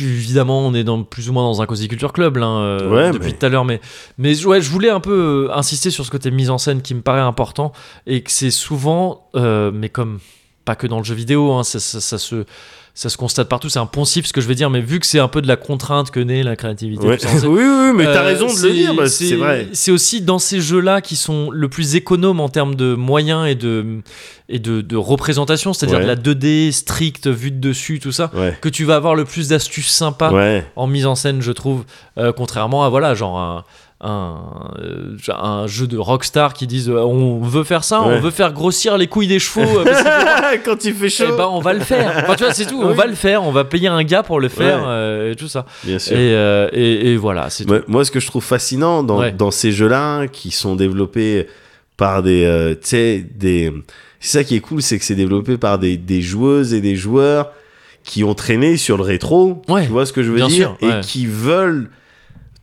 Speaker 1: Évidemment, on est dans, plus ou moins dans un Cozy Culture Club là, euh,
Speaker 2: Ouais,
Speaker 1: depuis
Speaker 2: mais-
Speaker 1: tout à l'heure, mais, mais ouais, je voulais un peu euh, insister sur ce côté mise en scène qui me paraît important et que c'est souvent, euh, mais comme pas que dans le jeu vidéo, hein, ça, ça- ça se, ça se constate partout, c'est impensif ce que je vais dire, mais vu que c'est un peu de la contrainte que naît la créativité,
Speaker 2: Ouais.
Speaker 1: tout ça, on
Speaker 2: oui,
Speaker 1: sait-
Speaker 2: oui, mais t'as
Speaker 1: euh,
Speaker 2: raison de
Speaker 1: c'est-
Speaker 2: le dire, bah, c'est vrai.
Speaker 1: C'est aussi dans ces jeux-là qui sont le plus économes en termes de moyens et de, et de, de représentation, c'est-à-dire
Speaker 2: Ouais.
Speaker 1: de la 2D stricte, vue de dessus, tout ça,
Speaker 2: Ouais.
Speaker 1: que tu vas avoir le plus d'astuces sympas
Speaker 2: Ouais.
Speaker 1: en mise en scène, je trouve, euh, contrairement à voilà, genre un. Un, euh, un jeu de rockstar qui disent euh, on veut faire ça on
Speaker 2: Ouais.
Speaker 1: veut faire grossir les couilles des chevaux euh, parce que
Speaker 2: Quand il fait chaud.
Speaker 1: eh ben, on va le faire enfin tu vois c'est tout on
Speaker 2: Oui.
Speaker 1: va le faire on va payer un gars pour le faire
Speaker 2: Ouais.
Speaker 1: euh, et tout ça
Speaker 2: Bien
Speaker 1: et,
Speaker 2: sûr.
Speaker 1: euh, et, et voilà c'est tout
Speaker 2: Moi, moi, ce que je trouve fascinant dans,
Speaker 1: Ouais.
Speaker 2: dans ces jeux-là, qui sont développés par des, euh, tu sais, des, c'est ça qui est cool, c'est que c'est développé par des, des joueuses et des joueurs qui ont traîné sur le rétro.
Speaker 1: Ouais.
Speaker 2: Tu vois ce que je veux
Speaker 1: Bien
Speaker 2: dire
Speaker 1: sûr, ouais.
Speaker 2: Et qui veulent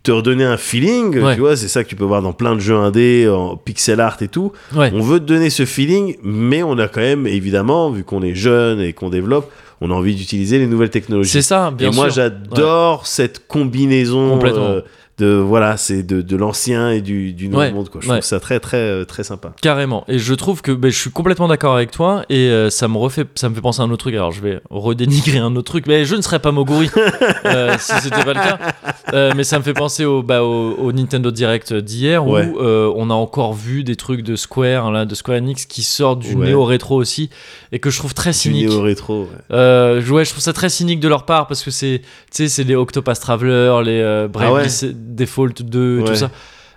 Speaker 2: te redonner un feeling.
Speaker 1: Ouais.
Speaker 2: Tu vois, c'est ça que tu peux voir dans plein de jeux indés, en pixel art et tout.
Speaker 1: ouais
Speaker 2: On veut te donner ce feeling, mais on a quand même, évidemment, vu qu'on est jeune et qu'on développe, on a envie d'utiliser les nouvelles technologies
Speaker 1: c'est ça bien
Speaker 2: et moi,
Speaker 1: sûr.
Speaker 2: j'adore cette combinaison
Speaker 1: Complètement.
Speaker 2: euh, de voilà, c'est de, de l'ancien et du, du nouveau
Speaker 1: Ouais,
Speaker 2: monde. Quoi. Je
Speaker 1: ouais.
Speaker 2: trouve ça très très euh, très sympa.
Speaker 1: Carrément. Et je trouve que ben, je suis complètement d'accord avec toi et euh, ça me refait, ça me fait penser à un autre truc. Alors je vais redénigrer un autre truc, mais je ne serais pas Moguri euh, si c'était pas le cas. Euh, mais ça me fait penser au, bah, au, au Nintendo Direct d'hier
Speaker 2: Ouais.
Speaker 1: où euh, on a encore vu des trucs de Square, hein, là, de Square Enix qui sortent du
Speaker 2: Ouais.
Speaker 1: néo rétro aussi et que je trouve très
Speaker 2: Du
Speaker 1: cynique.
Speaker 2: néo rétro. ouais.
Speaker 1: Euh, ouais, je trouve ça très cynique de leur part parce que c'est, tu sais, c'est les Octopath Traveler, les euh, Bravely
Speaker 2: Ah ouais.
Speaker 1: Se- Default 2, tout
Speaker 2: Ouais.
Speaker 1: ça.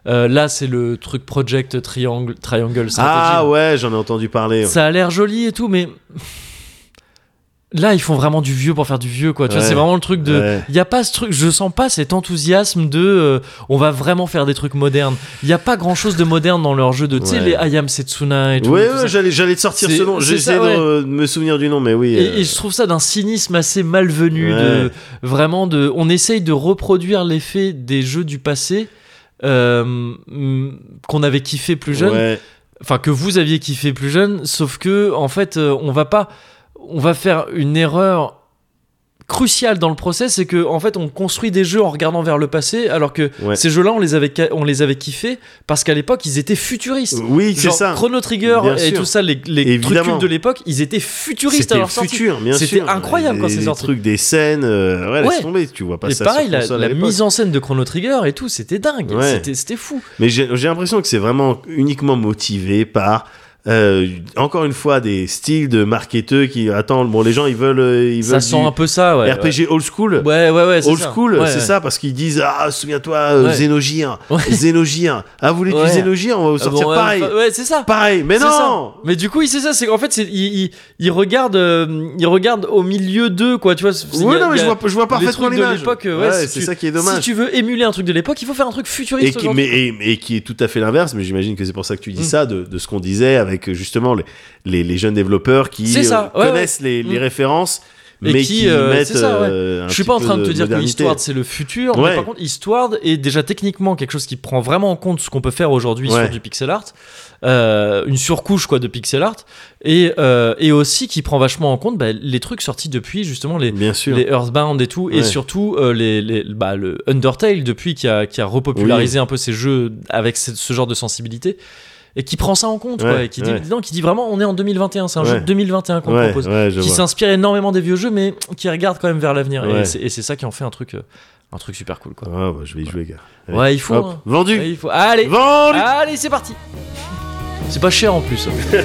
Speaker 1: Euh, là, c'est le truc Project Triangle, Triangle Strategy.
Speaker 2: Ah ouais, j'en ai entendu parler.
Speaker 1: hein. Ça a l'air joli et tout, mais là, ils font vraiment du vieux pour faire du vieux, quoi. Tu vois,
Speaker 2: Ouais.
Speaker 1: c'est vraiment le truc de.
Speaker 2: Ouais.
Speaker 1: Il y a pas ce truc, je sens pas cet enthousiasme de euh, on va vraiment faire des trucs modernes. Il y a pas grand chose de moderne dans leur jeu de, tu sais,
Speaker 2: Ouais.
Speaker 1: les Ayam Setsuna et tout.
Speaker 2: Ouais,
Speaker 1: tout
Speaker 2: ouais,
Speaker 1: ça.
Speaker 2: j'allais j'allais te sortir
Speaker 1: C'est-
Speaker 2: ce nom.
Speaker 1: c'est
Speaker 2: J'essaie
Speaker 1: ça, ouais.
Speaker 2: de, euh, de me souvenir du nom, mais oui. euh,
Speaker 1: Et, et je trouve ça d'un cynisme assez malvenu.
Speaker 2: Ouais.
Speaker 1: De, vraiment, de, on essaye de reproduire l'effet des jeux du passé euh, mm, qu'on avait kiffé plus jeune,
Speaker 2: ouais.
Speaker 1: enfin que vous aviez kiffé plus jeune, sauf que en fait, euh, on va pas, on va faire une erreur crucial dans le process, c'est que en fait on construit des jeux en regardant vers le passé, alors que
Speaker 2: Ouais.
Speaker 1: ces jeux-là on les avait ca- on les avait kiffés parce qu'à l'époque ils étaient futuristes.
Speaker 2: Oui, c'est
Speaker 1: Genre,
Speaker 2: ça.
Speaker 1: Chrono Trigger
Speaker 2: Bien
Speaker 1: et
Speaker 2: sûr.
Speaker 1: tout ça, les, les trucs
Speaker 2: Évidemment.
Speaker 1: cultes de l'époque, ils étaient futuristes à
Speaker 2: C'était
Speaker 1: leur sortie.
Speaker 2: futur, bien sûr.
Speaker 1: C'était incroyable, quoi,
Speaker 2: Des-
Speaker 1: ces
Speaker 2: des
Speaker 1: sorties.
Speaker 2: trucs, des scènes. euh, ouais,
Speaker 1: Ouais.
Speaker 2: laisse tomber, tu vois pas
Speaker 1: Et
Speaker 2: ça.
Speaker 1: pareil,
Speaker 2: sur
Speaker 1: la,
Speaker 2: console à
Speaker 1: la
Speaker 2: l'époque.
Speaker 1: mise en scène de Chrono Trigger et tout, c'était dingue,
Speaker 2: Ouais.
Speaker 1: c'était- c'était fou.
Speaker 2: Mais j'ai j'ai l'impression que c'est vraiment uniquement motivé par. euh, encore une fois, des styles de marketeux qui attendent. Bon, les gens, ils veulent, euh, ils
Speaker 1: Ça
Speaker 2: veulent
Speaker 1: sent
Speaker 2: du
Speaker 1: un peu ça, ouais.
Speaker 2: RPG old school.
Speaker 1: ouais. Ouais, ouais, ouais, c'est
Speaker 2: old
Speaker 1: ça.
Speaker 2: school,
Speaker 1: Ouais,
Speaker 2: c'est
Speaker 1: ouais.
Speaker 2: ça, parce qu'ils disent Ah, souviens-toi, euh,
Speaker 1: Ouais.
Speaker 2: Xenogear,
Speaker 1: Ouais.
Speaker 2: Xenogear. Ah, vous voulez
Speaker 1: Ouais.
Speaker 2: du Xenogear On va vous
Speaker 1: Ah bon,
Speaker 2: sortir
Speaker 1: ouais,
Speaker 2: pareil.
Speaker 1: enfin, Ouais, c'est ça.
Speaker 2: Pareil, mais
Speaker 1: C'est
Speaker 2: non
Speaker 1: ça. Mais du coup, il- c'est ça, c'est qu'en fait, c'est- il, il, il regarde, euh, il regarde au milieu d'eux, quoi, tu vois. c'est- il y
Speaker 2: Oui,
Speaker 1: a-
Speaker 2: non, mais
Speaker 1: il y
Speaker 2: je
Speaker 1: a
Speaker 2: vois, je vois
Speaker 1: les
Speaker 2: parfaitement
Speaker 1: trucs de
Speaker 2: l'image.
Speaker 1: l'époque, euh, ouais, si
Speaker 2: c'est
Speaker 1: tu-
Speaker 2: ça qui est dommage.
Speaker 1: Si tu veux émuler un truc de l'époque, il faut faire un truc
Speaker 2: et
Speaker 1: futuriste.
Speaker 2: qui, mais,
Speaker 1: aujourd'hui.
Speaker 2: et, et qui est tout à fait l'inverse, mais j'imagine que c'est pour ça que tu dis
Speaker 1: Mm.
Speaker 2: ça, de, de ce qu'on disait avec euh, justement les, les, les jeunes développeurs qui euh,
Speaker 1: C'est ça, ouais,
Speaker 2: connaissent les, les
Speaker 1: Mm.
Speaker 2: références,
Speaker 1: Et
Speaker 2: mais
Speaker 1: qui,
Speaker 2: qui,
Speaker 1: euh,
Speaker 2: mettent.
Speaker 1: c'est ça, ouais.
Speaker 2: euh, un
Speaker 1: Je suis
Speaker 2: petit
Speaker 1: pas en
Speaker 2: peu
Speaker 1: train de te dire que
Speaker 2: modernité.
Speaker 1: Eastward c'est le futur, mais
Speaker 2: Ouais.
Speaker 1: par contre Eastward est déjà techniquement quelque chose qui prend vraiment en compte ce qu'on peut faire aujourd'hui
Speaker 2: Ouais.
Speaker 1: sur du pixel art, euh, une surcouche quoi de pixel art, et, euh, et aussi qui prend vachement en compte bah, les trucs sortis depuis justement les,
Speaker 2: Bien sûr.
Speaker 1: les Earthbound et tout, et
Speaker 2: Ouais.
Speaker 1: surtout euh, les, les- bah, le Undertale depuis qui a, qui a repopularisé un peu ces jeux avec ce, ce genre de sensibilité. Et qui prend ça en compte, quoi,
Speaker 2: Ouais,
Speaker 1: et qui, dit,
Speaker 2: ouais.
Speaker 1: non, qui dit vraiment on est en 2021, c'est un jeu
Speaker 2: Ouais.
Speaker 1: de 2021 qu'on
Speaker 2: Ouais,
Speaker 1: propose
Speaker 2: ouais, je
Speaker 1: qui
Speaker 2: vois.
Speaker 1: s'inspire énormément des vieux jeux, mais qui regarde quand même vers l'avenir. Et
Speaker 2: Ouais.
Speaker 1: c'est- Et c'est ça qui en fait un truc, euh, un truc super cool, quoi.
Speaker 2: Ah, bah, je vais y jouer, gars.
Speaker 1: Ouais,
Speaker 2: Ouais.
Speaker 1: il faut.
Speaker 2: Hop,
Speaker 1: hein.
Speaker 2: Vendu
Speaker 1: Ouais, il faut. Allez,
Speaker 2: Vendu
Speaker 1: allez, c'est parti. C'est pas cher en plus. hein.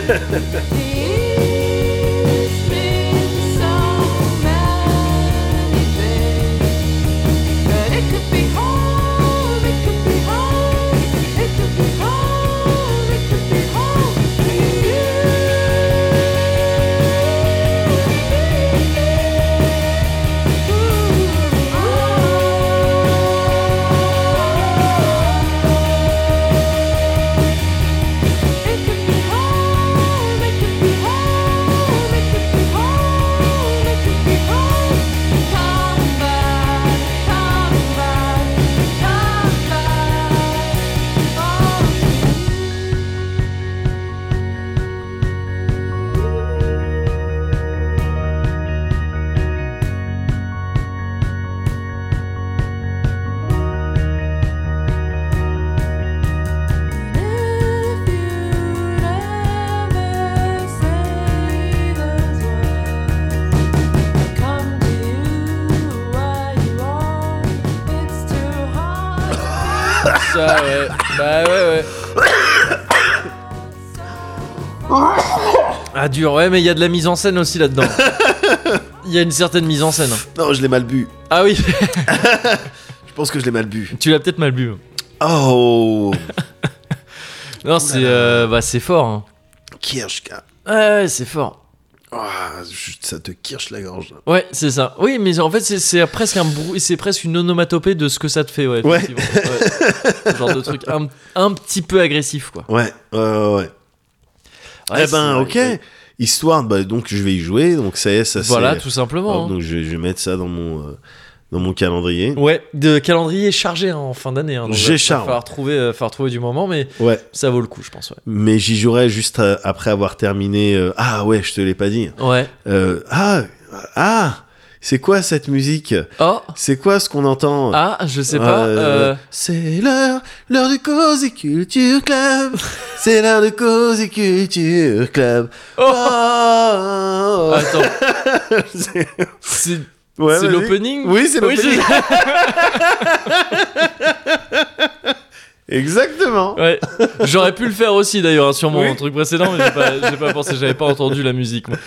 Speaker 1: ça, ouais. Bah ouais, ouais. Ah dur, ouais, mais il y a de la mise en scène aussi là-dedans. Il y a une certaine mise en scène. hein.
Speaker 2: Non, je l'ai mal bu.
Speaker 1: Ah oui,
Speaker 2: Je pense que je l'ai mal bu.
Speaker 1: tu l'as peut-être mal bu.
Speaker 2: Oh
Speaker 1: Non, c'est euh, bah c'est fort. hein.
Speaker 2: Kirsch, gars.
Speaker 1: Ouais, ouais, c'est fort.
Speaker 2: Ah, je- ça te kirche la gorge.
Speaker 1: Ouais, c'est ça. Oui, mais en fait, c'est- c'est presque un bruit, c'est presque une onomatopée de ce que ça te fait, ouais.
Speaker 2: Ouais.
Speaker 1: effectivement. Ouais. Ce genre de truc un, un petit peu agressif, quoi.
Speaker 2: Ouais, ouais, ouais, ouais.
Speaker 1: Ouais,
Speaker 2: eh ben,
Speaker 1: c'est-
Speaker 2: ok. Histoire, bah, donc je vais y jouer. Donc ça y est, ça c'est.
Speaker 1: Voilà, tout
Speaker 2: Alors,
Speaker 1: simplement. hein.
Speaker 2: donc je, je vais mettre ça dans mon, euh, dans mon calendrier.
Speaker 1: Ouais, de calendrier chargé hein, en fin d'année. Hein, donc
Speaker 2: J'ai
Speaker 1: va-
Speaker 2: charme.
Speaker 1: Va falloir trouver, euh, falloir trouver du moment, mais
Speaker 2: Ouais.
Speaker 1: ça vaut le coup, je pense. Ouais.
Speaker 2: Mais j'y jouerai juste euh, après avoir terminé. euh, ah ouais, je te l'ai pas dit.
Speaker 1: Ouais.
Speaker 2: Euh, ah, ah, c'est quoi cette musique
Speaker 1: Oh.
Speaker 2: C'est quoi ce qu'on entend
Speaker 1: Ah, je sais pas.
Speaker 2: Euh,
Speaker 1: euh,
Speaker 2: C'est l'heure, l'heure du Cozy Culture Club. C'est l'heure du Cozy Culture Club. Oh.
Speaker 1: Attends,
Speaker 2: C'est-
Speaker 1: c'est
Speaker 2: Ouais,
Speaker 1: Ah, c'est
Speaker 2: vas-y.
Speaker 1: l'opening.
Speaker 2: Oui, c'est l'opening.
Speaker 1: c'est-
Speaker 2: Exactement.
Speaker 1: Ouais. J'aurais pu le faire aussi d'ailleurs hein, sur mon
Speaker 2: Oui.
Speaker 1: truc précédent, mais j'ai pas, j'ai pas pensé, j'avais pas entendu la musique. moi.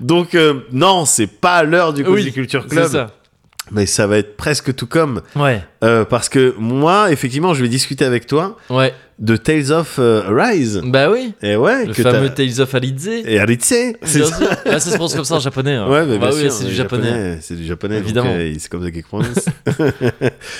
Speaker 2: Donc, euh, non, c'est pas l'heure du Cozy
Speaker 1: Oui,
Speaker 2: Culture
Speaker 1: C'est
Speaker 2: Club.
Speaker 1: ça.
Speaker 2: Mais ça va être presque tout comme.
Speaker 1: Ouais.
Speaker 2: Euh, parce que moi, effectivement, je vais discuter avec toi
Speaker 1: Ouais.
Speaker 2: de Tales of euh, Rise.
Speaker 1: Bah oui.
Speaker 2: Et ouais,
Speaker 1: Le
Speaker 2: que
Speaker 1: fameux
Speaker 2: t'as-
Speaker 1: Tales of Alizé.
Speaker 2: Et Aritse, c'est
Speaker 1: Bien
Speaker 2: ça.
Speaker 1: sûr. Ah, ça se prononce comme ça en japonais. hein.
Speaker 2: Ouais, mais
Speaker 1: bah
Speaker 2: bien
Speaker 1: oui,
Speaker 2: sûr,
Speaker 1: c'est
Speaker 2: les
Speaker 1: du japonais.
Speaker 2: C'est du japonais, euh,
Speaker 1: Évidemment.
Speaker 2: évidemment. c'est comme ça qu'ils prononcent.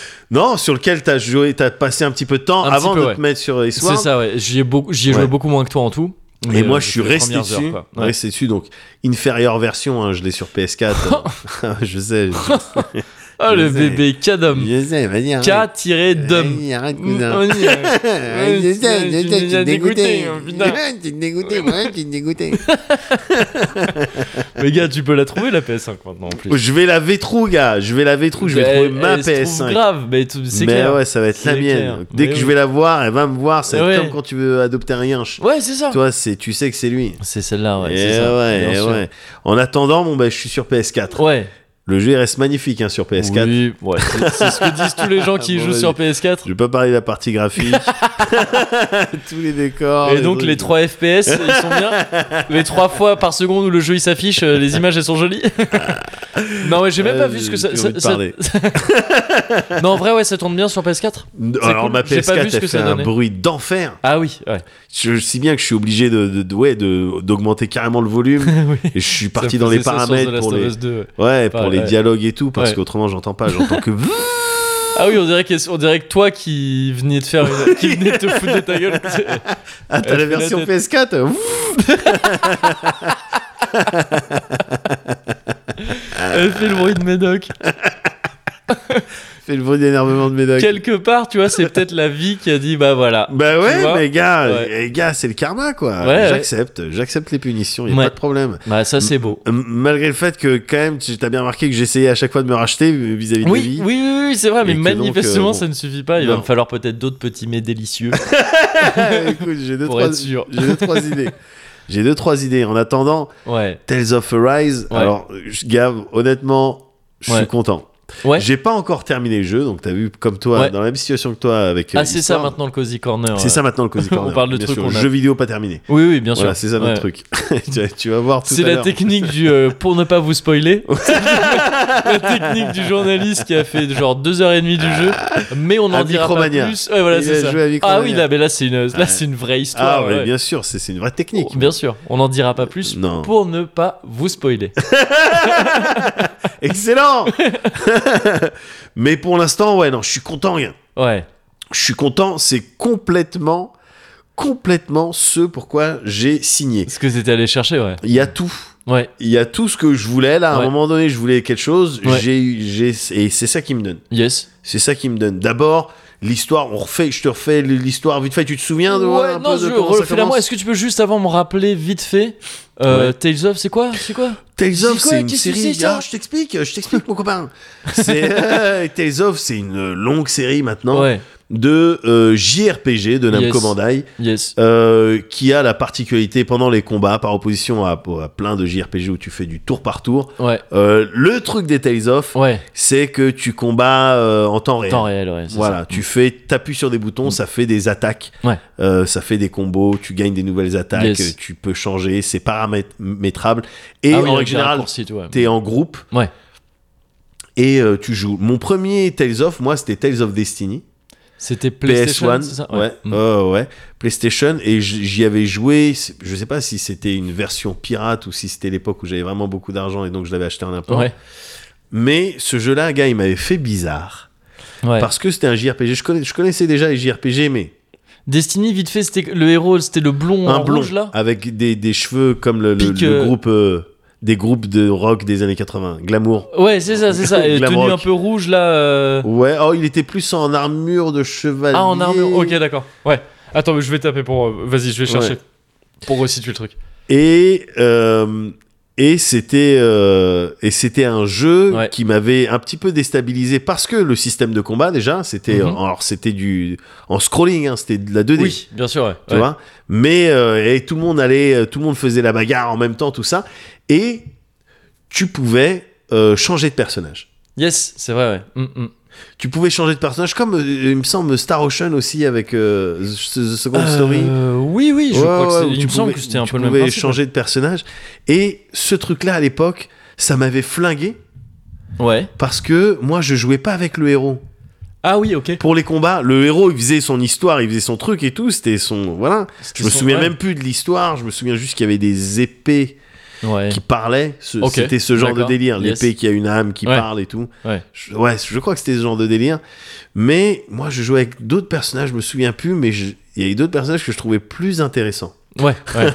Speaker 2: non, sur lequel t'as joué, t'as passé un petit peu de temps
Speaker 1: Un petit
Speaker 2: avant
Speaker 1: peu,
Speaker 2: de
Speaker 1: ouais.
Speaker 2: te mettre sur
Speaker 1: C'est
Speaker 2: Eastward.
Speaker 1: ça, ouais. J'y ai, beaucoup, j'y ai
Speaker 2: Ouais.
Speaker 1: joué beaucoup moins que toi en tout.
Speaker 2: Et
Speaker 1: Mais,
Speaker 2: moi,
Speaker 1: euh,
Speaker 2: je suis
Speaker 1: c'était les
Speaker 2: resté
Speaker 1: premières heures,
Speaker 2: dessus.
Speaker 1: quoi. Ouais.
Speaker 2: Resté dessus, donc inférieure version. hein, je l'ai sur PS4. je sais. je-
Speaker 1: Oh, le
Speaker 2: Je sais.
Speaker 1: bébé Kadom.
Speaker 2: Je sais, vas-y. arrête.
Speaker 1: K-dom.
Speaker 2: Vas-y, arrête, cousin.
Speaker 1: On y est.
Speaker 2: Ouais, je sais, je
Speaker 1: tu
Speaker 2: sais,
Speaker 1: nous
Speaker 2: tu
Speaker 1: as dégoûté,
Speaker 2: es dégoûté.
Speaker 1: hein, putain.
Speaker 2: Ouais, Tu es dégoûté, ouais, tu es dégoûté.
Speaker 1: Mais gars, tu peux la trouver la PS5 maintenant en plus.
Speaker 2: Oh, Je vais la Vétrou, gars. Je vais la Vétrou. Je vais
Speaker 1: Mais
Speaker 2: trouver
Speaker 1: elle-
Speaker 2: ma
Speaker 1: elle se trouve
Speaker 2: PS5.
Speaker 1: grave, mais tout- c'est
Speaker 2: Mais
Speaker 1: clair.
Speaker 2: ouais, ça va être la
Speaker 1: C'est
Speaker 2: mienne.
Speaker 1: clair.
Speaker 2: Dès
Speaker 1: Mais
Speaker 2: que je
Speaker 1: oui.
Speaker 2: vais la voir, elle va me voir. C'est
Speaker 1: Ouais.
Speaker 2: comme quand tu veux adopter un yinche.
Speaker 1: Ouais, c'est ça.
Speaker 2: Toi, c'est, tu sais que c'est lui.
Speaker 1: C'est celle-là, ouais.
Speaker 2: Eh
Speaker 1: c'est ça,
Speaker 2: ouais,
Speaker 1: bien
Speaker 2: eh
Speaker 1: sûr.
Speaker 2: ouais. En attendant, bon, bah, je suis sur PS4.
Speaker 1: Ouais.
Speaker 2: Le jeu il reste magnifique hein, sur PS4.
Speaker 1: Oui, ouais, c'est c'est ce que disent tous les gens qui
Speaker 2: Bon,
Speaker 1: jouent
Speaker 2: vas-y.
Speaker 1: sur PS4.
Speaker 2: Je vais pas parler de la partie graphique. Tous Ah, les décors.
Speaker 1: Et donc les 3
Speaker 2: trucs.
Speaker 1: FPS, ils sont bien. Les 3 fois par seconde où le jeu il s'affiche, euh, les images elles sont jolies. non ouais, j'ai même
Speaker 2: Ah,
Speaker 1: pas vu ce que
Speaker 2: j'ai
Speaker 1: ça.
Speaker 2: plus
Speaker 1: ça-
Speaker 2: envie de
Speaker 1: ça-
Speaker 2: parler.
Speaker 1: non en vrai ouais, ça tourne bien sur PS4.
Speaker 2: Alors
Speaker 1: cool,
Speaker 2: ma
Speaker 1: j'ai pas vu ce
Speaker 2: PS4
Speaker 1: que
Speaker 2: a
Speaker 1: ça
Speaker 2: fait un
Speaker 1: donnait.
Speaker 2: bruit d'enfer.
Speaker 1: Ah oui, ouais.
Speaker 2: Je, je- si bien que je suis obligé de, de- de- ouais, de- d'augmenter carrément le volume.
Speaker 1: oui.
Speaker 2: Et je suis
Speaker 1: Ça
Speaker 2: parti
Speaker 1: me
Speaker 2: dans les
Speaker 1: faisait ça sur The
Speaker 2: paramètres
Speaker 1: Last
Speaker 2: pour
Speaker 1: of
Speaker 2: les,
Speaker 1: Us 2, ouais.
Speaker 2: ouais, pour
Speaker 1: Ouais,
Speaker 2: les
Speaker 1: ouais.
Speaker 2: dialogues et tout parce
Speaker 1: Ouais.
Speaker 2: qu'autrement j'entends pas. J'entends que
Speaker 1: Ah oui, on dirait, qu'on- on dirait que toi qui venais de faire, une- qui venais de te foutre de ta gueule.
Speaker 2: ah t'as
Speaker 1: Elle
Speaker 2: la
Speaker 1: fait la
Speaker 2: version
Speaker 1: tête.
Speaker 2: PS4.
Speaker 1: Elle fait le bruit de Médoc.
Speaker 2: Fais le bruit d'énervement de Médoc.
Speaker 1: Quelque part, tu vois, c'est peut-être la vie qui a dit bah voilà.
Speaker 2: Bah
Speaker 1: Tu
Speaker 2: ouais,
Speaker 1: vois
Speaker 2: mais gars,
Speaker 1: Ouais.
Speaker 2: eh, gars, c'est le karma quoi.
Speaker 1: Ouais,
Speaker 2: j'accepte, j'accepte les punitions, y a
Speaker 1: Ouais.
Speaker 2: pas de problème.
Speaker 1: Bah ça c'est beau.
Speaker 2: M- Malgré le fait que quand même, tu t'as bien remarqué que j'essayais à chaque fois de me racheter vis-à-vis de
Speaker 1: Oui, oui,
Speaker 2: lui.
Speaker 1: oui, oui, c'est vrai,
Speaker 2: Et
Speaker 1: mais
Speaker 2: que donc,
Speaker 1: manifestement,
Speaker 2: euh, bon.
Speaker 1: ça ne suffit pas. Il va
Speaker 2: Non.
Speaker 1: me falloir peut-être d'autres petits mets délicieux.
Speaker 2: Écoute, j'ai deux
Speaker 1: Pour
Speaker 2: trois,
Speaker 1: être sûr.
Speaker 2: j'ai deux trois idées. J'ai deux trois idées. En attendant,
Speaker 1: ouais.
Speaker 2: Tales of Arise.
Speaker 1: Ouais.
Speaker 2: Alors, je- gars, honnêtement, je suis
Speaker 1: Ouais.
Speaker 2: content.
Speaker 1: Ouais.
Speaker 2: J'ai pas encore terminé le jeu, donc t'as vu comme toi,
Speaker 1: Ouais.
Speaker 2: dans la même situation que toi avec. euh,
Speaker 1: Ah, c'est ça
Speaker 2: l'histoire.
Speaker 1: maintenant le Cozy Corner.
Speaker 2: C'est ça maintenant le Cozy
Speaker 1: On
Speaker 2: Corner.
Speaker 1: parle de
Speaker 2: Bien
Speaker 1: trucs
Speaker 2: sûr,
Speaker 1: qu'on a-
Speaker 2: Jeu vidéo pas terminé.
Speaker 1: Oui, oui, bien sûr.
Speaker 2: Voilà, c'est ça notre
Speaker 1: Ouais.
Speaker 2: truc. Tu- tu vas voir tout
Speaker 1: C'est
Speaker 2: à
Speaker 1: la
Speaker 2: l'heure.
Speaker 1: technique du. euh, pour ne pas vous spoiler. la technique du journaliste qui a fait genre 2h30 du jeu, mais on
Speaker 2: À
Speaker 1: en dira pas
Speaker 2: Micromania.
Speaker 1: plus. Ouais, voilà,
Speaker 2: Il
Speaker 1: c'est
Speaker 2: a
Speaker 1: ça.
Speaker 2: joué à Micromania.
Speaker 1: Ah oui, là, mais là, c'est une, là, c'est une vraie histoire.
Speaker 2: Ah, mais
Speaker 1: ouais. Oh,
Speaker 2: bien sûr, c'est c'est une vraie technique.
Speaker 1: Bien sûr, on n'en dira pas plus
Speaker 2: Non.
Speaker 1: pour ne pas vous spoiler.
Speaker 2: Excellent Mais pour l'instant, ouais, non, je suis content, rien.
Speaker 1: Ouais,
Speaker 2: Je suis content, c'est complètement, complètement ce pourquoi j'ai signé.
Speaker 1: ce que t'étais allé chercher, ouais.
Speaker 2: Il y a tout.
Speaker 1: Ouais,
Speaker 2: Il y a tout ce que je voulais, là, à un
Speaker 1: Ouais.
Speaker 2: moment donné, je voulais quelque chose,
Speaker 1: Ouais.
Speaker 2: j'ai, j'ai, et c'est ça qui me donne.
Speaker 1: yes.
Speaker 2: C'est ça qui me donne. D'abord, l'histoire, on refait, je te refais l'histoire vite fait, tu te souviens de
Speaker 1: Ouais,
Speaker 2: un
Speaker 1: non,
Speaker 2: peu de
Speaker 1: je
Speaker 2: comment ça
Speaker 1: refais-la
Speaker 2: commence
Speaker 1: moi. Est-ce que tu peux juste avant me rappeler vite fait euh, Tales of, c'est quoi C'est quoi
Speaker 2: Tales of,
Speaker 1: C'est quoi,
Speaker 2: c'est une
Speaker 1: qu'est-ce que
Speaker 2: série.
Speaker 1: c'est, ça
Speaker 2: Ah, je t'explique, je t'explique, mon copain. C'est, euh, Tales of, c'est une longue série maintenant
Speaker 1: Ouais, de
Speaker 2: euh, JRPG de Namco
Speaker 1: Yes.
Speaker 2: Bandai,
Speaker 1: yes.
Speaker 2: euh, qui a la particularité pendant les combats, par opposition à, à plein de JRPG où tu fais du tour par tour.
Speaker 1: Ouais,
Speaker 2: euh, le truc des Tales of,
Speaker 1: ouais.
Speaker 2: c'est que tu combats euh, en temps réel.
Speaker 1: Temps réel, ouais. c'est
Speaker 2: Voilà,
Speaker 1: ça. Mm.
Speaker 2: tu fais, t'appuies sur des boutons, ça fait des attaques,
Speaker 1: Ouais.
Speaker 2: Euh, ça fait des combos, tu gagnes des nouvelles attaques,
Speaker 1: Yes.
Speaker 2: euh, tu peux changer, c'est paramétrable. Et
Speaker 1: Ah oui, avec
Speaker 2: en règle
Speaker 1: des
Speaker 2: générale,
Speaker 1: raccourcis, tout, ouais.
Speaker 2: t'es en groupe
Speaker 1: Ouais.
Speaker 2: et euh, tu joues. Mon premier Tales of, moi, c'était Tales of Destiny.
Speaker 1: C'était PlayStation,
Speaker 2: PS1,
Speaker 1: c'est ça
Speaker 2: ouais,
Speaker 1: Mm.
Speaker 2: euh, ouais, PlayStation, et j- j'y avais joué, c'est- je sais pas si c'était une version pirate ou si c'était l'époque où j'avais vraiment beaucoup d'argent et donc je l'avais acheté en import,
Speaker 1: ouais.
Speaker 2: mais ce jeu-là, gars, il m'avait fait bizarre,
Speaker 1: ouais.
Speaker 2: parce que c'était un JRPG, je, connais, je connaissais déjà les JRPG, mais
Speaker 1: Destiny, vite fait, c'était le héros, c'était le blond
Speaker 2: un
Speaker 1: en
Speaker 2: blond,
Speaker 1: rouge là.
Speaker 2: avec des, des cheveux comme le, le-
Speaker 1: Pique,
Speaker 2: le
Speaker 1: euh,
Speaker 2: groupe, euh, des groupes de rock des années 80, Glamour.
Speaker 1: Ouais, c'est ça, c'est ça. Et
Speaker 2: Glam
Speaker 1: tenue
Speaker 2: Ah. rock.
Speaker 1: un peu rouge là. euh,
Speaker 2: Ouais, oh, il était plus en armure de chevalier.
Speaker 1: Ah, en armure. Ok, d'accord. Ouais. Attends, mais je vais taper pour. euh, Vas-y, je vais chercher.
Speaker 2: Ouais.
Speaker 1: Pour resituer le truc.
Speaker 2: Et, euh, et c'était euh, et c'était un jeu
Speaker 1: Ouais.
Speaker 2: qui m'avait un petit peu déstabilisé parce que le système de combat déjà c'était
Speaker 1: Mhm.
Speaker 2: alors c'était du en scrolling hein, c'était de la 2D
Speaker 1: Oui, bien sûr, ouais.
Speaker 2: tu
Speaker 1: Ouais.
Speaker 2: vois mais euh, et tout le monde allait euh, tout le monde faisait la bagarre en même temps tout ça et tu pouvais euh, changer de personnage
Speaker 1: Yes, c'est vrai, ouais. Mm, mm.
Speaker 2: tu pouvais changer de personnage comme euh, il me semble Star Ocean aussi avec euh, The The Second Story
Speaker 1: Euh, oui, oui, je
Speaker 2: Ouais,
Speaker 1: crois
Speaker 2: ouais,
Speaker 1: que
Speaker 2: où
Speaker 1: c'est. Il
Speaker 2: tu
Speaker 1: me semble
Speaker 2: pouvais-
Speaker 1: que c'était un
Speaker 2: tu
Speaker 1: peu le même
Speaker 2: pouvais
Speaker 1: principe.
Speaker 2: changer de personnage. Et ce truc-là, à l'époque, ça m'avait flingué
Speaker 1: Ouais.
Speaker 2: parce que moi, je jouais pas avec le héros.
Speaker 1: Ah oui, ok.
Speaker 2: Pour les combats, le héros, il faisait son histoire, il faisait son truc et tout. C'était son. Voilà. Je me souviens même plus de l'histoire. Je me souviens juste qu'il y avait des épées
Speaker 1: Ouais.
Speaker 2: qui parlaient. Ce-
Speaker 1: Ok,
Speaker 2: C'était ce genre de
Speaker 1: d'accord,
Speaker 2: délire.
Speaker 1: yes.
Speaker 2: L'épée qui a une âme, qui
Speaker 1: Ouais.
Speaker 2: parle et tout.
Speaker 1: Ouais.
Speaker 2: Je, ouais, je crois que c'était ce genre de délire. Mais moi, je jouais avec d'autres personnages, je me souviens plus, mais je- il y a eu d'autres personnages que je trouvais plus intéressants
Speaker 1: Ouais. ouais.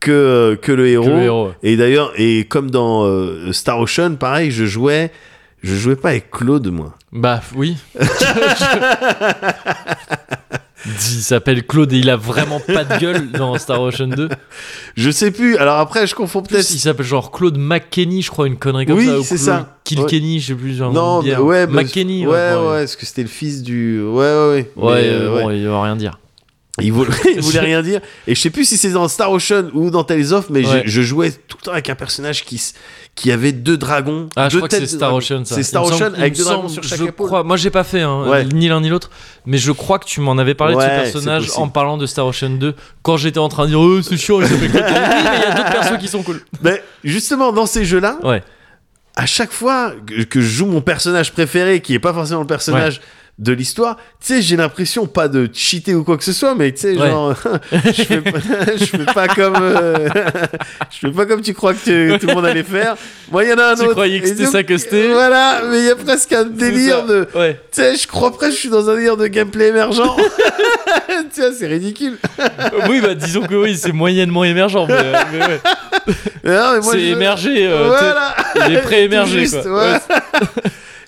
Speaker 2: que, que le
Speaker 1: Que le héros. ouais.
Speaker 2: euh, et d'ailleurs, et comme dans euh, Star Ocean, pareil, je jouais, Je jouais pas avec Claude, moi.
Speaker 1: Bah oui. il s'appelle Claude et il a vraiment pas de gueule dans Star Ocean 2.
Speaker 2: Je sais plus. Alors après, je confonds
Speaker 1: Plus,
Speaker 2: peut-être.
Speaker 1: il s'appelle genre Claude McKenny, je crois, une connerie comme
Speaker 2: Oui,
Speaker 1: ça. ou
Speaker 2: c'est
Speaker 1: Claude
Speaker 2: ça.
Speaker 1: Kilkenny, je sais plus. un nom
Speaker 2: Non,
Speaker 1: de
Speaker 2: mais
Speaker 1: bière.
Speaker 2: ouais, mais-
Speaker 1: McKenny.
Speaker 2: Ouais, ouais,
Speaker 1: ouais,
Speaker 2: Est-ce que c'était le fils du. Ouais, ouais, ouais.
Speaker 1: Ouais,
Speaker 2: Mais,
Speaker 1: euh,
Speaker 2: euh, ouais.
Speaker 1: bon, il va rien dire.
Speaker 2: Il voulait, il voulait rien dire. Et je sais plus si c'est dans Star Ocean ou dans Tales of, mais
Speaker 1: Ouais.
Speaker 2: je, je jouais tout le temps avec un personnage qui, s- qui avait deux dragons.
Speaker 1: Ah,
Speaker 2: deux
Speaker 1: je crois que
Speaker 2: têtes
Speaker 1: c'est
Speaker 2: de
Speaker 1: Star
Speaker 2: dragons.
Speaker 1: Ocean, ça.
Speaker 2: C'est Star
Speaker 1: Il me
Speaker 2: Ocean
Speaker 1: semble-
Speaker 2: avec
Speaker 1: il
Speaker 2: deux
Speaker 1: me
Speaker 2: dragons
Speaker 1: semble,
Speaker 2: sur
Speaker 1: je
Speaker 2: chaque épaule.
Speaker 1: crois. Moi, j'ai pas fait, hein,
Speaker 2: Ouais.
Speaker 1: ni l'un ni l'autre, mais je crois que tu m'en avais parlé de
Speaker 2: Ouais,
Speaker 1: ce
Speaker 2: c'est
Speaker 1: personnage
Speaker 2: possible.
Speaker 1: en parlant de Star Ocean 2 quand j'étais en train de dire oh, c'est chiant, il s'appelle Claude. Oui, mais il y a d'autres persos qui sont cool.
Speaker 2: Mais justement, dans ces jeux-là,
Speaker 1: Ouais.
Speaker 2: à chaque fois que, que je joue mon personnage préféré, qui est pas forcément le personnage de l'histoire, tu sais, j'ai l'impression pas de cheater ou quoi que ce soit, mais tu sais,
Speaker 1: Ouais.
Speaker 2: genre, je, fais pas, je fais pas comme, euh, je fais pas comme tu crois que tu- tout le monde allait faire. Moi, il y en a un
Speaker 1: Tu
Speaker 2: autre.
Speaker 1: croyais que
Speaker 2: Et
Speaker 1: c'était
Speaker 2: donc,
Speaker 1: ça que c'était
Speaker 2: Voilà, mais il y a presque un délire de,
Speaker 1: Ouais.
Speaker 2: tu sais, je crois presque que je suis dans un délire de gameplay émergent. tu vois, c'est ridicule.
Speaker 1: oui, bah disons que oui, c'est moyennement émergent. Mais, euh, mais ouais.
Speaker 2: Mais non, mais moi,
Speaker 1: c'est
Speaker 2: je-
Speaker 1: émergé. euh,
Speaker 2: Voilà.
Speaker 1: t'es- Il est pré-émergé.
Speaker 2: Tout juste,
Speaker 1: quoi.
Speaker 2: ouais.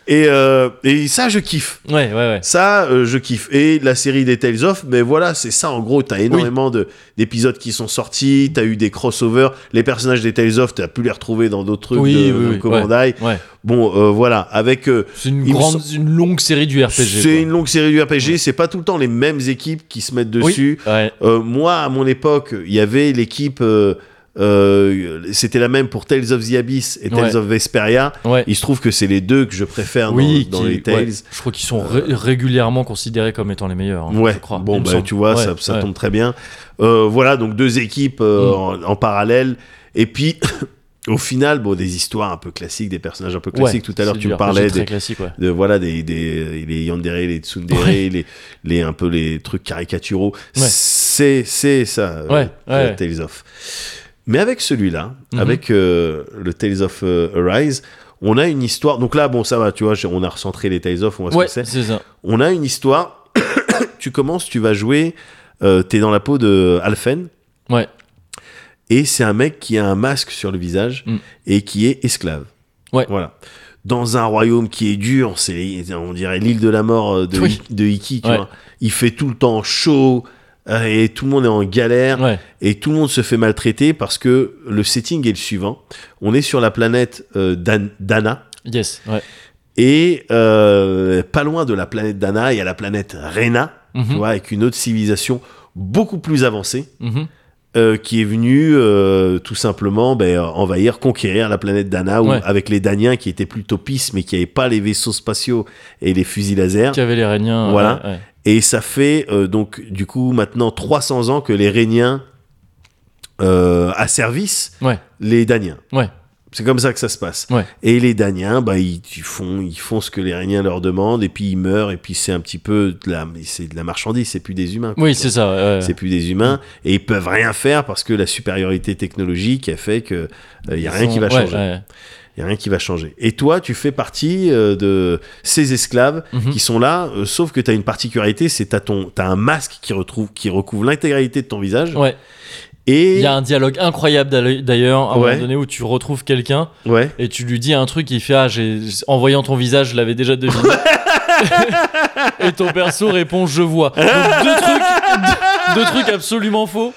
Speaker 2: et, euh, et ça, je kiffe.
Speaker 1: Ouais, ouais, ouais.
Speaker 2: Ça, euh, je kiffe. Et la série des Tales of, mais voilà, c'est ça en gros. T'as énormément de d'épisodes qui sont sortis, t'as eu des crossovers. Les personnages des Tales of, t'as pu les retrouver dans d'autres trucs
Speaker 1: Oui,
Speaker 2: de,
Speaker 1: oui,
Speaker 2: de
Speaker 1: oui,
Speaker 2: Command Eye.
Speaker 1: ouais.
Speaker 2: Bon, euh, voilà, avec. euh,
Speaker 1: C'est une
Speaker 2: Il me
Speaker 1: grande, une longue série du RPG. quoi.
Speaker 2: c'est une longue série du RPG, c'est pas tout le temps les mêmes équipes qui se mettent
Speaker 1: Oui,
Speaker 2: dessus.
Speaker 1: ouais.
Speaker 2: Euh, moi, à mon époque, il y avait l'équipe. euh, euh, c'était la même pour Tales of the Abyss et Tales
Speaker 1: Ouais.
Speaker 2: of Vesperia.
Speaker 1: Ouais.
Speaker 2: Il se trouve que c'est les deux que je préfère
Speaker 1: oui,
Speaker 2: dans, dans
Speaker 1: qui-
Speaker 2: les Tales. Euh.
Speaker 1: ouais. Je crois qu'ils sont ré- régulièrement considérés comme étant les meilleurs. hein,
Speaker 2: Ouais,
Speaker 1: je crois,
Speaker 2: bon,
Speaker 1: il me
Speaker 2: bah,
Speaker 1: semble.
Speaker 2: tu vois,
Speaker 1: Ouais,
Speaker 2: ça, ça
Speaker 1: ouais.
Speaker 2: tombe très bien. Euh, voilà, donc deux équipes euh,
Speaker 1: Mm.
Speaker 2: en, en parallèle. Et puis, au final, bon, des histoires un peu classiques, des personnages un peu classiques.
Speaker 1: Ouais,
Speaker 2: Tout à l'heure,
Speaker 1: c'est
Speaker 2: tu
Speaker 1: du
Speaker 2: me
Speaker 1: RPG
Speaker 2: parlais
Speaker 1: très
Speaker 2: des,
Speaker 1: classique, ouais.
Speaker 2: de, voilà, des, des, les Yandere, les Tsundere,
Speaker 1: Ouais.
Speaker 2: les, les, un peu les trucs caricaturaux.
Speaker 1: Ouais.
Speaker 2: C'est, c'est ça, euh,
Speaker 1: Ouais,
Speaker 2: euh,
Speaker 1: ouais.
Speaker 2: Tales of. Mais avec celui-là,
Speaker 1: Mhm.
Speaker 2: avec euh, le Tales of euh, Arise, on a une histoire. Donc là, bon, ça va, tu vois, j'ai- on a recentré les Tales of, on voit
Speaker 1: Ouais,
Speaker 2: ce que c'est
Speaker 1: c'est ça.
Speaker 2: on a une histoire. tu commences, tu vas jouer, euh, t'es dans la peau de Alphen.
Speaker 1: Ouais.
Speaker 2: Et c'est un mec qui a un masque sur le visage
Speaker 1: Mm.
Speaker 2: et qui est esclave.
Speaker 1: Ouais.
Speaker 2: Voilà. Dans un royaume qui est dur, c'est on dirait l'île de la mort euh, de,
Speaker 1: Oui.
Speaker 2: de Iki. tu
Speaker 1: Ouais.
Speaker 2: vois. Il fait tout le temps chaud euh, et tout le monde est en galère
Speaker 1: Ouais.
Speaker 2: et tout le monde se fait maltraiter parce que le setting est le suivant. On est sur la planète euh, Dan- Dana.
Speaker 1: Yes. Ouais.
Speaker 2: Et euh, pas loin de la planète Dana, il y a la planète Rena, tu
Speaker 1: Mhm.
Speaker 2: vois, avec une autre civilisation beaucoup plus avancée,
Speaker 1: Mhm.
Speaker 2: euh, qui est venue euh, tout simplement ben, euh, envahir, conquérir la planète Dana, où-
Speaker 1: Ouais.
Speaker 2: avec les Daniens qui étaient plus topistes, mais qui n'avaient pas les vaisseaux spatiaux et les fusils laser.
Speaker 1: Qui avait les Réniens.
Speaker 2: Voilà.
Speaker 1: ouais, ouais.
Speaker 2: Et ça fait euh, donc, du coup, maintenant 300 ans que les Réniens euh, asservissent
Speaker 1: Ouais.
Speaker 2: les Daniens.
Speaker 1: Ouais.
Speaker 2: C'est comme ça que ça se passe.
Speaker 1: Ouais.
Speaker 2: Et les Daniens, bah, ils, ils font, ils font ce que les Réniens leur demandent, et puis ils meurent, et puis c'est un petit peu de la, c'est de la marchandise, c'est plus des humains. quoi.
Speaker 1: Oui, c'est ça. ouais, ouais.
Speaker 2: C'est plus des humains, et ils peuvent rien faire parce que la supériorité technologique a fait que il y a rien
Speaker 1: Ils
Speaker 2: qui va
Speaker 1: sont- ouais,
Speaker 2: changer.
Speaker 1: ouais.
Speaker 2: Il y a rien qui va changer. Et toi, tu fais partie euh, de ces esclaves
Speaker 1: Mhm.
Speaker 2: qui sont là, euh, sauf que tu as une particularité, c'est t'as ton t'as un masque qui retrouve qui recouvre l'intégralité de ton visage
Speaker 1: Ouais. Il
Speaker 2: et
Speaker 1: y a un dialogue incroyable d'alle- d'ailleurs, à un
Speaker 2: Ouais.
Speaker 1: moment donné où tu retrouves quelqu'un
Speaker 2: ouais,
Speaker 1: et tu lui dis un truc, il fait Ah, j'ai... en voyant ton visage, je l'avais déjà deviné. et ton perso répond Je vois. Donc, deux trucs, deux, deux trucs absolument faux.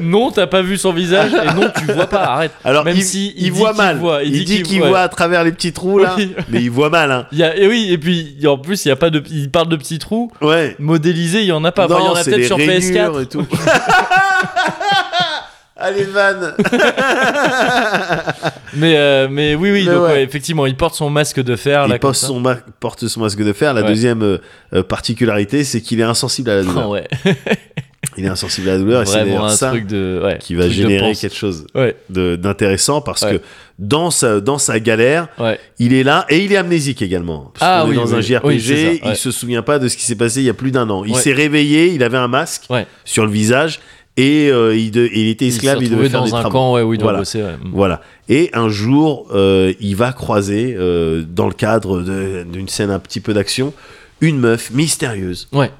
Speaker 1: non, t'as pas vu son visage et non, tu vois pas, arrête.
Speaker 2: Alors
Speaker 1: Même
Speaker 2: il,
Speaker 1: si
Speaker 2: il
Speaker 1: il dit
Speaker 2: voit
Speaker 1: qu'il
Speaker 2: mal,
Speaker 1: voit,
Speaker 2: il, dit qu'il voit à travers les petits trous là,
Speaker 1: Oui.
Speaker 2: mais il voit mal hein.
Speaker 1: Il y a- et oui, et puis en plus, il y a pas de, il parle de petits trous.
Speaker 2: Ouais.
Speaker 1: Modélisé, il y en a pas. Enfin, il y en a
Speaker 2: c'est
Speaker 1: peut-être
Speaker 2: les
Speaker 1: sur
Speaker 2: rainures
Speaker 1: PS4.
Speaker 2: et tout. Allez Van.
Speaker 1: Mais, euh, mais oui, oui,
Speaker 2: Mais
Speaker 1: donc,
Speaker 2: ouais.
Speaker 1: ouais, effectivement, il porte son masque de fer.
Speaker 2: Il
Speaker 1: là, comme
Speaker 2: porte
Speaker 1: ça.
Speaker 2: son, ma- porte son masque de fer. La
Speaker 1: Ouais.
Speaker 2: deuxième euh, euh, particularité, c'est qu'il est insensible à la
Speaker 1: Ah
Speaker 2: douleur.
Speaker 1: ouais,
Speaker 2: Il est insensible à la douleur et c'est
Speaker 1: vraiment
Speaker 2: d'ailleurs
Speaker 1: un
Speaker 2: ça
Speaker 1: truc de. Ouais,
Speaker 2: qui va
Speaker 1: truc de
Speaker 2: générer
Speaker 1: pense.
Speaker 2: quelque chose
Speaker 1: Ouais,
Speaker 2: de- d'intéressant parce
Speaker 1: Ouais.
Speaker 2: que dans sa, dans sa galère,
Speaker 1: ouais.
Speaker 2: il est là et il est amnésique également. Parce
Speaker 1: Ah
Speaker 2: qu'on est
Speaker 1: oui,
Speaker 2: dans
Speaker 1: oui,
Speaker 2: un
Speaker 1: oui.
Speaker 2: JRPG,
Speaker 1: Oui, c'est ça, ouais.
Speaker 2: il se souvient pas de ce qui s'est passé il y a plus d'un an. Il
Speaker 1: Ouais.
Speaker 2: s'est réveillé, il avait un masque
Speaker 1: Ouais.
Speaker 2: sur le visage et euh, il, de- il était
Speaker 1: Il s'est
Speaker 2: esclave, il, devait
Speaker 1: retrouvé
Speaker 2: faire
Speaker 1: dans
Speaker 2: des
Speaker 1: un
Speaker 2: travaux.
Speaker 1: camp ouais, où il doit
Speaker 2: Voilà.
Speaker 1: bosser. ouais. Mm.
Speaker 2: Voilà. Et un jour, euh, il va croiser, euh, dans le cadre de- d'une scène un petit peu d'action, une meuf mystérieuse.
Speaker 1: Ouais.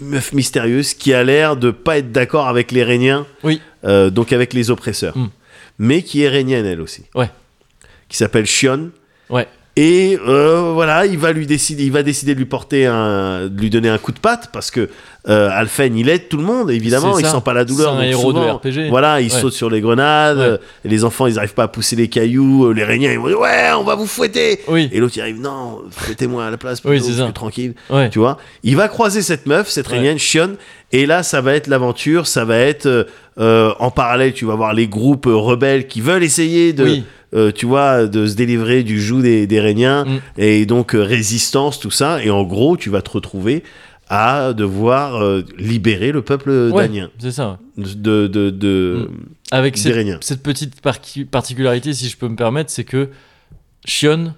Speaker 2: Une meuf mystérieuse qui a l'air de pas être d'accord avec les Réniens,
Speaker 1: Oui.
Speaker 2: euh, donc avec les oppresseurs,
Speaker 1: Mm.
Speaker 2: mais qui est Rénienne elle aussi.
Speaker 1: Ouais.
Speaker 2: Qui s'appelle Shion
Speaker 1: Ouais.
Speaker 2: Et euh, voilà, il va lui décider, il va décider de lui porter un, de lui donner un coup de patte parce que euh, Alphen, il aide tout le monde évidemment,
Speaker 1: C'est
Speaker 2: il
Speaker 1: ça.
Speaker 2: sent pas la
Speaker 1: C'est
Speaker 2: douleur.
Speaker 1: un
Speaker 2: donc
Speaker 1: héros de
Speaker 2: souvent,
Speaker 1: RPG.
Speaker 2: Voilà, il
Speaker 1: Ouais.
Speaker 2: saute sur les grenades.
Speaker 1: Ouais.
Speaker 2: euh, et les enfants, ils arrivent pas à pousser les cailloux. euh, Les régnants, ils vont dire ouais, on va vous fouetter.
Speaker 1: Oui.
Speaker 2: Et l'autre, il arrive non, fouettez-moi à la place,
Speaker 1: Oui,
Speaker 2: plutôt,
Speaker 1: c'est
Speaker 2: je suis
Speaker 1: ça.
Speaker 2: tranquille.
Speaker 1: Ouais.
Speaker 2: Tu vois, il va croiser cette meuf, cette
Speaker 1: Ouais.
Speaker 2: régnane chionne, et là, ça va être l'aventure, ça va être euh, euh, en parallèle, tu vas voir les groupes euh, rebelles qui veulent essayer de,
Speaker 1: Oui.
Speaker 2: euh, tu vois, de se délivrer du joug des, des régniens,
Speaker 1: Mm.
Speaker 2: et donc euh, résistance, tout ça, et en gros, tu vas te retrouver à devoir euh, libérer le peuple
Speaker 1: Ouais, Mm.
Speaker 2: danien
Speaker 1: c'est ça.
Speaker 2: de, de, de-
Speaker 1: Avec
Speaker 2: Des
Speaker 1: cette,
Speaker 2: Réniens.
Speaker 1: cette petite par- particularité, si je peux me permettre, c'est que Shion,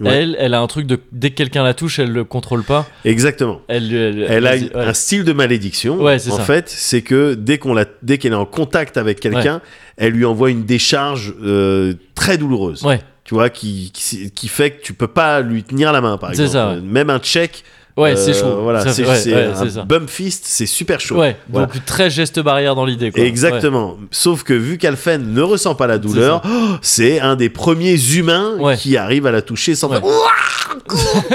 Speaker 2: Ouais.
Speaker 1: elle, elle a un truc de dès que quelqu'un la touche, elle le contrôle pas.
Speaker 2: exactement.
Speaker 1: Elle, elle,
Speaker 2: Elle a
Speaker 1: elle-
Speaker 2: une-
Speaker 1: ouais.
Speaker 2: un style de malédiction.
Speaker 1: Ouais, c'est
Speaker 2: en
Speaker 1: ça.
Speaker 2: fait, c'est que dès qu'on la, dès qu'elle est en contact avec quelqu'un, elle lui envoie une décharge euh, très douloureuse.
Speaker 1: Ouais.
Speaker 2: Tu vois, qui, qui, qui fait que tu peux pas lui tenir la main, par
Speaker 1: C'est
Speaker 2: exemple.
Speaker 1: ça, ouais.
Speaker 2: Euh, Même un check.
Speaker 1: Ouais,
Speaker 2: euh,
Speaker 1: c'est chaud.
Speaker 2: Voilà,
Speaker 1: Ça
Speaker 2: c'est
Speaker 1: fait- ouais,
Speaker 2: c'est
Speaker 1: ouais,
Speaker 2: un
Speaker 1: c'est ça.
Speaker 2: bump fist, c'est super chaud.
Speaker 1: Ouais,
Speaker 2: Voilà.
Speaker 1: donc très geste barrière dans l'idée. quoi.
Speaker 2: Exactement. Sauf que vu qu'Alphen ne ressent pas la douleur, oh, c'est un des premiers humains
Speaker 1: Ouais.
Speaker 2: qui arrive à la toucher sans
Speaker 1: Ouais.
Speaker 2: faire- Ouah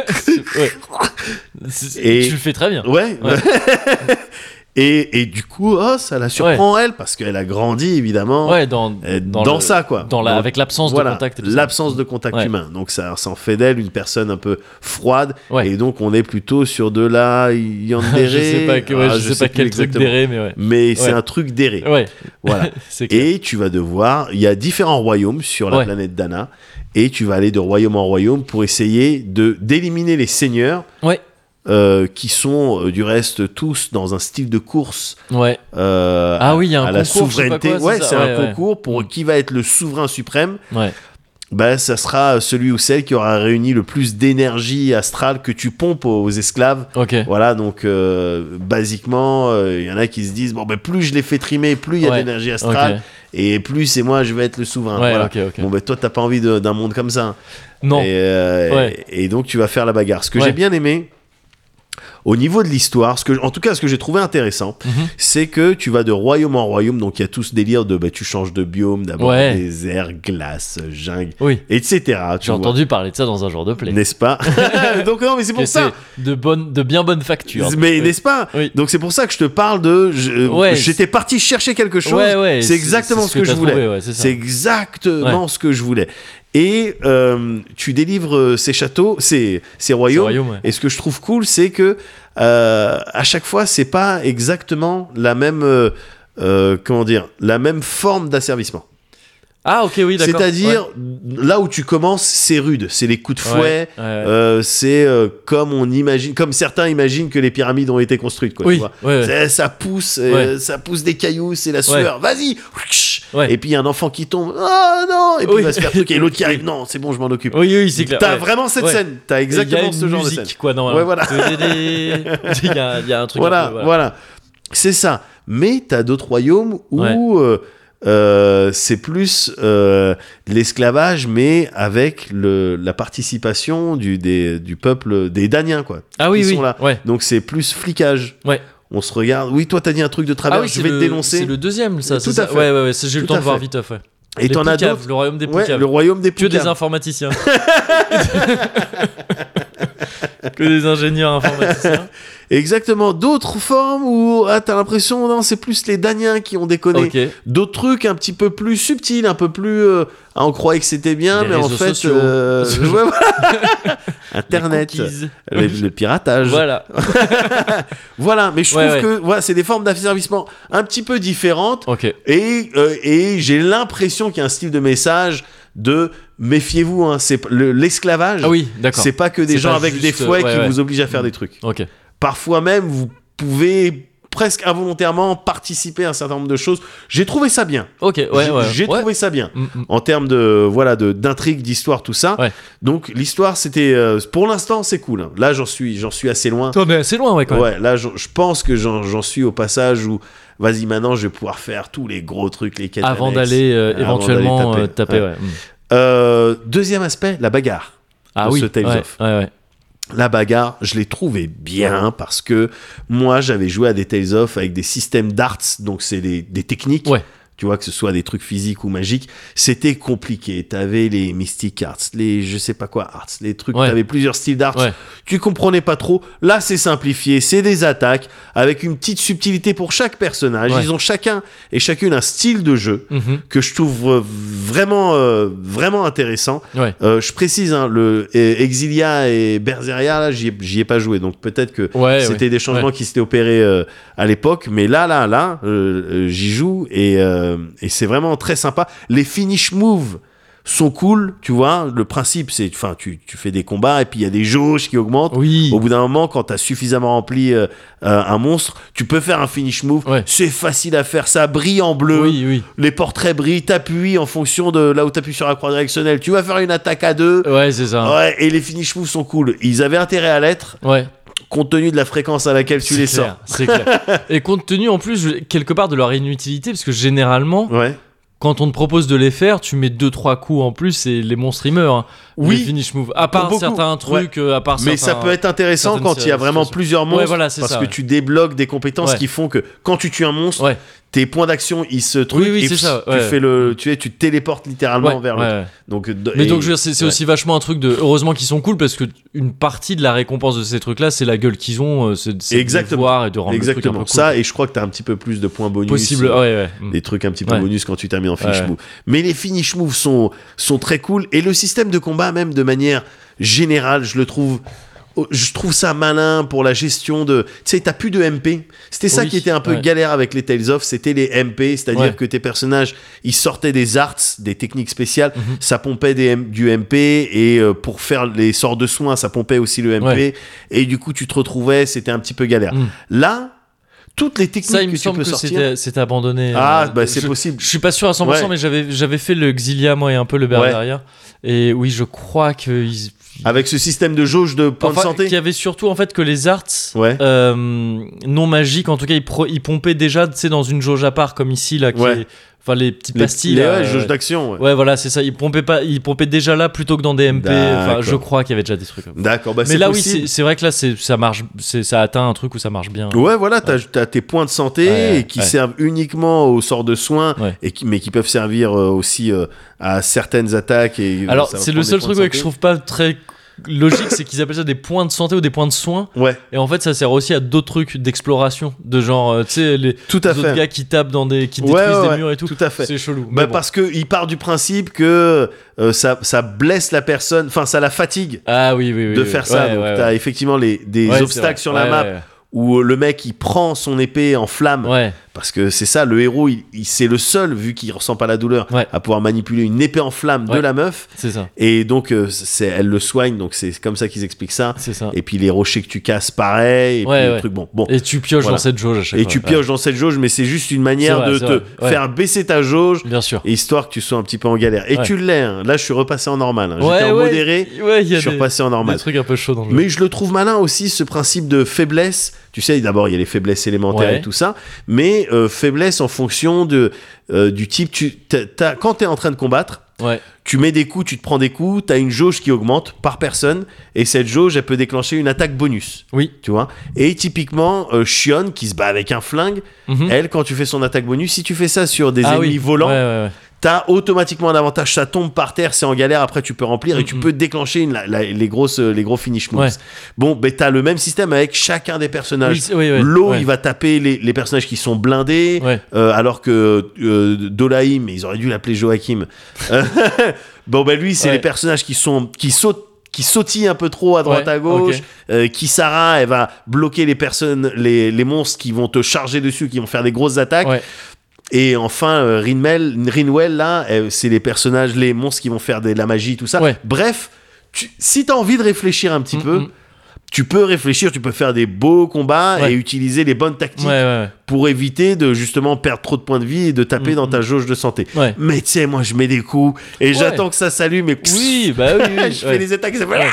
Speaker 1: Ouais. C'est-
Speaker 2: Et-
Speaker 1: Tu le fais très bien.
Speaker 2: oh, Ouais.
Speaker 1: Ouais.
Speaker 2: et, et du coup, oh, ça la surprend elle parce qu'elle a grandi évidemment
Speaker 1: Ouais, dans,
Speaker 2: euh, dans,
Speaker 1: dans le-
Speaker 2: ça quoi.
Speaker 1: Dans la,
Speaker 2: Donc,
Speaker 1: avec l'absence
Speaker 2: voilà,
Speaker 1: de contact. et tout ça.
Speaker 2: l'absence de contact
Speaker 1: Ouais.
Speaker 2: humain. Donc ça, s'en fait d'elle une personne un peu froide
Speaker 1: Ouais.
Speaker 2: et donc on est plutôt sur de la yandere.
Speaker 1: je sais pas, que, ouais,
Speaker 2: Ah,
Speaker 1: je sais pas
Speaker 2: plus
Speaker 1: quel
Speaker 2: exactement.
Speaker 1: truc d'errer, mais ouais.
Speaker 2: Mais c'est
Speaker 1: Ouais.
Speaker 2: un truc d'erré.
Speaker 1: Ouais,
Speaker 2: Voilà.
Speaker 1: c'est clair.
Speaker 2: Et tu vas devoir, il y a différents royaumes sur la
Speaker 1: Ouais.
Speaker 2: planète Dana, et tu vas aller de royaume en royaume pour essayer de d'éliminer les seigneurs
Speaker 1: Ouais,
Speaker 2: euh, qui sont euh, du reste tous dans un style de course
Speaker 1: ouais.
Speaker 2: euh,
Speaker 1: Ah oui, il y a un
Speaker 2: à la
Speaker 1: concours, je sais pas
Speaker 2: souveraineté.
Speaker 1: quoi, c'est
Speaker 2: ouais,
Speaker 1: ça,
Speaker 2: c'est
Speaker 1: ouais, Mm.
Speaker 2: un
Speaker 1: ouais.
Speaker 2: concours pour qui va être le souverain suprême.
Speaker 1: Ouais,
Speaker 2: Bah, ça sera celui ou celle qui aura réuni le plus d'énergie astrale que tu pompes aux esclaves.
Speaker 1: ok.
Speaker 2: Voilà, donc euh, basiquement, euh, il y en a qui se disent bon, ben plus je les fais trimer, plus il y a
Speaker 1: Ouais,
Speaker 2: d'énergie
Speaker 1: ok.
Speaker 2: astrale, et plus c'est moi, je vais être le souverain.
Speaker 1: Ouais,
Speaker 2: hein,
Speaker 1: ok,
Speaker 2: Voilà.
Speaker 1: ok.
Speaker 2: Bon, ben toi, t'as pas envie de- d'un monde comme ça.
Speaker 1: Non,
Speaker 2: Et, euh,
Speaker 1: Ouais.
Speaker 2: et et donc tu vas faire la bagarre. Ce que
Speaker 1: Ouais.
Speaker 2: j'ai bien aimé au niveau de l'histoire, ce que, en tout cas ce que j'ai trouvé intéressant,
Speaker 1: Mhm.
Speaker 2: c'est que tu vas de royaume en royaume, donc il y a tout ce délire de bah, tu changes de biome, d'abord
Speaker 1: Ouais.
Speaker 2: désert, glace, jungle,
Speaker 1: oui.
Speaker 2: etc. tu
Speaker 1: J'ai
Speaker 2: vois.
Speaker 1: entendu parler de ça dans un genre de play.
Speaker 2: N'est-ce pas Donc non, mais c'est
Speaker 1: Que
Speaker 2: pour ça.
Speaker 1: c'est de, bonne, de bien bonne facture.
Speaker 2: Mais
Speaker 1: Oui.
Speaker 2: n'est-ce pas
Speaker 1: Oui.
Speaker 2: Donc c'est pour ça que je te parle de. je- euh,
Speaker 1: Ouais,
Speaker 2: J'étais parti chercher quelque chose.
Speaker 1: Ouais, ouais,
Speaker 2: c'est exactement ce, que, je
Speaker 1: t'as
Speaker 2: voulais.
Speaker 1: trouvé, ouais, c'est ça.
Speaker 2: C'est exactement ce que je voulais. Et euh, tu délivres euh, ces châteaux, ces, ces royaumes.
Speaker 1: royaumes, ouais.
Speaker 2: Et ce que je trouve cool, c'est que euh, à chaque fois, c'est pas exactement la même, euh, euh, comment dire, la même forme d'asservissement.
Speaker 1: Ah, ok, oui, d'accord.
Speaker 2: C'est-à-dire là où tu commences, c'est rude, c'est les coups de
Speaker 1: Ouais.
Speaker 2: fouet.
Speaker 1: Ouais, ouais.
Speaker 2: euh, c'est euh, comme on imagine, comme certains imaginent que les pyramides ont été construites, quoi.
Speaker 1: oui,
Speaker 2: tu vois.
Speaker 1: ouais, ouais.
Speaker 2: C'est- Ça pousse, euh, ça pousse des cailloux, c'est la sueur. Vas-y.
Speaker 1: Ouais.
Speaker 2: Et puis il y a un enfant qui tombe. Ah non. Et puis
Speaker 1: Oui.
Speaker 2: il va se faire truquer. Et l'autre qui arrive. Non, c'est bon, je m'en occupe.
Speaker 1: oui, oui, c'est clair.
Speaker 2: T'as
Speaker 1: ouais.
Speaker 2: vraiment cette
Speaker 1: Ouais.
Speaker 2: scène. T'as
Speaker 1: Et il y a
Speaker 2: exactement
Speaker 1: une
Speaker 2: ce genre
Speaker 1: musique,
Speaker 2: de scène.
Speaker 1: Quoi, non,
Speaker 2: Ouais, voilà.
Speaker 1: Il y, a- il y a un truc. un
Speaker 2: Voilà,
Speaker 1: peu,
Speaker 2: voilà, C'est ça. Mais t'as d'autres royaumes où
Speaker 1: Ouais.
Speaker 2: euh, euh, c'est plus euh, l'esclavage, mais avec le, la participation du, des, du peuple des Daniens, quoi.
Speaker 1: Ah oui,
Speaker 2: Ils
Speaker 1: oui.
Speaker 2: sont là.
Speaker 1: Ouais.
Speaker 2: Donc c'est plus flicage.
Speaker 1: Ouais.
Speaker 2: On se regarde. Oui, toi, t'as dit un truc de travers.
Speaker 1: Ah oui,
Speaker 2: je
Speaker 1: c'est
Speaker 2: vais
Speaker 1: le-
Speaker 2: te dénoncer.
Speaker 1: C'est le deuxième, ça.
Speaker 2: Tout
Speaker 1: c'est
Speaker 2: à
Speaker 1: ça.
Speaker 2: fait.
Speaker 1: Ouais, ouais, ouais. c'est- J'ai eu le
Speaker 2: Tout
Speaker 1: temps
Speaker 2: à
Speaker 1: de voir
Speaker 2: fait.
Speaker 1: vite off, ouais.
Speaker 2: Et
Speaker 1: Les
Speaker 2: t'en as
Speaker 1: poucaves,
Speaker 2: d'autres.
Speaker 1: Le royaume des
Speaker 2: Ouais,
Speaker 1: poucaves.
Speaker 2: le royaume des
Speaker 1: Que
Speaker 2: poucaves.
Speaker 1: des informaticiens. que des ingénieurs informaticiens.
Speaker 2: Exactement. D'autres formes où ah, t'as l'impression, non, c'est plus les Daniens qui ont déconné.
Speaker 1: Ok.
Speaker 2: D'autres trucs un petit peu plus subtils, un peu plus. euh, ah, on croyait que c'était bien,
Speaker 1: Les
Speaker 2: mais en
Speaker 1: réseaux
Speaker 2: fait.
Speaker 1: sociaux.
Speaker 2: euh,
Speaker 1: Ce
Speaker 2: ouais,
Speaker 1: genre-
Speaker 2: voilà. Internet,
Speaker 1: Cookies.
Speaker 2: le, le piratage. Voilà.
Speaker 1: Voilà.
Speaker 2: mais je
Speaker 1: Ouais,
Speaker 2: trouve
Speaker 1: ouais.
Speaker 2: que voilà, c'est des formes d'asservissement un petit peu différentes.
Speaker 1: Ok.
Speaker 2: Et, euh, et j'ai l'impression qu'il y a un style de message de méfiez-vous, hein, c'est p- le- l'esclavage.
Speaker 1: Ah oui, d'accord.
Speaker 2: c'est pas que des
Speaker 1: C'est
Speaker 2: gens
Speaker 1: pas
Speaker 2: avec des
Speaker 1: juste, ouais,
Speaker 2: fouets
Speaker 1: Mm.
Speaker 2: qui
Speaker 1: ouais.
Speaker 2: vous obligent à faire des trucs.
Speaker 1: Ok.
Speaker 2: Parfois même, vous pouvez presque involontairement participer à un certain nombre de choses. J'ai trouvé ça bien.
Speaker 1: Ok. Ouais,
Speaker 2: J'ai-
Speaker 1: ouais.
Speaker 2: J'ai
Speaker 1: Ouais.
Speaker 2: trouvé ça bien.
Speaker 1: Mm, mm.
Speaker 2: En termes de voilà de d'intrigue, d'histoire, tout ça.
Speaker 1: Ouais.
Speaker 2: Donc l'histoire, c'était euh, pour l'instant, c'est cool. hein. Là, j'en suis, j'en suis assez loin.
Speaker 1: T'en es assez loin, ouais, quand même.
Speaker 2: Ouais, là, j'en- je pense que j'en j'en suis au passage où, vas-y, maintenant, je vais pouvoir faire tous les gros trucs, les quêtes
Speaker 1: Avant
Speaker 2: annexes.
Speaker 1: d'aller euh,
Speaker 2: Avant
Speaker 1: éventuellement
Speaker 2: d'aller
Speaker 1: euh, taper, ouais. Mm.
Speaker 2: Euh, deuxième aspect, la bagarre.
Speaker 1: Ah
Speaker 2: De
Speaker 1: oui.
Speaker 2: ce Tales
Speaker 1: ouais,
Speaker 2: of.
Speaker 1: ouais, ouais.
Speaker 2: La bagarre, je l'ai trouvée bien parce que moi, j'avais joué à des Tales of avec des systèmes d'arts, donc c'est des, des techniques.
Speaker 1: Ouais.
Speaker 2: tu vois, que ce soit des trucs physiques ou magiques, c'était compliqué. T'avais les Mystic Arts, les je sais pas quoi Arts, les trucs,
Speaker 1: Ouais.
Speaker 2: t'avais plusieurs styles d'arts,
Speaker 1: Ouais.
Speaker 2: tu comprenais pas trop. Là, c'est simplifié, c'est des attaques, avec une petite subtilité pour chaque personnage.
Speaker 1: Ouais.
Speaker 2: Ils ont chacun et chacune un style de jeu
Speaker 1: Mhm.
Speaker 2: que je trouve euh, vraiment, euh, vraiment intéressant.
Speaker 1: Ouais.
Speaker 2: Euh, je précise, hein, le euh, Exilia et Berseria, là, j'y ai, j'y ai pas joué, donc peut-être que
Speaker 1: Ouais,
Speaker 2: c'était
Speaker 1: ouais.
Speaker 2: des changements
Speaker 1: Ouais.
Speaker 2: qui s'étaient opérés euh, à l'époque, mais là, là, là, euh, euh, j'y joue et, euh, et c'est vraiment très sympa. Les finish moves sont cool, tu vois. Le principe, c'est, enfin, tu, tu fais des combats et puis il y a des jauges qui augmentent.
Speaker 1: Oui.
Speaker 2: Au bout d'un moment, quand t'as suffisamment rempli euh, euh, un monstre, tu peux faire un finish move.
Speaker 1: Ouais.
Speaker 2: C'est facile à faire, ça brille en bleu
Speaker 1: Oui, oui.
Speaker 2: les portraits brillent, t'appuies en fonction de là où t'appuies sur la croix directionnelle. Tu vas faire une attaque à deux.
Speaker 1: Ouais, c'est ça.
Speaker 2: Ouais, et les finish moves sont cool. Ils avaient intérêt à l'être,
Speaker 1: Ouais.
Speaker 2: compte tenu de la fréquence à laquelle tu
Speaker 1: C'est
Speaker 2: les
Speaker 1: clair, C'est clair. Et compte tenu en plus, je- quelque part, de leur inutilité, parce que généralement,
Speaker 2: sors. Ouais.
Speaker 1: quand on te propose de les faire, tu mets 2-3 coups en plus et les monstres ils meurent. hein.
Speaker 2: Oui.
Speaker 1: Les finish move. À part
Speaker 2: beaucoup.
Speaker 1: certains trucs, euh, à part
Speaker 2: Mais ça
Speaker 1: certains-
Speaker 2: peut être intéressant
Speaker 1: certaines
Speaker 2: quand il y a vraiment
Speaker 1: situations.
Speaker 2: plusieurs monstres.
Speaker 1: Ouais, voilà, c'est
Speaker 2: parce
Speaker 1: ça,
Speaker 2: que
Speaker 1: ouais.
Speaker 2: tu débloques des compétences
Speaker 1: Ouais.
Speaker 2: qui font que quand tu tues un monstre,
Speaker 1: Ouais.
Speaker 2: tes points d'action ils se truquent.
Speaker 1: Oui, oui,
Speaker 2: et
Speaker 1: c'est
Speaker 2: pss,
Speaker 1: ça,
Speaker 2: Tu
Speaker 1: ouais.
Speaker 2: fais le, tu es, tu te téléportes littéralement
Speaker 1: Ouais,
Speaker 2: vers
Speaker 1: ouais,
Speaker 2: le.
Speaker 1: ouais.
Speaker 2: Donc. de-
Speaker 1: Mais
Speaker 2: et-
Speaker 1: donc je veux dire, c'est c'est
Speaker 2: ouais.
Speaker 1: aussi vachement un truc de heureusement qu'ils sont cool parce que une partie de la récompense de ces trucs là c'est la gueule qu'ils ont, euh, c'est c'est de les
Speaker 2: Exactement.
Speaker 1: voir et de rendre le truc un peu
Speaker 2: Exactement.
Speaker 1: cool.
Speaker 2: Ça et je crois que t'as un petit peu plus de points bonus. euh,
Speaker 1: possible. Ouais, ouais. Mm.
Speaker 2: des trucs un petit peu
Speaker 1: Ouais.
Speaker 2: bonus quand tu termines en finish
Speaker 1: Ouais.
Speaker 2: move. Mais les finish moves sont, sont très cool et le système de combat même de manière générale, je le trouve oh, je trouve ça malin pour la gestion de tu sais t'as plus de MP c'était ça
Speaker 1: Oui,
Speaker 2: qui était un peu
Speaker 1: ouais.
Speaker 2: galère avec les Tales of c'était les MP c'est-à-dire
Speaker 1: Ouais.
Speaker 2: que tes personnages ils sortaient des arts des techniques spéciales
Speaker 1: Mm-hmm.
Speaker 2: ça pompait des M- du MP et euh, pour faire les sorts de soins ça pompait aussi le MP
Speaker 1: Ouais.
Speaker 2: et du coup tu te retrouvais c'était un petit peu galère
Speaker 1: Mhm.
Speaker 2: là toutes les techniques
Speaker 1: Ça, il me
Speaker 2: que tu
Speaker 1: semble
Speaker 2: peux
Speaker 1: que
Speaker 2: sortir
Speaker 1: c'était c'était abandonné.
Speaker 2: ah
Speaker 1: euh,
Speaker 2: bah c'est
Speaker 1: je-
Speaker 2: possible
Speaker 1: Je suis pas sûr à 100%,
Speaker 2: Ouais.
Speaker 1: mais j'avais, j'avais fait le Xilia, moi, et un peu le Berberia. Et oui, je crois que. Ils...
Speaker 2: Avec ce système de jauge de points
Speaker 1: enfin,
Speaker 2: de santé
Speaker 1: Qu'il y avait surtout, en fait, que les arts
Speaker 2: Ouais.
Speaker 1: euh, non magiques, en tout cas, ils, pro- ils pompaient déjà, tu sais, dans une jauge à part, comme ici, là, qui
Speaker 2: Ouais.
Speaker 1: est- Enfin, les petites
Speaker 2: Les-
Speaker 1: pastilles.
Speaker 2: les-
Speaker 1: là,
Speaker 2: ouais,
Speaker 1: euh,
Speaker 2: jauge d'action. ouais.
Speaker 1: ouais, voilà, c'est ça. Ils pompaient, pas, ils pompaient déjà là plutôt que dans des MP. Enfin,
Speaker 2: D'accord.
Speaker 1: je crois qu'il y avait déjà des trucs.
Speaker 2: D'accord, bah
Speaker 1: mais
Speaker 2: c'est
Speaker 1: là, oui,
Speaker 2: possible.
Speaker 1: c'est, c'est vrai que là, c'est, ça marche, c'est, ça atteint un truc où ça marche bien.
Speaker 2: Ouais, voilà, t'as t'as tes points de santé
Speaker 1: Ouais,
Speaker 2: et qui
Speaker 1: ouais.
Speaker 2: servent uniquement aux sorts de soins,
Speaker 1: Ouais.
Speaker 2: et qui, mais qui peuvent servir euh, aussi euh, à certaines attaques. Et, euh,
Speaker 1: Alors,
Speaker 2: ça va
Speaker 1: c'est
Speaker 2: prendre
Speaker 1: le
Speaker 2: des
Speaker 1: seul
Speaker 2: points de
Speaker 1: truc ouais, que je
Speaker 2: santé.
Speaker 1: trouve pas très logique, c'est qu'ils appellent ça des points de santé ou des points de soins.
Speaker 2: Ouais,
Speaker 1: Et en fait, ça sert aussi à d'autres trucs d'exploration, de genre, euh, tu sais, les,
Speaker 2: tout à
Speaker 1: les autres
Speaker 2: fait.
Speaker 1: gars qui tapent dans des, qui
Speaker 2: Ouais,
Speaker 1: détruisent
Speaker 2: ouais,
Speaker 1: des
Speaker 2: ouais,
Speaker 1: murs et tout.
Speaker 2: tout à fait.
Speaker 1: C'est chelou.
Speaker 2: Bah
Speaker 1: mais bon.
Speaker 2: Parce qu'il part du principe que euh, ça, ça blesse la personne, enfin ça la fatigue
Speaker 1: ah oui, oui, oui.
Speaker 2: de
Speaker 1: oui.
Speaker 2: faire ça.
Speaker 1: Ouais,
Speaker 2: Donc
Speaker 1: ouais,
Speaker 2: t'as
Speaker 1: ouais.
Speaker 2: effectivement les, des
Speaker 1: Ouais, c'est vrai.
Speaker 2: obstacles sur la
Speaker 1: Ouais,
Speaker 2: map
Speaker 1: ouais,
Speaker 2: où euh, le mec il prend son épée en flamme
Speaker 1: Ouais. Ouais.
Speaker 2: Parce que c'est ça, le héros, il, il- c'est le seul, vu qu'il ressent pas la douleur,
Speaker 1: Ouais.
Speaker 2: à pouvoir manipuler une épée en flamme de
Speaker 1: Ouais.
Speaker 2: la meuf.
Speaker 1: c'est ça.
Speaker 2: Et donc, euh, c'est, elle le soigne, donc c'est comme ça qu'ils expliquent ça.
Speaker 1: C'est ça.
Speaker 2: Et puis les rochers que tu casses, pareil. Et
Speaker 1: Ouais,
Speaker 2: puis le
Speaker 1: ouais.
Speaker 2: truc, bon. bon.
Speaker 1: Et, tu pioches
Speaker 2: Voilà.
Speaker 1: dans cette jauge à chaque
Speaker 2: Et
Speaker 1: fois.
Speaker 2: tu
Speaker 1: ouais.
Speaker 2: pioches dans cette jauge, mais c'est juste une manière
Speaker 1: C'est vrai,
Speaker 2: de
Speaker 1: c'est
Speaker 2: te
Speaker 1: vrai, ouais.
Speaker 2: faire baisser ta jauge,
Speaker 1: Bien sûr.
Speaker 2: histoire que tu sois un petit peu en galère. Et
Speaker 1: Ouais.
Speaker 2: tu l'es, hein. là je suis repassé en normal. hein. J'étais
Speaker 1: Ouais,
Speaker 2: en
Speaker 1: ouais,
Speaker 2: modéré,
Speaker 1: Ouais, il y
Speaker 2: je
Speaker 1: a
Speaker 2: suis
Speaker 1: des,
Speaker 2: repassé en
Speaker 1: des
Speaker 2: normal.
Speaker 1: trucs un peu chauds dans le jeu.
Speaker 2: Mais je le trouve malin aussi, ce principe de faiblesse. Tu sais, d'abord, il y a les faiblesses élémentaires
Speaker 1: Ouais.
Speaker 2: et tout ça, mais euh, faiblesse en fonction de, euh, du type. Tu, t'as- t'as- quand tu es en train de combattre,
Speaker 1: Ouais.
Speaker 2: tu mets des coups, tu te prends des coups, tu as une jauge qui augmente par personne, et cette jauge, elle peut déclencher une attaque bonus.
Speaker 1: Oui.
Speaker 2: Tu vois Et typiquement, euh, Shion, qui se bat avec un flingue,
Speaker 1: Mhm.
Speaker 2: elle, quand tu fais son attaque bonus, si tu fais ça sur des
Speaker 1: Ah
Speaker 2: ennemis
Speaker 1: oui.
Speaker 2: volants,
Speaker 1: Ouais, ouais,
Speaker 2: t'as automatiquement un avantage. Ça tombe par terre, c'est en galère. Après, tu peux remplir et tu
Speaker 1: Mhm.
Speaker 2: peux déclencher une- la- la- les grosses, euh, les gros finish moves.
Speaker 1: Ouais.
Speaker 2: Bon, ben t'as le même système avec chacun des
Speaker 1: ouais.
Speaker 2: personnages.
Speaker 1: Oui, c'est- oui, ouais.
Speaker 2: L'eau,
Speaker 1: Ouais.
Speaker 2: il va taper les, les personnages qui sont blindés,
Speaker 1: Ouais.
Speaker 2: euh, alors que euh, Dolaïm, ils auraient dû l'appeler Joachim. Euh, bon, ben lui, c'est
Speaker 1: Ouais.
Speaker 2: les personnages qui sont qui sautent qui sautillent un peu trop à droite
Speaker 1: Ouais,
Speaker 2: à gauche, euh, Kisara, elle va bloquer les personnes, les, les monstres qui vont te charger dessus, qui vont faire des grosses attaques.
Speaker 1: Ouais.
Speaker 2: Et enfin, euh, Rinmel, Rinwell, là, euh, c'est les personnages, les monstres qui vont faire de la magie, tout ça.
Speaker 1: Ouais.
Speaker 2: Bref, tu- si t'as envie de réfléchir un petit
Speaker 1: Mm,
Speaker 2: peu,
Speaker 1: mm.
Speaker 2: tu peux réfléchir, tu peux faire des beaux combats
Speaker 1: Ouais.
Speaker 2: et utiliser les bonnes tactiques
Speaker 1: Ouais, ouais,
Speaker 2: pour éviter de justement perdre trop de points de vie et de taper
Speaker 1: Mm,
Speaker 2: dans
Speaker 1: mm.
Speaker 2: ta jauge de santé.
Speaker 1: ouais. Ouais.
Speaker 2: Mais tu sais, moi, je mets des coups et j'attends que ça s'allume et
Speaker 1: Oui, bah oui. oui,
Speaker 2: je
Speaker 1: oui.
Speaker 2: fais
Speaker 1: Ouais.
Speaker 2: les attaques. ça fait-
Speaker 1: Ouais.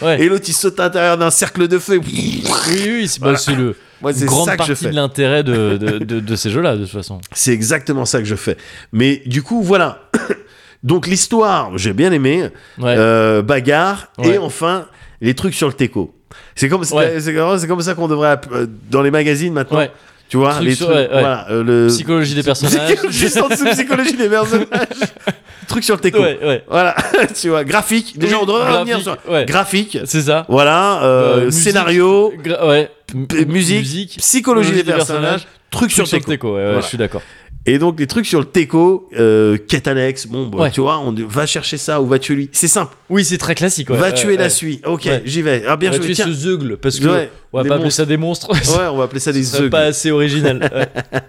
Speaker 1: Ouais.
Speaker 2: Et l'autre, il saute à l'intérieur d'un cercle de feu.
Speaker 1: Oui, oui, c'est bah, c'est le
Speaker 2: Moi,
Speaker 1: une
Speaker 2: c'est
Speaker 1: grande
Speaker 2: ça que je
Speaker 1: partie
Speaker 2: fais.
Speaker 1: de l'intérêt de, de, de- de ces jeux-là, de toute façon.
Speaker 2: C'est exactement ça que je fais. Mais du coup, voilà. Donc l'histoire, j'ai bien aimé.
Speaker 1: Ouais.
Speaker 2: Euh, bagarre.
Speaker 1: Ouais.
Speaker 2: Et enfin, les trucs sur le teco. C'est comme, c'est-
Speaker 1: Ouais.
Speaker 2: c'est comme c'est comme ça qu'on devrait... app- euh, Dans les magazines maintenant,
Speaker 1: ouais.
Speaker 2: Tu vois,
Speaker 1: Truc
Speaker 2: les
Speaker 1: sur-
Speaker 2: trucs.
Speaker 1: ouais, ouais.
Speaker 2: Voilà, euh, le...
Speaker 1: Psychologie des personnages.
Speaker 2: Juste en dessous, psychologie des personnages. truc sur le techno.
Speaker 1: ouais, ouais.
Speaker 2: Voilà, tu vois, graphique. Déjà, on devrait revenir
Speaker 1: Graphique,
Speaker 2: sur.
Speaker 1: ouais.
Speaker 2: Graphique.
Speaker 1: C'est ça.
Speaker 2: Voilà, euh,
Speaker 1: Euh, musique.
Speaker 2: scénario,
Speaker 1: Gra- ouais.
Speaker 2: p- musique, psychologie des personnages, truc sur
Speaker 1: Sur
Speaker 2: techno.
Speaker 1: Teco, ouais, ouais,
Speaker 2: Voilà.
Speaker 1: je suis d'accord.
Speaker 2: Et donc les trucs sur le teco, euh, quête annexe, bon, bah,
Speaker 1: Ouais.
Speaker 2: tu vois, on va chercher ça ou va tuer lui. C'est simple.
Speaker 1: Oui, c'est très classique. Ouais,
Speaker 2: va
Speaker 1: ouais,
Speaker 2: tuer
Speaker 1: ouais.
Speaker 2: la suie. Ok,
Speaker 1: Ouais.
Speaker 2: j'y vais. Ah bien
Speaker 1: va
Speaker 2: joué.
Speaker 1: tuer ce
Speaker 2: Tiens.
Speaker 1: zeugle parce que
Speaker 2: Ouais,
Speaker 1: on va
Speaker 2: des
Speaker 1: pas appeler
Speaker 2: monstres.
Speaker 1: ça des monstres.
Speaker 2: Ouais, on va appeler ça des
Speaker 1: C'est
Speaker 2: zeugles.
Speaker 1: pas assez original. Ouais,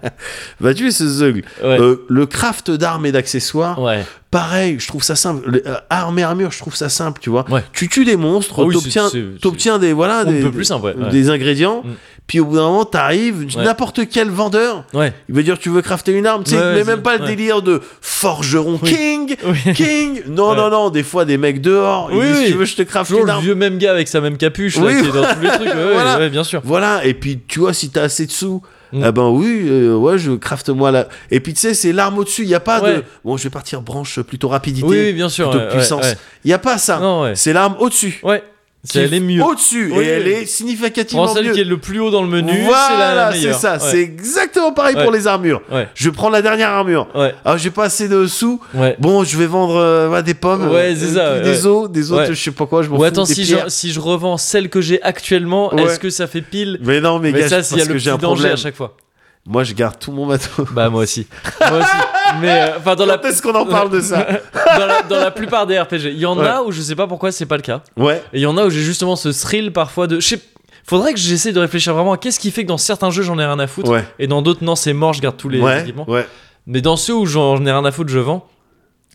Speaker 2: Va tuer ce zeugle.
Speaker 1: ouais.
Speaker 2: Euh, le craft d'armes et d'accessoires,
Speaker 1: Ouais.
Speaker 2: pareil, je trouve ça simple. Le, euh, armes et armure, je trouve ça simple, tu vois.
Speaker 1: Ouais.
Speaker 2: Tu tues des monstres,
Speaker 1: Ah oui,
Speaker 2: t'obtiens,
Speaker 1: c'est- c'est-
Speaker 2: t'obtiens des voilà
Speaker 1: On ne
Speaker 2: des,
Speaker 1: peut plus simple, ouais, ouais.
Speaker 2: des ingrédients.
Speaker 1: Mm.
Speaker 2: Puis au bout d'un moment, t'arrives,
Speaker 1: Ouais.
Speaker 2: n'importe quel vendeur,
Speaker 1: Ouais.
Speaker 2: il va dire tu veux crafter une arme, tu sais,
Speaker 1: Ouais, ouais,
Speaker 2: mais
Speaker 1: c'est-
Speaker 2: même pas le
Speaker 1: ouais.
Speaker 2: délire de forgeron
Speaker 1: Oui.
Speaker 2: king,
Speaker 1: Oui.
Speaker 2: King Non,
Speaker 1: Ouais.
Speaker 2: non, non, des fois des mecs dehors, ils
Speaker 1: Oui,
Speaker 2: disent,
Speaker 1: oui.
Speaker 2: tu veux, je te crafte
Speaker 1: Toujours
Speaker 2: une
Speaker 1: le
Speaker 2: arme.
Speaker 1: vieux même gars avec sa même capuche là,
Speaker 2: Oui,
Speaker 1: qui est dans tous les trucs. Ouais, ouais,
Speaker 2: Voilà.
Speaker 1: ouais, bien sûr.
Speaker 2: Voilà, et puis tu vois, si t'as assez de sous,
Speaker 1: Mm.
Speaker 2: ah ben oui, euh, ouais, je crafte-moi la. Et puis tu sais, c'est l'arme au-dessus, il n'y a pas de.
Speaker 1: Ouais.
Speaker 2: Bon, je vais partir branche plutôt rapidité,
Speaker 1: Oui, oui, bien sûr.
Speaker 2: plutôt
Speaker 1: ouais, ouais,
Speaker 2: puissance. Il
Speaker 1: ouais.
Speaker 2: n'y a pas ça.
Speaker 1: Non, ouais.
Speaker 2: C'est l'arme au-dessus.
Speaker 1: Ouais.
Speaker 2: Qui-
Speaker 1: Si elle est mieux.
Speaker 2: Au-dessus,
Speaker 1: Oui,
Speaker 2: et elle
Speaker 1: oui.
Speaker 2: est significativement
Speaker 1: Prends celle
Speaker 2: mieux.
Speaker 1: qui est le plus haut dans le menu. c'est la- la
Speaker 2: voilà, c'est
Speaker 1: meilleure.
Speaker 2: ça,
Speaker 1: Ouais.
Speaker 2: c'est exactement pareil
Speaker 1: Ouais.
Speaker 2: pour les armures.
Speaker 1: Ouais.
Speaker 2: Je prends la dernière armure.
Speaker 1: Ouais.
Speaker 2: Ah, j'ai pas assez de sous.
Speaker 1: Ouais.
Speaker 2: Bon, je vais vendre euh, ouais, des pommes,
Speaker 1: Ouais,
Speaker 2: euh,
Speaker 1: c'est ça, ouais,
Speaker 2: des
Speaker 1: ouais.
Speaker 2: os, des autres,
Speaker 1: Ouais.
Speaker 2: je sais pas quoi, je m'en
Speaker 1: Ou
Speaker 2: fous,
Speaker 1: attends,
Speaker 2: des
Speaker 1: si
Speaker 2: pierres.
Speaker 1: je, si je revends celle que j'ai actuellement,
Speaker 2: Ouais.
Speaker 1: est-ce que ça fait pile
Speaker 2: Mais non, mais,
Speaker 1: Mais
Speaker 2: gars,
Speaker 1: ça,
Speaker 2: parce
Speaker 1: s'il y a le
Speaker 2: que
Speaker 1: petit
Speaker 2: j'ai un
Speaker 1: danger
Speaker 2: problème.
Speaker 1: à chaque fois.
Speaker 2: Moi, je garde tout mon bateau.
Speaker 1: Bah, moi aussi. moi aussi. Mais euh, enfin, dans, la,
Speaker 2: Quand est-ce qu'on en parle de ça
Speaker 1: dans, la, dans la plupart des RPG, il y en a où je sais pas pourquoi c'est pas le cas.
Speaker 2: Ouais.
Speaker 1: Et il y en a où j'ai justement ce thrill parfois de. je sais- Faudrait que j'essaie de réfléchir vraiment à qu'est-ce qui fait que dans certains jeux j'en ai rien à foutre.
Speaker 2: Ouais.
Speaker 1: Et dans d'autres, non, c'est mort, je garde tous les
Speaker 2: Ouais.
Speaker 1: équipements.
Speaker 2: Ouais.
Speaker 1: Mais dans ceux où j'en j'en ai rien à foutre, je vends,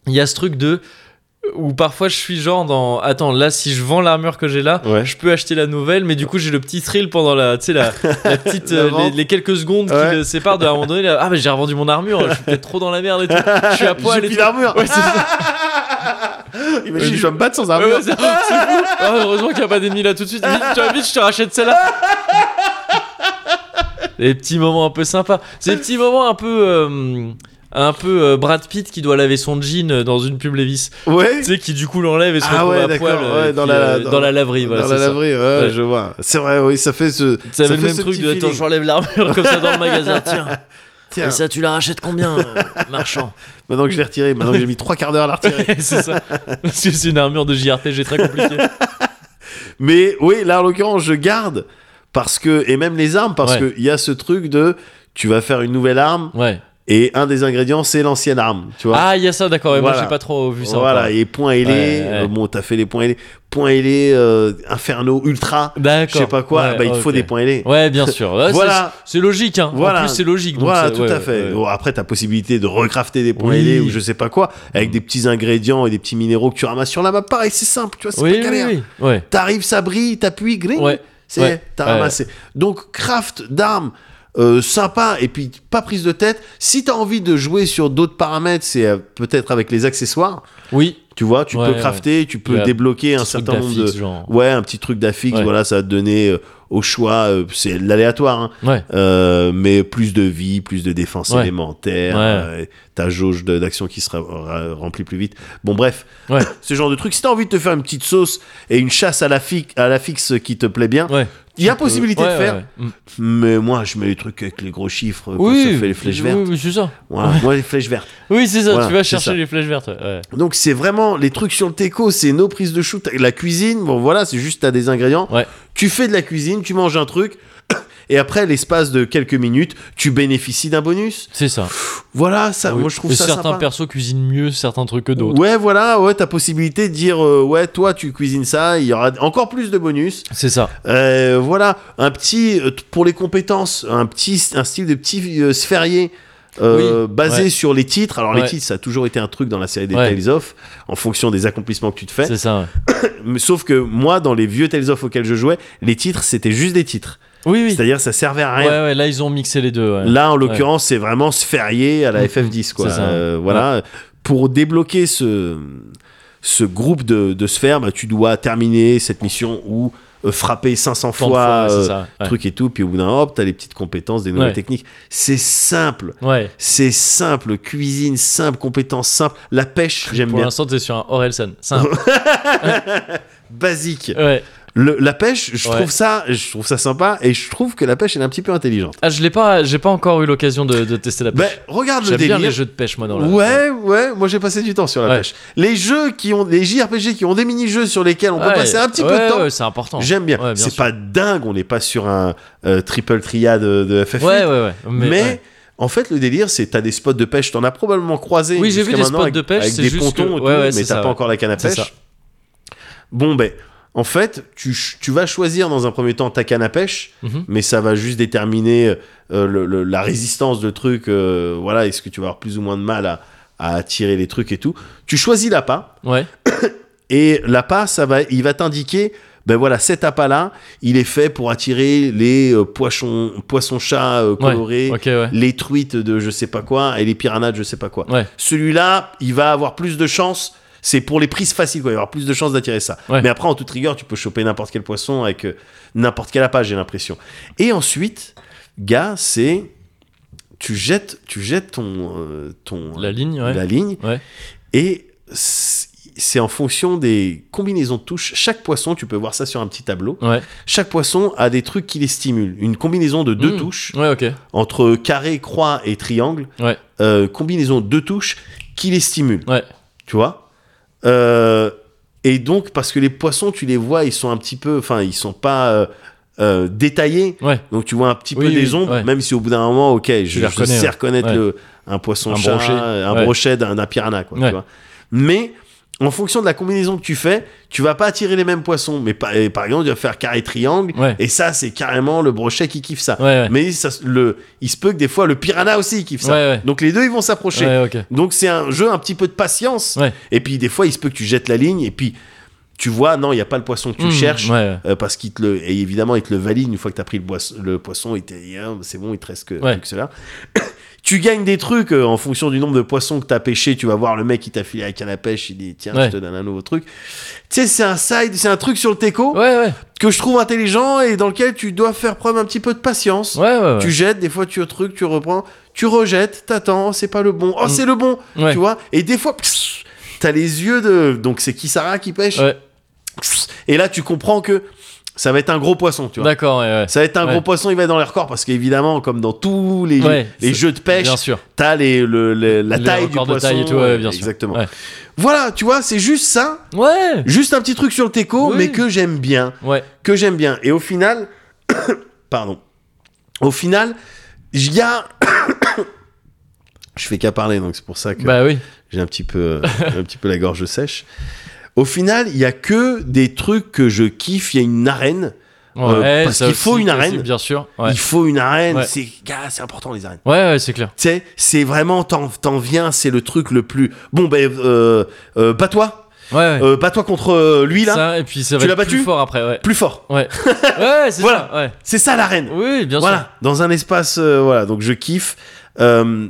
Speaker 1: il y a ce truc de. Où parfois je suis genre dans. Attends, là, si je vends l'armure que j'ai là,
Speaker 2: Ouais.
Speaker 1: je peux acheter la nouvelle, mais du coup, j'ai le petit thrill pendant la. Tu sais, la, la petite.
Speaker 2: La
Speaker 1: euh, les,
Speaker 2: vente.
Speaker 1: les quelques secondes
Speaker 2: Ouais.
Speaker 1: qui le séparent de à un moment donné. là, ah, mais j'ai revendu mon armure, je suis peut-être trop dans la merde et tout. Je suis à
Speaker 2: J'ai
Speaker 1: poil et
Speaker 2: plus
Speaker 1: tout.
Speaker 2: d'armure.
Speaker 1: Ouais, c'est ça.
Speaker 2: Imagine, je vais me battre sans
Speaker 1: Ouais,
Speaker 2: armure.
Speaker 1: ouais, c'est- c'est fou. Ah, heureusement qu'il n'y a pas d'ennemis là tout de suite. Vite, tu vois, vite, je te rachète celle-là. Les petits moments un peu sympas. Ces petits moments un peu. euh, un peu euh, Brad Pitt qui doit laver son jean euh, dans une pub Levis.
Speaker 2: Ouais.
Speaker 1: Tu sais, qui du coup l'enlève et se
Speaker 2: Ah
Speaker 1: retrouve
Speaker 2: ouais,
Speaker 1: à
Speaker 2: d'accord,
Speaker 1: poil euh,
Speaker 2: ouais,
Speaker 1: et
Speaker 2: dans
Speaker 1: puis,
Speaker 2: la-
Speaker 1: euh,
Speaker 2: dans-
Speaker 1: dans la laverie. Voilà,
Speaker 2: Dans
Speaker 1: c'est
Speaker 2: la
Speaker 1: ça.
Speaker 2: laverie, ouais,
Speaker 1: Ouais.
Speaker 2: je vois. C'est vrai, oui, ça fait ce.
Speaker 1: Ça
Speaker 2: fait
Speaker 1: avait le même
Speaker 2: ce
Speaker 1: truc
Speaker 2: petit
Speaker 1: de attends,
Speaker 2: feeling.
Speaker 1: j'enlève l'armure comme ça dans le magasin. Tiens,
Speaker 2: Tiens,
Speaker 1: et ça, tu la rachètes combien, euh, marchand
Speaker 2: maintenant que je l'ai retiré, maintenant que j'ai mis trois quarts d'heure à la retirer.
Speaker 1: C'est ça. Parce que c'est une armure de JRPG très compliquée.
Speaker 2: Mais oui, là en l'occurrence, je garde parce que et même les armes parce
Speaker 1: Ouais.
Speaker 2: que il y a ce truc de tu vas faire une nouvelle arme
Speaker 1: Ouais.
Speaker 2: et un des ingrédients c'est l'ancienne arme, tu vois.
Speaker 1: Ah, il y a ça, d'accord. ouais, Moi,
Speaker 2: Voilà.
Speaker 1: j'ai pas trop vu ça.
Speaker 2: voilà,
Speaker 1: encore.
Speaker 2: et point ailé,
Speaker 1: Ouais, ouais.
Speaker 2: euh, bon, t'as fait les points ailés, points ailés euh, inferno ultra,
Speaker 1: D'accord.
Speaker 2: je sais pas quoi,
Speaker 1: Ouais,
Speaker 2: bah, il te faut
Speaker 1: ok.
Speaker 2: des points ailés.
Speaker 1: Ouais, bien sûr. Ouais, c'est-
Speaker 2: Voilà.
Speaker 1: C'est logique, hein.
Speaker 2: Voilà.
Speaker 1: En plus, c'est logique. donc
Speaker 2: Voilà,
Speaker 1: c'est-
Speaker 2: tout
Speaker 1: ouais,
Speaker 2: à fait.
Speaker 1: ouais.
Speaker 2: Bon, Après, t'as possibilité de recrafter des points
Speaker 1: Oui.
Speaker 2: ailés ou je sais pas quoi, avec des petits ingrédients et des petits minéraux que tu ramasses sur la map. Pareil, c'est simple, tu vois, c'est
Speaker 1: Oui,
Speaker 2: pas
Speaker 1: oui,
Speaker 2: galère.
Speaker 1: oui. Ouais.
Speaker 2: T'arrives, ça brille, t'appuies, gring,
Speaker 1: Ouais.
Speaker 2: c'est
Speaker 1: Ouais.
Speaker 2: t'as
Speaker 1: Ouais.
Speaker 2: ramassé. Donc craft d'armes euh, sympa et puis pas prise de tête. Si t'as envie de jouer sur d'autres paramètres, c'est euh, peut-être avec les accessoires.
Speaker 1: Oui.
Speaker 2: Tu vois, tu
Speaker 1: Ouais,
Speaker 2: peux crafter, tu peux
Speaker 1: Ouais,
Speaker 2: débloquer un
Speaker 1: Petit truc
Speaker 2: certain nombre de
Speaker 1: d'affixe, genre.
Speaker 2: ouais un petit truc d'affixe.
Speaker 1: Ouais.
Speaker 2: Voilà, ça va te donner euh, au choix, euh, c'est de l'aléatoire, hein,
Speaker 1: Ouais.
Speaker 2: euh, mais plus de vie, plus de défense
Speaker 1: Ouais.
Speaker 2: élémentaire,
Speaker 1: Ouais.
Speaker 2: euh, ta jauge de- d'action qui sera ra- remplie plus vite. Bon, bref,
Speaker 1: Ouais.
Speaker 2: ce genre de truc. Si t'as envie de te faire une petite sauce et une chasse à la, fi- à la fixe qui te plaît bien,
Speaker 1: Ouais.
Speaker 2: il y a possibilité
Speaker 1: Ouais,
Speaker 2: de
Speaker 1: ouais,
Speaker 2: faire.
Speaker 1: ouais. Mm.
Speaker 2: Mais moi, je mets les trucs avec les gros chiffres quand
Speaker 1: Oui.
Speaker 2: ça fait les flèches
Speaker 1: oui,
Speaker 2: vertes.
Speaker 1: oui, c'est ça.
Speaker 2: Voilà, Moi, les flèches vertes.
Speaker 1: Oui, c'est ça.
Speaker 2: Voilà,
Speaker 1: tu vas
Speaker 2: c'est
Speaker 1: chercher
Speaker 2: ça.
Speaker 1: les flèches vertes. ouais, Ouais.
Speaker 2: Donc, c'est vraiment les trucs sur le teco, c'est nos prises de shoot. La cuisine, bon, voilà, c'est juste t'as des ingrédients.
Speaker 1: Ouais.
Speaker 2: Tu fais de la cuisine, tu manges un truc. Et après, l'espace de quelques minutes, tu bénéficies d'un bonus.
Speaker 1: C'est ça.
Speaker 2: Voilà, ça,
Speaker 1: Ah Oui.
Speaker 2: moi je trouve
Speaker 1: Et
Speaker 2: ça
Speaker 1: certains
Speaker 2: sympa.
Speaker 1: persos cuisinent mieux certains trucs que d'autres.
Speaker 2: Ouais, voilà, ouais, ta possibilité de dire, euh, ouais, toi, tu cuisines ça, il y aura encore plus de bonus.
Speaker 1: C'est ça.
Speaker 2: Euh, voilà, un petit, euh, t- pour les compétences, un petit, un style de petit euh, sphérié. euh, basé
Speaker 1: ouais.
Speaker 2: sur les titres. Alors,
Speaker 1: Ouais.
Speaker 2: les titres, ça a toujours été un truc dans la série des
Speaker 1: Ouais.
Speaker 2: Tales of, en fonction des accomplissements que tu te fais.
Speaker 1: C'est ça. ouais.
Speaker 2: Mais Sauf que moi, dans les vieux Tales of auxquels je jouais, les titres, c'était juste des titres.
Speaker 1: Oui, oui.
Speaker 2: C'est-à-dire, ça servait à
Speaker 1: Ouais,
Speaker 2: rien.
Speaker 1: ouais. Là, ils ont mixé les deux. ouais.
Speaker 2: Là, en l'occurrence, c'est vraiment sphérié à la
Speaker 1: Mhm.
Speaker 2: FF10, quoi.
Speaker 1: C'est ça.
Speaker 2: Euh, voilà. Pour débloquer ce, ce groupe de, de sphères, bah, tu dois terminer cette mission ou euh, frapper 500
Speaker 1: Tant
Speaker 2: fois,
Speaker 1: de fois,
Speaker 2: euh,
Speaker 1: c'est ça. Ouais.
Speaker 2: truc et tout. Puis au bout d'un hop, t'as les petites compétences, des nouvelles
Speaker 1: Ouais.
Speaker 2: techniques. C'est simple.
Speaker 1: Ouais.
Speaker 2: C'est simple. Cuisine simple, compétences simples. La pêche, j'aime
Speaker 1: Pour
Speaker 2: bien.
Speaker 1: l'instant, t'es sur un Orelsan. Simple.
Speaker 2: Basique.
Speaker 1: Ouais.
Speaker 2: le- la pêche, je
Speaker 1: Ouais.
Speaker 2: trouve ça, je trouve ça sympa et je trouve que la pêche elle est un petit peu intelligente.
Speaker 1: Ah, je l'ai pas, j'ai pas encore eu l'occasion de, de tester la
Speaker 2: Ben
Speaker 1: pêche.
Speaker 2: regarde le
Speaker 1: J'aime bien
Speaker 2: délire.
Speaker 1: les jeux de pêche, moi, dans la.
Speaker 2: ouais, ouais, moi j'ai passé du temps sur la
Speaker 1: Ouais.
Speaker 2: pêche. Les jeux qui ont, les JRPG qui ont des mini-jeux sur lesquels on
Speaker 1: Ouais,
Speaker 2: peut passer un petit peu
Speaker 1: ouais,
Speaker 2: de temps.
Speaker 1: ouais, c'est important.
Speaker 2: J'aime bien.
Speaker 1: Ouais,
Speaker 2: c'est
Speaker 1: sûr.
Speaker 2: pas dingue, on n'est pas sur un euh, triple triade euh, de FF8.
Speaker 1: Ouais, ouais, ouais.
Speaker 2: Mais,
Speaker 1: ouais.
Speaker 2: en fait, le délire, c'est t'as des spots de pêche, t'en as probablement croisé.
Speaker 1: Oui, j'ai vu
Speaker 2: jusqu'à
Speaker 1: des
Speaker 2: maintenant
Speaker 1: spots
Speaker 2: avec-
Speaker 1: de pêche,
Speaker 2: avec
Speaker 1: c'est
Speaker 2: des
Speaker 1: juste
Speaker 2: pontons,
Speaker 1: que-
Speaker 2: et tout,
Speaker 1: ouais, ouais,
Speaker 2: mais
Speaker 1: c'est
Speaker 2: t'as
Speaker 1: ça,
Speaker 2: pas
Speaker 1: ouais.
Speaker 2: encore la canne à
Speaker 1: C'est
Speaker 2: pêche.
Speaker 1: ça.
Speaker 2: Bon, ben, en fait, tu, ch- tu vas choisir dans un premier temps ta canne à pêche,
Speaker 1: Mhm.
Speaker 2: mais ça va juste déterminer euh, le- le- la résistance de truc. euh, voilà, est-ce que tu vas avoir plus ou moins de mal à, à attirer les trucs et tout. Tu choisis l'appât,
Speaker 1: Ouais.
Speaker 2: et l'appât, ça va, il va t'indiquer. Ben voilà, cet appât-là, il est fait pour attirer les euh, poissons, poissons-chats euh,
Speaker 1: Ouais.
Speaker 2: colorés,
Speaker 1: Ok, ouais.
Speaker 2: les truites de je sais pas quoi et les piranhas de je sais pas quoi.
Speaker 1: Ouais.
Speaker 2: Celui-là, il va avoir plus de chances. C'est pour les prises faciles, quoi. Il va avoir plus de chances d'attirer ça.
Speaker 1: Ouais.
Speaker 2: Mais après, en toute rigueur, tu peux choper n'importe quel poisson avec euh, n'importe quelle appât, j'ai l'impression. Et ensuite, gars, c'est. Tu jettes, tu jettes ton, euh, ton,
Speaker 1: La ligne, ouais.
Speaker 2: la ligne.
Speaker 1: Ouais.
Speaker 2: Et c'est c'est en fonction des combinaisons de touches. Chaque poisson, tu peux voir ça sur un petit tableau.
Speaker 1: Ouais.
Speaker 2: Chaque poisson a des trucs qui les stimulent. Une combinaison de deux
Speaker 1: Mm.
Speaker 2: touches
Speaker 1: Ouais, ok.
Speaker 2: entre carré, croix et triangle,
Speaker 1: Ouais.
Speaker 2: euh, combinaison de deux touches qui les stimule.
Speaker 1: Ouais.
Speaker 2: Tu vois Euh, Et donc, parce que les poissons, tu les vois, ils sont un petit peu. Enfin, ils sont pas euh, euh, détaillés.
Speaker 1: Ouais.
Speaker 2: Donc, tu vois un petit
Speaker 1: Oui,
Speaker 2: peu
Speaker 1: oui,
Speaker 2: des ombres,
Speaker 1: ouais.
Speaker 2: même si au bout d'un moment, ok, je, je
Speaker 1: reconnais,
Speaker 2: sais
Speaker 1: ouais.
Speaker 2: reconnaître
Speaker 1: Ouais.
Speaker 2: le, un poisson
Speaker 1: Un
Speaker 2: chat,
Speaker 1: brochet,
Speaker 2: un
Speaker 1: ouais.
Speaker 2: brochet d'un d'un piranha. Quoi, tu
Speaker 1: Ouais.
Speaker 2: vois. Mais. En fonction de la combinaison que tu fais, tu vas pas attirer les mêmes poissons. Mais par, et par exemple, tu vas faire carré triangle.
Speaker 1: Ouais.
Speaker 2: Et ça, c'est carrément le brochet qui kiffe ça.
Speaker 1: Ouais, ouais.
Speaker 2: Mais ça- le, il se peut que des fois le piranha aussi il kiffe ça.
Speaker 1: Ouais, ouais.
Speaker 2: Donc les deux ils vont s'approcher.
Speaker 1: Ouais, ok.
Speaker 2: Donc c'est un jeu un petit peu de patience.
Speaker 1: Ouais.
Speaker 2: Et puis des fois il se peut que tu jettes la ligne et puis tu vois non il y a pas le poisson que tu
Speaker 1: Mm,
Speaker 2: cherches
Speaker 1: Ouais, ouais.
Speaker 2: euh, parce qu'il te le et évidemment il te le valide une fois que tu as pris le, boisse- le poisson il te dit Ah, c'est bon il te reste que,
Speaker 1: Ouais.
Speaker 2: plus que cela. tu gagnes des trucs euh, en fonction du nombre de poissons que tu as pêché, tu vas voir le mec qui t'a filé la canne à pêche, il dit tiens
Speaker 1: Ouais.
Speaker 2: je te donne un nouveau truc. Tu sais c'est un side, c'est un truc sur le teco
Speaker 1: Ouais, ouais.
Speaker 2: que je trouve intelligent et dans lequel tu dois faire preuve un petit peu de patience.
Speaker 1: Ouais, ouais. ouais.
Speaker 2: Tu jettes, des fois tu truc, tu reprends, tu rejettes, t'attends, oh, c'est pas le bon, oh
Speaker 1: Mm.
Speaker 2: c'est le bon,
Speaker 1: Ouais.
Speaker 2: tu vois. Et des fois, pss, t'as les yeux de. Donc c'est Kisara qui pêche.
Speaker 1: Ouais.
Speaker 2: Pss, et là tu comprends que ça va être un gros poisson, tu vois.
Speaker 1: D'accord, ouais, ouais.
Speaker 2: Ça va être un
Speaker 1: Ouais.
Speaker 2: gros poisson, il va être dans les records parce qu'évidemment, comme dans tous les,
Speaker 1: Ouais,
Speaker 2: jeux, les
Speaker 1: c'est-
Speaker 2: jeux de pêche,
Speaker 1: Bien sûr.
Speaker 2: t'as les, le- le- la
Speaker 1: Les
Speaker 2: taille du
Speaker 1: records
Speaker 2: poisson.
Speaker 1: de taille et tout, ouais, bien sûr.
Speaker 2: Exactement.
Speaker 1: Ouais.
Speaker 2: Voilà, tu vois, c'est juste ça,
Speaker 1: Ouais.
Speaker 2: juste un petit truc sur le teco,
Speaker 1: Oui.
Speaker 2: mais que j'aime bien
Speaker 1: Ouais.
Speaker 2: que j'aime bien. Et au final, pardon, au final, il y a. Je fais qu'à parler, donc c'est pour ça que
Speaker 1: Bah oui.
Speaker 2: j'ai un petit peu, euh, un petit peu la gorge sèche. Au final, il y a que des trucs que je kiffe. Il y a une arène. Euh,
Speaker 1: Ouais, Eh,
Speaker 2: parce
Speaker 1: ça
Speaker 2: qu'il faut
Speaker 1: aussi,
Speaker 2: une arène.
Speaker 1: Bien sûr. Ouais.
Speaker 2: Il faut une arène.
Speaker 1: Ouais.
Speaker 2: C'est, gars, c'est important les arènes.
Speaker 1: Ouais, ouais, c'est clair.
Speaker 2: Tu sais, c'est vraiment t'en, t'en viens. C'est le truc le plus. Bon ben, euh, euh, bats-toi,
Speaker 1: Ouais, ouais.
Speaker 2: Euh, bats-toi contre euh, lui là,
Speaker 1: Ça, et puis ça va
Speaker 2: Tu l'as
Speaker 1: être plus
Speaker 2: battu
Speaker 1: fort après, ouais.
Speaker 2: plus fort.
Speaker 1: Ouais. Ouais, c'est
Speaker 2: Voilà.
Speaker 1: ça. Ouais.
Speaker 2: C'est ça l'arène.
Speaker 1: Oui, bien
Speaker 2: voilà,
Speaker 1: sûr.
Speaker 2: dans un espace, euh, voilà, donc je kiffe. Euh,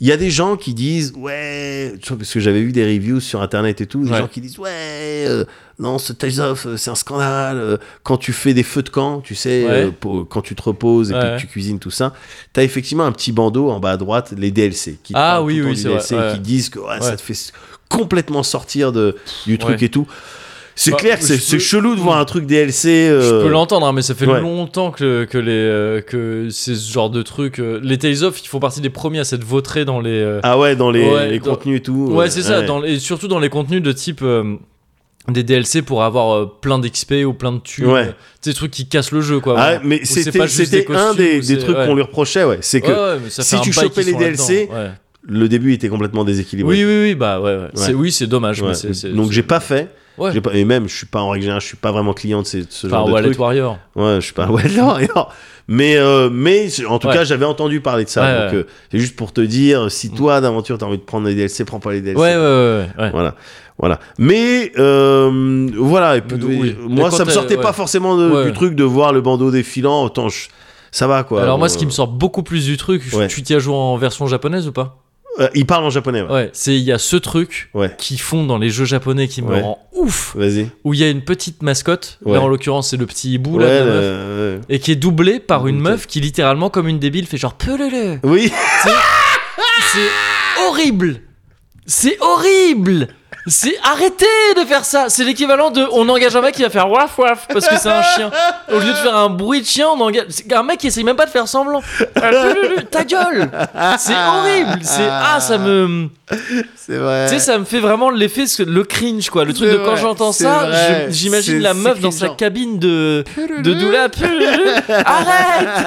Speaker 2: Il y a des gens qui disent, ouais, tu vois, parce que j'avais vu des reviews sur internet et tout, des
Speaker 1: Ouais.
Speaker 2: gens qui disent, ouais, euh, non, ce Tales of, euh, c'est un scandale. euh, quand tu fais des feux de camp, tu sais,
Speaker 1: Ouais.
Speaker 2: euh, pour- quand tu te reposes et
Speaker 1: Ouais,
Speaker 2: puis que
Speaker 1: ouais.
Speaker 2: tu cuisines tout ça, t'as effectivement un petit bandeau en bas à droite, les DLC, qui te
Speaker 1: Ah
Speaker 2: parlent
Speaker 1: oui,
Speaker 2: tout le
Speaker 1: oui,
Speaker 2: temps
Speaker 1: c'est
Speaker 2: du DLC,
Speaker 1: vrai, ouais.
Speaker 2: qui disent que ouais, ça
Speaker 1: Ouais.
Speaker 2: te fait s- complètement sortir de, du truc
Speaker 1: Ouais.
Speaker 2: et tout. C'est
Speaker 1: Bah,
Speaker 2: clair que c'est
Speaker 1: je
Speaker 2: c'est
Speaker 1: peux-
Speaker 2: chelou de voir un truc DLC.
Speaker 1: Je
Speaker 2: euh,
Speaker 1: peux l'entendre, hein, mais ça fait
Speaker 2: ouais.
Speaker 1: longtemps que, que, les, euh, que ces genres de trucs. euh, les Tales of, ils font partie des premiers à s'être vautrés dans les. euh,
Speaker 2: Ah ouais, dans les,
Speaker 1: Ouais,
Speaker 2: les
Speaker 1: dans-
Speaker 2: contenus et tout. euh,
Speaker 1: ouais, c'est ça, dans, les- et surtout dans les contenus de type. euh, des DLC pour avoir euh, plein d'XP ou plein de tubes.
Speaker 2: Ouais.
Speaker 1: euh, des trucs qui cassent le jeu, quoi.
Speaker 2: Ah,
Speaker 1: vraiment. Ou
Speaker 2: mais
Speaker 1: c'est
Speaker 2: c'était
Speaker 1: pas juste
Speaker 2: c'était
Speaker 1: des
Speaker 2: un
Speaker 1: costumes,
Speaker 2: des,
Speaker 1: ou
Speaker 2: des
Speaker 1: c'est-
Speaker 2: trucs
Speaker 1: ouais.
Speaker 2: qu'on lui reprochait, ouais. C'est que
Speaker 1: Ouais, ouais, mais ça
Speaker 2: si
Speaker 1: fait un
Speaker 2: tu
Speaker 1: bail
Speaker 2: chopais
Speaker 1: qu'ils
Speaker 2: les
Speaker 1: sont là-dedans,
Speaker 2: DLC,
Speaker 1: ouais.
Speaker 2: le début était complètement déséquilibré.
Speaker 1: Oui, oui, oui, bah ouais, ouais. C'est- oui, c'est dommage.
Speaker 2: Ouais.
Speaker 1: mais c'est- c'est-
Speaker 2: Donc j'ai pas fait.
Speaker 1: Ouais.
Speaker 2: J'ai pas- et même, je suis pas en règle générale, je suis pas vraiment client de ces- ce
Speaker 1: Enfin,
Speaker 2: genre de
Speaker 1: Wallet
Speaker 2: trucs.
Speaker 1: Warrior.
Speaker 2: Ouais, je suis pas. Ouais, non, non. Mais euh, mais c'est- en tout
Speaker 1: Ouais.
Speaker 2: cas, j'avais entendu parler de ça.
Speaker 1: Ouais,
Speaker 2: donc
Speaker 1: ouais. Mm.
Speaker 2: euh, c'est juste pour te dire, si toi d'aventure t'as envie de prendre les DLC, prends pas les DLC.
Speaker 1: Ouais, ouais, ouais. ouais.
Speaker 2: Voilà, voilà. Mais euh, voilà, et puis, euh,
Speaker 1: Mais donc, oui.
Speaker 2: moi
Speaker 1: Mais
Speaker 2: ça
Speaker 1: quand
Speaker 2: me
Speaker 1: elle-
Speaker 2: sortait pas
Speaker 1: ouais.
Speaker 2: forcément de-
Speaker 1: Ouais.
Speaker 2: du truc de voir le bandeau défilant. Autant je- ça va quoi. Euh,
Speaker 1: Alors, moi,
Speaker 2: Bon,
Speaker 1: ce qui me sort beaucoup plus du truc, je-
Speaker 2: Ouais.
Speaker 1: tu t'y as joué en version japonaise ou pas
Speaker 2: euh, il parle en japonais. Ouais.
Speaker 1: Ouais, c'est il y a ce truc
Speaker 2: Ouais.
Speaker 1: qui font dans les jeux japonais qui me
Speaker 2: Ouais.
Speaker 1: rend ouf,
Speaker 2: Vas-y.
Speaker 1: où il y a une petite mascotte,
Speaker 2: Ouais.
Speaker 1: là en l'occurrence c'est le petit hibou,
Speaker 2: Ouais,
Speaker 1: là, de la meuf,
Speaker 2: euh,
Speaker 1: et qui est doublée par une
Speaker 2: Ok.
Speaker 1: meuf qui littéralement comme une débile fait genre pelele.
Speaker 2: ouais. Oui.
Speaker 1: C'est horrible, c'est horrible. C'est arrêtez de faire ça. C'est l'équivalent de on engage un mec qui va faire waf waf parce que c'est un chien. Au lieu de faire un bruit de chien, on engage c'est un mec qui essaye même pas de faire semblant. Ta gueule. C'est horrible. C'est ah ça me
Speaker 2: C'est vrai.
Speaker 1: tu sais ça me fait vraiment l'effet ce- le cringe quoi. Le truc de
Speaker 2: C'est
Speaker 1: quand
Speaker 2: vrai,
Speaker 1: j'entends
Speaker 2: c'est
Speaker 1: ça,
Speaker 2: vrai.
Speaker 1: je- j'imagine
Speaker 2: C'est-
Speaker 1: la
Speaker 2: c'est
Speaker 1: meuf dans sa
Speaker 2: cringeant.
Speaker 1: cabine de de doula. Arrête,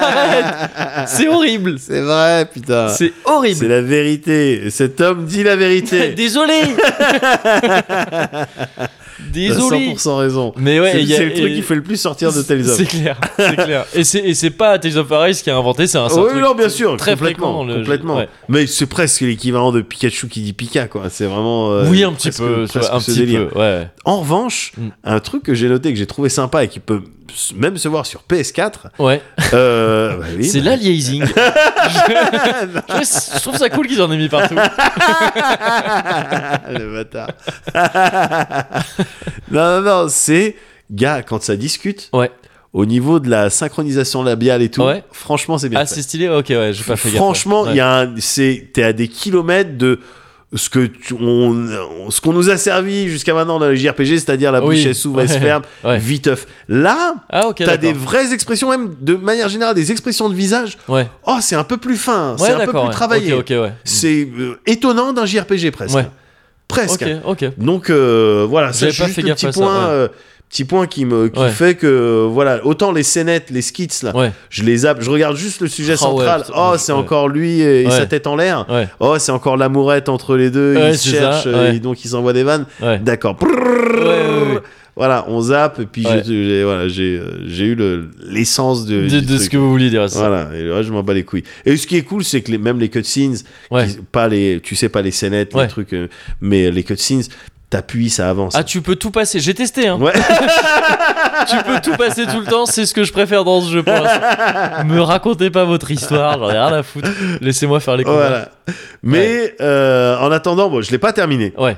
Speaker 1: arrête. C'est horrible.
Speaker 2: C'est vrai, putain.
Speaker 1: C'est
Speaker 2: C'est
Speaker 1: horrible.
Speaker 2: la vérité. Cet homme dit la vérité.
Speaker 1: Désolé.
Speaker 2: T'as
Speaker 1: Désolé.
Speaker 2: 100% raison.
Speaker 1: Mais ouais,
Speaker 2: c'est
Speaker 1: il y a-
Speaker 2: c'est le truc
Speaker 1: et-
Speaker 2: qui fait le plus sortir de tels
Speaker 1: C'est
Speaker 2: hommes.
Speaker 1: clair, c'est clair. Et c'est, et c'est pas Tales of Arise qui a inventé, c'est un, c'est un
Speaker 2: Oh, oui,
Speaker 1: truc
Speaker 2: non, bien sûr,
Speaker 1: très
Speaker 2: complètement,
Speaker 1: fréquent dans le-
Speaker 2: complètement.
Speaker 1: ouais.
Speaker 2: Mais c'est presque l'équivalent de Pikachu qui dit Pika, quoi. C'est vraiment. euh,
Speaker 1: oui, un petit
Speaker 2: presque-
Speaker 1: peu, tu vois,
Speaker 2: presque
Speaker 1: un
Speaker 2: ce
Speaker 1: petit
Speaker 2: délire.
Speaker 1: peu, ouais.
Speaker 2: En revanche,
Speaker 1: Mm.
Speaker 2: un truc que j'ai noté que j'ai trouvé sympa et qui peut s- même se voir sur PS4.
Speaker 1: Ouais,
Speaker 2: euh, bah oui,
Speaker 1: c'est
Speaker 2: bah,
Speaker 1: l'aliasing. je, je- je trouve ça cool qu'ils en aient mis partout.
Speaker 2: le bâtard. non, non, non, c'est gars quand ça discute.
Speaker 1: Ouais.
Speaker 2: Au niveau de la synchronisation labiale et tout,
Speaker 1: Ouais.
Speaker 2: franchement, c'est bien.
Speaker 1: Ah,
Speaker 2: fait.
Speaker 1: c'est stylé Ok, ouais, j'ai pas fait gaffe.
Speaker 2: Franchement,
Speaker 1: ouais.
Speaker 2: il y a un- c'est t'es à des kilomètres de ce que tu- on, on- ce qu'on nous a servi jusqu'à maintenant dans les JRPG, c'est-à-dire la
Speaker 1: Oui.
Speaker 2: bouche elle s'ouvre, elle se
Speaker 1: Ouais.
Speaker 2: ferme,
Speaker 1: Ouais.
Speaker 2: viteuf. Là,
Speaker 1: Ah, ok,
Speaker 2: t'as
Speaker 1: d'accord.
Speaker 2: des vraies expressions, même de manière générale, des expressions de visage.
Speaker 1: Ouais,
Speaker 2: Oh, c'est un peu plus fin,
Speaker 1: ouais
Speaker 2: c'est un peu plus
Speaker 1: d'accord. ouais.
Speaker 2: travaillé.
Speaker 1: Ok, ok, ouais.
Speaker 2: C'est euh, étonnant d'un JRPG presque.
Speaker 1: Ouais.
Speaker 2: Presque.
Speaker 1: Ok, ok.
Speaker 2: Donc euh, voilà, c'est
Speaker 1: J'avais pas
Speaker 2: juste
Speaker 1: fait
Speaker 2: le
Speaker 1: gaffe
Speaker 2: petit
Speaker 1: à ça,
Speaker 2: point,
Speaker 1: ouais.
Speaker 2: euh, petit point qui me qui
Speaker 1: Ouais.
Speaker 2: fait que voilà, autant les scénettes, les skits là,
Speaker 1: Ouais,
Speaker 2: je les zappe, je regarde juste le sujet
Speaker 1: Ah
Speaker 2: central.
Speaker 1: ouais, putain,
Speaker 2: oh,
Speaker 1: ouais,
Speaker 2: c'est
Speaker 1: ouais.
Speaker 2: encore lui et, et
Speaker 1: Ouais.
Speaker 2: sa tête en l'air.
Speaker 1: ouais,
Speaker 2: Oh, c'est encore l'amourette entre les deux.
Speaker 1: Ouais,
Speaker 2: ils se
Speaker 1: c'est ça,
Speaker 2: cherchent, euh,
Speaker 1: ouais.
Speaker 2: et donc ils s'envoient des vannes.
Speaker 1: ouais.
Speaker 2: D'accord.
Speaker 1: ouais, ouais.
Speaker 2: Voilà, on zappe, et puis
Speaker 1: Ouais.
Speaker 2: j'ai- j'ai voilà, j'ai, euh, j'ai eu le- l'essence de,
Speaker 1: De,
Speaker 2: du
Speaker 1: de ce
Speaker 2: truc.
Speaker 1: que vous vouliez dire. c'est ça.
Speaker 2: Voilà, et le reste, je m'en bats les couilles. Et ce qui est cool, c'est que les- même les cutscenes,
Speaker 1: Ouais.
Speaker 2: qui- pas les, tu sais, pas les scénettes,
Speaker 1: Ouais.
Speaker 2: les trucs, euh, mais les cutscenes, t'appuies, ça avance.
Speaker 1: Ah, tu peux tout passer. J'ai testé, hein.
Speaker 2: Ouais.
Speaker 1: tu peux tout passer tout le temps. C'est ce que je préfère dans ce jeu pour l'instant. Me racontez pas votre histoire. J'en ai rien à foutre. Laissez-moi faire les combats.
Speaker 2: Voilà. Mais euh, en attendant, bon, je l'ai pas terminé.
Speaker 1: Ouais.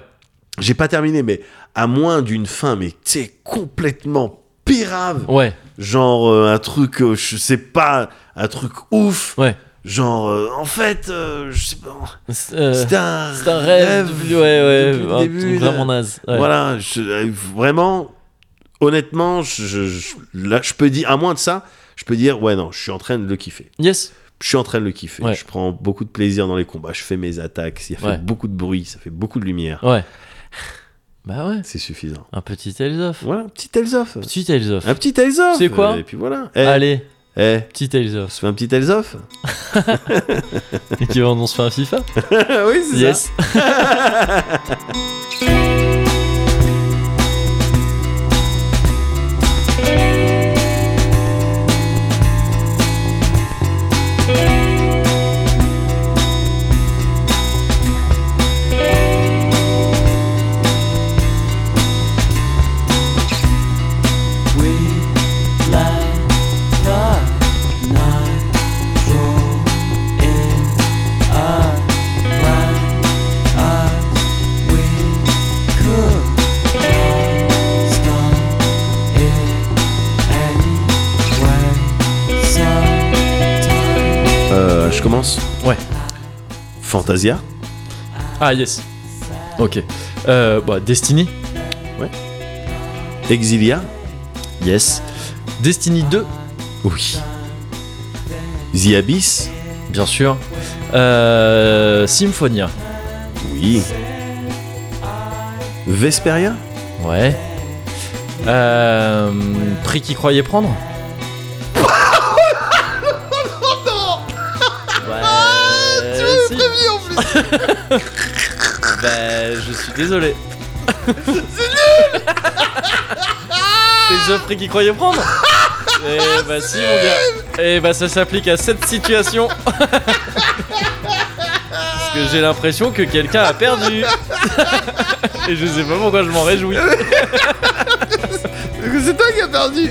Speaker 2: J'ai pas terminé, mais à moins d'une fin, mais tu sais, complètement pérave.
Speaker 1: Ouais.
Speaker 2: Genre euh, un truc, euh, je sais pas, un truc ouf.
Speaker 1: Ouais.
Speaker 2: Genre, euh, en fait, euh, je sais pas.
Speaker 1: C'est euh,
Speaker 2: C'était un,
Speaker 1: c'est un rêve. Ouais, ouais.
Speaker 2: depuis le
Speaker 1: un
Speaker 2: début,
Speaker 1: truc
Speaker 2: là.
Speaker 1: vraiment naze. Ouais.
Speaker 2: Voilà, je- euh, vraiment, honnêtement, je, je- je- là, je peux dire, à moins de ça, je peux dire, ouais, non, je suis en train de le kiffer.
Speaker 1: Yes.
Speaker 2: Je suis en train de le kiffer.
Speaker 1: Ouais.
Speaker 2: Je prends beaucoup de plaisir dans les combats. Je fais mes attaques. Ça fait
Speaker 1: Ouais.
Speaker 2: beaucoup de bruit. Ça fait beaucoup de lumière.
Speaker 1: Ouais. Bah ouais.
Speaker 2: C'est suffisant.
Speaker 1: Un petit Tales of.
Speaker 2: Voilà, petit Tales of.
Speaker 1: Petit Tales of.
Speaker 2: Un petit Tales of
Speaker 1: C'est quoi
Speaker 2: Et puis voilà. Eh,
Speaker 1: Allez,
Speaker 2: eh,
Speaker 1: petit Tales
Speaker 2: on
Speaker 1: of.
Speaker 2: se fait un petit Tales of
Speaker 1: Et qui on se fait un FIFA
Speaker 2: Oui, c'est
Speaker 1: Yes.
Speaker 2: ça. Euh, je commence
Speaker 1: Ouais.
Speaker 2: Fantasia
Speaker 1: Ah, yes. Ok. Euh, bah, Destiny.
Speaker 2: Exilia
Speaker 1: Yes. Destiny 2.
Speaker 2: Oui. The Abyss
Speaker 1: Bien sûr. Euh, Symphonia.
Speaker 2: Oui. Vesperia
Speaker 1: Ouais. Euh, prix qu'il croyait prendre Ouais, si. bah, je suis désolé. C'est nul C'est le prix qu'il croyait prendre Eh bah si mon gars Eh bah ça s'applique à cette situation Parce que j'ai l'impression que quelqu'un a perdu Et je sais pas pourquoi je m'en réjouis
Speaker 2: C'est toi qui as perdu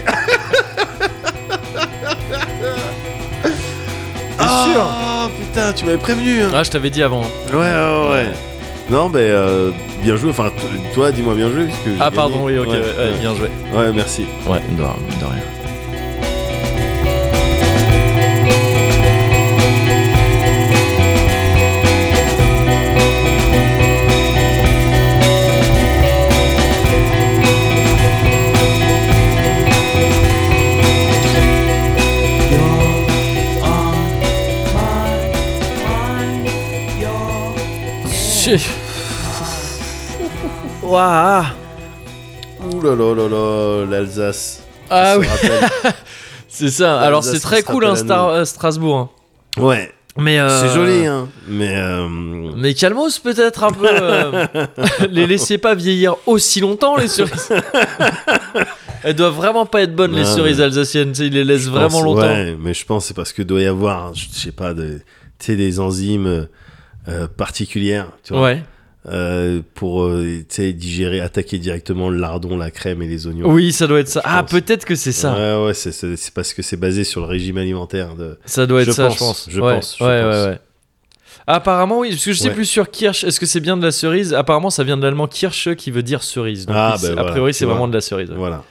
Speaker 2: sûr Oh putain, tu m'avais prévenu hein.
Speaker 1: Ah, je t'avais dit avant.
Speaker 2: Ouais, ouais, ouais. Non, mais euh, bien joué. Enfin, t- toi, dis-moi bien joué. parce que j'ai
Speaker 1: Ah,
Speaker 2: gagné.
Speaker 1: pardon, oui, ok,
Speaker 2: Ouais,
Speaker 1: ouais, ouais,
Speaker 2: ouais.
Speaker 1: bien joué.
Speaker 2: Ouais, merci.
Speaker 1: Ouais, de, de rien. Ouah.
Speaker 2: Ouh là là là là, l'Alsace.
Speaker 1: Ah
Speaker 2: Ça
Speaker 1: oui,
Speaker 2: rappelle-
Speaker 1: c'est ça. Alors c'est
Speaker 2: Alsace
Speaker 1: très
Speaker 2: qui se
Speaker 1: cool hein,
Speaker 2: rappelle à
Speaker 1: Star- euh, Strasbourg. hein.
Speaker 2: Ouais,
Speaker 1: Mais euh,
Speaker 2: c'est joli, hein. Mais euh,
Speaker 1: Mais calmos peut-être un peu. euh, les laissez pas vieillir aussi longtemps les cerises. Elles doivent vraiment pas être bonnes les
Speaker 2: Non,
Speaker 1: cerises
Speaker 2: mais-
Speaker 1: alsaciennes. tu sais, Ils les laissent
Speaker 2: je
Speaker 1: vraiment
Speaker 2: pense-
Speaker 1: longtemps.
Speaker 2: Ouais, mais je pense que c'est parce que doit y avoir, je sais pas, de, tu sais, des enzymes euh, particulières, tu vois,
Speaker 1: Ouais.
Speaker 2: euh, pour euh, tu sais, digérer, attaquer directement le lardon, la crème et les oignons.
Speaker 1: Oui, ça doit être ça.
Speaker 2: Je
Speaker 1: ah,
Speaker 2: pense.
Speaker 1: peut-être que c'est ça.
Speaker 2: Ouais, ouais, c'est- c'est c'est parce que c'est basé sur le régime alimentaire de.
Speaker 1: Ça doit être
Speaker 2: Je
Speaker 1: ça,
Speaker 2: pense,
Speaker 1: je pense.
Speaker 2: je
Speaker 1: ouais.
Speaker 2: pense, je
Speaker 1: ouais,
Speaker 2: pense.
Speaker 1: ouais, ouais. Apparemment, oui, parce que je sais
Speaker 2: Ouais.
Speaker 1: plus sur Kirsch. Est-ce que c'est bien de la cerise Apparemment, ça vient de l'allemand Kirsch qui veut dire cerise. Donc,
Speaker 2: Ah,
Speaker 1: c'est-
Speaker 2: bah
Speaker 1: a
Speaker 2: voilà,
Speaker 1: priori,
Speaker 2: tu
Speaker 1: c'est
Speaker 2: vois.
Speaker 1: vraiment de la cerise. ouais.
Speaker 2: Voilà.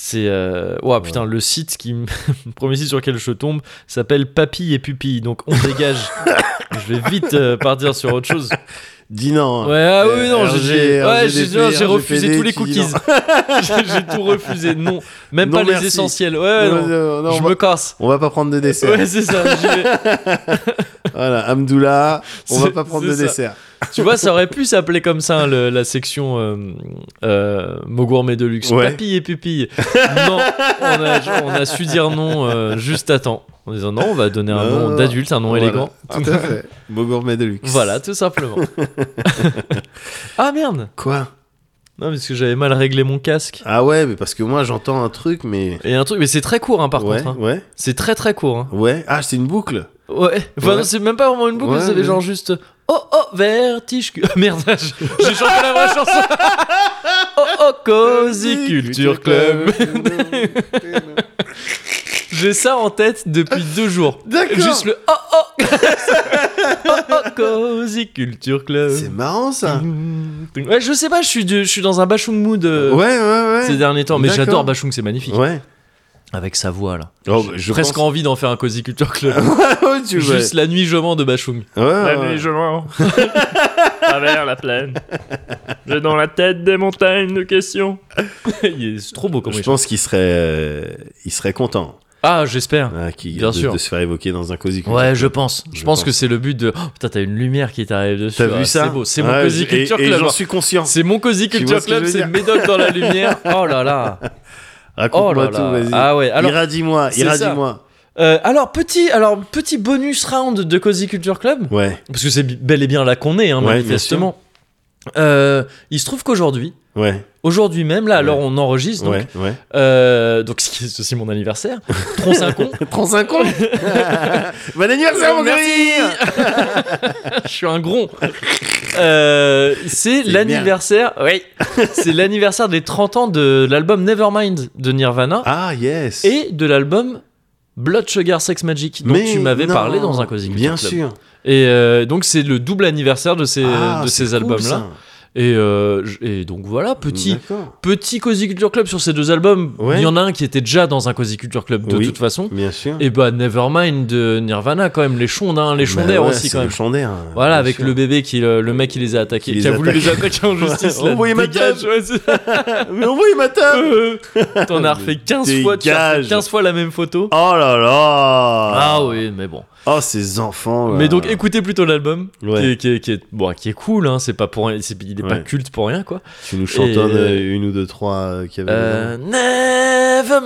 Speaker 1: C'est. Euh... ouah, putain, le site qui. m- le premier site sur lequel je tombe s'appelle Papille et Pupille. Donc, on dégage. je vais vite euh, partir sur autre chose.
Speaker 2: Dis non. hein.
Speaker 1: Ouais, ah
Speaker 2: Euh,
Speaker 1: oui, non, j'ai- j'ai
Speaker 2: RG,
Speaker 1: ouais, j'ai-
Speaker 2: RGDP,
Speaker 1: non, j'ai refusé
Speaker 2: RGPD,
Speaker 1: tous les
Speaker 2: tu dis
Speaker 1: cookies. J'ai j'ai tout refusé. Non, même
Speaker 2: Non,
Speaker 1: pas les
Speaker 2: merci.
Speaker 1: essentiels. Ouais,
Speaker 2: non.
Speaker 1: non.
Speaker 2: Non, non, non,
Speaker 1: je
Speaker 2: on, va,
Speaker 1: me casse.
Speaker 2: on va pas prendre de dessert.
Speaker 1: Ouais, c'est ça. j'y vais.
Speaker 2: Voilà, Amdoula, on va
Speaker 1: C'est-
Speaker 2: pas prendre de
Speaker 1: c'est ça.
Speaker 2: dessert.
Speaker 1: Tu vois, ça aurait pu s'appeler comme ça, hein, le- la section euh, euh, Mots gourmets de luxe.
Speaker 2: Ouais.
Speaker 1: Papille et pupille. Non, on a, on a su dire non euh, juste à temps. En disant non, on va donner un
Speaker 2: Non,
Speaker 1: nom d'adulte, un nom
Speaker 2: Voilà, Ah,
Speaker 1: élégant.
Speaker 2: Tout à fait. Beau gourmet de luxe.
Speaker 1: Voilà, tout simplement. ah merde
Speaker 2: Quoi
Speaker 1: Non, parce que j'avais mal réglé mon casque.
Speaker 2: Ah ouais, mais parce que moi j'entends un truc, mais.
Speaker 1: Et un truc, mais c'est très court hein, par
Speaker 2: ouais,
Speaker 1: contre. hein.
Speaker 2: ouais,
Speaker 1: C'est très très court. hein.
Speaker 2: ouais. Ah, c'est une boucle.
Speaker 1: Ouais. Enfin,
Speaker 2: Ouais.
Speaker 1: non, c'est même pas vraiment une boucle,
Speaker 2: Ouais,
Speaker 1: c'est
Speaker 2: ouais.
Speaker 1: genre juste. Oh oh, vertige. cu- Merde, j'ai chanté la vraie chanson. oh oh, Cozy Culture Club. J'ai ça en tête depuis deux jours.
Speaker 2: D'accord.
Speaker 1: Juste le oh oh Oh oh Cozy Culture Club.
Speaker 2: C'est marrant ça.
Speaker 1: Ouais, je sais pas, je suis, du- je suis dans un Bachung mood euh,
Speaker 2: Ouais, ouais, ouais.
Speaker 1: ces derniers temps, mais
Speaker 2: D'accord.
Speaker 1: j'adore Bachung, c'est magnifique.
Speaker 2: Ouais.
Speaker 1: Avec sa voix là.
Speaker 2: Oh, bah, je
Speaker 1: Presque
Speaker 2: pense...
Speaker 1: envie d'en faire un Cozy Culture Club.
Speaker 2: Oh, tu vois.
Speaker 1: Juste la nuit je mens de Bachung.
Speaker 2: Ouais, ouais,
Speaker 7: La
Speaker 2: ouais.
Speaker 7: nuit, je loin. Travers la plaine. J'ai dans la tête des montagnes de questions.
Speaker 1: Il est- c'est trop beau comme
Speaker 2: Je
Speaker 1: il chante.
Speaker 2: pense qu'il serait, euh, il serait content
Speaker 1: Ah, j'espère.
Speaker 2: hein, qu'il-
Speaker 1: Bien
Speaker 2: de,
Speaker 1: sûr.
Speaker 2: de se faire évoquer dans un cosy. Club.
Speaker 1: Ouais, je pense. Je,
Speaker 2: Je
Speaker 1: pense,
Speaker 2: pense.
Speaker 1: que c'est le but de. Oh, putain, t'as une lumière qui t'arrive dessus.
Speaker 2: T'as
Speaker 1: Ah,
Speaker 2: vu ça
Speaker 1: C'est beau. C'est mon
Speaker 2: Ouais,
Speaker 1: Cozy
Speaker 2: et-
Speaker 1: Culture
Speaker 2: et
Speaker 1: Club. hein.
Speaker 2: j'en suis conscient.
Speaker 1: C'est mon Cozy
Speaker 2: Tu
Speaker 1: Culture
Speaker 2: vois ce que
Speaker 1: Club,
Speaker 2: je veux
Speaker 1: c'est
Speaker 2: dire
Speaker 1: Médoc dans la lumière. Oh là là. Oh
Speaker 2: Raconte-moi
Speaker 1: là
Speaker 2: tout,
Speaker 1: là.
Speaker 2: vas-y.
Speaker 1: Ah ouais. Alors,
Speaker 2: Irradie-moi,
Speaker 1: c'est ça.
Speaker 2: irradie-moi.
Speaker 1: euh, alors, petit, alors, petit bonus round de Cozy Culture Club.
Speaker 2: Ouais,
Speaker 1: Parce que c'est bi- bel et bien là qu'on est, hein,
Speaker 2: Ouais, bien
Speaker 1: manifestement. Euh, il se trouve qu'aujourd'hui,
Speaker 2: ouais,
Speaker 1: aujourd'hui même, là, alors
Speaker 2: Ouais.
Speaker 1: on enregistre, donc,
Speaker 2: ouais, ouais.
Speaker 1: euh, donc c'est c'est aussi mon anniversaire, tronc un con,
Speaker 2: 35 ans
Speaker 1: Bah,
Speaker 2: Bon anniversaire, mon gars
Speaker 1: je suis un gron. Euh, c'est
Speaker 2: C'est
Speaker 1: l'anniversaire, oui, c'est l'anniversaire des 30 ans de l'album Nevermind de Nirvana
Speaker 2: Ah, yes
Speaker 1: et de l'album Blood Sugar Sex Magic dont
Speaker 2: Mais
Speaker 1: tu m'avais
Speaker 2: non,
Speaker 1: parlé dans un Cozy Culture
Speaker 2: Bien
Speaker 1: Club.
Speaker 2: sûr
Speaker 1: Et euh, donc c'est le double anniversaire de ces,
Speaker 2: Ah,
Speaker 1: de
Speaker 2: c'est
Speaker 1: ces
Speaker 2: cool,
Speaker 1: albums-là.
Speaker 2: ça.
Speaker 1: Et, euh, j- et donc voilà, petit,
Speaker 2: D'accord,
Speaker 1: petit Cozy Culture Club sur ces deux albums.
Speaker 2: Ouais.
Speaker 1: Il y en a un qui était déjà dans un Cozy Culture Club de
Speaker 2: Oui.
Speaker 1: toute façon.
Speaker 2: bien sûr.
Speaker 1: Et bah Nevermind de Nirvana quand même, les chondins, les chondaires aussi quand même.
Speaker 2: Bah Le Chondaire.
Speaker 1: Voilà, avec le bébé qui le, le mec qui les a attaqués,
Speaker 2: Ah,
Speaker 1: qui,
Speaker 2: Qui les
Speaker 1: a
Speaker 2: a
Speaker 1: voulu les
Speaker 2: attaqués.
Speaker 1: attaquer en justice. là,
Speaker 2: Envoyez ma
Speaker 1: dégage,
Speaker 2: table.
Speaker 1: ouais, c'est ça.
Speaker 2: Mais envoyez ma table
Speaker 1: T'en as refait 15 fois, tu as refait
Speaker 2: Dégage.
Speaker 1: 15 fois la même photo.
Speaker 2: Oh là là
Speaker 1: Ah oui, mais bon.
Speaker 2: Oh, ces enfants là.
Speaker 1: Mais donc écoutez plutôt l'album,
Speaker 2: Ouais.
Speaker 1: qui, est- qui est- qui est bon, qui est cool, hein, c'est pas pour rien, c'est- il est pas
Speaker 2: Ouais.
Speaker 1: culte pour rien quoi.
Speaker 2: Tu nous chantonnes
Speaker 1: Et, euh,
Speaker 2: euh, une ou deux, trois euh, qui avaient.
Speaker 1: Euh, never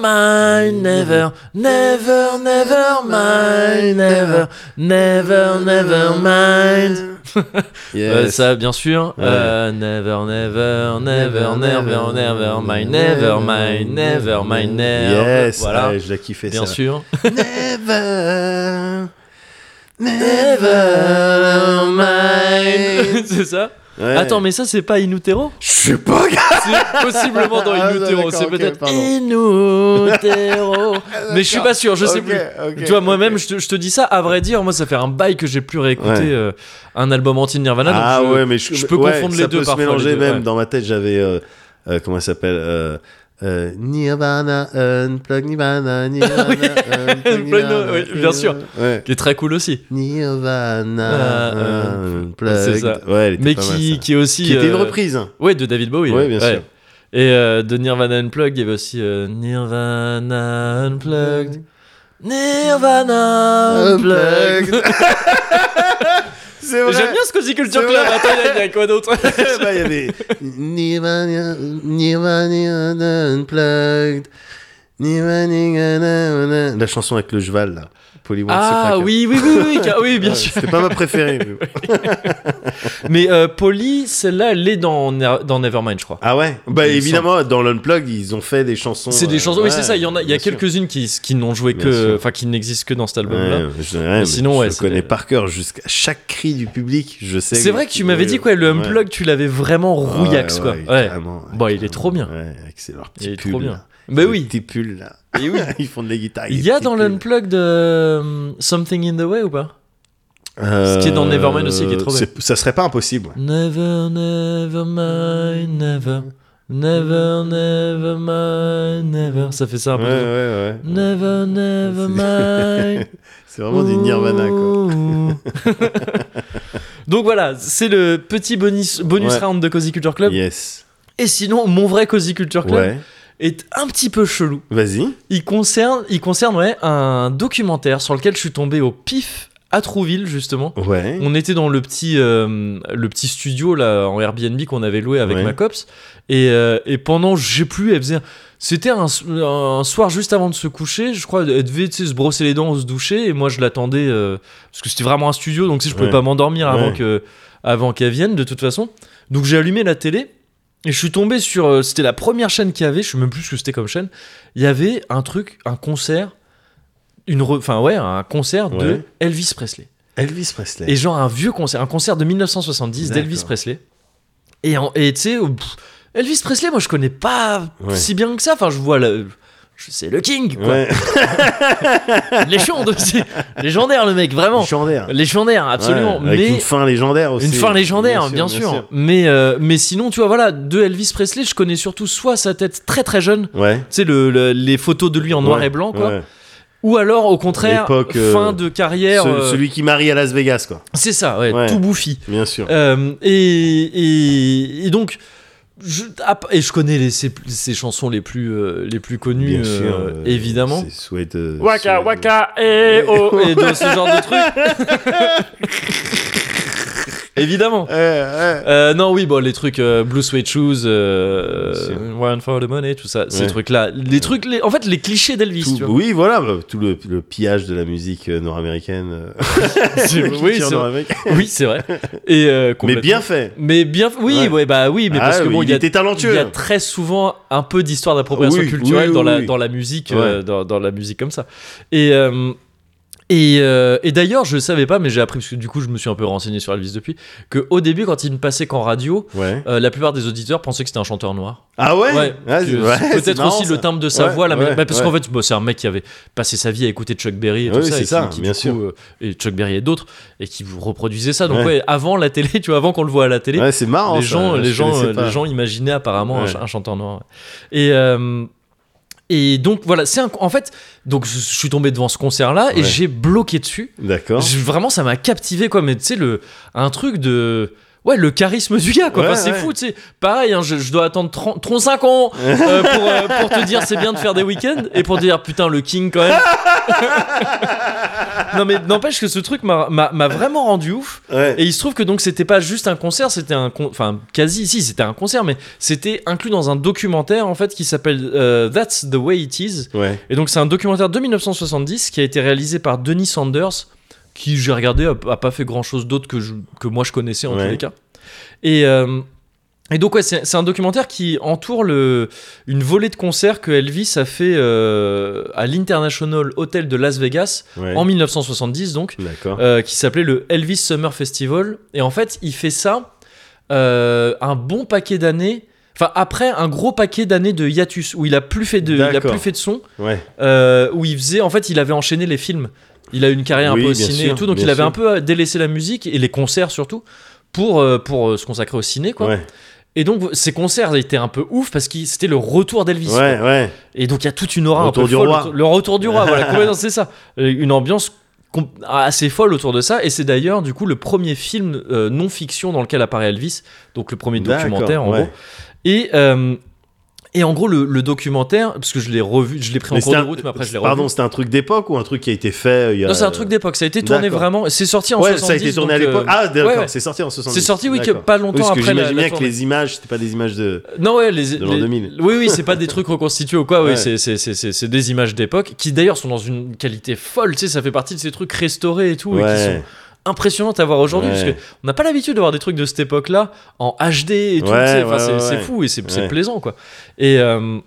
Speaker 1: mind, never, never, never mind, never, never, never mind. Euh,
Speaker 2: Yes.
Speaker 1: ça, bien sûr. Euh, never, never, never, never, never mind, never mind, never mind, never.
Speaker 2: Yes,
Speaker 1: voilà.
Speaker 2: ouais, je la kiffais
Speaker 1: Bien
Speaker 2: ça.
Speaker 1: sûr.
Speaker 2: Never, never mind.
Speaker 1: c'est ça.
Speaker 2: Oh, Ouais.
Speaker 1: Attends, mais ça, c'est pas Inutero
Speaker 2: je suis pas gars.
Speaker 1: C'est possiblement dans
Speaker 2: Ah,
Speaker 1: Inutero.
Speaker 2: d'accord,
Speaker 1: c'est
Speaker 2: ok,
Speaker 1: peut-être
Speaker 2: pardon.
Speaker 1: Inutero. mais je suis pas sûr, je sais plus. Tu vois, moi-même, je, te, je te dis ça, à vrai dire, moi, ça fait un bail que j'ai plus réécouté
Speaker 2: Ouais.
Speaker 1: euh, un album anti Nirvana. donc
Speaker 2: Ah
Speaker 1: je-
Speaker 2: ouais, mais je,
Speaker 1: je peux
Speaker 2: ouais,
Speaker 1: confondre
Speaker 2: ça
Speaker 1: les deux
Speaker 2: peut
Speaker 1: parfois,
Speaker 2: Se mélanger
Speaker 1: les deux,
Speaker 2: même.
Speaker 1: ouais.
Speaker 2: Dans ma tête, j'avais euh, euh, comment ça s'appelle euh, euh, Nirvana, Unplug Nirvana, Nirvana,
Speaker 1: Oui.
Speaker 2: Unplug
Speaker 1: Unplug,
Speaker 2: Nirvana.
Speaker 1: oui, bien sûr.
Speaker 2: Ouais.
Speaker 1: Qui est très cool aussi.
Speaker 2: Nirvana,
Speaker 1: Euh,
Speaker 2: Unplugged.
Speaker 1: c'est ça.
Speaker 2: Ouais, elle était
Speaker 1: Mais
Speaker 2: pas mal,
Speaker 1: qui,
Speaker 2: ça.
Speaker 1: qui est aussi.
Speaker 2: Qui était une
Speaker 1: euh,
Speaker 2: reprise. hein.
Speaker 1: Ouais, de David Bowie.
Speaker 2: Ouais, bien sûr.
Speaker 1: Et euh, de Nirvana Unplugged, il y avait aussi euh, Nirvana Unplugged. Nirvana Unplugged.
Speaker 2: C'est
Speaker 1: Et
Speaker 2: vrai.
Speaker 1: J'aime bien ce Cozy Culture
Speaker 2: C'est
Speaker 1: Club. Attends, il y a- il y a quoi d'autre
Speaker 2: Bah, il y avait Nirvana, Nirvana Unplugged, Nirvana, la chanson avec le cheval là, Polly Wants to
Speaker 1: Ah
Speaker 2: Crack a-
Speaker 1: oui, oui, oui, oui, car- oui, bien
Speaker 2: Ouais,
Speaker 1: sûr.
Speaker 2: C'était pas ma préférée. mais bon.
Speaker 1: Mais euh, Polly, celle-là, elle est dans, Ne- dans Nevermind, je crois.
Speaker 2: Ah ouais. Bah
Speaker 1: Il me
Speaker 2: évidemment, dans l'unplugged, ils ont fait des chansons.
Speaker 1: C'est
Speaker 2: euh,
Speaker 1: des chansons.
Speaker 2: ouais,
Speaker 1: oui, c'est ça. Il y en a, il y a
Speaker 2: bien sûr.
Speaker 1: quelques-unes qui, qui n'ont joué
Speaker 2: Bien
Speaker 1: que,
Speaker 2: sûr.
Speaker 1: enfin, qui n'existent que dans cet
Speaker 2: Ouais,
Speaker 1: album-là.
Speaker 2: je, ouais, mais
Speaker 1: sinon,
Speaker 2: je
Speaker 1: ouais,
Speaker 2: le
Speaker 1: c'est-
Speaker 2: connais par cœur jusqu'à chaque cri du public. Je sais.
Speaker 1: C'est vrai que tu m'avais dit quoi, le unplug, tu l'avais vraiment
Speaker 2: Ouais,
Speaker 1: rouillax, quoi.
Speaker 2: ouais,
Speaker 1: Ouais.
Speaker 2: carrément,
Speaker 1: Bon, il est
Speaker 2: carrément.
Speaker 1: trop bien.
Speaker 2: Ouais, avec ses- leurs
Speaker 1: Il
Speaker 2: petits
Speaker 1: est trop
Speaker 2: pulls.
Speaker 1: bien.
Speaker 2: là.
Speaker 1: Bah
Speaker 2: Leurs
Speaker 1: oui.
Speaker 2: Petits pulls là.
Speaker 1: Et oui.
Speaker 2: Ils font de la guitare. avec
Speaker 1: Il y a
Speaker 2: des
Speaker 1: dans
Speaker 2: petits pulls.
Speaker 1: l'unplug de euh, Something in the Way ou pas
Speaker 2: Euh,
Speaker 1: Ce qui est dans Nevermind aussi, qui est trop bien.
Speaker 2: c'est- Ça serait pas impossible.
Speaker 1: Never, never
Speaker 2: Mm.
Speaker 1: mind, never, never, never mind, never. Ça fait ça un
Speaker 2: Ouais,
Speaker 1: peu.
Speaker 2: ouais, ouais.
Speaker 1: Never, never mind.
Speaker 2: C'est vraiment du Nirvana quoi.
Speaker 1: Ouh. Donc voilà, c'est le petit bonus, bonus
Speaker 2: Ouais.
Speaker 1: round de Cozy Culture Club.
Speaker 2: Yes.
Speaker 1: Et sinon, mon vrai Cozy Culture Club
Speaker 2: Ouais.
Speaker 1: est un petit peu chelou.
Speaker 2: Vas-y.
Speaker 1: Il concerne, il concerne ouais, un documentaire sur lequel je suis tombé au pif à Trouville justement.
Speaker 2: Ouais.
Speaker 1: On était dans le petit, euh, le petit studio là en Airbnb qu'on avait loué avec
Speaker 2: Ouais.
Speaker 1: ma copse et, euh, et pendant j'ai plus elle faisait un- c'était un, un soir juste avant de se coucher je crois elle devait tu sais, se brosser les dents se doucher et moi je l'attendais euh, parce que c'était vraiment un studio donc si je pouvais
Speaker 2: Ouais.
Speaker 1: pas m'endormir avant
Speaker 2: Ouais.
Speaker 1: que avant qu'elle vienne de toute façon donc j'ai allumé la télé et je suis tombé sur euh, c'était la première chaîne qu'il y avait je sais même plus ce que c'était comme chaîne il y avait un truc un concert une re- enfin ouais un concert de
Speaker 2: Ouais.
Speaker 1: Elvis Presley
Speaker 2: Elvis Presley.
Speaker 1: et genre un vieux concert, un concert de 1970 d'Elvis
Speaker 2: D'accord.
Speaker 1: Presley. Et en- et tu sais, oh, pff, Elvis Presley, moi je connais pas
Speaker 2: Ouais.
Speaker 1: si bien que ça. Enfin, je vois le. je- C'est le king, quoi.
Speaker 2: Ouais.
Speaker 1: Légende aussi. Légendaire, le mec, vraiment.
Speaker 2: Légendaire.
Speaker 1: Légendaire, absolument.
Speaker 2: Ouais, avec
Speaker 1: mais
Speaker 2: une fin légendaire aussi.
Speaker 1: une fin légendaire, bien, sûr. Mais, euh, mais sinon, tu vois, voilà, de Elvis Presley, je connais surtout soit sa tête très très jeune, tu
Speaker 2: Ouais.
Speaker 1: sais, le, le- les photos de lui en noir
Speaker 2: Ouais,
Speaker 1: et blanc, quoi.
Speaker 2: ouais.
Speaker 1: Ou alors, au contraire,
Speaker 2: L'époque, euh,
Speaker 1: fin de carrière.
Speaker 2: Ce-
Speaker 1: euh,
Speaker 2: Celui qui marie à Las Vegas, quoi.
Speaker 1: C'est ça, ouais,
Speaker 2: Ouais.
Speaker 1: tout bouffi.
Speaker 2: Bien sûr.
Speaker 1: Euh, et, et, et donc, je, ap- et je connais les, ses, ses chansons les plus, euh, les plus connues,
Speaker 2: Bien sûr,
Speaker 1: euh,
Speaker 2: euh,
Speaker 1: évidemment.
Speaker 2: c'est Sweat, euh,
Speaker 7: Waka
Speaker 2: Sweat-
Speaker 7: waka eh oh.
Speaker 1: Et de ce genre de trucs.
Speaker 2: Eh,
Speaker 1: évidemment. Euh, non, oui, bon, les trucs euh, Blue Suede Shoes, euh,
Speaker 2: Bien sûr.
Speaker 1: One for the Money, tout ça, ces
Speaker 2: Ouais.
Speaker 1: trucs-là. Les trucs, les- en fait, les clichés d'Elvis,
Speaker 2: Tout-
Speaker 1: tu vois.
Speaker 2: oui, voilà, bah, tout le, le pillage de la musique euh, nord-américaine. euh,
Speaker 1: C'est- oui,
Speaker 2: culture
Speaker 1: c'est vrai.
Speaker 2: nord-américaine.
Speaker 1: Oui, c'est vrai. Et, euh,
Speaker 2: Mais
Speaker 1: complètement.
Speaker 2: bien fait.
Speaker 1: Mais bien, oui,
Speaker 2: Ouais.
Speaker 1: ouais, bah oui, mais
Speaker 2: Ah,
Speaker 1: parce que
Speaker 2: oui,
Speaker 1: bon,
Speaker 2: il
Speaker 1: y a
Speaker 2: était talentueux.
Speaker 1: Il y a très souvent un peu d'histoire d'appropriation
Speaker 2: Oui,
Speaker 1: culturelle
Speaker 2: oui, oui,
Speaker 1: dans, la,
Speaker 2: oui.
Speaker 1: dans la musique, euh, dans, dans la musique comme ça. Et, euh, et, euh, et d'ailleurs, je savais pas, mais j'ai appris, parce que du coup, je me suis un peu renseigné sur Elvis depuis, qu'au début, quand il ne passait qu'en radio,
Speaker 2: Ouais.
Speaker 1: euh, la plupart des auditeurs pensaient que c'était un chanteur noir.
Speaker 2: Ah ouais. Ah,
Speaker 1: que
Speaker 2: c'est-
Speaker 1: c'est
Speaker 2: ouais, c'est
Speaker 1: Peut-être
Speaker 2: marrant,
Speaker 1: aussi
Speaker 2: ça.
Speaker 1: le timbre de sa
Speaker 2: Ouais,
Speaker 1: voix, là, mais-
Speaker 2: ouais,
Speaker 1: bah, parce
Speaker 2: ouais.
Speaker 1: qu'en fait, bon, c'est un mec qui avait passé sa vie à écouter Chuck Berry et tout
Speaker 2: Oui,
Speaker 1: ça,
Speaker 2: c'est
Speaker 1: et qui-
Speaker 2: ça,
Speaker 1: qui, du
Speaker 2: bien
Speaker 1: coup,
Speaker 2: sûr.
Speaker 1: euh, et Chuck Berry et d'autres, et qui vous reproduisaient ça. Donc ouais.
Speaker 2: Ouais.
Speaker 1: avant la télé, tu vois, avant qu'on le voit à la télé,
Speaker 2: Ouais, c'est marrant.
Speaker 1: les
Speaker 2: Ah, ça,
Speaker 1: gens,
Speaker 2: je
Speaker 1: les, gens,
Speaker 2: connaissais
Speaker 1: euh,
Speaker 2: pas.
Speaker 1: les gens imaginaient apparemment un
Speaker 2: Ouais.
Speaker 1: ch- un, chanteur noir. ouais. Et, euh, et donc voilà, c'est un- en fait, donc je, je suis tombé devant ce concert-là et
Speaker 2: Ouais.
Speaker 1: j'ai bloqué dessus.
Speaker 2: D'accord.
Speaker 1: Je- vraiment, ça m'a captivé quoi. Mais tu sais le un truc de Ouais, le charisme du gars, quoi.
Speaker 2: Ouais,
Speaker 1: Enfin, c'est
Speaker 2: ouais.
Speaker 1: fou, tu sais. Pareil, hein, je, je dois attendre 30 35 ans euh, pour, euh, pour te dire c'est bien de faire des week-ends et pour te dire putain, le king quand même. non, mais n'empêche que ce truc m'a- m'a m'a vraiment rendu ouf.
Speaker 2: Ouais.
Speaker 1: Et il se trouve que donc c'était pas juste un concert, c'était un con- enfin quasi si c'était un concert, mais c'était inclus dans un documentaire en fait qui s'appelle euh, That's the Way It Is.
Speaker 2: Ouais.
Speaker 1: Et donc c'est un documentaire de 1970 qui a été réalisé par Denis Sanders, qui j'ai regardé a, a pas fait grand chose d'autre que je- que moi je connaissais en
Speaker 2: Ouais.
Speaker 1: tous les cas. Et euh, et donc ouais, c'est c'est un documentaire qui entoure le, une volée de concerts que Elvis a fait euh, à l'International Hotel de Las Vegas
Speaker 2: Ouais.
Speaker 1: en 1970 donc
Speaker 2: D'accord.
Speaker 1: euh, qui s'appelait le Elvis Summer Festival. Et en fait, il fait ça euh, un bon paquet d'années. Enfin, après un gros paquet d'années de hiatus où il a plus fait de, il a
Speaker 2: D'accord.
Speaker 1: plus fait de son,
Speaker 2: Ouais.
Speaker 1: euh, où il faisait, en fait, il avait enchaîné les films. Il a eu une carrière
Speaker 2: Oui,
Speaker 1: un peu au
Speaker 2: bien
Speaker 1: ciné
Speaker 2: sûr,
Speaker 1: et tout, donc
Speaker 2: bien
Speaker 1: il avait
Speaker 2: sûr.
Speaker 1: un peu euh, délaissé la musique et les concerts surtout pour euh, pour euh, se consacrer au ciné quoi.
Speaker 2: Ouais.
Speaker 1: Et donc ces concerts étaient un peu ouf parce que c'était le retour d'Elvis. quoi.
Speaker 2: Ouais. Ouais.
Speaker 1: Et donc il y a toute une aura
Speaker 2: Retour
Speaker 1: un peu
Speaker 2: du
Speaker 1: folle
Speaker 2: roi.
Speaker 1: autour- Le retour du roi, voilà, complètement, c'est ça. Euh, Une ambiance com- assez folle autour de ça. Et c'est d'ailleurs, du coup, le premier film euh, non-fiction dans lequel apparaît Elvis. Donc le premier
Speaker 2: D'accord,
Speaker 1: documentaire, en
Speaker 2: ouais.
Speaker 1: gros. Et, euh, Et en gros, le, le documentaire, parce que je l'ai revu, je l'ai pris en
Speaker 2: Mais
Speaker 1: cours
Speaker 2: c'est
Speaker 1: de
Speaker 2: un-
Speaker 1: route, mais après je l'ai revu.
Speaker 2: Pardon, c'était un truc d'époque ou un truc qui a été fait euh, il y a...
Speaker 1: Non, c'est un truc d'époque, ça a été tourné
Speaker 2: D'accord.
Speaker 1: vraiment. C'est sorti en
Speaker 2: Ouais,
Speaker 1: 70.
Speaker 2: ça a été tourné à
Speaker 1: donc, euh,
Speaker 2: l'époque. Ah, d'accord,
Speaker 1: ouais, ouais.
Speaker 2: c'est sorti en 70.
Speaker 1: C'est sorti, oui, que
Speaker 2: D'accord.
Speaker 1: pas longtemps
Speaker 2: Oui, parce que
Speaker 1: après la-
Speaker 2: J'imagine
Speaker 1: la
Speaker 2: bien que
Speaker 1: tournée.
Speaker 2: les images, c'était pas des images de.
Speaker 1: Non, ouais, les.
Speaker 2: De l'an
Speaker 1: les-
Speaker 2: 2000.
Speaker 1: Oui, oui, c'est pas des trucs reconstitués ou quoi, oui,
Speaker 2: Ouais.
Speaker 1: c'est- c'est- c'est c'est- c'est des images d'époque qui d'ailleurs sont dans une qualité folle, tu sais, ça fait partie de ces trucs restaurés et tout, et qui sont
Speaker 2: Ouais,
Speaker 1: impressionnantes à voir aujourd'hui,
Speaker 2: Ouais.
Speaker 1: parce qu'on n'a pas l'habitude de voir des trucs de cette époque-là en HD et tout,
Speaker 2: Ouais,
Speaker 1: tu sais, enfin,
Speaker 2: ouais,
Speaker 1: c'est
Speaker 2: ouais,
Speaker 1: c'est
Speaker 2: ouais.
Speaker 1: fou et c'est c'est
Speaker 2: Ouais.
Speaker 1: plaisant, quoi. Et. euh,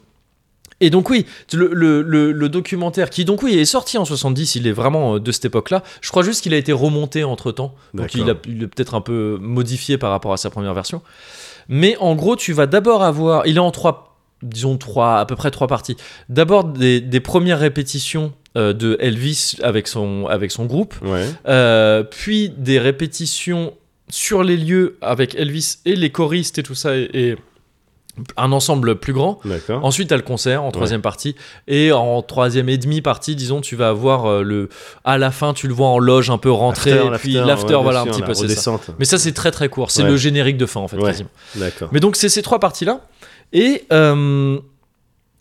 Speaker 1: et donc oui, le, le- le- le documentaire qui donc oui est sorti en 70, il est vraiment euh, de cette époque-là. Je crois juste qu'il a été remonté entre-temps, donc
Speaker 2: D'accord.
Speaker 1: il, a, il est peut-être un peu modifié par rapport à sa première version. Mais en gros, tu vas d'abord avoir, il est en trois, disons trois, à peu près trois parties. D'abord des, des premières répétitions euh, de Elvis avec son, avec son groupe,
Speaker 2: ouais.
Speaker 1: euh, puis des répétitions sur les lieux avec Elvis et les choristes et tout ça, et- et un ensemble plus grand.
Speaker 2: D'accord.
Speaker 1: Ensuite, t'as le concert en troisième partie. Et en troisième et demi partie, disons, tu vas avoir euh, le. À la fin, tu le vois en loge un peu rentré. et puis l'after,
Speaker 2: ouais,
Speaker 1: voilà,
Speaker 2: bien
Speaker 1: un petit
Speaker 2: sûr, la
Speaker 1: peu, c'est ça.
Speaker 2: redescente.
Speaker 1: Mais ça, c'est très très court. C'est
Speaker 2: Ouais.
Speaker 1: le générique de fin, en fait,
Speaker 2: Ouais.
Speaker 1: quasiment.
Speaker 2: D'accord.
Speaker 1: Mais donc, c'est ces trois parties-là. Et. euh,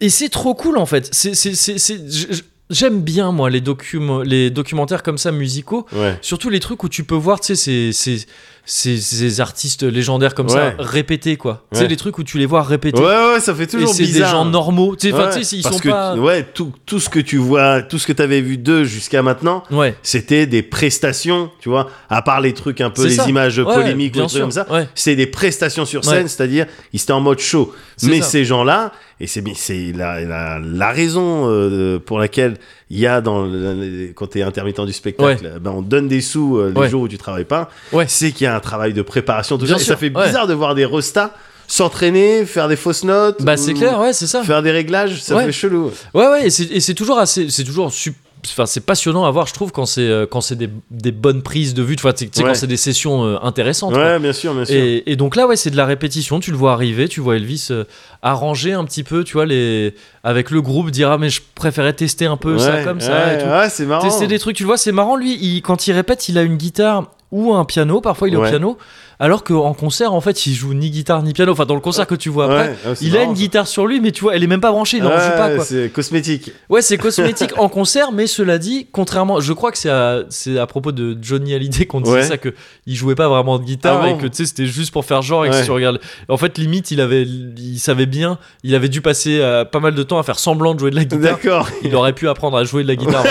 Speaker 1: et c'est trop cool, en fait. C'est- c'est- c'est- c'est- j- j- J'aime bien, moi, les, docum- les documentaires comme ça, musicaux.
Speaker 2: Ouais.
Speaker 1: Surtout les trucs où tu peux voir, tu sais, ces, ces, ces, ces artistes légendaires comme ça
Speaker 2: Ouais.
Speaker 1: répéter, quoi. Tu sais,
Speaker 2: Ouais.
Speaker 1: les trucs où tu les vois répéter.
Speaker 2: Ouais, ouais, ça fait
Speaker 1: Et
Speaker 2: toujours
Speaker 1: c'est des
Speaker 2: bizarre.
Speaker 1: gens normaux. Tu sais, enfin,
Speaker 2: Ouais,
Speaker 1: tu sais, ils
Speaker 2: parce
Speaker 1: sont
Speaker 2: que,
Speaker 1: pas.
Speaker 2: Ouais, tout, tout ce que tu vois, tout ce que t'avais vu d'eux jusqu'à maintenant,
Speaker 1: Ouais.
Speaker 2: c'était des prestations, tu vois, à part les trucs un peu,
Speaker 1: C'est
Speaker 2: les
Speaker 1: ça.
Speaker 2: images
Speaker 1: Ouais,
Speaker 2: polémiques ou
Speaker 1: bien
Speaker 2: des trucs
Speaker 1: sûr.
Speaker 2: comme ça.
Speaker 1: Ouais.
Speaker 2: C'est des prestations sur
Speaker 1: Ouais.
Speaker 2: scène, c'est-à-dire, ils étaient en mode show.
Speaker 1: C'est
Speaker 2: Mais
Speaker 1: ça.
Speaker 2: ces gens-là, et c'est bien- c'est la, la, la raison euh, pour laquelle il y a dans le- quand t'es intermittent du spectacle, ben on te donne des sous euh, les
Speaker 1: Ouais.
Speaker 2: jours où tu travailles pas.
Speaker 1: Ouais.
Speaker 2: C'est qu'il y a un travail de préparation, tout
Speaker 1: Bien
Speaker 2: ça. Et
Speaker 1: sûr,
Speaker 2: ça fait
Speaker 1: ouais.
Speaker 2: bizarre de voir des restas s'entraîner, faire des fausses notes.
Speaker 1: Bah, c'est
Speaker 2: ou
Speaker 1: clair, ouais, c'est ça.
Speaker 2: Mmh. Faire des réglages, ça
Speaker 1: Ouais.
Speaker 2: fait chelou.
Speaker 1: Ouais, ouais, et c'est- et c'est toujours assez. C'est toujours. sup- Enfin, c'est passionnant à voir, je trouve, quand c'est euh, quand c'est des, des bonnes prises de vue, tu vois, tu sais,
Speaker 2: Ouais.
Speaker 1: quand c'est des sessions euh, intéressantes. quoi.
Speaker 2: Ouais, bien sûr, bien sûr.
Speaker 1: Et, et donc là, ouais, c'est de la répétition. Tu le vois arriver, tu vois Elvis euh, arranger un petit peu, tu vois, les avec le groupe, dire ah mais je préférais tester un peu ça
Speaker 2: Ouais,
Speaker 1: comme ça.
Speaker 2: ouais, Ah,
Speaker 1: et tout.
Speaker 2: ouais, c'est marrant.
Speaker 1: tester des trucs. Tu le vois, c'est marrant, lui, il- quand il répète, il a une guitare ou un piano, parfois il est au
Speaker 2: Ouais.
Speaker 1: piano, alors qu'en concert, en fait, il joue ni guitare ni piano. Enfin, dans le concert que tu vois après,
Speaker 2: Ouais, ouais, c'est
Speaker 1: il a
Speaker 2: marrant,
Speaker 1: une
Speaker 2: ça.
Speaker 1: guitare sur lui, mais tu vois, elle est même pas branchée, il en
Speaker 2: Ouais,
Speaker 1: joue pas, quoi.
Speaker 2: C'est cosmétique.
Speaker 1: Ouais, c'est cosmétique en concert, mais cela dit, contrairement, je crois que c'est à, c'est à propos de Johnny Hallyday qu'on disait
Speaker 2: Ouais.
Speaker 1: ça, que il jouait pas vraiment de guitare
Speaker 2: Ah bon
Speaker 1: et que tu sais, c'était juste pour faire genre et que
Speaker 2: Ouais.
Speaker 1: si tu regardes. En fait, limite, il avait, il savait bien, il avait dû passer euh, pas mal de temps à faire semblant de jouer de la guitare
Speaker 2: D'accord.
Speaker 1: il aurait pu apprendre à jouer de la guitare.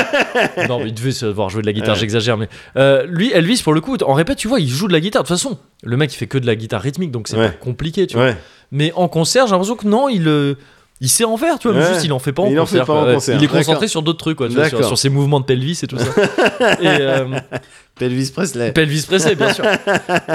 Speaker 1: non, mais il devait savoir jouer de la guitare, j'exagère. Mais euh, lui, Elvis, pour le coup, en répète, tu vois, il joue de la guitare. De toute façon, le mec, il fait que de la guitare rythmique, donc c'est
Speaker 2: Ouais.
Speaker 1: pas compliqué, tu vois.
Speaker 2: Ouais.
Speaker 1: Mais en concert, j'ai l'impression que non, il. euh, il sait en faire, tu vois, mais
Speaker 2: Ouais.
Speaker 1: juste il en fait pas, en,
Speaker 2: Il en
Speaker 1: concert,
Speaker 2: fait pas
Speaker 1: quoi.
Speaker 2: en
Speaker 1: Ouais.
Speaker 2: concert.
Speaker 1: Il est
Speaker 2: D'accord.
Speaker 1: concentré sur d'autres trucs, quoi, tu vois, sur,
Speaker 2: D'accord.
Speaker 1: sur ses mouvements de pelvis et tout ça. et, euh,
Speaker 2: Elvis Presley.
Speaker 1: Pelvis Presley, bien sûr.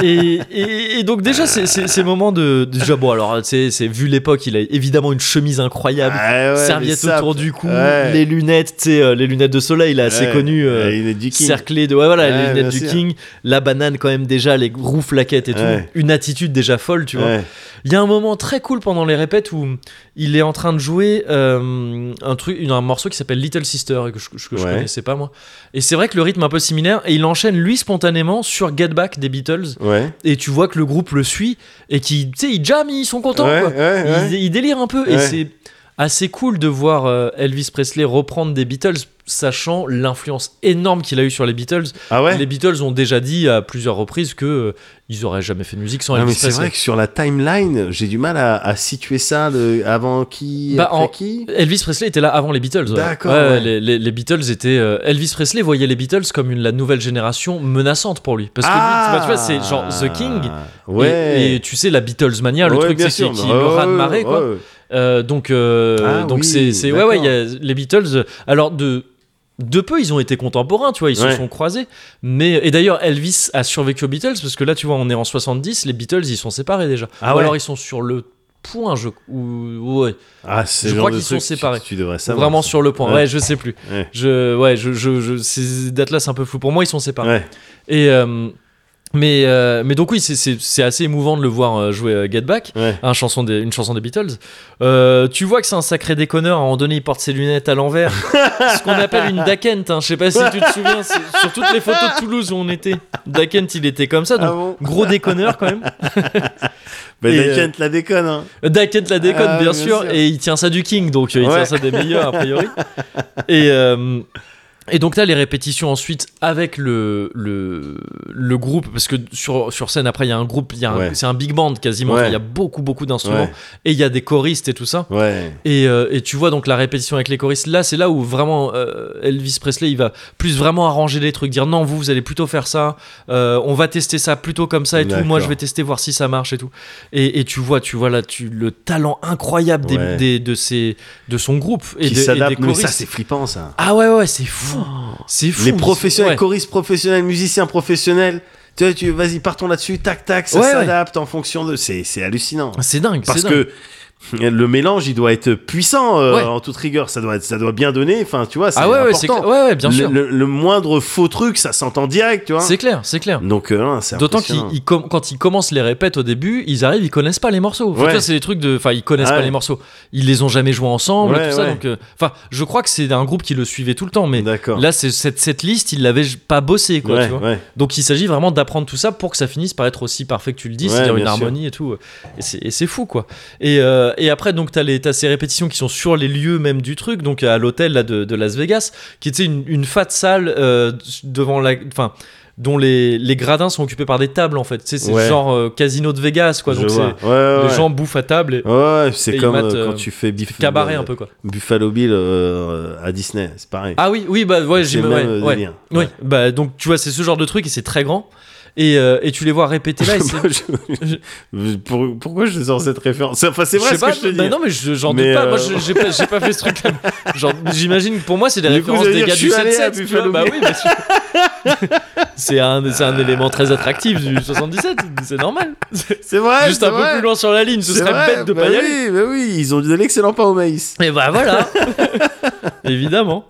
Speaker 1: et, et- et donc déjà, c'est- c'est- ces moments de... Déjà, bon, alors, tu sais, c'est- vu l'époque, il a évidemment une chemise incroyable
Speaker 2: Ah ouais,
Speaker 1: serviette
Speaker 2: les sapes.
Speaker 1: autour du cou,
Speaker 2: Ouais.
Speaker 1: les lunettes, tu sais, euh, les lunettes de soleil, là, assez
Speaker 2: Ouais.
Speaker 1: connues, euh,
Speaker 2: Ouais, il est du king.
Speaker 1: cerclées de, ouais, voilà,
Speaker 2: Ouais,
Speaker 1: les lunettes
Speaker 2: bien
Speaker 1: du
Speaker 2: sûr.
Speaker 1: King, la banane quand même déjà, les roues flaquettes et
Speaker 2: Ouais.
Speaker 1: tout, une attitude déjà folle, tu vois.
Speaker 2: Ouais.
Speaker 1: Il y a un moment très cool pendant les répètes où il est en train de jouer euh, un truc, une- un morceau qui s'appelle Little Sister que je, que je
Speaker 2: Ouais.
Speaker 1: connaissais pas moi. Et c'est vrai que le rythme est un peu similaire et il enchaîne lui spontanément sur Get Back des Beatles
Speaker 2: Ouais.
Speaker 1: et tu vois que le groupe le suit et qui, tu sais, ils jam, ils sont contents.
Speaker 2: ouais,
Speaker 1: quoi.
Speaker 2: ouais, ouais.
Speaker 1: Il, il délire un peu et
Speaker 2: Ouais.
Speaker 1: c'est assez cool de voir euh, Elvis Presley reprendre des Beatles sachant l'influence énorme qu'il a eu sur les Beatles.
Speaker 2: Ah ouais.
Speaker 1: Les Beatles ont déjà dit à plusieurs reprises que euh, ils auraient jamais fait de musique sans
Speaker 2: Non, Ah, mais
Speaker 1: Elvis
Speaker 2: c'est
Speaker 1: Presley.
Speaker 2: vrai que sur la timeline, j'ai du mal à, à situer ça de avant qui,
Speaker 1: Bah,
Speaker 2: après
Speaker 1: en-
Speaker 2: qui.
Speaker 1: Elvis Presley était là avant les Beatles. ouais.
Speaker 2: D'accord,
Speaker 1: Ouais,
Speaker 2: ouais.
Speaker 1: Les, les- les Beatles étaient. euh, Elvis Presley voyait les Beatles comme une, la nouvelle génération menaçante pour lui. Parce que lui, tu vois, tu vois, c'est genre The King.
Speaker 2: Ah, Ouais.
Speaker 1: Et, et tu sais, la Beatles mania, le
Speaker 2: Ouais,
Speaker 1: truc,
Speaker 2: bien
Speaker 1: c'est qui,
Speaker 2: sûr,
Speaker 1: qui
Speaker 2: mais-
Speaker 1: le
Speaker 2: ouais,
Speaker 1: rat de
Speaker 2: ouais,
Speaker 1: marée, quoi.
Speaker 2: ouais, ouais.
Speaker 1: Euh, donc, euh,
Speaker 2: Ah
Speaker 1: donc
Speaker 2: oui,
Speaker 1: c'est, c'est- ouais, ouais, il y a
Speaker 2: d'accord.
Speaker 1: les Beatles. euh, Alors de de peu, ils ont été contemporains, tu vois, ils se
Speaker 2: Ouais.
Speaker 1: sont croisés. Mais et d'ailleurs, Elvis a survécu aux Beatles parce que là, tu vois, on est en 70, les Beatles, ils sont séparés déjà.
Speaker 2: Ah
Speaker 1: Ou
Speaker 2: ouais.
Speaker 1: alors ils sont sur le point, je ou ouais,
Speaker 2: Ah, c'est
Speaker 1: Je
Speaker 2: le
Speaker 1: crois
Speaker 2: genre de
Speaker 1: qu'ils sont
Speaker 2: truc que tu-
Speaker 1: séparés.
Speaker 2: Tu devrais savoir.
Speaker 1: vraiment
Speaker 2: ça.
Speaker 1: sur le point. Ouais,
Speaker 2: Ouais.
Speaker 1: je sais plus.
Speaker 2: Ouais.
Speaker 1: Je ouais, je, je, je- ces dates-là, c'est un peu flou pour moi. Ils sont séparés.
Speaker 2: Ouais.
Speaker 1: Et euh, Mais, euh, mais donc oui, c'est- c'est c'est assez émouvant de le voir euh, jouer euh, Get Back,
Speaker 2: Ouais.
Speaker 1: un chanson des- une chanson des Beatles. Euh, tu vois que c'est un sacré déconneur, à un moment donné il porte ses lunettes à l'envers, ce qu'on appelle une dakent, hein. je sais pas si tu te souviens, c'est- sur toutes les photos de Toulouse où on était, dakent il était comme ça, donc
Speaker 2: Ah bon
Speaker 1: gros déconneur quand même.
Speaker 2: Mais
Speaker 1: Et, euh,
Speaker 2: Daken te la déconne, hein.
Speaker 1: Dakent la déconne
Speaker 2: Ah,
Speaker 1: bien,
Speaker 2: bien
Speaker 1: sûr,
Speaker 2: sûr.
Speaker 1: et il tient ça du King, donc euh, il
Speaker 2: Ouais.
Speaker 1: tient ça des meilleurs a priori. Et, euh, et donc là, les répétitions ensuite avec le, le, le groupe, parce que sur, sur scène après, il y a un groupe, il y a un-
Speaker 2: Ouais.
Speaker 1: c'est un big band quasiment,
Speaker 2: Ouais.
Speaker 1: il y a beaucoup, beaucoup d'instruments,
Speaker 2: Ouais.
Speaker 1: et il y a des choristes et tout ça.
Speaker 2: Ouais.
Speaker 1: Et, euh, et tu vois donc la répétition avec les choristes, là c'est là où vraiment euh, Elvis Presley il va plus vraiment arranger les trucs, dire non vous vous allez plutôt faire ça, euh, on va tester ça plutôt comme ça et tout, moi
Speaker 2: D'accord.
Speaker 1: je vais tester voir si ça marche et tout. Et, et tu vois tu vois là tu le talent incroyable des,
Speaker 2: Ouais.
Speaker 1: des- de ces de son groupe et,
Speaker 2: Qui
Speaker 1: de- et des
Speaker 2: s'adapte. Mais
Speaker 1: choristes.
Speaker 2: ça, c'est flippant, ça.
Speaker 1: ah ouais ouais c'est fou, c'est fou.
Speaker 2: Les professionnels,
Speaker 1: Ouais.
Speaker 2: choristes professionnels, musiciens professionnels. Tu vois, tu, vas-y, partons là-dessus, tac, tac, ça
Speaker 1: Ouais, ouais.
Speaker 2: s'adapte en fonction de. C'est, c'est hallucinant.
Speaker 1: c'est dingue,
Speaker 2: Parce
Speaker 1: c'est dingue.
Speaker 2: que le mélange, il doit être puissant euh,
Speaker 1: Ouais.
Speaker 2: en toute rigueur. Ça doit, être- ça doit bien donner. Enfin, tu vois, c'est
Speaker 1: ah ouais ouais, c'est
Speaker 2: important.
Speaker 1: cla- ouais ouais bien
Speaker 2: le,
Speaker 1: sûr,
Speaker 2: le- le moindre faux truc, ça s'entend direct, tu vois.
Speaker 1: c'est clair c'est clair.
Speaker 2: Donc, euh, non, c'est
Speaker 1: D'autant qu'ils
Speaker 2: impressionnant.
Speaker 1: ils com- quand ils commencent les répètes au début, ils arrivent, ils connaissent pas les morceaux. Enfin,
Speaker 2: Ouais.
Speaker 1: tu vois, c'est des trucs de, enfin, ils connaissent
Speaker 2: Ah
Speaker 1: pas
Speaker 2: ouais.
Speaker 1: les morceaux. Ils les ont jamais joués ensemble,
Speaker 2: Ouais,
Speaker 1: tout ça.
Speaker 2: ouais.
Speaker 1: Donc, euh, enfin, je crois que c'est un groupe qui le suivait tout le temps, mais
Speaker 2: D'accord.
Speaker 1: là, c'est cette, cette liste, ils l'avaient pas bossé, quoi.
Speaker 2: Ouais,
Speaker 1: tu vois.
Speaker 2: ouais.
Speaker 1: Donc, il s'agit vraiment d'apprendre tout ça pour que ça finisse par être aussi parfait que tu le dis,
Speaker 2: Ouais,
Speaker 1: c'est-à-dire une
Speaker 2: bien sûr.
Speaker 1: harmonie et tout. euh, Et c'est- Et c'est fou, quoi. Et, euh, et après, donc, t'as les- t'as ces répétitions qui sont sur les lieux même du truc, donc à l'hôtel là de, de Las Vegas, qui était une, une fat salle euh, devant la, enfin, dont les, les gradins sont occupés par des tables en fait. Tu sais, c'est
Speaker 2: Ouais.
Speaker 1: genre euh, casino de Vegas, quoi.
Speaker 2: Je
Speaker 1: donc c'est-
Speaker 2: vois. Ouais, ouais,
Speaker 1: les gens bouffent à table et
Speaker 2: ouais. Ouais, c'est
Speaker 1: et ils
Speaker 2: comme
Speaker 1: matent,
Speaker 2: euh, quand
Speaker 1: euh,
Speaker 2: tu fais Buff-
Speaker 1: cabaret
Speaker 2: euh,
Speaker 1: un peu, quoi.
Speaker 2: Buffalo Bill euh, à Disney, c'est pareil.
Speaker 1: Ah oui, oui, bah ouais,
Speaker 2: C'est
Speaker 1: j'ai
Speaker 2: le
Speaker 1: ouais,
Speaker 2: même euh,
Speaker 1: ouais.
Speaker 2: délire.
Speaker 1: Oui, bah donc tu vois, c'est ce genre de truc et c'est très grand. Et, euh, et tu les vois répéter là. et c'est-
Speaker 2: Je- je- pour- pourquoi je sors cette référence Enfin, c'est vrai
Speaker 1: sais
Speaker 2: ce
Speaker 1: pas,
Speaker 2: que je te dis.
Speaker 1: bah non, mais je- j'en doute
Speaker 2: Mais,
Speaker 1: pas. Moi,
Speaker 2: euh,
Speaker 1: je- j'ai pas, j'ai pas fait ce truc là. Genre, j'imagine que pour moi, c'est des
Speaker 2: Du coup,
Speaker 1: références
Speaker 2: ça veut
Speaker 1: des
Speaker 2: dire
Speaker 1: gars
Speaker 2: que
Speaker 1: du
Speaker 2: je suis allé
Speaker 1: 77. tu
Speaker 2: à
Speaker 1: vois,
Speaker 2: Buffalo
Speaker 1: bah
Speaker 2: Bill.
Speaker 1: oui, bien sûr. c'est un, c'est un élément très attractif du 77. C'est normal.
Speaker 2: c'est vrai.
Speaker 1: Juste
Speaker 2: c'est
Speaker 1: un peu
Speaker 2: vrai.
Speaker 1: plus loin sur la ligne, ce
Speaker 2: C'est
Speaker 1: serait
Speaker 2: vrai,
Speaker 1: bête de
Speaker 2: bah
Speaker 1: pas y
Speaker 2: oui,
Speaker 1: aller.
Speaker 2: bah oui, ils ont de l'excellent pain au maïs.
Speaker 1: Et bah voilà Évidemment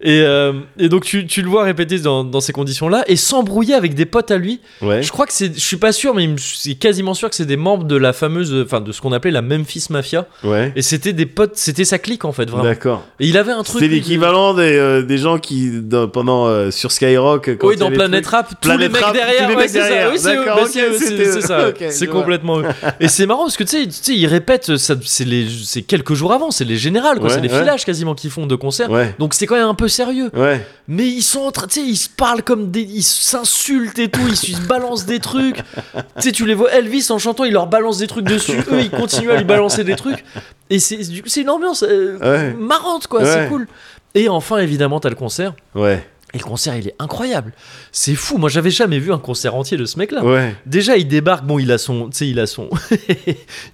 Speaker 1: et, euh, et donc tu, tu le vois répéter dans, dans ces conditions-là et s'embrouiller avec des potes à lui.
Speaker 2: Ouais.
Speaker 1: Je crois que c'est, je suis pas sûr, mais il me- je suis quasiment sûr que c'est des membres de la fameuse, enfin de ce qu'on appelait la Memphis Mafia.
Speaker 2: Ouais.
Speaker 1: Et c'était des potes, c'était sa clique en fait vraiment.
Speaker 2: D'accord.
Speaker 1: Et il avait un truc.
Speaker 2: C'est l'équivalent des, euh, des gens qui dans- pendant euh, sur Skyrock. Quand
Speaker 1: Oui,
Speaker 2: il y
Speaker 1: dans
Speaker 2: avait
Speaker 1: Planet
Speaker 2: trucs-
Speaker 1: Rap, tous
Speaker 2: Planet
Speaker 1: les mecs
Speaker 2: Rap,
Speaker 1: derrière,
Speaker 2: tous les
Speaker 1: ouais,
Speaker 2: mecs
Speaker 1: c'est ça.
Speaker 2: derrière.
Speaker 1: Oui, c'est eux,
Speaker 2: D'accord,
Speaker 1: bah,
Speaker 2: ok,
Speaker 1: c'est eux,
Speaker 2: c'était
Speaker 1: c'est c'est
Speaker 2: eux.
Speaker 1: ça.
Speaker 2: Ok,
Speaker 1: c'est
Speaker 2: je vois.
Speaker 1: complètement eux. Et c'est marrant parce que tu sais, tu sais, ils répètent, ça, c'est les- c'est quelques jours avant, c'est les générales, quoi,
Speaker 2: Ouais,
Speaker 1: c'est les
Speaker 2: ouais.
Speaker 1: filages quasiment qu'ils font de concerts.
Speaker 2: Ouais.
Speaker 1: Donc c'était quand même un peu sérieux.
Speaker 2: Ouais.
Speaker 1: Mais ils sont en train, tu sais, ils se parlent comme des. Ils s'insultent et tout, ils se balancent des trucs. Tu sais, tu les vois, Elvis en chantant, il leur balance des trucs dessus. Eux, ils continuent à lui balancer des trucs. Et c'est du coup, c'est une ambiance euh,
Speaker 2: Ouais.
Speaker 1: marrante, quoi,
Speaker 2: Ouais.
Speaker 1: c'est cool. Et enfin, évidemment, t'as le concert.
Speaker 2: Ouais.
Speaker 1: Et le concert, il est incroyable. C'est fou, moi j'avais jamais vu un concert entier de ce mec-là.
Speaker 2: Ouais.
Speaker 1: Déjà, il débarque. Bon, il a son, tu sais, il a son,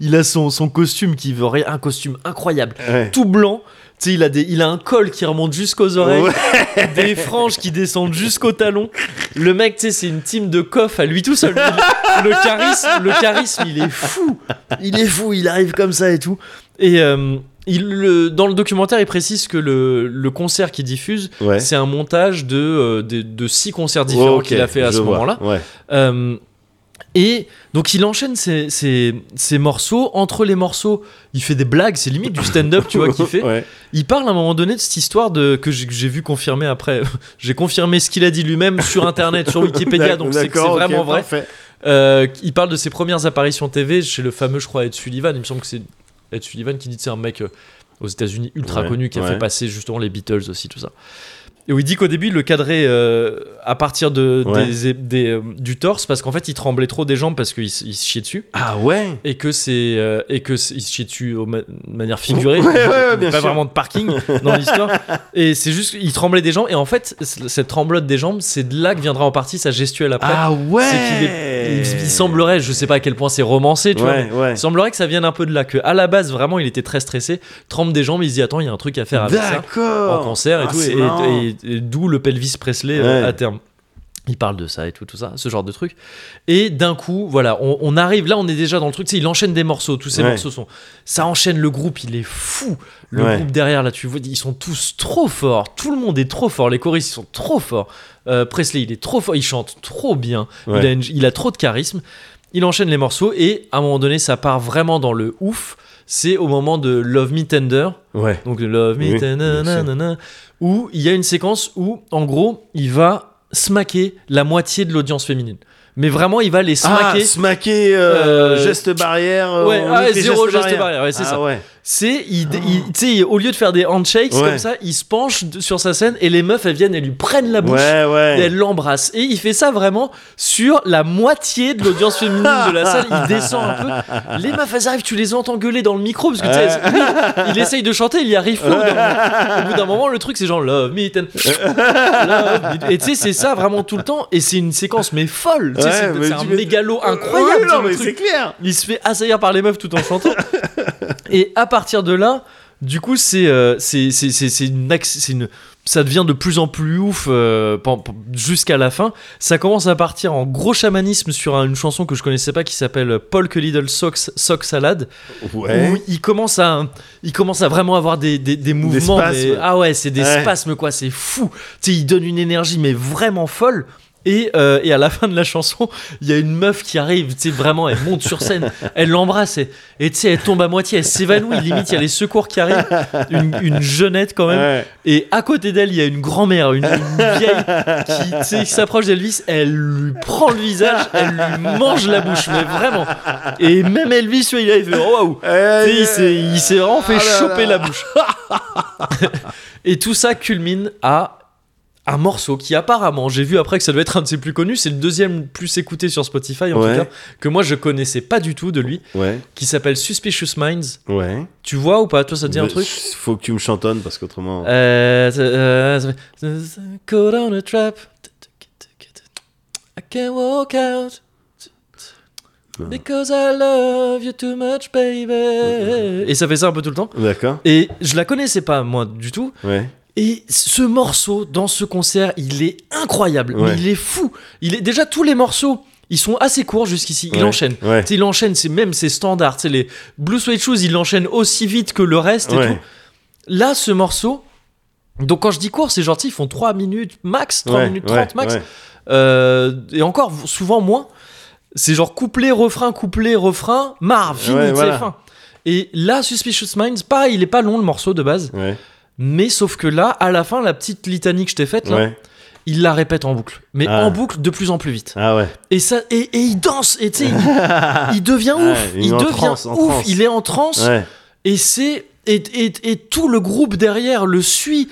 Speaker 1: il a son, son costume qui veut rien, un costume incroyable,
Speaker 2: Ouais.
Speaker 1: tout blanc. Tu sais, il a des, il a un col qui remonte jusqu'aux oreilles,
Speaker 2: Ouais.
Speaker 1: des franges qui descendent jusqu'aux talons. Le mec, tu sais, c'est une team de coffres à lui tout seul. Il- le charisme, le charisme, il est fou. Il est fou. Il arrive comme ça et tout. Et euh, il, le- dans le documentaire, il précise que le, le concert qu'il diffuse,
Speaker 2: Ouais.
Speaker 1: c'est un montage de, euh, de, de six concerts différents
Speaker 2: Ok,
Speaker 1: qu'il a fait à
Speaker 2: je
Speaker 1: ce
Speaker 2: vois.
Speaker 1: moment-là.
Speaker 2: Ouais.
Speaker 1: Euh, et donc il enchaîne ses, ses- ses morceaux. Entre les morceaux, il fait des blagues, c'est limite du stand-up, tu vois, qu'il fait.
Speaker 2: Ouais.
Speaker 1: Il parle à un moment donné de cette histoire de, que j'ai que j'ai vu confirmer après. j'ai confirmé ce qu'il a dit lui-même sur Internet, sur Wikipédia, donc c'est que c'est
Speaker 2: D'accord, ok,
Speaker 1: vraiment vrai.
Speaker 2: parfait.
Speaker 1: Euh, il parle de ses premières apparitions TV chez le fameux, je crois, Ed Sullivan. Il me semble que c'est Ed Sullivan qui dit que c'est un mec euh, aux États-Unis ultra
Speaker 2: Ouais,
Speaker 1: connu qui a
Speaker 2: ouais.
Speaker 1: fait passer justement les Beatles aussi, tout ça. Et où il dit qu'au début, il le cadrait euh, à partir de,
Speaker 2: Ouais.
Speaker 1: des- des, euh, du torse parce qu'en fait, il tremblait trop des jambes parce qu'il s- il se chiait dessus.
Speaker 2: Ah ouais.
Speaker 1: Et que c'est euh, et que c'est- il se chiait dessus au ma- de manière figurée,
Speaker 2: Ouais, ouais, ouais,
Speaker 1: Il y a
Speaker 2: bien
Speaker 1: pas
Speaker 2: sûr.
Speaker 1: vraiment de parking dans l'histoire. Et c'est juste, il tremblait des jambes. Et en fait, c- cette tremblote des jambes, c'est de là que viendra en partie sa gestuelle après
Speaker 2: Ah ouais.
Speaker 1: c'est qu'il est- il, il semblerait, je sais pas à quel point c'est romancé, tu vois.
Speaker 2: Ouais.
Speaker 1: mais
Speaker 2: Ouais.
Speaker 1: Il semblerait que ça vienne un peu de là, que à la base vraiment il était très stressé, trempe des jambes, il se dit attends il y a un truc à faire avec ça, en
Speaker 2: D'accord.
Speaker 1: concert et
Speaker 2: Ah,
Speaker 1: tout,
Speaker 2: c'est
Speaker 1: et,
Speaker 2: marrant.
Speaker 1: et- et d'où le pelvis Presley euh,
Speaker 2: Ouais.
Speaker 1: à terme. Il parle de ça et tout, tout ça, ce genre de truc. Et d'un coup, voilà, on, on arrive. Là, on est déjà dans le truc. Tu sais, il enchaîne des morceaux. Tous ces
Speaker 2: Ouais.
Speaker 1: morceaux sont. Ça enchaîne le groupe, il est fou. Le
Speaker 2: Ouais.
Speaker 1: groupe derrière, là, tu vois, ils sont tous trop forts. Tout le monde est trop fort. Les choristes, ils sont trop forts. Euh, Presley, il est trop fort. Il chante trop bien.
Speaker 2: Ouais.
Speaker 1: Il, a une- il a trop de charisme. Il enchaîne les morceaux et à un moment donné, ça part vraiment dans le ouf. C'est au moment de Love Me Tender.
Speaker 2: Ouais.
Speaker 1: Donc Love Me
Speaker 2: Oui,
Speaker 1: ta-
Speaker 2: bien
Speaker 1: na- na- na- na, où il y a une séquence où en gros il va smacker la moitié de l'audience féminine. Mais vraiment il va les
Speaker 2: Ah,
Speaker 1: smacker.
Speaker 2: smacker, euh,
Speaker 1: Euh,
Speaker 2: geste barrière. euh,
Speaker 1: ouais,
Speaker 2: on
Speaker 1: ah,
Speaker 2: nique les
Speaker 1: zéro
Speaker 2: gestes
Speaker 1: geste
Speaker 2: barrières.
Speaker 1: barrière, ouais, c'est
Speaker 2: Ah
Speaker 1: ça.
Speaker 2: ouais.
Speaker 1: c'est il, il- tu sais, au lieu de faire des handshakes
Speaker 2: Ah. Ouais.
Speaker 1: comme ça, il se penche de- sur sa scène et les meufs elles viennent et lui prennent la bouche.
Speaker 2: Ouais, ouais.
Speaker 1: Et elle l'embrasse. Et il fait ça vraiment sur la moitié de l'audience féminine de la salle. Il descend un peu. Les meufs, elles arrivent, tu les entends gueuler dans le micro parce que tu sais, elles- lui, il essaye de chanter, il y arrive pas. Au bout d'un- Au bout d'un moment, le truc, c'est genre Love me, ten- Love me- Et tu sais, c'est ça vraiment tout le temps. Et c'est une séquence, mais folle. Tu sais,
Speaker 2: Ouais,
Speaker 1: c'est
Speaker 2: mais
Speaker 1: c'est un
Speaker 2: tu mets-
Speaker 1: mégalo incroyable.
Speaker 2: Oui, non,
Speaker 1: le
Speaker 2: mais
Speaker 1: truc.
Speaker 2: c'est clair.
Speaker 1: Il se fait assaillir par les meufs tout en chantant. et à partir de là, du coup, c'est euh, c'est c'est- c'est- c'est une, acc- c'est une- ça devient de plus en plus ouf euh, pen- pen- jusqu'à la fin. Ça commence à partir en gros chamanisme sur un- une chanson que je connaissais pas qui s'appelle Polk Little Socks Sock Salad où
Speaker 2: Ouais.
Speaker 1: il commence à il commence à vraiment avoir des, des, des mouvements
Speaker 2: spasmes.
Speaker 1: mais- ah ouais c'est des
Speaker 2: Ouais.
Speaker 1: spasmes quoi c'est fou tu sais il donne une énergie mais vraiment folle et, euh, et à la fin de la chanson il y a une meuf qui arrive tu sais vraiment elle monte sur scène elle l'embrasse et et tu sais elle tombe à moitié elle s'évanouit limite il y a les secours qui arrivent une, une jeunette quand même
Speaker 2: Ouais.
Speaker 1: et à côté d'elle il y a une grand-mère une, une vieille qui tu sais, qui s'approche d'Elvis elle lui prend le visage elle lui mange la bouche mais vraiment et même Elvis lui, il a fait oh, waouh
Speaker 2: Euh,
Speaker 1: tu sais, il s'est- il s'est vraiment fait
Speaker 2: Ah là
Speaker 1: choper
Speaker 2: là.
Speaker 1: la bouche. et tout ça culmine à un morceau qui apparemment, j'ai vu après que ça devait être un de ses plus connus, c'est le deuxième plus écouté sur Spotify en
Speaker 2: Ouais.
Speaker 1: tout cas, que moi je connaissais pas du tout de lui,
Speaker 2: Ouais.
Speaker 1: qui s'appelle Suspicious Minds.
Speaker 2: Ouais.
Speaker 1: Tu vois ou pas Toi ça te dit un
Speaker 2: Mais
Speaker 1: truc
Speaker 2: Faut que tu me chantonnes parce qu'autrement.
Speaker 1: euh, ça- euh, ça fait- Caught on a trap. I can't walk out.
Speaker 2: Ah.
Speaker 1: Because I love you too much, baby. Et ça fait ça un peu tout le temps.
Speaker 2: D'accord.
Speaker 1: Et je la connaissais pas, moi, du tout.
Speaker 2: Ouais.
Speaker 1: Et ce morceau, dans ce concert, il est incroyable.
Speaker 2: Ouais.
Speaker 1: Mais il est fou. Il est... Déjà, tous les morceaux, ils sont assez courts jusqu'ici. Il
Speaker 2: Ouais.
Speaker 1: enchaîne.
Speaker 2: Ouais.
Speaker 1: Tu sais, Il enchaîne, c'est même ses standards. tu sais, Les Blue Suede Shoes, il enchaîne aussi vite que le reste. et
Speaker 2: Ouais.
Speaker 1: tout. Là, ce morceau. Donc, quand je dis court, c'est gentil, ils font 3 minutes max, 3
Speaker 2: Ouais,
Speaker 1: minutes
Speaker 2: ouais,
Speaker 1: 30 max.
Speaker 2: ouais.
Speaker 1: Euh, et encore souvent moins. C'est genre couplet, refrain, couplet, refrain, marre, fini,
Speaker 2: Ouais,
Speaker 1: c'est
Speaker 2: voilà.
Speaker 1: fin. Et là, Suspicious Minds, pareil, il est pas long le morceau de base,
Speaker 2: Ouais.
Speaker 1: mais sauf que là, à la fin, la petite litanie que je t'ai faite, là,
Speaker 2: Ouais.
Speaker 1: il la répète en boucle, mais
Speaker 2: Ah.
Speaker 1: en boucle de plus en plus vite.
Speaker 2: Ah ouais.
Speaker 1: Et ça, et, et il danse, et tu sais, il, il devient
Speaker 2: Ouais,
Speaker 1: ouf,
Speaker 2: Ah, il est
Speaker 1: il
Speaker 2: en
Speaker 1: devient
Speaker 2: transe, en
Speaker 1: ouf,
Speaker 2: transe.
Speaker 1: il est en transe,
Speaker 2: Ouais.
Speaker 1: et c'est et, et- et tout le groupe derrière le suit.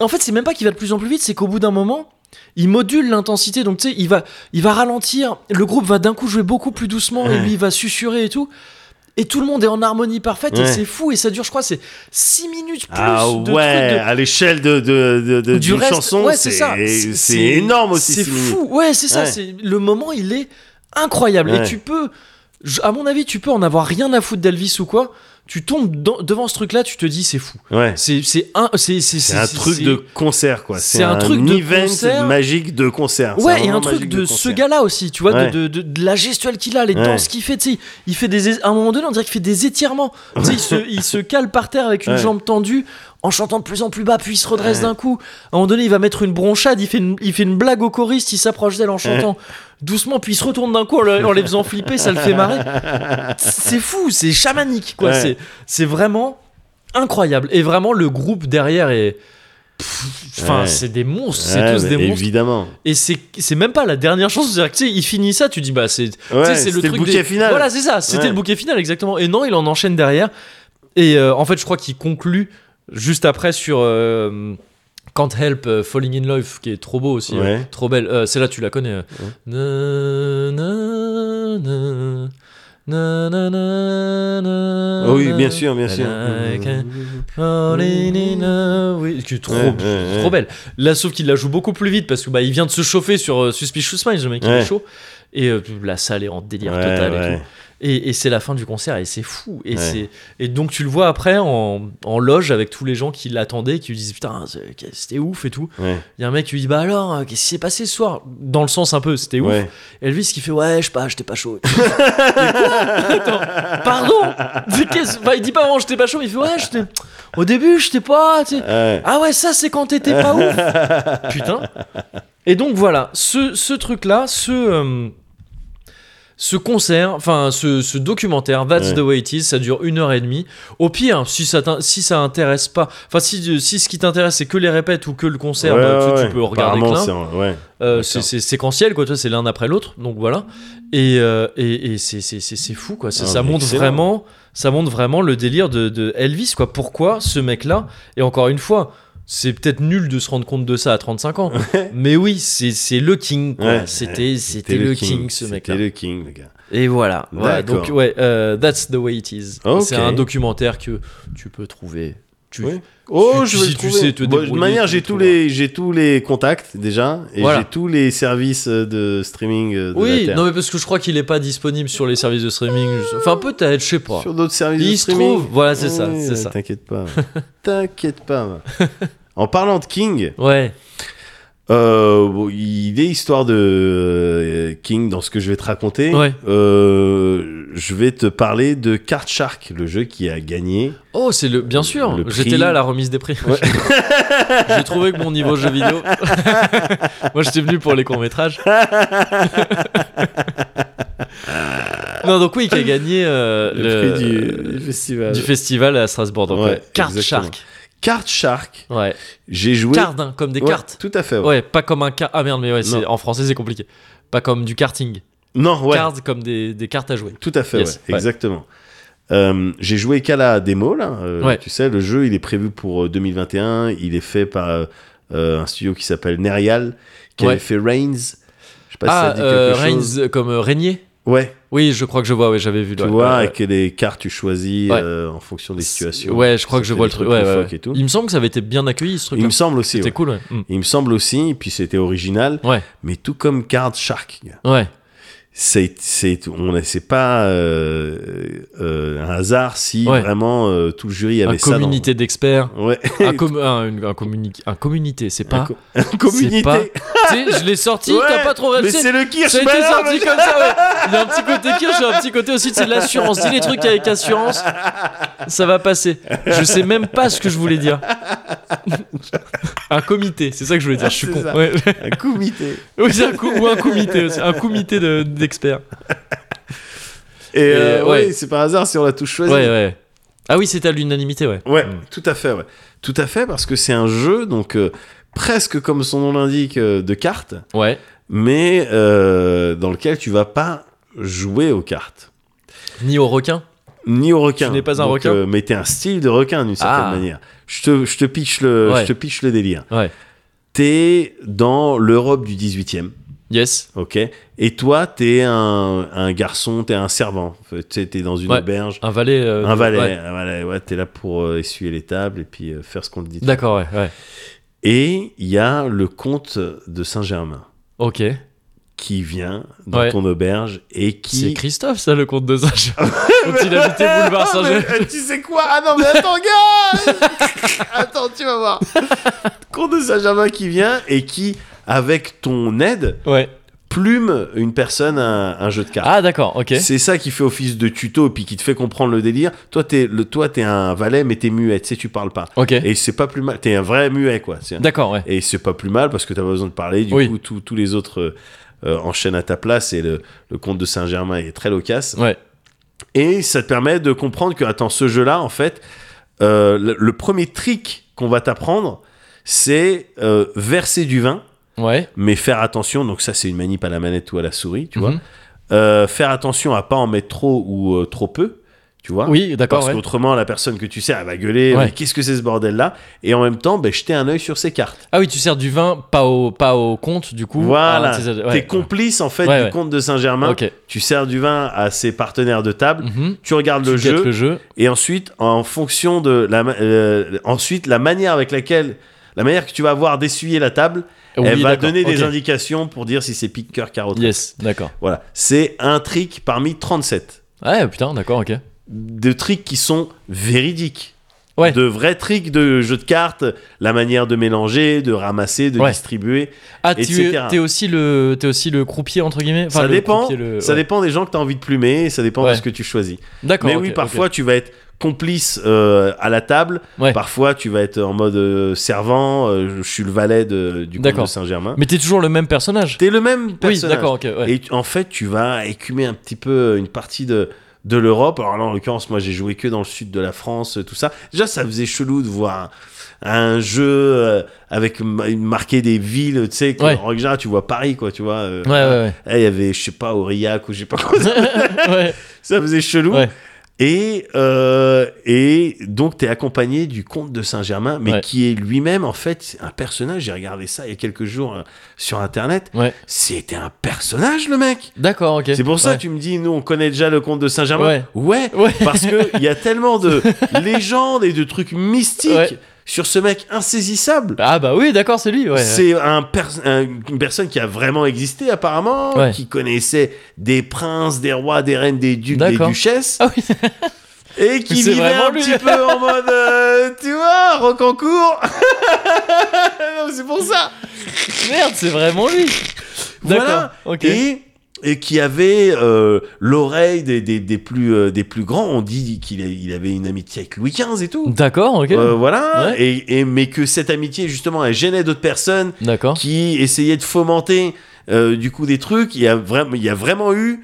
Speaker 1: En fait, c'est même pas qu'il va de plus en plus vite, c'est qu'au bout d'un moment, il module l'intensité. Donc tu sais, il va il va ralentir. Le groupe va d'un coup jouer beaucoup plus doucement et lui il va susurrer et tout. Et tout le monde est en harmonie parfaite et
Speaker 2: Ouais.
Speaker 1: c'est fou et ça dure je crois c'est 6 minutes plus
Speaker 2: Ah
Speaker 1: de trucs
Speaker 2: ouais,
Speaker 1: de-
Speaker 2: à l'échelle de, de, de, de-
Speaker 1: du
Speaker 2: d'une
Speaker 1: reste,
Speaker 2: chanson,
Speaker 1: ouais,
Speaker 2: c'est,
Speaker 1: c'est ça.
Speaker 2: c'est, énorme aussi.
Speaker 1: C'est
Speaker 2: six minutes.
Speaker 1: fou. Ouais, c'est ça.
Speaker 2: Ouais.
Speaker 1: C'est le moment, il est incroyable. Et
Speaker 2: Ouais.
Speaker 1: tu peux, je- à mon avis, tu peux en avoir rien à foutre d'Elvis ou quoi. Tu tombes dans- devant ce truc-là, tu te dis c'est fou.
Speaker 2: Ouais.
Speaker 1: C'est c'est un, c'est c'est
Speaker 2: C'est un
Speaker 1: c'est-
Speaker 2: truc
Speaker 1: c'est-
Speaker 2: de concert, quoi.
Speaker 1: c'est un truc de
Speaker 2: event
Speaker 1: concert.
Speaker 2: magique de concert. C'est
Speaker 1: Ouais, et
Speaker 2: moment
Speaker 1: un truc
Speaker 2: magique
Speaker 1: de, ce
Speaker 2: concert.
Speaker 1: gars-là aussi, tu vois, de-
Speaker 2: Ouais.
Speaker 1: de, de, de la gestuelle qu'il a, les
Speaker 2: Ouais.
Speaker 1: danses qu'il fait, tu sais, il fait des, à un moment donné, on dirait qu'il fait des étirements, tu sais, il se, il se cale par terre avec une
Speaker 2: Ouais.
Speaker 1: jambe tendue, en chantant de plus en plus bas, puis il se redresse
Speaker 2: Ouais.
Speaker 1: d'un coup, à un moment donné, il va mettre une bronchade, il fait une, il fait une blague au choriste, il s'approche d'elle en chantant doucement, puis il se retourne d'un coup en, le- en les faisant flipper, ça le fait marrer, c'est fou, c'est chamanique, quoi,
Speaker 2: Ouais.
Speaker 1: c'est, c'est vraiment incroyable, et vraiment, le groupe derrière est... Pff, Enfin,
Speaker 2: Ouais.
Speaker 1: c'est des monstres,
Speaker 2: Ouais,
Speaker 1: c'est tous
Speaker 2: mais
Speaker 1: des monstres.
Speaker 2: Évidemment.
Speaker 1: Et c'est c'est même pas la dernière chance. C'est-à-dire que tu sais, il finit ça, tu dis bah c'est tu sais,
Speaker 2: Ouais,
Speaker 1: c'est le
Speaker 2: c'était
Speaker 1: truc
Speaker 2: le bouquet
Speaker 1: des-
Speaker 2: final.
Speaker 1: Voilà, c'est ça. C'était
Speaker 2: Ouais.
Speaker 1: le bouquet final exactement. Et non, il en enchaîne derrière. Et euh, en fait, je crois qu'il conclut juste après sur euh, Can't Help euh, Falling in Love, qui est trop beau aussi,
Speaker 2: Ouais.
Speaker 1: euh, trop belle. Euh, Celle-là, tu la connais. euh. Na, na, na, na, na, na, na,
Speaker 2: Oh oui,
Speaker 1: na.
Speaker 2: bien sûr, bien sûr.
Speaker 1: I can- Falling in love. Oui, qui est trop,
Speaker 2: Ouais, ouais,
Speaker 1: c'est
Speaker 2: ouais.
Speaker 1: trop belle. Là, sauf qu'il la joue beaucoup plus vite parce que bah, il vient de se chauffer sur euh, Suspicious Minds, le mec il est
Speaker 2: Ouais.
Speaker 1: chaud. Et euh, la salle est en délire
Speaker 2: Ouais,
Speaker 1: total. Et,
Speaker 2: ouais.
Speaker 1: tout. Et, et c'est la fin du concert et c'est fou. Et,
Speaker 2: Ouais.
Speaker 1: c'est- et donc tu le vois après en, en loge avec tous les gens qui l'attendaient, qui lui disent putain, c'est- c'était ouf et tout.
Speaker 2: Ouais.
Speaker 1: Il y a un mec qui lui dit bah alors, euh, qu'est-ce qui s'est passé ce soir Dans le sens un peu, c'était ouf.
Speaker 2: Ouais.
Speaker 1: Et lui, ce qu'il fait, ouais, je sais pas, j'étais pas chaud. Et quoi Attends, pardon Mais qu'est-ce- Enfin, Il dit pas vraiment j'étais pas chaud, mais il fait, ouais, j'étais. Au début, j'étais pas. tu sais.
Speaker 2: Ouais.
Speaker 1: Ah ouais, ça, c'est quand t'étais pas ouf Putain Et donc voilà, ce, ce truc-là, ce. euh, ce concert, enfin ce, ce documentaire, That's
Speaker 2: Ouais.
Speaker 1: the way it is, ça dure une heure et demie. Au pire, si ça, t'in- si ça intéresse pas, enfin si, si ce qui t'intéresse c'est que les répètes ou que le concert,
Speaker 2: Ouais,
Speaker 1: bah, tu- tu,
Speaker 2: ouais,
Speaker 1: peux
Speaker 2: ouais.
Speaker 1: regarder
Speaker 2: Apparemment,
Speaker 1: Klein.
Speaker 2: c'est en- ouais.
Speaker 1: Euh,
Speaker 2: D'accord.
Speaker 1: c'est c'est séquentiel, quoi, tu vois, c'est l'un après l'autre, donc voilà. Et, euh, et, et c'est- c'est c'est- c'est fou, quoi. C'est-
Speaker 2: Ah,
Speaker 1: ça,
Speaker 2: mais
Speaker 1: montre
Speaker 2: excellent.
Speaker 1: vraiment, ça montre vraiment le délire de, de Elvis, quoi. Pourquoi ce mec-là Et encore une fois, c'est peut-être nul de se rendre compte de ça à 35 ans, mais oui, c'est c'est le king, quoi.
Speaker 2: Ouais.
Speaker 1: C'était c'était le king, ce
Speaker 2: C'était
Speaker 1: mec-là.
Speaker 2: le king, le gars.
Speaker 1: Et voilà. voilà.
Speaker 2: D'accord.
Speaker 1: donc, ouais, euh, That's the way it is.
Speaker 2: Ok.
Speaker 1: C'est un documentaire que tu peux trouver. Tu,
Speaker 2: Oui. Oh,
Speaker 1: Tu-
Speaker 2: je vais
Speaker 1: si
Speaker 2: le
Speaker 1: tu
Speaker 2: trouver.
Speaker 1: sais te
Speaker 2: Bon, de
Speaker 1: débrouiller,
Speaker 2: manière,
Speaker 1: tu
Speaker 2: j'ai
Speaker 1: le
Speaker 2: tous
Speaker 1: trouveras.
Speaker 2: les j'ai tous les contacts déjà et
Speaker 1: Voilà.
Speaker 2: j'ai tous les services euh, de streaming euh, de la
Speaker 1: Oui,
Speaker 2: Terre.
Speaker 1: non, mais parce que je crois qu'il est pas disponible sur les services de streaming. je- Enfin, peut-être, je sais pas.
Speaker 2: sur d'autres services de
Speaker 1: Il se
Speaker 2: streaming.
Speaker 1: trouve, voilà, Ah, c'est ça,
Speaker 2: Oui,
Speaker 1: c'est
Speaker 2: euh,
Speaker 1: ça.
Speaker 2: T'inquiète pas. T'inquiète pas. va. en parlant de King,
Speaker 1: Ouais,
Speaker 2: euh, bon, il est histoire de euh, King dans ce que je vais te raconter.
Speaker 1: Ouais.
Speaker 2: Euh, je vais te parler de Card Shark, le jeu qui a gagné.
Speaker 1: Oh, c'est le. Bien sûr,
Speaker 2: Le prix.
Speaker 1: j'étais là à la remise des prix. J'ai trouvé que mon niveau jeu vidéo. Moi, j'étais venu pour les courts-métrages. non, donc oui, qui a gagné euh, le, euh,
Speaker 2: prix du, festival.
Speaker 1: du festival à Strasbourg. Donc,
Speaker 2: Ouais,
Speaker 1: ouais, Card
Speaker 2: exactement.
Speaker 1: Shark.
Speaker 2: Card Shark,
Speaker 1: Ouais.
Speaker 2: j'ai joué.
Speaker 1: Card, hein, comme des
Speaker 2: Ouais,
Speaker 1: cartes.
Speaker 2: Tout à fait. ouais.
Speaker 1: Ouais, pas comme un car. Ah merde, mais ouais, c'est-
Speaker 2: Non.
Speaker 1: en français, c'est compliqué. Pas comme du karting.
Speaker 2: Non, ouais.
Speaker 1: Card, comme des, des cartes à jouer.
Speaker 2: Tout à fait,
Speaker 1: Yes,
Speaker 2: ouais,
Speaker 1: ouais.
Speaker 2: exactement. Euh, j'ai joué qu'à la démo là. euh,
Speaker 1: Ouais.
Speaker 2: Tu sais, le jeu il est prévu pour euh, 2021. Il est fait par euh, un studio qui s'appelle Nerial, qui
Speaker 1: Ouais.
Speaker 2: avait fait Reigns. Je sais pas
Speaker 1: ah,
Speaker 2: si Bah, ça dit
Speaker 1: euh,
Speaker 2: quelque chose.
Speaker 1: Reigns, comme euh, régner
Speaker 2: Ouais,
Speaker 1: Oui, je crois que je vois, ouais, j'avais vu.
Speaker 2: tu
Speaker 1: ouais,
Speaker 2: vois,
Speaker 1: ouais, ouais.
Speaker 2: avec les cartes tu choisis
Speaker 1: Ouais.
Speaker 2: euh, en fonction des situations.
Speaker 1: Ouais, je crois que je
Speaker 2: C'était
Speaker 1: vois
Speaker 2: des
Speaker 1: le truc.
Speaker 2: trucs
Speaker 1: ouais,
Speaker 2: de
Speaker 1: ouais,
Speaker 2: fuck
Speaker 1: ouais.
Speaker 2: et tout.
Speaker 1: Il me semble que ça avait été bien accueilli ce truc.
Speaker 2: Il me semble aussi.
Speaker 1: C'était
Speaker 2: ouais.
Speaker 1: cool, ouais. Mm.
Speaker 2: Il me semble aussi, puis c'était original,
Speaker 1: Ouais,
Speaker 2: mais tout comme Card Shark, gars.
Speaker 1: ouais.
Speaker 2: c'est c'est on a- c'est pas euh, euh, un hasard si
Speaker 1: Ouais.
Speaker 2: vraiment euh, tout le jury avait
Speaker 1: Un
Speaker 2: ça dans-
Speaker 1: communauté d'experts.
Speaker 2: ouais
Speaker 1: Un, com- un, une- un, communi- un communauté, c'est pas.
Speaker 2: co- communauté
Speaker 1: pas- tu sais, je l'ai sorti,
Speaker 2: Ouais,
Speaker 1: t'as pas trop
Speaker 2: mais
Speaker 1: réussi.
Speaker 2: c'est le Kirsch
Speaker 1: Ça a été
Speaker 2: malin,
Speaker 1: sorti
Speaker 2: mais-
Speaker 1: comme ça, ouais. Il y a un petit côté kirsch, il y a un petit côté aussi, c'est de l'assurance. Dis les trucs avec assurance, ça va passer. Je sais même pas ce que je voulais dire. un comité, c'est ça que je voulais dire, je suis
Speaker 2: C'est
Speaker 1: con.
Speaker 2: ça.
Speaker 1: Ouais.
Speaker 2: un comité
Speaker 1: Oui, c'est un co- ou un comité, aussi, un comité de- d'experts.
Speaker 2: et, euh,
Speaker 1: ouais.
Speaker 2: ouais, c'est pas un hasard si on l'a tous choisi
Speaker 1: Ouais, ouais. Ah oui, c'était à l'unanimité, ouais. Mm.
Speaker 2: Ouais, tout à fait ouais. tout à fait parce que c'est un jeu donc euh, presque comme son nom l'indique euh, de cartes
Speaker 1: Ouais.
Speaker 2: mais euh, dans lequel tu vas pas jouer aux cartes
Speaker 1: Ni au requin.
Speaker 2: ni au requin.
Speaker 1: Tu n'es pas un
Speaker 2: Donc,
Speaker 1: requin
Speaker 2: euh, mais t'es un style de requin d'une certaine
Speaker 1: Ah.
Speaker 2: manière. Je te, je te pitch le,
Speaker 1: Ouais.
Speaker 2: je te pitch le délire.
Speaker 1: Ouais.
Speaker 2: T'es dans l'Europe du 18e,
Speaker 1: Yes.
Speaker 2: ok Et toi, t'es un, un garçon, t'es un servant. En fait, T'es t'es dans une
Speaker 1: Ouais.
Speaker 2: auberge,
Speaker 1: Un valet. euh,
Speaker 2: un valet.
Speaker 1: ouais.
Speaker 2: un valet, ouais, t'es là pour euh, essuyer les tables et puis euh, faire ce qu'on te dit.
Speaker 1: D'accord, ouais, ouais.
Speaker 2: Et il y a le comte de Saint-Germain
Speaker 1: Ok.
Speaker 2: qui vient dans
Speaker 1: Ouais.
Speaker 2: ton auberge et
Speaker 1: C'est
Speaker 2: qui.
Speaker 1: Christophe, ça, le comte de Saint-Germain. Quand il habitait boulevard
Speaker 2: Ah,
Speaker 1: Saint-Germain.
Speaker 2: mais, euh, tu sais quoi Ah non, mais attends, gars Attends, tu vas voir. Comte de Saint-Germain qui vient et qui, avec ton aide,
Speaker 1: Ouais.
Speaker 2: plume une personne à un, un jeu de cartes.
Speaker 1: Ah, d'accord, ok.
Speaker 2: C'est ça qui fait office de tuto puis qui te fait comprendre le délire. Toi, t'es le, toi, t'es un valet, mais t'es muet, tu sais, tu parles pas.
Speaker 1: Ok.
Speaker 2: Et c'est pas plus mal. T'es un vrai muet, quoi. C'est-
Speaker 1: D'accord, ouais.
Speaker 2: Et c'est pas plus mal parce que t'as pas besoin de parler. Du
Speaker 1: Oui.
Speaker 2: coup, tous- tous les autres euh, euh, enchaînent à ta place et le, le comte de Saint-Germain est très loquace.
Speaker 1: Ouais.
Speaker 2: Et ça te permet de comprendre que, attends, ce jeu-là, en fait, euh, le, le premier trick qu'on va t'apprendre, c'est euh, verser du vin,
Speaker 1: Ouais.
Speaker 2: mais faire attention. Donc, ça, c'est une manip à la manette ou à la souris, tu vois.
Speaker 1: Mhm.
Speaker 2: Euh, faire attention à pas en mettre trop ou euh, trop peu, tu vois.
Speaker 1: Oui, d'accord,
Speaker 2: Parce
Speaker 1: ouais.
Speaker 2: qu'autrement, la personne que tu sers, elle va gueuler.
Speaker 1: Ouais.
Speaker 2: Mais qu'est-ce que c'est ce bordel-là Et en même temps, ben, jeter un œil sur ses cartes.
Speaker 1: Ah oui, tu sers du vin, pas au, pas au compte, du coup.
Speaker 2: voilà.
Speaker 1: Ah, c'est ça, ouais.
Speaker 2: T'es hein. complice, en fait,
Speaker 1: Ouais,
Speaker 2: du
Speaker 1: ouais.
Speaker 2: comte de Saint-Germain.
Speaker 1: Ok.
Speaker 2: Tu sers du vin à ses partenaires de table.
Speaker 1: Mhm.
Speaker 2: Tu regardes le
Speaker 1: Tu guettes
Speaker 2: jeu.
Speaker 1: le jeu.
Speaker 2: Et ensuite, en fonction de la, ma- euh, ensuite, la manière avec laquelle, la manière que tu vas avoir d'essuyer la table,
Speaker 1: Oui,
Speaker 2: elle va
Speaker 1: d'accord,
Speaker 2: donner des
Speaker 1: ok.
Speaker 2: indications pour dire si c'est pique, cœur, carotte.
Speaker 1: Yes, d'accord.
Speaker 2: Voilà. C'est un trick parmi 37.
Speaker 1: Ouais, putain, d'accord, ok.
Speaker 2: de tricks qui sont véridiques.
Speaker 1: Ouais.
Speaker 2: De vrais tricks de jeu de cartes, la manière de mélanger, de ramasser, de
Speaker 1: Ouais.
Speaker 2: distribuer.
Speaker 1: Ah, tu
Speaker 2: Etc.
Speaker 1: t'es aussi le t'es aussi le croupier entre guillemets. Enfin,
Speaker 2: ça
Speaker 1: le
Speaker 2: dépend.
Speaker 1: croupier, le-
Speaker 2: Ça
Speaker 1: ouais.
Speaker 2: dépend des gens que tu as envie de plumer, ça dépend
Speaker 1: Ouais.
Speaker 2: de ce que tu choisis.
Speaker 1: D'accord.
Speaker 2: Mais
Speaker 1: ok,
Speaker 2: oui,
Speaker 1: ok.
Speaker 2: parfois tu vas être complice euh, à la table,
Speaker 1: Ouais.
Speaker 2: parfois tu vas être en mode euh, servant, euh, je suis le valet de- du comte
Speaker 1: D'accord.
Speaker 2: de Saint-Germain.
Speaker 1: Mais t'es toujours le même personnage.
Speaker 2: T'es le même
Speaker 1: Oui,
Speaker 2: personnage.
Speaker 1: d'accord, ok. ouais.
Speaker 2: Et tu- en fait, tu vas écumer un petit peu une partie de, de l'Europe. Alors là, en l'occurrence, moi, j'ai joué que dans le sud de la France, euh, tout ça. Déjà, ça faisait chelou de voir un, un jeu euh, avec ma- marqué des villes, tu sais, que-
Speaker 1: Ouais.
Speaker 2: en règle générale, tu vois Paris, quoi, tu vois. euh,
Speaker 1: Ouais, ouais,
Speaker 2: là, Il y avait, je sais pas, Aurillac ou je sais pas quoi.
Speaker 1: ouais. ouais.
Speaker 2: ça faisait chelou.
Speaker 1: Ouais.
Speaker 2: Et, euh, et donc, tu es accompagné du comte de Saint-Germain, mais
Speaker 1: Ouais.
Speaker 2: qui est lui-même, en fait, un personnage. J'ai regardé ça il y a quelques jours euh, sur Internet.
Speaker 1: Ouais.
Speaker 2: C'était un personnage, le mec.
Speaker 1: D'accord, ok.
Speaker 2: C'est pour ça
Speaker 1: Ouais.
Speaker 2: que tu me dis, nous, on connaît déjà le conte de Saint-Germain.
Speaker 1: Ouais. Ouais.
Speaker 2: parce que il y a tellement de légendes et de trucs mystiques
Speaker 1: Ouais.
Speaker 2: sur ce mec insaisissable.
Speaker 1: Ah bah oui, d'accord, c'est lui. Ouais.
Speaker 2: C'est un pers- un- une personne qui a vraiment existé apparemment,
Speaker 1: Ouais.
Speaker 2: qui connaissait des princes, des rois, des reines, des ducs, des
Speaker 1: D'accord.
Speaker 2: duchesses,
Speaker 1: Ah oui.
Speaker 2: et qui
Speaker 1: C'est
Speaker 2: vivait
Speaker 1: vraiment
Speaker 2: un
Speaker 1: lui.
Speaker 2: petit peu en mode, euh, tu vois, rocancourt. Non, C'est pour ça.
Speaker 1: Merde, c'est vraiment lui.
Speaker 2: Voilà.
Speaker 1: D'accord, ok.
Speaker 2: Et, et qui avait euh, l'oreille des, des, des plus, euh, des plus grands. On dit qu'il a- il avait une amitié avec Louis XV et tout.
Speaker 1: D'accord, ok.
Speaker 2: Euh, voilà.
Speaker 1: Ouais.
Speaker 2: Et, et- mais que cette amitié, justement, elle gênait d'autres personnes
Speaker 1: D'accord.
Speaker 2: qui essayaient de fomenter euh, du coup des trucs. Il y, a vraiment, il y a vraiment eu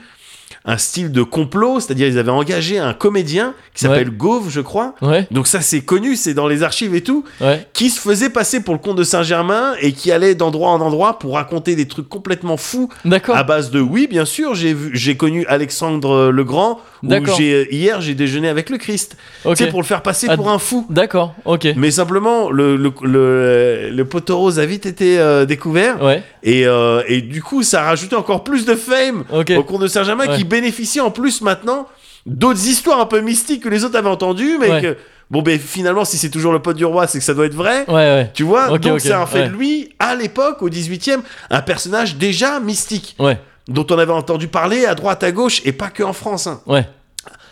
Speaker 2: un style de complot, c'est-à-dire ils avaient engagé un comédien qui s'appelle Gauve, je crois.
Speaker 1: Ouais,
Speaker 2: Donc ça c'est connu, c'est dans les archives et tout
Speaker 1: ouais.
Speaker 2: qui se faisait passer pour le comte de Saint-Germain et qui allait d'endroit en endroit pour raconter des trucs complètement fous
Speaker 1: D'accord.
Speaker 2: à base de oui, bien sûr, j'ai vu, j'ai connu Alexandre euh, le Grand ou
Speaker 1: D'accord.
Speaker 2: j'ai euh, hier j'ai déjeuné avec le Christ.
Speaker 1: ok.
Speaker 2: C'est pour le faire passer
Speaker 1: Ah,
Speaker 2: pour un fou.
Speaker 1: D'accord, ok.
Speaker 2: Mais simplement, le, le, le, le poteau rose a vite été euh, découvert.
Speaker 1: Ouais,
Speaker 2: Et, euh, et du coup, ça a rajouté encore plus de fame
Speaker 1: ok.
Speaker 2: au comte de Saint-Germain
Speaker 1: Ouais.
Speaker 2: qui bénéficie en plus maintenant d'autres histoires un peu mystiques que les autres avaient entendues. Mais
Speaker 1: Ouais.
Speaker 2: que, bon, ben finalement, si c'est toujours le pote du roi, c'est que ça doit être vrai.
Speaker 1: Ouais, ouais.
Speaker 2: Tu vois,
Speaker 1: Ok,
Speaker 2: donc
Speaker 1: ok,
Speaker 2: c'est en fait
Speaker 1: ouais.
Speaker 2: lui, à l'époque, au 18e, un personnage déjà mystique,
Speaker 1: Ouais,
Speaker 2: dont on avait entendu parler à droite, à gauche, et pas que en France. hein.
Speaker 1: ouais.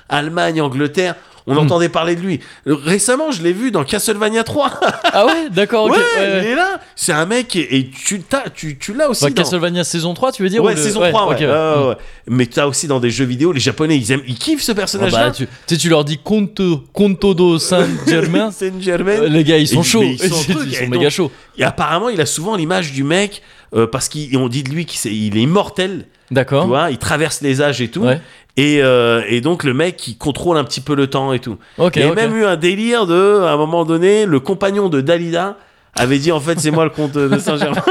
Speaker 2: Allemagne, Angleterre, on
Speaker 1: Hmm.
Speaker 2: entendait parler de lui. Récemment, je l'ai vu dans Castlevania 3.
Speaker 1: Ah ouais, d'accord, ok.
Speaker 2: ouais,
Speaker 1: ouais, Bah, ouais.
Speaker 2: il est là. C'est un mec, et, et tu, t'as- tu, tu l'as aussi.
Speaker 1: Bah,
Speaker 2: dans-
Speaker 1: Castlevania saison 3, tu veux dire
Speaker 2: Ouais,
Speaker 1: ou le-
Speaker 2: saison 3, ouais.
Speaker 1: ok, Mm.
Speaker 2: Euh, ouais. Mais t'as aussi dans des jeux vidéo, les japonais, ils aiment, ils kiffent ce
Speaker 1: Ah
Speaker 2: personnage-là.
Speaker 1: bah, tu, tu sais, tu leur dis Conto, Conto do San Germain. Euh,
Speaker 2: C'est une Germaine.
Speaker 1: Les gars, ils sont eh,
Speaker 2: mais
Speaker 1: chauds,
Speaker 2: ils sont en truc,
Speaker 1: ils sont
Speaker 2: et donc-
Speaker 1: méga chauds.
Speaker 2: Et apparemment, il a souvent l'image du mec, euh, parce qu'on dit de lui qu'il s'est- il est immortel. Tu
Speaker 1: D'accord.
Speaker 2: vois, il traverse les âges et tout.
Speaker 1: Hein Ouais.
Speaker 2: Et, euh, et donc le mec qui contrôle un petit peu le temps et tout.
Speaker 1: Ok.
Speaker 2: il y a
Speaker 1: ok.
Speaker 2: même eu un délire de, à un moment donné, le compagnon de Dalida avait dit en fait c'est moi le comte de Saint-Germain.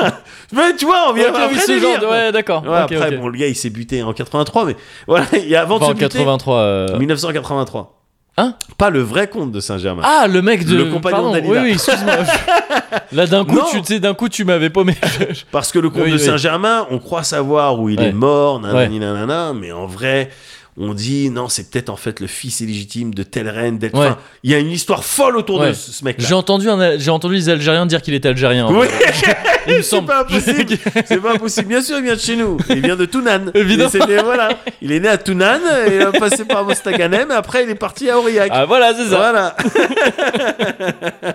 Speaker 2: mais tu vois, on vient
Speaker 1: Ok,
Speaker 2: après
Speaker 1: oui, ce
Speaker 2: délire,
Speaker 1: genre de-
Speaker 2: quoi.
Speaker 1: euh, Ouais, d'accord.
Speaker 2: Ouais,
Speaker 1: ok,
Speaker 2: après
Speaker 1: ok.
Speaker 2: bon le gars il s'est buté en 83 mais voilà, il y a avant
Speaker 1: Enfin, en
Speaker 2: de se buter
Speaker 1: 83. euh,
Speaker 2: 1983.
Speaker 1: Hein
Speaker 2: Pas le vrai comte de Saint-Germain.
Speaker 1: Ah, le mec de.
Speaker 2: Le compagnon
Speaker 1: Pardon,
Speaker 2: de Dalida.
Speaker 1: Oui, oui, excuse-moi. Là, d'un coup,
Speaker 2: Non.
Speaker 1: tu tu sais, d'un coup, tu m'avais paumé.
Speaker 2: Parce que le comte
Speaker 1: Oui,
Speaker 2: de
Speaker 1: oui.
Speaker 2: Saint-Germain, on croit savoir où il
Speaker 1: Ouais.
Speaker 2: est mort, nanani, nanana, mais en vrai, on dit non, c'est peut-être en fait le fils illégitime de telle reine, d'être.
Speaker 1: Ouais.
Speaker 2: il y a une histoire folle autour
Speaker 1: Ouais.
Speaker 2: de ce ce mec-là.
Speaker 1: J'ai entendu, un- j'ai entendu les Algériens dire qu'il était algérien.
Speaker 2: Oui,
Speaker 1: Il me
Speaker 2: c'est
Speaker 1: semble.
Speaker 2: pas impossible. c'est pas impossible. Bien sûr, il vient de chez nous. Il vient de Tounan.
Speaker 1: Évidemment.
Speaker 2: Il est, né- voilà. il est né à Tounan, et il a passé par Mostaganem, et après il est parti à Aurillac.
Speaker 1: Ah voilà, c'est ça.
Speaker 2: voilà.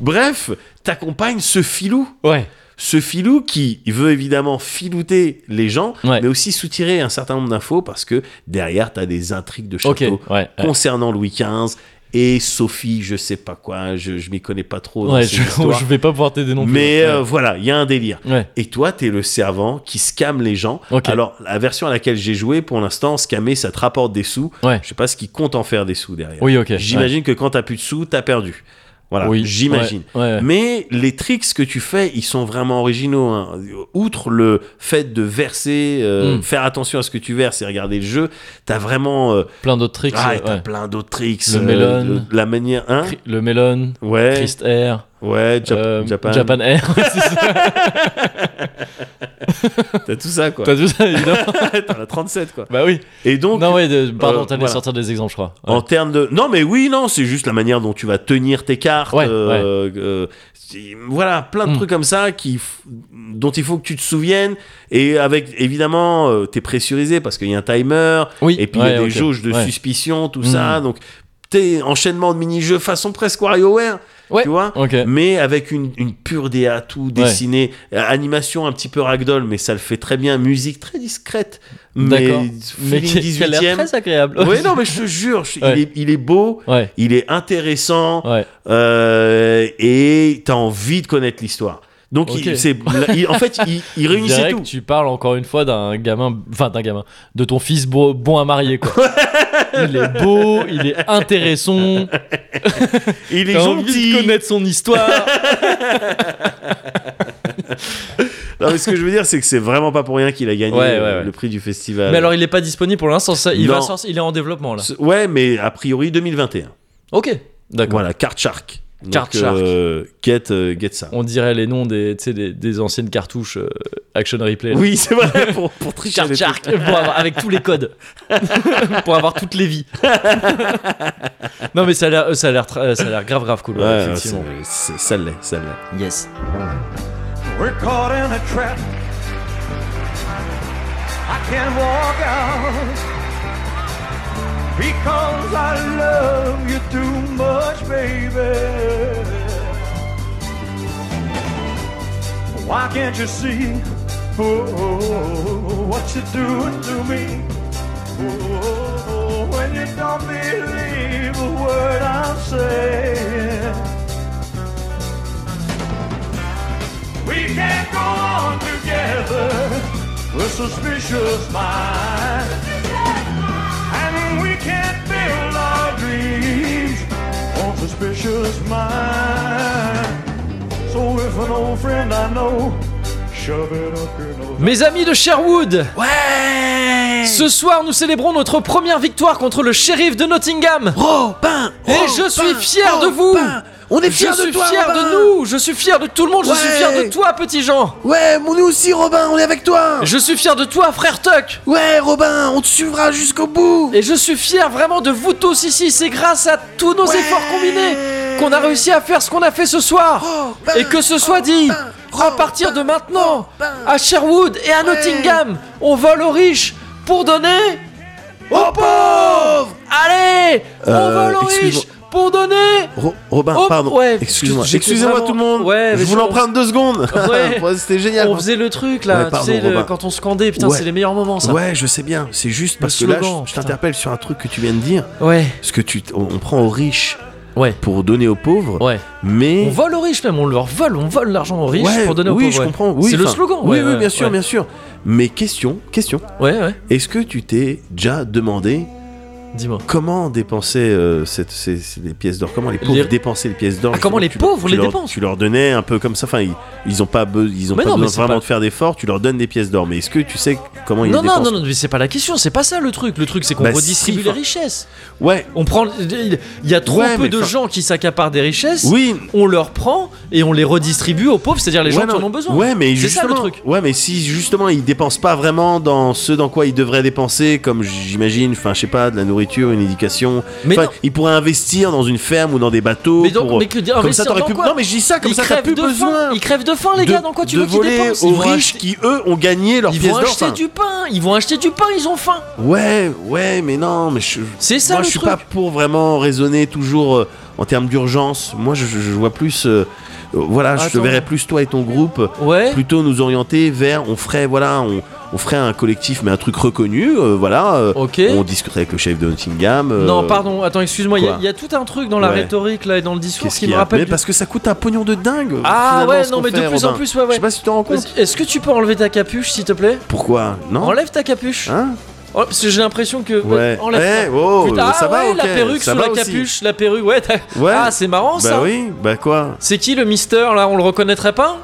Speaker 2: Bref, t'accompagnes ce filou.
Speaker 1: Ouais.
Speaker 2: ce filou qui veut évidemment filouter les gens,
Speaker 1: Ouais.
Speaker 2: mais aussi soutirer un certain nombre d'infos parce que derrière, tu as des intrigues de château
Speaker 1: Ok. Ouais. ouais.
Speaker 2: concernant Louis XV et Sophie, je sais pas quoi, je, je m'y connais pas trop. dans
Speaker 1: Ouais,
Speaker 2: ces
Speaker 1: je,
Speaker 2: histoires.
Speaker 1: je vais pas pouvoir t'aider non plus.
Speaker 2: mais
Speaker 1: Ouais.
Speaker 2: euh, voilà, il y a un délire.
Speaker 1: Ouais.
Speaker 2: Et toi, t'es le servant qui scamme les gens.
Speaker 1: Ok.
Speaker 2: Alors, la version à laquelle j'ai joué, pour l'instant, scammer, ça te rapporte des sous.
Speaker 1: Ouais.
Speaker 2: Je sais pas ce qu'ils comptent en faire des sous derrière.
Speaker 1: Oui, ok.
Speaker 2: J'imagine que quand t'as plus de sous, t'as perdu.
Speaker 1: Ouais.
Speaker 2: Voilà,
Speaker 1: Oui.
Speaker 2: j'imagine.
Speaker 1: Ouais, ouais, ouais.
Speaker 2: Mais les tricks que tu fais, ils sont vraiment originaux. hein. Outre le fait de verser, euh,
Speaker 1: Mm.
Speaker 2: faire attention à ce que tu verses et regarder le jeu, t'as vraiment. euh,
Speaker 1: Plein d'autres tricks.
Speaker 2: ah,
Speaker 1: euh,
Speaker 2: et t'as
Speaker 1: ouais.
Speaker 2: plein d'autres tricks.
Speaker 1: Le melon.
Speaker 2: de- de la manière. Hein
Speaker 1: Cri- Le melon,
Speaker 2: ouais.
Speaker 1: Christ Air.
Speaker 2: Ouais, Jap-
Speaker 1: Euh,
Speaker 2: Japan.
Speaker 1: Japan Air. ouais, c'est ça.
Speaker 2: T'as tout ça, quoi.
Speaker 1: T'as vu ça, évidemment
Speaker 2: T'as la 37, quoi.
Speaker 1: Bah oui.
Speaker 2: Et donc,
Speaker 1: non, ouais, de- pardon,
Speaker 2: euh,
Speaker 1: t'allais
Speaker 2: voilà.
Speaker 1: sortir des exemples, je crois. Ouais.
Speaker 2: en termes de. Non, mais oui, non, c'est juste la manière dont tu vas tenir tes cartes.
Speaker 1: Ouais,
Speaker 2: euh, euh, c'est- voilà, plein de
Speaker 1: Mm.
Speaker 2: trucs comme ça qui, f- dont il faut que tu te souviennes. Et avec, évidemment, euh, t'es pressurisé parce qu'il y a un timer.
Speaker 1: oui.
Speaker 2: Et puis il y
Speaker 1: ouais,
Speaker 2: a des
Speaker 1: ok.
Speaker 2: jauges de
Speaker 1: Ouais.
Speaker 2: suspicion, tout
Speaker 1: Mm.
Speaker 2: ça. Donc, t'es enchaînement de mini-jeux façon presque WarioWare.
Speaker 1: Ouais.
Speaker 2: Tu vois
Speaker 1: Ok.
Speaker 2: mais avec une, une pure DA tout dessinée, Euh, animation un petit peu ragdoll, mais ça le fait très bien, musique très discrète, mais
Speaker 1: D'accord. Mais
Speaker 2: feeling
Speaker 1: qui, qui a l'air
Speaker 2: 18e.
Speaker 1: très agréable.
Speaker 2: Ouais, non, mais je te jure, je-
Speaker 1: Ouais.
Speaker 2: il, est, il est beau,
Speaker 1: Ouais,
Speaker 2: il est intéressant,
Speaker 1: ouais.
Speaker 2: euh, et t'as envie de connaître l'histoire. Donc,
Speaker 1: Ok.
Speaker 2: il, c'est- la- il- en fait, il, il réunissait
Speaker 1: Direct,
Speaker 2: tout.
Speaker 1: tu parles encore une fois d'un gamin, enfin d'un gamin, de ton fils beau- bon à marier quoi. il est beau, il est intéressant,
Speaker 2: Il est
Speaker 1: t'as envie
Speaker 2: gentil.
Speaker 1: de connaître son histoire.
Speaker 2: Non, mais ce que je veux dire, c'est que c'est vraiment pas pour rien qu'il a gagné
Speaker 1: Ouais, ouais,
Speaker 2: euh,
Speaker 1: ouais.
Speaker 2: le prix du festival.
Speaker 1: Mais alors il est pas disponible pour l'instant, ça, il va
Speaker 2: Non.
Speaker 1: sortir, il est en développement là.
Speaker 2: Ce- ouais, mais a priori 2021.
Speaker 1: Ok, d'accord.
Speaker 2: Voilà, Card Shark. Donc,
Speaker 1: Card
Speaker 2: euh, get, euh, get ça.
Speaker 1: On dirait les noms des, tu sais, des, des anciennes cartouches euh, Action Replay. là.
Speaker 2: Oui, c'est vrai, pour, pour tricher.
Speaker 1: Char-
Speaker 2: les trucs.
Speaker 1: char- pour avoir- avec tous les codes pour avoir toutes les vies non mais ça a l'air euh, ça a l'air tra- euh, ça a l'air grave grave cool ouais,
Speaker 2: Ouais,
Speaker 1: effectivement
Speaker 2: c'est- c'est- ça l'est, ça l'est.
Speaker 1: yes
Speaker 8: We're caught in a trap. I can't walk out because I love you too much, baby. Why can't you see oh, what you're doing to me? Oh, when you don't believe a word I'm saying. We can't go on together with suspicious minds. And we can't build our dreams on suspicious minds. So if an old friend I know, shove it up your nose.
Speaker 1: mes amis de Sherwood
Speaker 2: Ouais
Speaker 1: ce soir nous célébrons notre première victoire contre le shérif de Nottingham
Speaker 2: Oh, Robin
Speaker 1: et je suis fier de vous
Speaker 2: On est
Speaker 1: je
Speaker 2: fiers
Speaker 1: suis
Speaker 2: de toi,
Speaker 1: fier
Speaker 2: Robin
Speaker 1: de nous je suis fier de tout le monde je suis
Speaker 2: Ouais.
Speaker 1: fier de toi petit Jean
Speaker 2: Ouais, mais nous aussi, Robin, on est avec toi
Speaker 1: je suis fier de toi frère Tuck
Speaker 2: Ouais, Robin, on te suivra jusqu'au bout
Speaker 1: et je suis fier vraiment de vous tous ici c'est grâce à tous nos efforts combinés qu'on a réussi à faire ce qu'on a fait ce soir Et que ce soit dit, à partir de maintenant, à Sherwood et à Nottingham, on vole aux riches pour donner aux pauvres. Allez, on
Speaker 2: Euh,
Speaker 1: vole aux
Speaker 2: excuse-moi.
Speaker 1: riches pour donner.
Speaker 2: Ro- Robin,
Speaker 1: Oh,
Speaker 2: pardon,
Speaker 1: ouais,
Speaker 2: excuse-moi,
Speaker 1: j'étais
Speaker 2: excusez-moi
Speaker 1: vraiment-
Speaker 2: tout le monde,
Speaker 1: Ouais,
Speaker 2: je
Speaker 1: mais
Speaker 2: vous
Speaker 1: je-
Speaker 2: l'emprunte deux secondes
Speaker 1: Ouais.
Speaker 2: C'était génial
Speaker 1: On faisait le truc là,
Speaker 2: Ouais,
Speaker 1: tu
Speaker 2: pardon,
Speaker 1: sais, le-
Speaker 2: Robin.
Speaker 1: quand on scandait, putain,
Speaker 2: Ouais.
Speaker 1: c'est les meilleurs moments ça.
Speaker 2: Ouais, je sais bien, c'est juste parce que là,
Speaker 1: slogan,
Speaker 2: je- je
Speaker 1: putain.
Speaker 2: t'interpelle sur un truc que tu viens de dire,
Speaker 1: Ouais,
Speaker 2: parce que tu, on, on prend aux riches
Speaker 1: ouais,
Speaker 2: pour donner aux pauvres,
Speaker 1: ouais.
Speaker 2: mais...
Speaker 1: On vole aux riches même, on leur vole, on vole l'argent aux riches
Speaker 2: Ouais,
Speaker 1: pour donner aux
Speaker 2: oui,
Speaker 1: pauvres.
Speaker 2: je
Speaker 1: ouais.
Speaker 2: comprends. Oui,
Speaker 1: c'est le
Speaker 2: enfin,
Speaker 1: slogan.
Speaker 2: Oui,
Speaker 1: ouais,
Speaker 2: oui,
Speaker 1: ouais,
Speaker 2: bien sûr,
Speaker 1: ouais.
Speaker 2: bien sûr. Mais question, question.
Speaker 1: Ouais, ouais,
Speaker 2: Est-ce que tu t'es déjà demandé
Speaker 1: dis-moi.
Speaker 2: comment dépenser euh, cette, ces, ces- les pièces d'or Comment les pauvres
Speaker 1: Les-
Speaker 2: dépensaient les pièces d'or
Speaker 1: Ah,
Speaker 2: justement,
Speaker 1: comment les
Speaker 2: tu leur-
Speaker 1: pauvres
Speaker 2: tu
Speaker 1: les
Speaker 2: leur-
Speaker 1: dépensent
Speaker 2: Tu leur donnais un peu comme ça. Enfin, ils, ils ont pas, be- ils ont
Speaker 1: Mais
Speaker 2: pas
Speaker 1: non, mais c'est
Speaker 2: besoin vraiment
Speaker 1: pas-
Speaker 2: de faire d'efforts. Tu leur donnes des pièces d'or. Mais est-ce que tu sais comment ils
Speaker 1: Non,
Speaker 2: les
Speaker 1: non,
Speaker 2: dépensent
Speaker 1: non, non, mais c'est pas la question, c'est pas ça le truc. Le truc, c'est qu'on
Speaker 2: Bah, si,
Speaker 1: redistribue les
Speaker 2: enfin.
Speaker 1: richesses.
Speaker 2: Ouais,
Speaker 1: On prend. Il y a trop
Speaker 2: Ouais,
Speaker 1: peu
Speaker 2: mais
Speaker 1: de
Speaker 2: enfin-
Speaker 1: gens qui s'accaparent des richesses.
Speaker 2: oui.
Speaker 1: On leur prend et on les redistribue aux pauvres, c'est-à-dire les gens
Speaker 2: ouais,
Speaker 1: qui
Speaker 2: non,
Speaker 1: en ont besoin.
Speaker 2: Ouais, mais
Speaker 1: C'est ça,
Speaker 2: justement,
Speaker 1: le truc.
Speaker 2: ouais, mais si justement ils dépensent pas vraiment dans ce dans quoi ils devraient dépenser, comme j'imagine, enfin, je sais pas, de la nourriture, une éducation.
Speaker 1: Mais
Speaker 2: Enfin,
Speaker 1: non.
Speaker 2: ils pourraient investir dans une ferme ou dans des bateaux.
Speaker 1: Mais donc,
Speaker 2: pour-
Speaker 1: mais que dire
Speaker 2: comme ça,
Speaker 1: investir
Speaker 2: t'aurais
Speaker 1: dans
Speaker 2: pu.
Speaker 1: quoi
Speaker 2: Non, mais je dis ça comme
Speaker 1: Ils
Speaker 2: ça, t'as
Speaker 1: crèvent
Speaker 2: plus
Speaker 1: de
Speaker 2: besoin.
Speaker 1: faim. Ils crèvent de faim, les
Speaker 2: de-
Speaker 1: gars. Dans quoi tu
Speaker 2: de
Speaker 1: veux qu'ils
Speaker 2: voler
Speaker 1: dépensent
Speaker 2: aux
Speaker 1: Ils vont
Speaker 2: riches
Speaker 1: acheter-
Speaker 2: qui eux ont gagné leur
Speaker 1: Ils
Speaker 2: pièce
Speaker 1: vont
Speaker 2: d'or.
Speaker 1: acheter
Speaker 2: enfin.
Speaker 1: du pain. Ils vont acheter du pain. Ils ont faim.
Speaker 2: Ouais, ouais, mais non, mais je.
Speaker 1: C'est ça
Speaker 2: Moi,
Speaker 1: le
Speaker 2: je suis
Speaker 1: truc.
Speaker 2: pas pour vraiment raisonner toujours euh, en termes d'urgence. Moi, je, je- je vois plus. euh, euh, voilà, je te
Speaker 1: Attends.
Speaker 2: verrais plus toi et ton groupe euh,
Speaker 1: Ouais.
Speaker 2: plutôt nous orienter vers on ferait voilà on, on ferait un collectif mais un truc reconnu euh, voilà euh,
Speaker 1: Ok.
Speaker 2: on discuterait avec le chef de Nottingham euh,
Speaker 1: Non, pardon. Attends, excuse-moi. Il y a-
Speaker 2: quoi
Speaker 1: il y, a tout un truc dans la
Speaker 2: Ouais.
Speaker 1: rhétorique là et dans le discours
Speaker 2: qu'est-ce
Speaker 1: qui
Speaker 2: qu'il
Speaker 1: me
Speaker 2: y a
Speaker 1: rappelle.
Speaker 2: mais
Speaker 1: du-
Speaker 2: parce que ça coûte un pognon de dingue
Speaker 1: Ah
Speaker 2: finalement,
Speaker 1: ouais,
Speaker 2: ce
Speaker 1: non,
Speaker 2: qu'on
Speaker 1: mais de
Speaker 2: fait,
Speaker 1: plus en
Speaker 2: Robin.
Speaker 1: plus, ouais,
Speaker 2: je
Speaker 1: ouais.
Speaker 2: sais pas si tu te rends compte
Speaker 1: Vas-y, Est-ce que tu peux enlever ta capuche, s'il te plaît
Speaker 2: pourquoi non
Speaker 1: Enlève ta capuche.
Speaker 2: hein
Speaker 1: Oh, parce que j'ai l'impression que.
Speaker 2: ouais
Speaker 1: Enlève
Speaker 2: Eh, oh,
Speaker 1: Putain, ah
Speaker 2: ça va
Speaker 1: ouais,
Speaker 2: ok,
Speaker 1: la perruque
Speaker 2: ça
Speaker 1: sous
Speaker 2: va
Speaker 1: la
Speaker 2: aussi.
Speaker 1: capuche, la perruque, ouais. t'as-
Speaker 2: ouais
Speaker 1: Ah, c'est marrant
Speaker 2: bah
Speaker 1: ça.
Speaker 2: oui bah quoi
Speaker 1: C'est qui le Mister là On le reconnaîtrait pas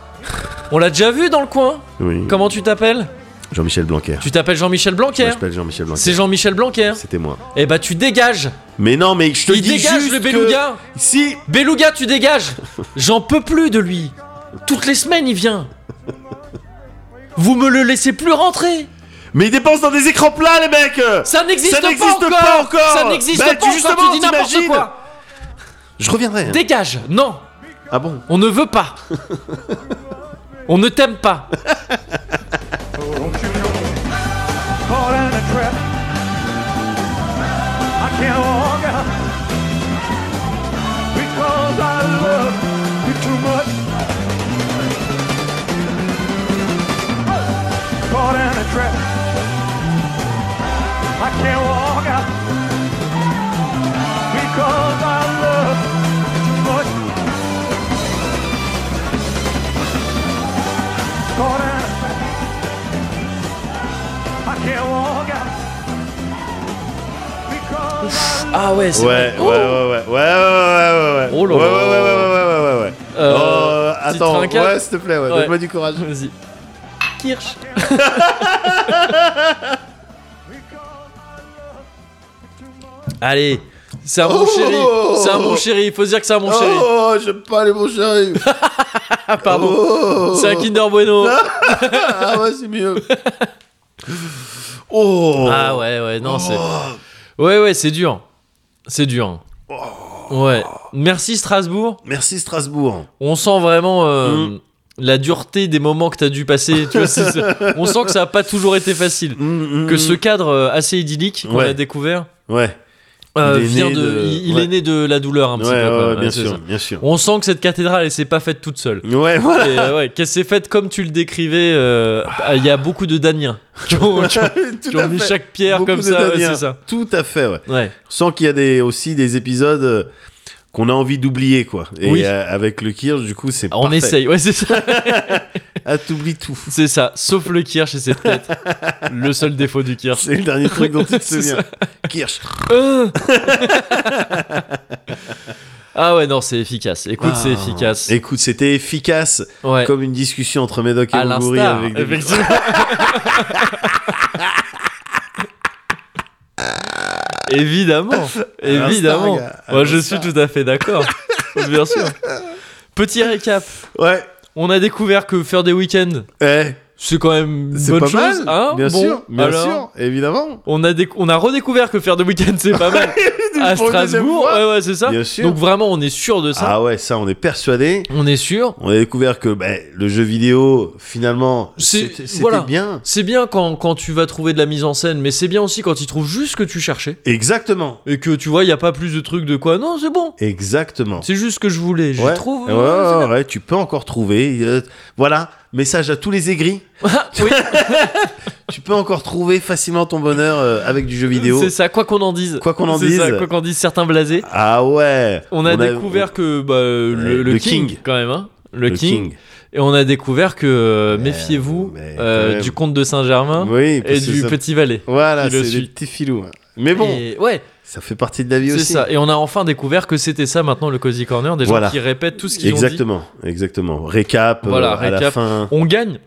Speaker 1: On l'a déjà vu dans le coin.
Speaker 2: oui
Speaker 1: Comment tu t'appelles
Speaker 2: Jean-Michel Blanquer.
Speaker 1: Tu t'appelles Jean-Michel
Speaker 2: Moi,
Speaker 1: Blanquer
Speaker 2: je m'appelle
Speaker 1: C'est
Speaker 2: Jean-Michel Blanquer.
Speaker 1: Jean-Michel Blanquer
Speaker 2: C'était moi.
Speaker 1: Eh bah tu dégages
Speaker 2: Mais non, mais je te
Speaker 1: Il
Speaker 2: dis
Speaker 1: dégage
Speaker 2: juste
Speaker 1: le
Speaker 2: que-
Speaker 1: Beluga
Speaker 2: Si
Speaker 1: Beluga, tu dégages J'en peux plus de lui Toutes les semaines, il vient Vous me le laissez plus rentrer
Speaker 2: Mais ils dépensent dans des écrans plats, les mecs
Speaker 1: Ça n'existe
Speaker 2: Ça
Speaker 1: pas,
Speaker 2: n'existe
Speaker 1: encore.
Speaker 2: pas encore.
Speaker 1: Ça n'existe
Speaker 2: Bah,
Speaker 1: pas
Speaker 2: tu-
Speaker 1: encore,
Speaker 2: justement,
Speaker 1: tu dis n'importe
Speaker 2: t'imagines.
Speaker 1: quoi
Speaker 2: Je reviendrai. hein.
Speaker 1: Dégage Non
Speaker 2: Ah bon
Speaker 1: On ne veut pas On ne t'aime pas
Speaker 8: Don't you know? Caught in a trap. I can't walk out because I love you too much. Caught in a trap. I can't walk out because I love you too much. Caught in a trap. I can't walk out because I
Speaker 1: Ah ouais, c'est
Speaker 2: Ouais, ouais, ouais, ouais, ouais, ouais, ouais, ouais, ouais.
Speaker 1: Oh là
Speaker 2: ouais,
Speaker 1: là.
Speaker 2: ouais, ouais, ouais, ouais, ouais, ouais, ouais.
Speaker 1: Euh,
Speaker 2: Oh,
Speaker 1: petit
Speaker 2: attends,
Speaker 1: trinquage.
Speaker 2: ouais, s'il te plaît, ouais,
Speaker 1: Ouais.
Speaker 2: donne-moi du courage.
Speaker 1: Vas-y. Kirsch Allez c'est un bon
Speaker 2: Oh.
Speaker 1: chéri, c'est un bon chéri, il faut se dire que c'est un bon chéri.
Speaker 2: Oh, j'aime pas les bons chéris.
Speaker 1: Ah pardon,
Speaker 2: Oh.
Speaker 1: c'est un Kinder Bueno.
Speaker 2: Ah ouais, c'est mieux. Oh.
Speaker 1: Ah ouais, ouais, non, c'est. Ouais, ouais, c'est dur. C'est dur.
Speaker 2: Oh.
Speaker 1: Ouais. Merci Strasbourg.
Speaker 2: Merci Strasbourg.
Speaker 1: On sent vraiment euh,
Speaker 2: Mm.
Speaker 1: la dureté des moments que t'as dû passer. Tu vois, c'est- c'est- On sent que ça a pas toujours été facile. Que ce cadre euh, assez idyllique qu'on
Speaker 2: Ouais.
Speaker 1: a découvert
Speaker 2: Mm, Ouais,
Speaker 1: euh,
Speaker 2: Il est
Speaker 1: vient
Speaker 2: né
Speaker 1: de.
Speaker 2: de-
Speaker 1: Il, il
Speaker 2: ouais.
Speaker 1: est né de la douleur un
Speaker 2: ouais,
Speaker 1: petit peu. quand
Speaker 2: ouais,
Speaker 1: même.
Speaker 2: bien
Speaker 1: Ouais, c'est
Speaker 2: sûr,
Speaker 1: ça.
Speaker 2: bien sûr.
Speaker 1: On sent que cette cathédrale, elle s'est pas faite toute seule.
Speaker 2: Ouais, voilà.
Speaker 1: Et, euh, ouais, qu'elle s'est faite comme tu le décrivais. euh, Il y a beaucoup de Daniens qui ont, qui ont-
Speaker 2: Tout
Speaker 1: qui ont
Speaker 2: à
Speaker 1: mis
Speaker 2: fait.
Speaker 1: chaque pierre
Speaker 2: Beaucoup
Speaker 1: comme
Speaker 2: de
Speaker 1: ça. ouais,
Speaker 2: Daniens.
Speaker 1: c'est ça.
Speaker 2: Tout à fait, ouais.
Speaker 1: Ouais.
Speaker 2: Sans qu'il y a des, aussi des épisodes euh, qu'on a envie d'oublier, quoi. Et
Speaker 1: Oui.
Speaker 2: euh, avec le Kirsch, du coup, c'est
Speaker 1: On
Speaker 2: parfait.
Speaker 1: essaye, ouais, c'est ça.
Speaker 2: Ah, t'oublies tout.
Speaker 1: C'est ça, sauf le Kirsch et cette tête. le seul défaut du Kirsch.
Speaker 2: C'est le dernier truc dont tu te
Speaker 1: C'est
Speaker 2: souviens. Kirsch.
Speaker 1: Euh. ah ouais, non, c'est efficace. Écoute, c'est
Speaker 2: Ah.
Speaker 1: efficace.
Speaker 2: Écoute, c'était efficace
Speaker 1: Ouais.
Speaker 2: comme une discussion entre Médoc et
Speaker 1: à
Speaker 2: Bourgouri
Speaker 1: l'instar,
Speaker 2: avec des...
Speaker 1: effectivement. évidemment, évidemment.
Speaker 2: gars, à
Speaker 1: Moi, je suis tout à fait d'accord. Bien sûr. Petit récap.
Speaker 2: Ouais.
Speaker 1: On a découvert que faire des week-ends,
Speaker 2: Eh,
Speaker 1: c'est quand même une
Speaker 2: c'est
Speaker 1: bonne
Speaker 2: pas
Speaker 1: chose,
Speaker 2: mal.
Speaker 1: hein
Speaker 2: bien
Speaker 1: Bon,
Speaker 2: sûr, bien
Speaker 1: alors,
Speaker 2: sûr, évidemment.
Speaker 1: On a, déc- on a redécouvert que faire de week-end c'est pas mal à
Speaker 2: Pour une deuxième
Speaker 1: Strasbourg.
Speaker 2: fois.
Speaker 1: Ouais, ouais, c'est ça.
Speaker 2: Bien sûr.
Speaker 1: Donc vraiment, on est sûr de ça.
Speaker 2: Ah ouais, ça, on est persuadé.
Speaker 1: On est sûr.
Speaker 2: On a découvert que ben, le jeu vidéo, finalement,
Speaker 1: C'est-
Speaker 2: c'était c'était
Speaker 1: voilà.
Speaker 2: bien.
Speaker 1: C'est bien quand, quand tu vas trouver de la mise en scène, mais c'est bien aussi quand tu trouves juste ce que tu cherchais.
Speaker 2: Exactement.
Speaker 1: Et que tu vois, il n'y a pas plus de trucs de quoi. Non, c'est bon.
Speaker 2: Exactement.
Speaker 1: C'est juste ce que je voulais. Je
Speaker 2: ouais.
Speaker 1: trouve.
Speaker 2: Ouais,
Speaker 1: euh,
Speaker 2: ouais, ouais, tu peux encore trouver. euh, voilà, message à tous les aigris.
Speaker 1: c'est bien. Ah,
Speaker 2: tu peux encore trouver facilement ton bonheur euh, avec du jeu
Speaker 1: oui,
Speaker 2: vidéo.
Speaker 1: c'est ça, quoi qu'on en dise.
Speaker 2: Quoi qu'on en
Speaker 1: C'est ça,
Speaker 2: dise.
Speaker 1: quoi qu'en disent certains blasés.
Speaker 2: Ah ouais.
Speaker 1: On a découvert que bah, euh, le,
Speaker 2: Le-
Speaker 1: le
Speaker 2: le
Speaker 1: king,
Speaker 2: King.
Speaker 1: quand même, hein. Le,
Speaker 2: le
Speaker 1: king.
Speaker 2: King.
Speaker 1: Et on a découvert que, euh,
Speaker 2: Mais,
Speaker 1: méfiez-vous,
Speaker 2: mais
Speaker 1: euh,
Speaker 2: quand même.
Speaker 1: du comte de Saint-Germain.
Speaker 2: Oui, parce
Speaker 1: hein, et
Speaker 2: que
Speaker 1: du
Speaker 2: ça-
Speaker 1: Petit Valet.
Speaker 2: Voilà,
Speaker 1: qui le
Speaker 2: c'est des
Speaker 1: suit.
Speaker 2: petits filous. hein. Mais bon,
Speaker 1: Et- ouais,
Speaker 2: ça fait partie de la vie
Speaker 1: c'est
Speaker 2: aussi.
Speaker 1: ça. Et on a enfin découvert que c'était ça maintenant le Cozy Corner, des gens
Speaker 2: Voilà.
Speaker 1: qui répètent tout ce qu'ils ont dit.
Speaker 2: Exactement, exactement. Récap, euh,
Speaker 1: Voilà,
Speaker 2: à la
Speaker 1: récap.
Speaker 2: fin.
Speaker 1: On gagne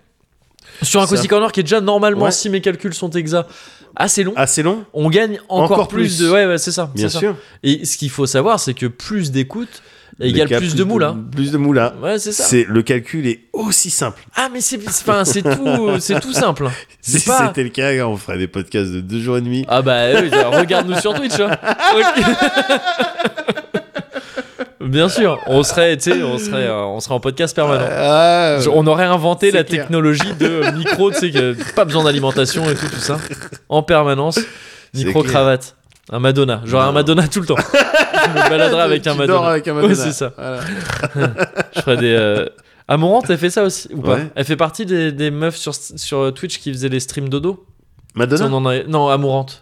Speaker 1: sur un
Speaker 2: Ça.
Speaker 1: Cozy Corner qui est déjà normalement,
Speaker 2: Ouais.
Speaker 1: si mes calculs sont exacts, assez long.
Speaker 2: Assez long,
Speaker 1: On gagne encore,
Speaker 2: Encore
Speaker 1: plus,
Speaker 2: plus.
Speaker 1: de. Ouais, ouais, c'est ça.
Speaker 2: bien
Speaker 1: c'est ça.
Speaker 2: sûr.
Speaker 1: Et ce qu'il faut savoir, c'est que plus d'écoute égale
Speaker 2: Récap,
Speaker 1: plus de moules. hein.
Speaker 2: Plus de moula.
Speaker 1: Ouais, c'est ça.
Speaker 2: C'est le calcul est aussi simple.
Speaker 1: Ah, mais c'est enfin, c'est tout, c'est tout simple. hein.
Speaker 2: Si
Speaker 1: C'est pas.
Speaker 2: c'était le cas, on ferait des podcasts de deux jours et demi.
Speaker 1: Ah bah oui, bah, regarde-nous sur Twitch. hein. Ok. Bien sûr, on serait, tu sais, on serait, euh, on serait en podcast permanent.
Speaker 2: Ah,
Speaker 1: Je- On aurait inventé
Speaker 2: c'est
Speaker 1: la
Speaker 2: clair.
Speaker 1: technologie de micro, tu sais, que pas besoin d'alimentation et tout, tout ça, en permanence.
Speaker 2: C'est
Speaker 1: Micro
Speaker 2: clair.
Speaker 1: cravate, un Madonna, genre un
Speaker 2: Non.
Speaker 1: Madonna tout le temps. Je me baladerai avec
Speaker 2: Tu
Speaker 1: un
Speaker 2: dors
Speaker 1: Madonna.
Speaker 2: avec un Madonna.
Speaker 1: Ouais, c'est ça.
Speaker 2: Voilà.
Speaker 1: Je ferai des. Euh... Amorante, elle fait ça aussi ou pas
Speaker 2: Ouais.
Speaker 1: Elle fait partie des, des meufs sur, sur Twitch qui faisaient les streams dodo.
Speaker 2: Madonna
Speaker 1: On en a- Non, Amourante.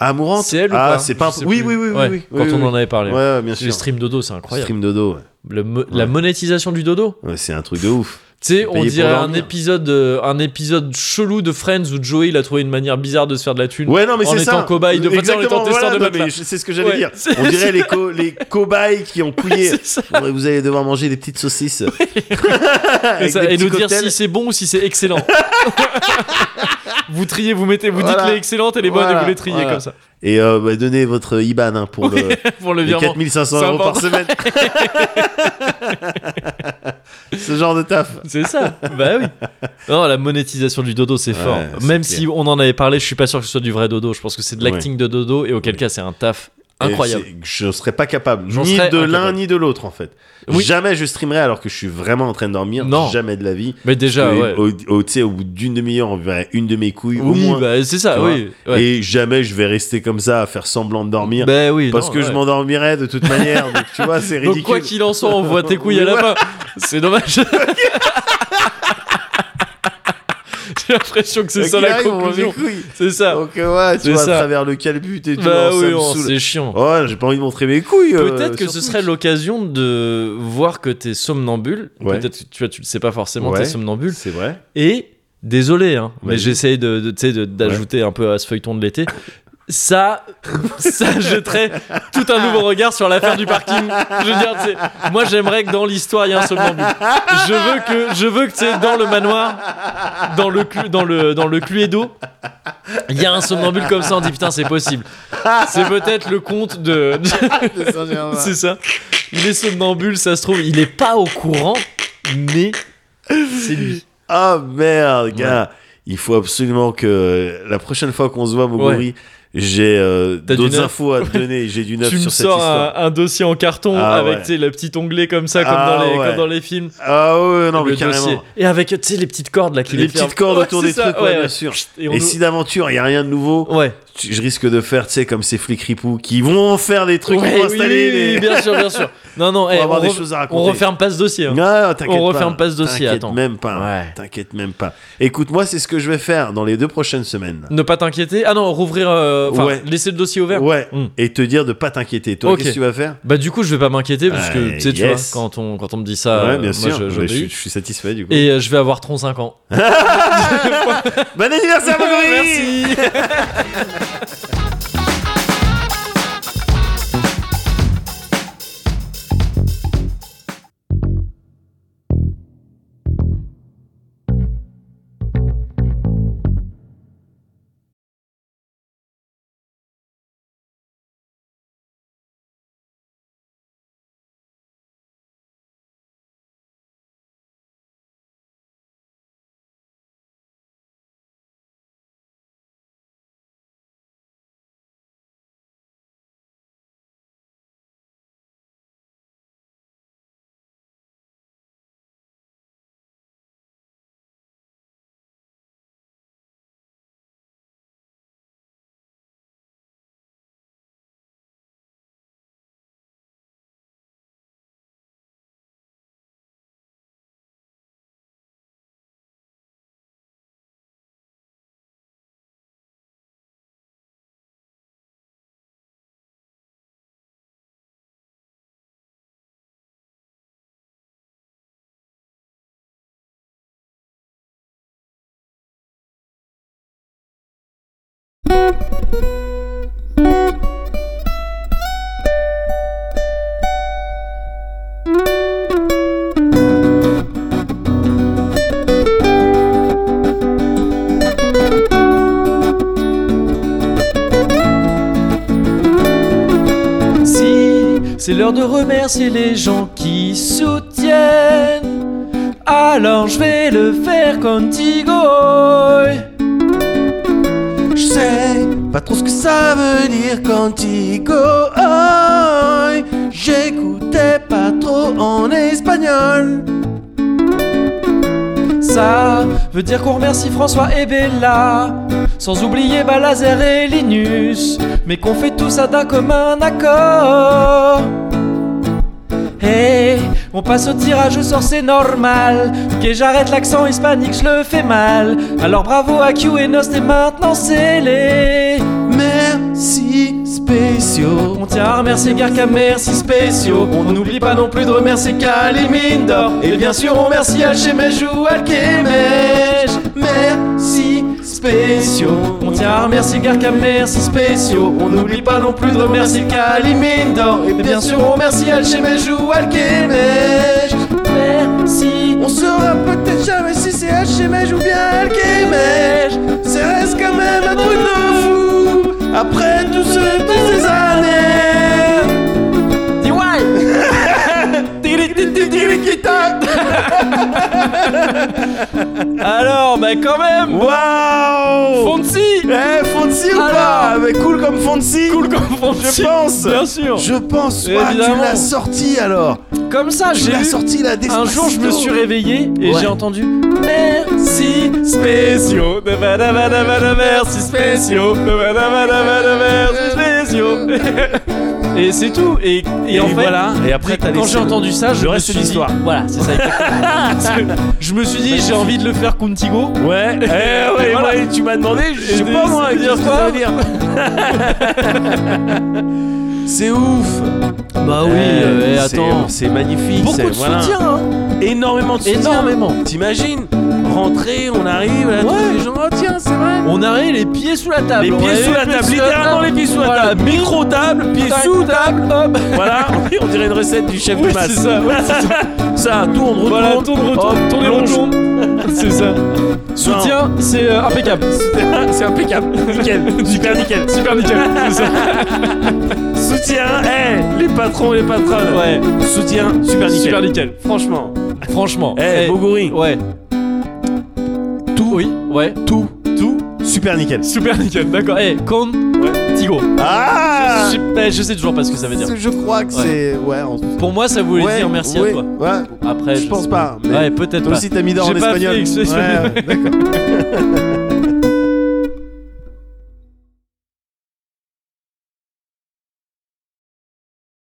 Speaker 2: Amourante
Speaker 1: C'est elle ou
Speaker 2: Ah,
Speaker 1: pas
Speaker 2: c'est pas
Speaker 1: Je sais
Speaker 2: Oui,
Speaker 1: plus.
Speaker 2: oui, oui, oui,
Speaker 1: Ouais,
Speaker 2: oui.
Speaker 1: Quand
Speaker 2: oui,
Speaker 1: on
Speaker 2: oui.
Speaker 1: en avait parlé.
Speaker 2: Ouais, ouais, bien
Speaker 1: Les
Speaker 2: sûr.
Speaker 1: streams dodo, c'est incroyable.
Speaker 2: Stream dodo, ouais.
Speaker 1: Le mo- La monétisation du dodo.
Speaker 2: Ouais, c'est un truc de ouf.
Speaker 1: Tu sais, on
Speaker 2: Payer pour
Speaker 1: dirait un
Speaker 2: dormir.
Speaker 1: épisode, euh, un épisode chelou de Friends où Joey il a trouvé une manière bizarre de se faire de la thune.
Speaker 2: Ouais, non, mais
Speaker 1: En
Speaker 2: c'est
Speaker 1: étant
Speaker 2: ça.
Speaker 1: cobaye de-
Speaker 2: Exactement,
Speaker 1: en étant testeur
Speaker 2: voilà,
Speaker 1: de
Speaker 2: non,
Speaker 1: matelas.
Speaker 2: mais je- C'est ce que j'allais
Speaker 1: Ouais,
Speaker 2: dire.
Speaker 1: c'est-
Speaker 2: On dirait les, co- les cobayes qui ont couillé.
Speaker 1: C'est ça.
Speaker 2: Ouais, Vous allez devoir manger des petites saucisses.
Speaker 1: Et,
Speaker 2: Avec
Speaker 1: ça-
Speaker 2: des
Speaker 1: et nous
Speaker 2: petits
Speaker 1: dire
Speaker 2: cocktails.
Speaker 1: si c'est bon ou si c'est excellent. Vous triez, vous mettez, vous dites
Speaker 2: Voilà.
Speaker 1: les excellentes et les bonnes et
Speaker 2: Voilà,
Speaker 1: vous les triez
Speaker 2: voilà.
Speaker 1: comme ça
Speaker 2: Et euh, bah, donnez votre IBAN hein, pour le,
Speaker 1: pour le
Speaker 2: les
Speaker 1: virement.
Speaker 2: 4500
Speaker 1: C'est
Speaker 2: euros par
Speaker 1: important.
Speaker 2: semaine. Ce genre de taf.
Speaker 1: C'est ça. bah oui. Non, la monétisation du dodo, c'est
Speaker 2: Ouais,
Speaker 1: fort.
Speaker 2: c'est
Speaker 1: Même
Speaker 2: clair.
Speaker 1: si on en avait parlé, je suis pas sûr que ce soit du vrai dodo. Je pense que c'est de l'acting de dodo et auquel
Speaker 2: Oui.
Speaker 1: cas c'est un taf incroyable.
Speaker 2: Et c'est- Je serais pas capable,
Speaker 1: J'en
Speaker 2: ni
Speaker 1: serais
Speaker 2: de l'un
Speaker 1: incapable.
Speaker 2: ni de l'autre en fait.
Speaker 1: Oui.
Speaker 2: Jamais je streamerai alors que je suis vraiment en train de dormir.
Speaker 1: Non.
Speaker 2: Jamais de la vie.
Speaker 1: Mais déjà,
Speaker 2: Et
Speaker 1: ouais.
Speaker 2: au, au- tu sais, au bout d'une demi-heure, on verrait une de mes couilles au
Speaker 1: Oui,
Speaker 2: moins.
Speaker 1: bah, c'est
Speaker 2: tu
Speaker 1: ça,
Speaker 2: vois.
Speaker 1: oui. ouais.
Speaker 2: Et jamais je vais rester comme ça à faire semblant de dormir.
Speaker 1: Bah oui,
Speaker 2: parce
Speaker 1: non,
Speaker 2: que je
Speaker 1: ouais.
Speaker 2: m'endormirais de toute manière. donc, tu vois, c'est ridicule.
Speaker 1: Donc quoi qu'il en soit, on voit tes couilles à
Speaker 2: Oui,
Speaker 1: la
Speaker 2: voilà.
Speaker 1: fin. C'est dommage. J'ai l'impression que c'est
Speaker 2: Quoi
Speaker 1: ça
Speaker 2: qu'il
Speaker 1: la
Speaker 2: arrive, on voit mes
Speaker 1: conclusion.
Speaker 2: couilles.
Speaker 1: C'est ça.
Speaker 2: Donc euh, ouais, tu
Speaker 1: C'est
Speaker 2: vois,
Speaker 1: ça.
Speaker 2: à travers le calbut et tout,
Speaker 1: Bah
Speaker 2: non, ça
Speaker 1: oui,
Speaker 2: me
Speaker 1: oh,
Speaker 2: saoule.
Speaker 1: c'est chiant.
Speaker 2: Ouais, j'ai pas envie de montrer mes couilles. euh,
Speaker 1: Peut-être que
Speaker 2: sur
Speaker 1: ce
Speaker 2: Twitch.
Speaker 1: serait l'occasion de voir que t'es somnambule.
Speaker 2: Ouais.
Speaker 1: Peut-être que tu, vois, tu le sais pas forcément,
Speaker 2: Ouais.
Speaker 1: t'es somnambule.
Speaker 2: C'est vrai.
Speaker 1: Et désolé, hein, mais
Speaker 2: Vas-y.
Speaker 1: j'essaye de, de- tu sais, de- d'ajouter un peu à ce feuilleton de l'été. Ça, ça jetterait tout un nouveau regard sur l'affaire du parking. Je veux dire, tu sais, moi j'aimerais que dans l'histoire il y ait un somnambule. Je veux que, je veux que tu sais, dans le manoir, dans le, clu- dans le, dans le Cluedo, il y a un somnambule comme ça. On dit putain, c'est possible. C'est peut-être le conte de. C'est ça. Il est somnambule, ça se trouve. Il est pas au courant, mais c'est lui.
Speaker 2: Ah merde, gars. Il faut absolument que la prochaine fois qu'on se voit, Moguri, j'ai euh,
Speaker 1: T'as du
Speaker 2: d'autres
Speaker 1: neuf
Speaker 2: infos à te donner. J'ai du neuf
Speaker 1: Tu me
Speaker 2: sur cette
Speaker 1: sors un,
Speaker 2: histoire.
Speaker 1: un dossier en carton
Speaker 2: Ah
Speaker 1: avec
Speaker 2: ouais.
Speaker 1: tu sais, le petit onglet comme ça, comme,
Speaker 2: Ah
Speaker 1: dans, les,
Speaker 2: ouais.
Speaker 1: comme dans les films.
Speaker 2: Ah ouais, non,
Speaker 1: Le
Speaker 2: mais carrément.
Speaker 1: dossier. Et avec tu sais, les petites cordes là qui
Speaker 2: Les
Speaker 1: les ferment.
Speaker 2: petites cordes
Speaker 1: Ouais,
Speaker 2: autour
Speaker 1: c'est
Speaker 2: des
Speaker 1: ça,
Speaker 2: trucs, ouais,
Speaker 1: ouais,
Speaker 2: bien
Speaker 1: ouais.
Speaker 2: sûr.
Speaker 1: Et, on
Speaker 2: Et
Speaker 1: nous-
Speaker 2: si d'aventure, il n'y a rien de nouveau,
Speaker 1: Ouais.
Speaker 2: tu- je risque de faire, tu sais, comme ces flics ripoux qui vont faire des trucs
Speaker 1: Ouais,
Speaker 2: pour
Speaker 1: oui,
Speaker 2: installer
Speaker 1: oui,
Speaker 2: les-
Speaker 1: oui, bien sûr, bien sûr. Non, non,
Speaker 2: pour
Speaker 1: eh,
Speaker 2: avoir
Speaker 1: on,
Speaker 2: des
Speaker 1: re-
Speaker 2: choses à raconter.
Speaker 1: on referme pas ce dossier. hein.
Speaker 2: Non, t'inquiète
Speaker 1: On
Speaker 2: pas.
Speaker 1: referme pas ce dossier,
Speaker 2: T'inquiète
Speaker 1: attends.
Speaker 2: même pas.
Speaker 1: Ouais.
Speaker 2: T'inquiète même pas. Écoute-moi, c'est ce que je vais faire dans les deux prochaines semaines.
Speaker 1: Ne pas t'inquiéter. Ah non, rouvrir. euh, Enfin,
Speaker 2: Ouais.
Speaker 1: laisser le dossier ouvert.
Speaker 2: Ouais.
Speaker 1: Hmm.
Speaker 2: Et te dire de pas t'inquiéter. Toi,
Speaker 1: Ok.
Speaker 2: qu'est-ce que tu vas faire
Speaker 1: Bah, du coup, je vais pas m'inquiéter parce que
Speaker 2: Ouais,
Speaker 1: tu sais, tu vois,
Speaker 2: Bah, yes.
Speaker 1: quand on, quand on me dit ça,
Speaker 2: Ouais,
Speaker 1: euh,
Speaker 2: bien
Speaker 1: moi
Speaker 2: sûr.
Speaker 1: je- j'en
Speaker 2: Mais
Speaker 1: ai
Speaker 2: je,
Speaker 1: eu.
Speaker 2: suis- je suis satisfait du coup.
Speaker 1: Et euh, je vais avoir 35 ans.
Speaker 2: Bon anniversaire,
Speaker 1: Merci.
Speaker 2: Marguerite
Speaker 1: Si, c'est l'heure de remercier les gens qui soutiennent. Alors je vais le faire contigo.
Speaker 2: Je sais pas trop ce que ça veut dire contigo. Ay, J'écoutais pas trop en espagnol.
Speaker 1: Ça veut dire qu'on remercie François et Bella. Sans oublier Balazer et Linus. Mais qu'on fait tout ça d'un commun accord. Et Eh, on passe au tirage au sort, c'est normal. Ok, j'arrête l'accent hispanique, je le fais mal. Alors bravo à Q et Nost, et maintenant c'est les.
Speaker 2: Merci spéciaux.
Speaker 1: On tient à remercier Garca, merci spéciaux. On n'oublie pas non plus de remercier Kalimindor. Et bien sûr, on remercie Alchemej ou Alchemej. Merci spéciaux. On tient à remercier Garca, merci spéciaux. On n'oublie pas non plus de remercier Kalimindor. Et bien sûr, on remercie Alchemej ou Alchemej. Merci.
Speaker 2: On saura peut-être jamais si c'est HMH ou bien Alchemège. C'est reste quand même un truc de fou. Après tout ce, toutes ces années.
Speaker 1: Alors, bah quand même
Speaker 2: Waouh
Speaker 1: Fonsi
Speaker 2: Eh, Fonsi ou
Speaker 1: Alors
Speaker 5: Ah,
Speaker 2: pas Mais cool comme Fonsi
Speaker 1: Cool comme Fonsi
Speaker 2: Je pense
Speaker 1: Bien sûr
Speaker 2: Je pense ouais,
Speaker 1: Évidemment.
Speaker 2: tu l'as sorti alors
Speaker 1: Comme ça,
Speaker 2: Tu
Speaker 1: j'ai
Speaker 2: l'as
Speaker 1: eu-
Speaker 2: sorti là Despacito
Speaker 1: Un jour, je me suis réveillé et
Speaker 2: Ouais.
Speaker 1: j'ai entendu Merci spéciaux, de badabadabada, merci spéciaux, de badabadabada, merci spéciaux. Et c'est tout. Et, et, en fait,
Speaker 2: Et après t'as
Speaker 1: quand
Speaker 2: laissé
Speaker 1: j'ai entendu ça, je
Speaker 5: le
Speaker 1: me
Speaker 5: reste
Speaker 1: suis
Speaker 5: de
Speaker 1: dit-
Speaker 5: l'histoire.
Speaker 1: Voilà, c'est ça. exactement. je me suis dit, j'ai envie de le faire contigo.
Speaker 5: Ouais, eh ouais,
Speaker 1: Voilà.
Speaker 5: ouais, tu m'as demandé, je sais pas moi,
Speaker 1: c'est-
Speaker 5: dire
Speaker 1: c'est-
Speaker 5: quoi.
Speaker 2: C'est ouf
Speaker 1: Bah oui,
Speaker 2: Eh,
Speaker 1: euh, eh,
Speaker 2: c'est-
Speaker 1: attends.
Speaker 2: C'est magnifique
Speaker 1: Beaucoup
Speaker 2: c'est-
Speaker 1: de
Speaker 2: voilà.
Speaker 1: soutien, hein.
Speaker 5: Énormément de soutien.
Speaker 1: énormément.
Speaker 5: T'imagines Rentrer, on arrive, là,
Speaker 1: Ouais.
Speaker 5: tous les gens, oh tiens, c'est vrai.
Speaker 1: On arrive les pieds sous la table.
Speaker 5: Les
Speaker 1: On
Speaker 5: pieds
Speaker 1: arrive
Speaker 5: sous la table, littéralement les pieds sous la
Speaker 1: Voilà,
Speaker 5: table. Micro-table, pieds
Speaker 1: Tac,
Speaker 5: sous
Speaker 1: tac,
Speaker 5: table.
Speaker 1: hop.
Speaker 5: Voilà, on dirait une recette du chef
Speaker 1: Oui,
Speaker 5: de masse.
Speaker 1: c'est ça, ouais, c'est
Speaker 5: Ça, tourne, retourne.
Speaker 1: Voilà, tourne, retourne,
Speaker 5: hop,
Speaker 1: tourne et
Speaker 5: plonge.
Speaker 1: retourne. C'est ça. Soutien, c'est euh, impeccable.
Speaker 5: C'est impeccable. Nickel. Super nickel.
Speaker 1: Super nickel. C'est ça.
Speaker 5: Soutien, eh, les patrons et les patronnes.
Speaker 1: Ouais,
Speaker 5: Soutien, super nickel.
Speaker 1: super nickel.
Speaker 5: Franchement.
Speaker 1: Franchement.
Speaker 5: Eh,
Speaker 1: Eh,
Speaker 5: Bogouri.
Speaker 1: Ouais. Tout. Oui, ouais.
Speaker 2: Tout Tout Super nickel
Speaker 1: Super nickel, d'accord. Eh, con. Tigo.
Speaker 2: Ah
Speaker 1: Je, eh, je sais toujours pas ce que ça veut dire.
Speaker 2: Je crois que
Speaker 1: Ouais.
Speaker 2: c'est... Ouais, on-
Speaker 1: Pour moi, ça voulait
Speaker 2: ouais,
Speaker 1: dire merci
Speaker 2: ouais,
Speaker 1: à toi.
Speaker 2: Ouais,
Speaker 1: Après,
Speaker 2: je pense
Speaker 1: sais
Speaker 2: pas mais
Speaker 1: Ouais, peut-être
Speaker 2: Toi
Speaker 1: pas.
Speaker 2: aussi t'as mis dans
Speaker 1: J'ai
Speaker 2: en
Speaker 1: pas
Speaker 2: espagnol
Speaker 1: fait exprès.
Speaker 2: Ouais, ouais, d'accord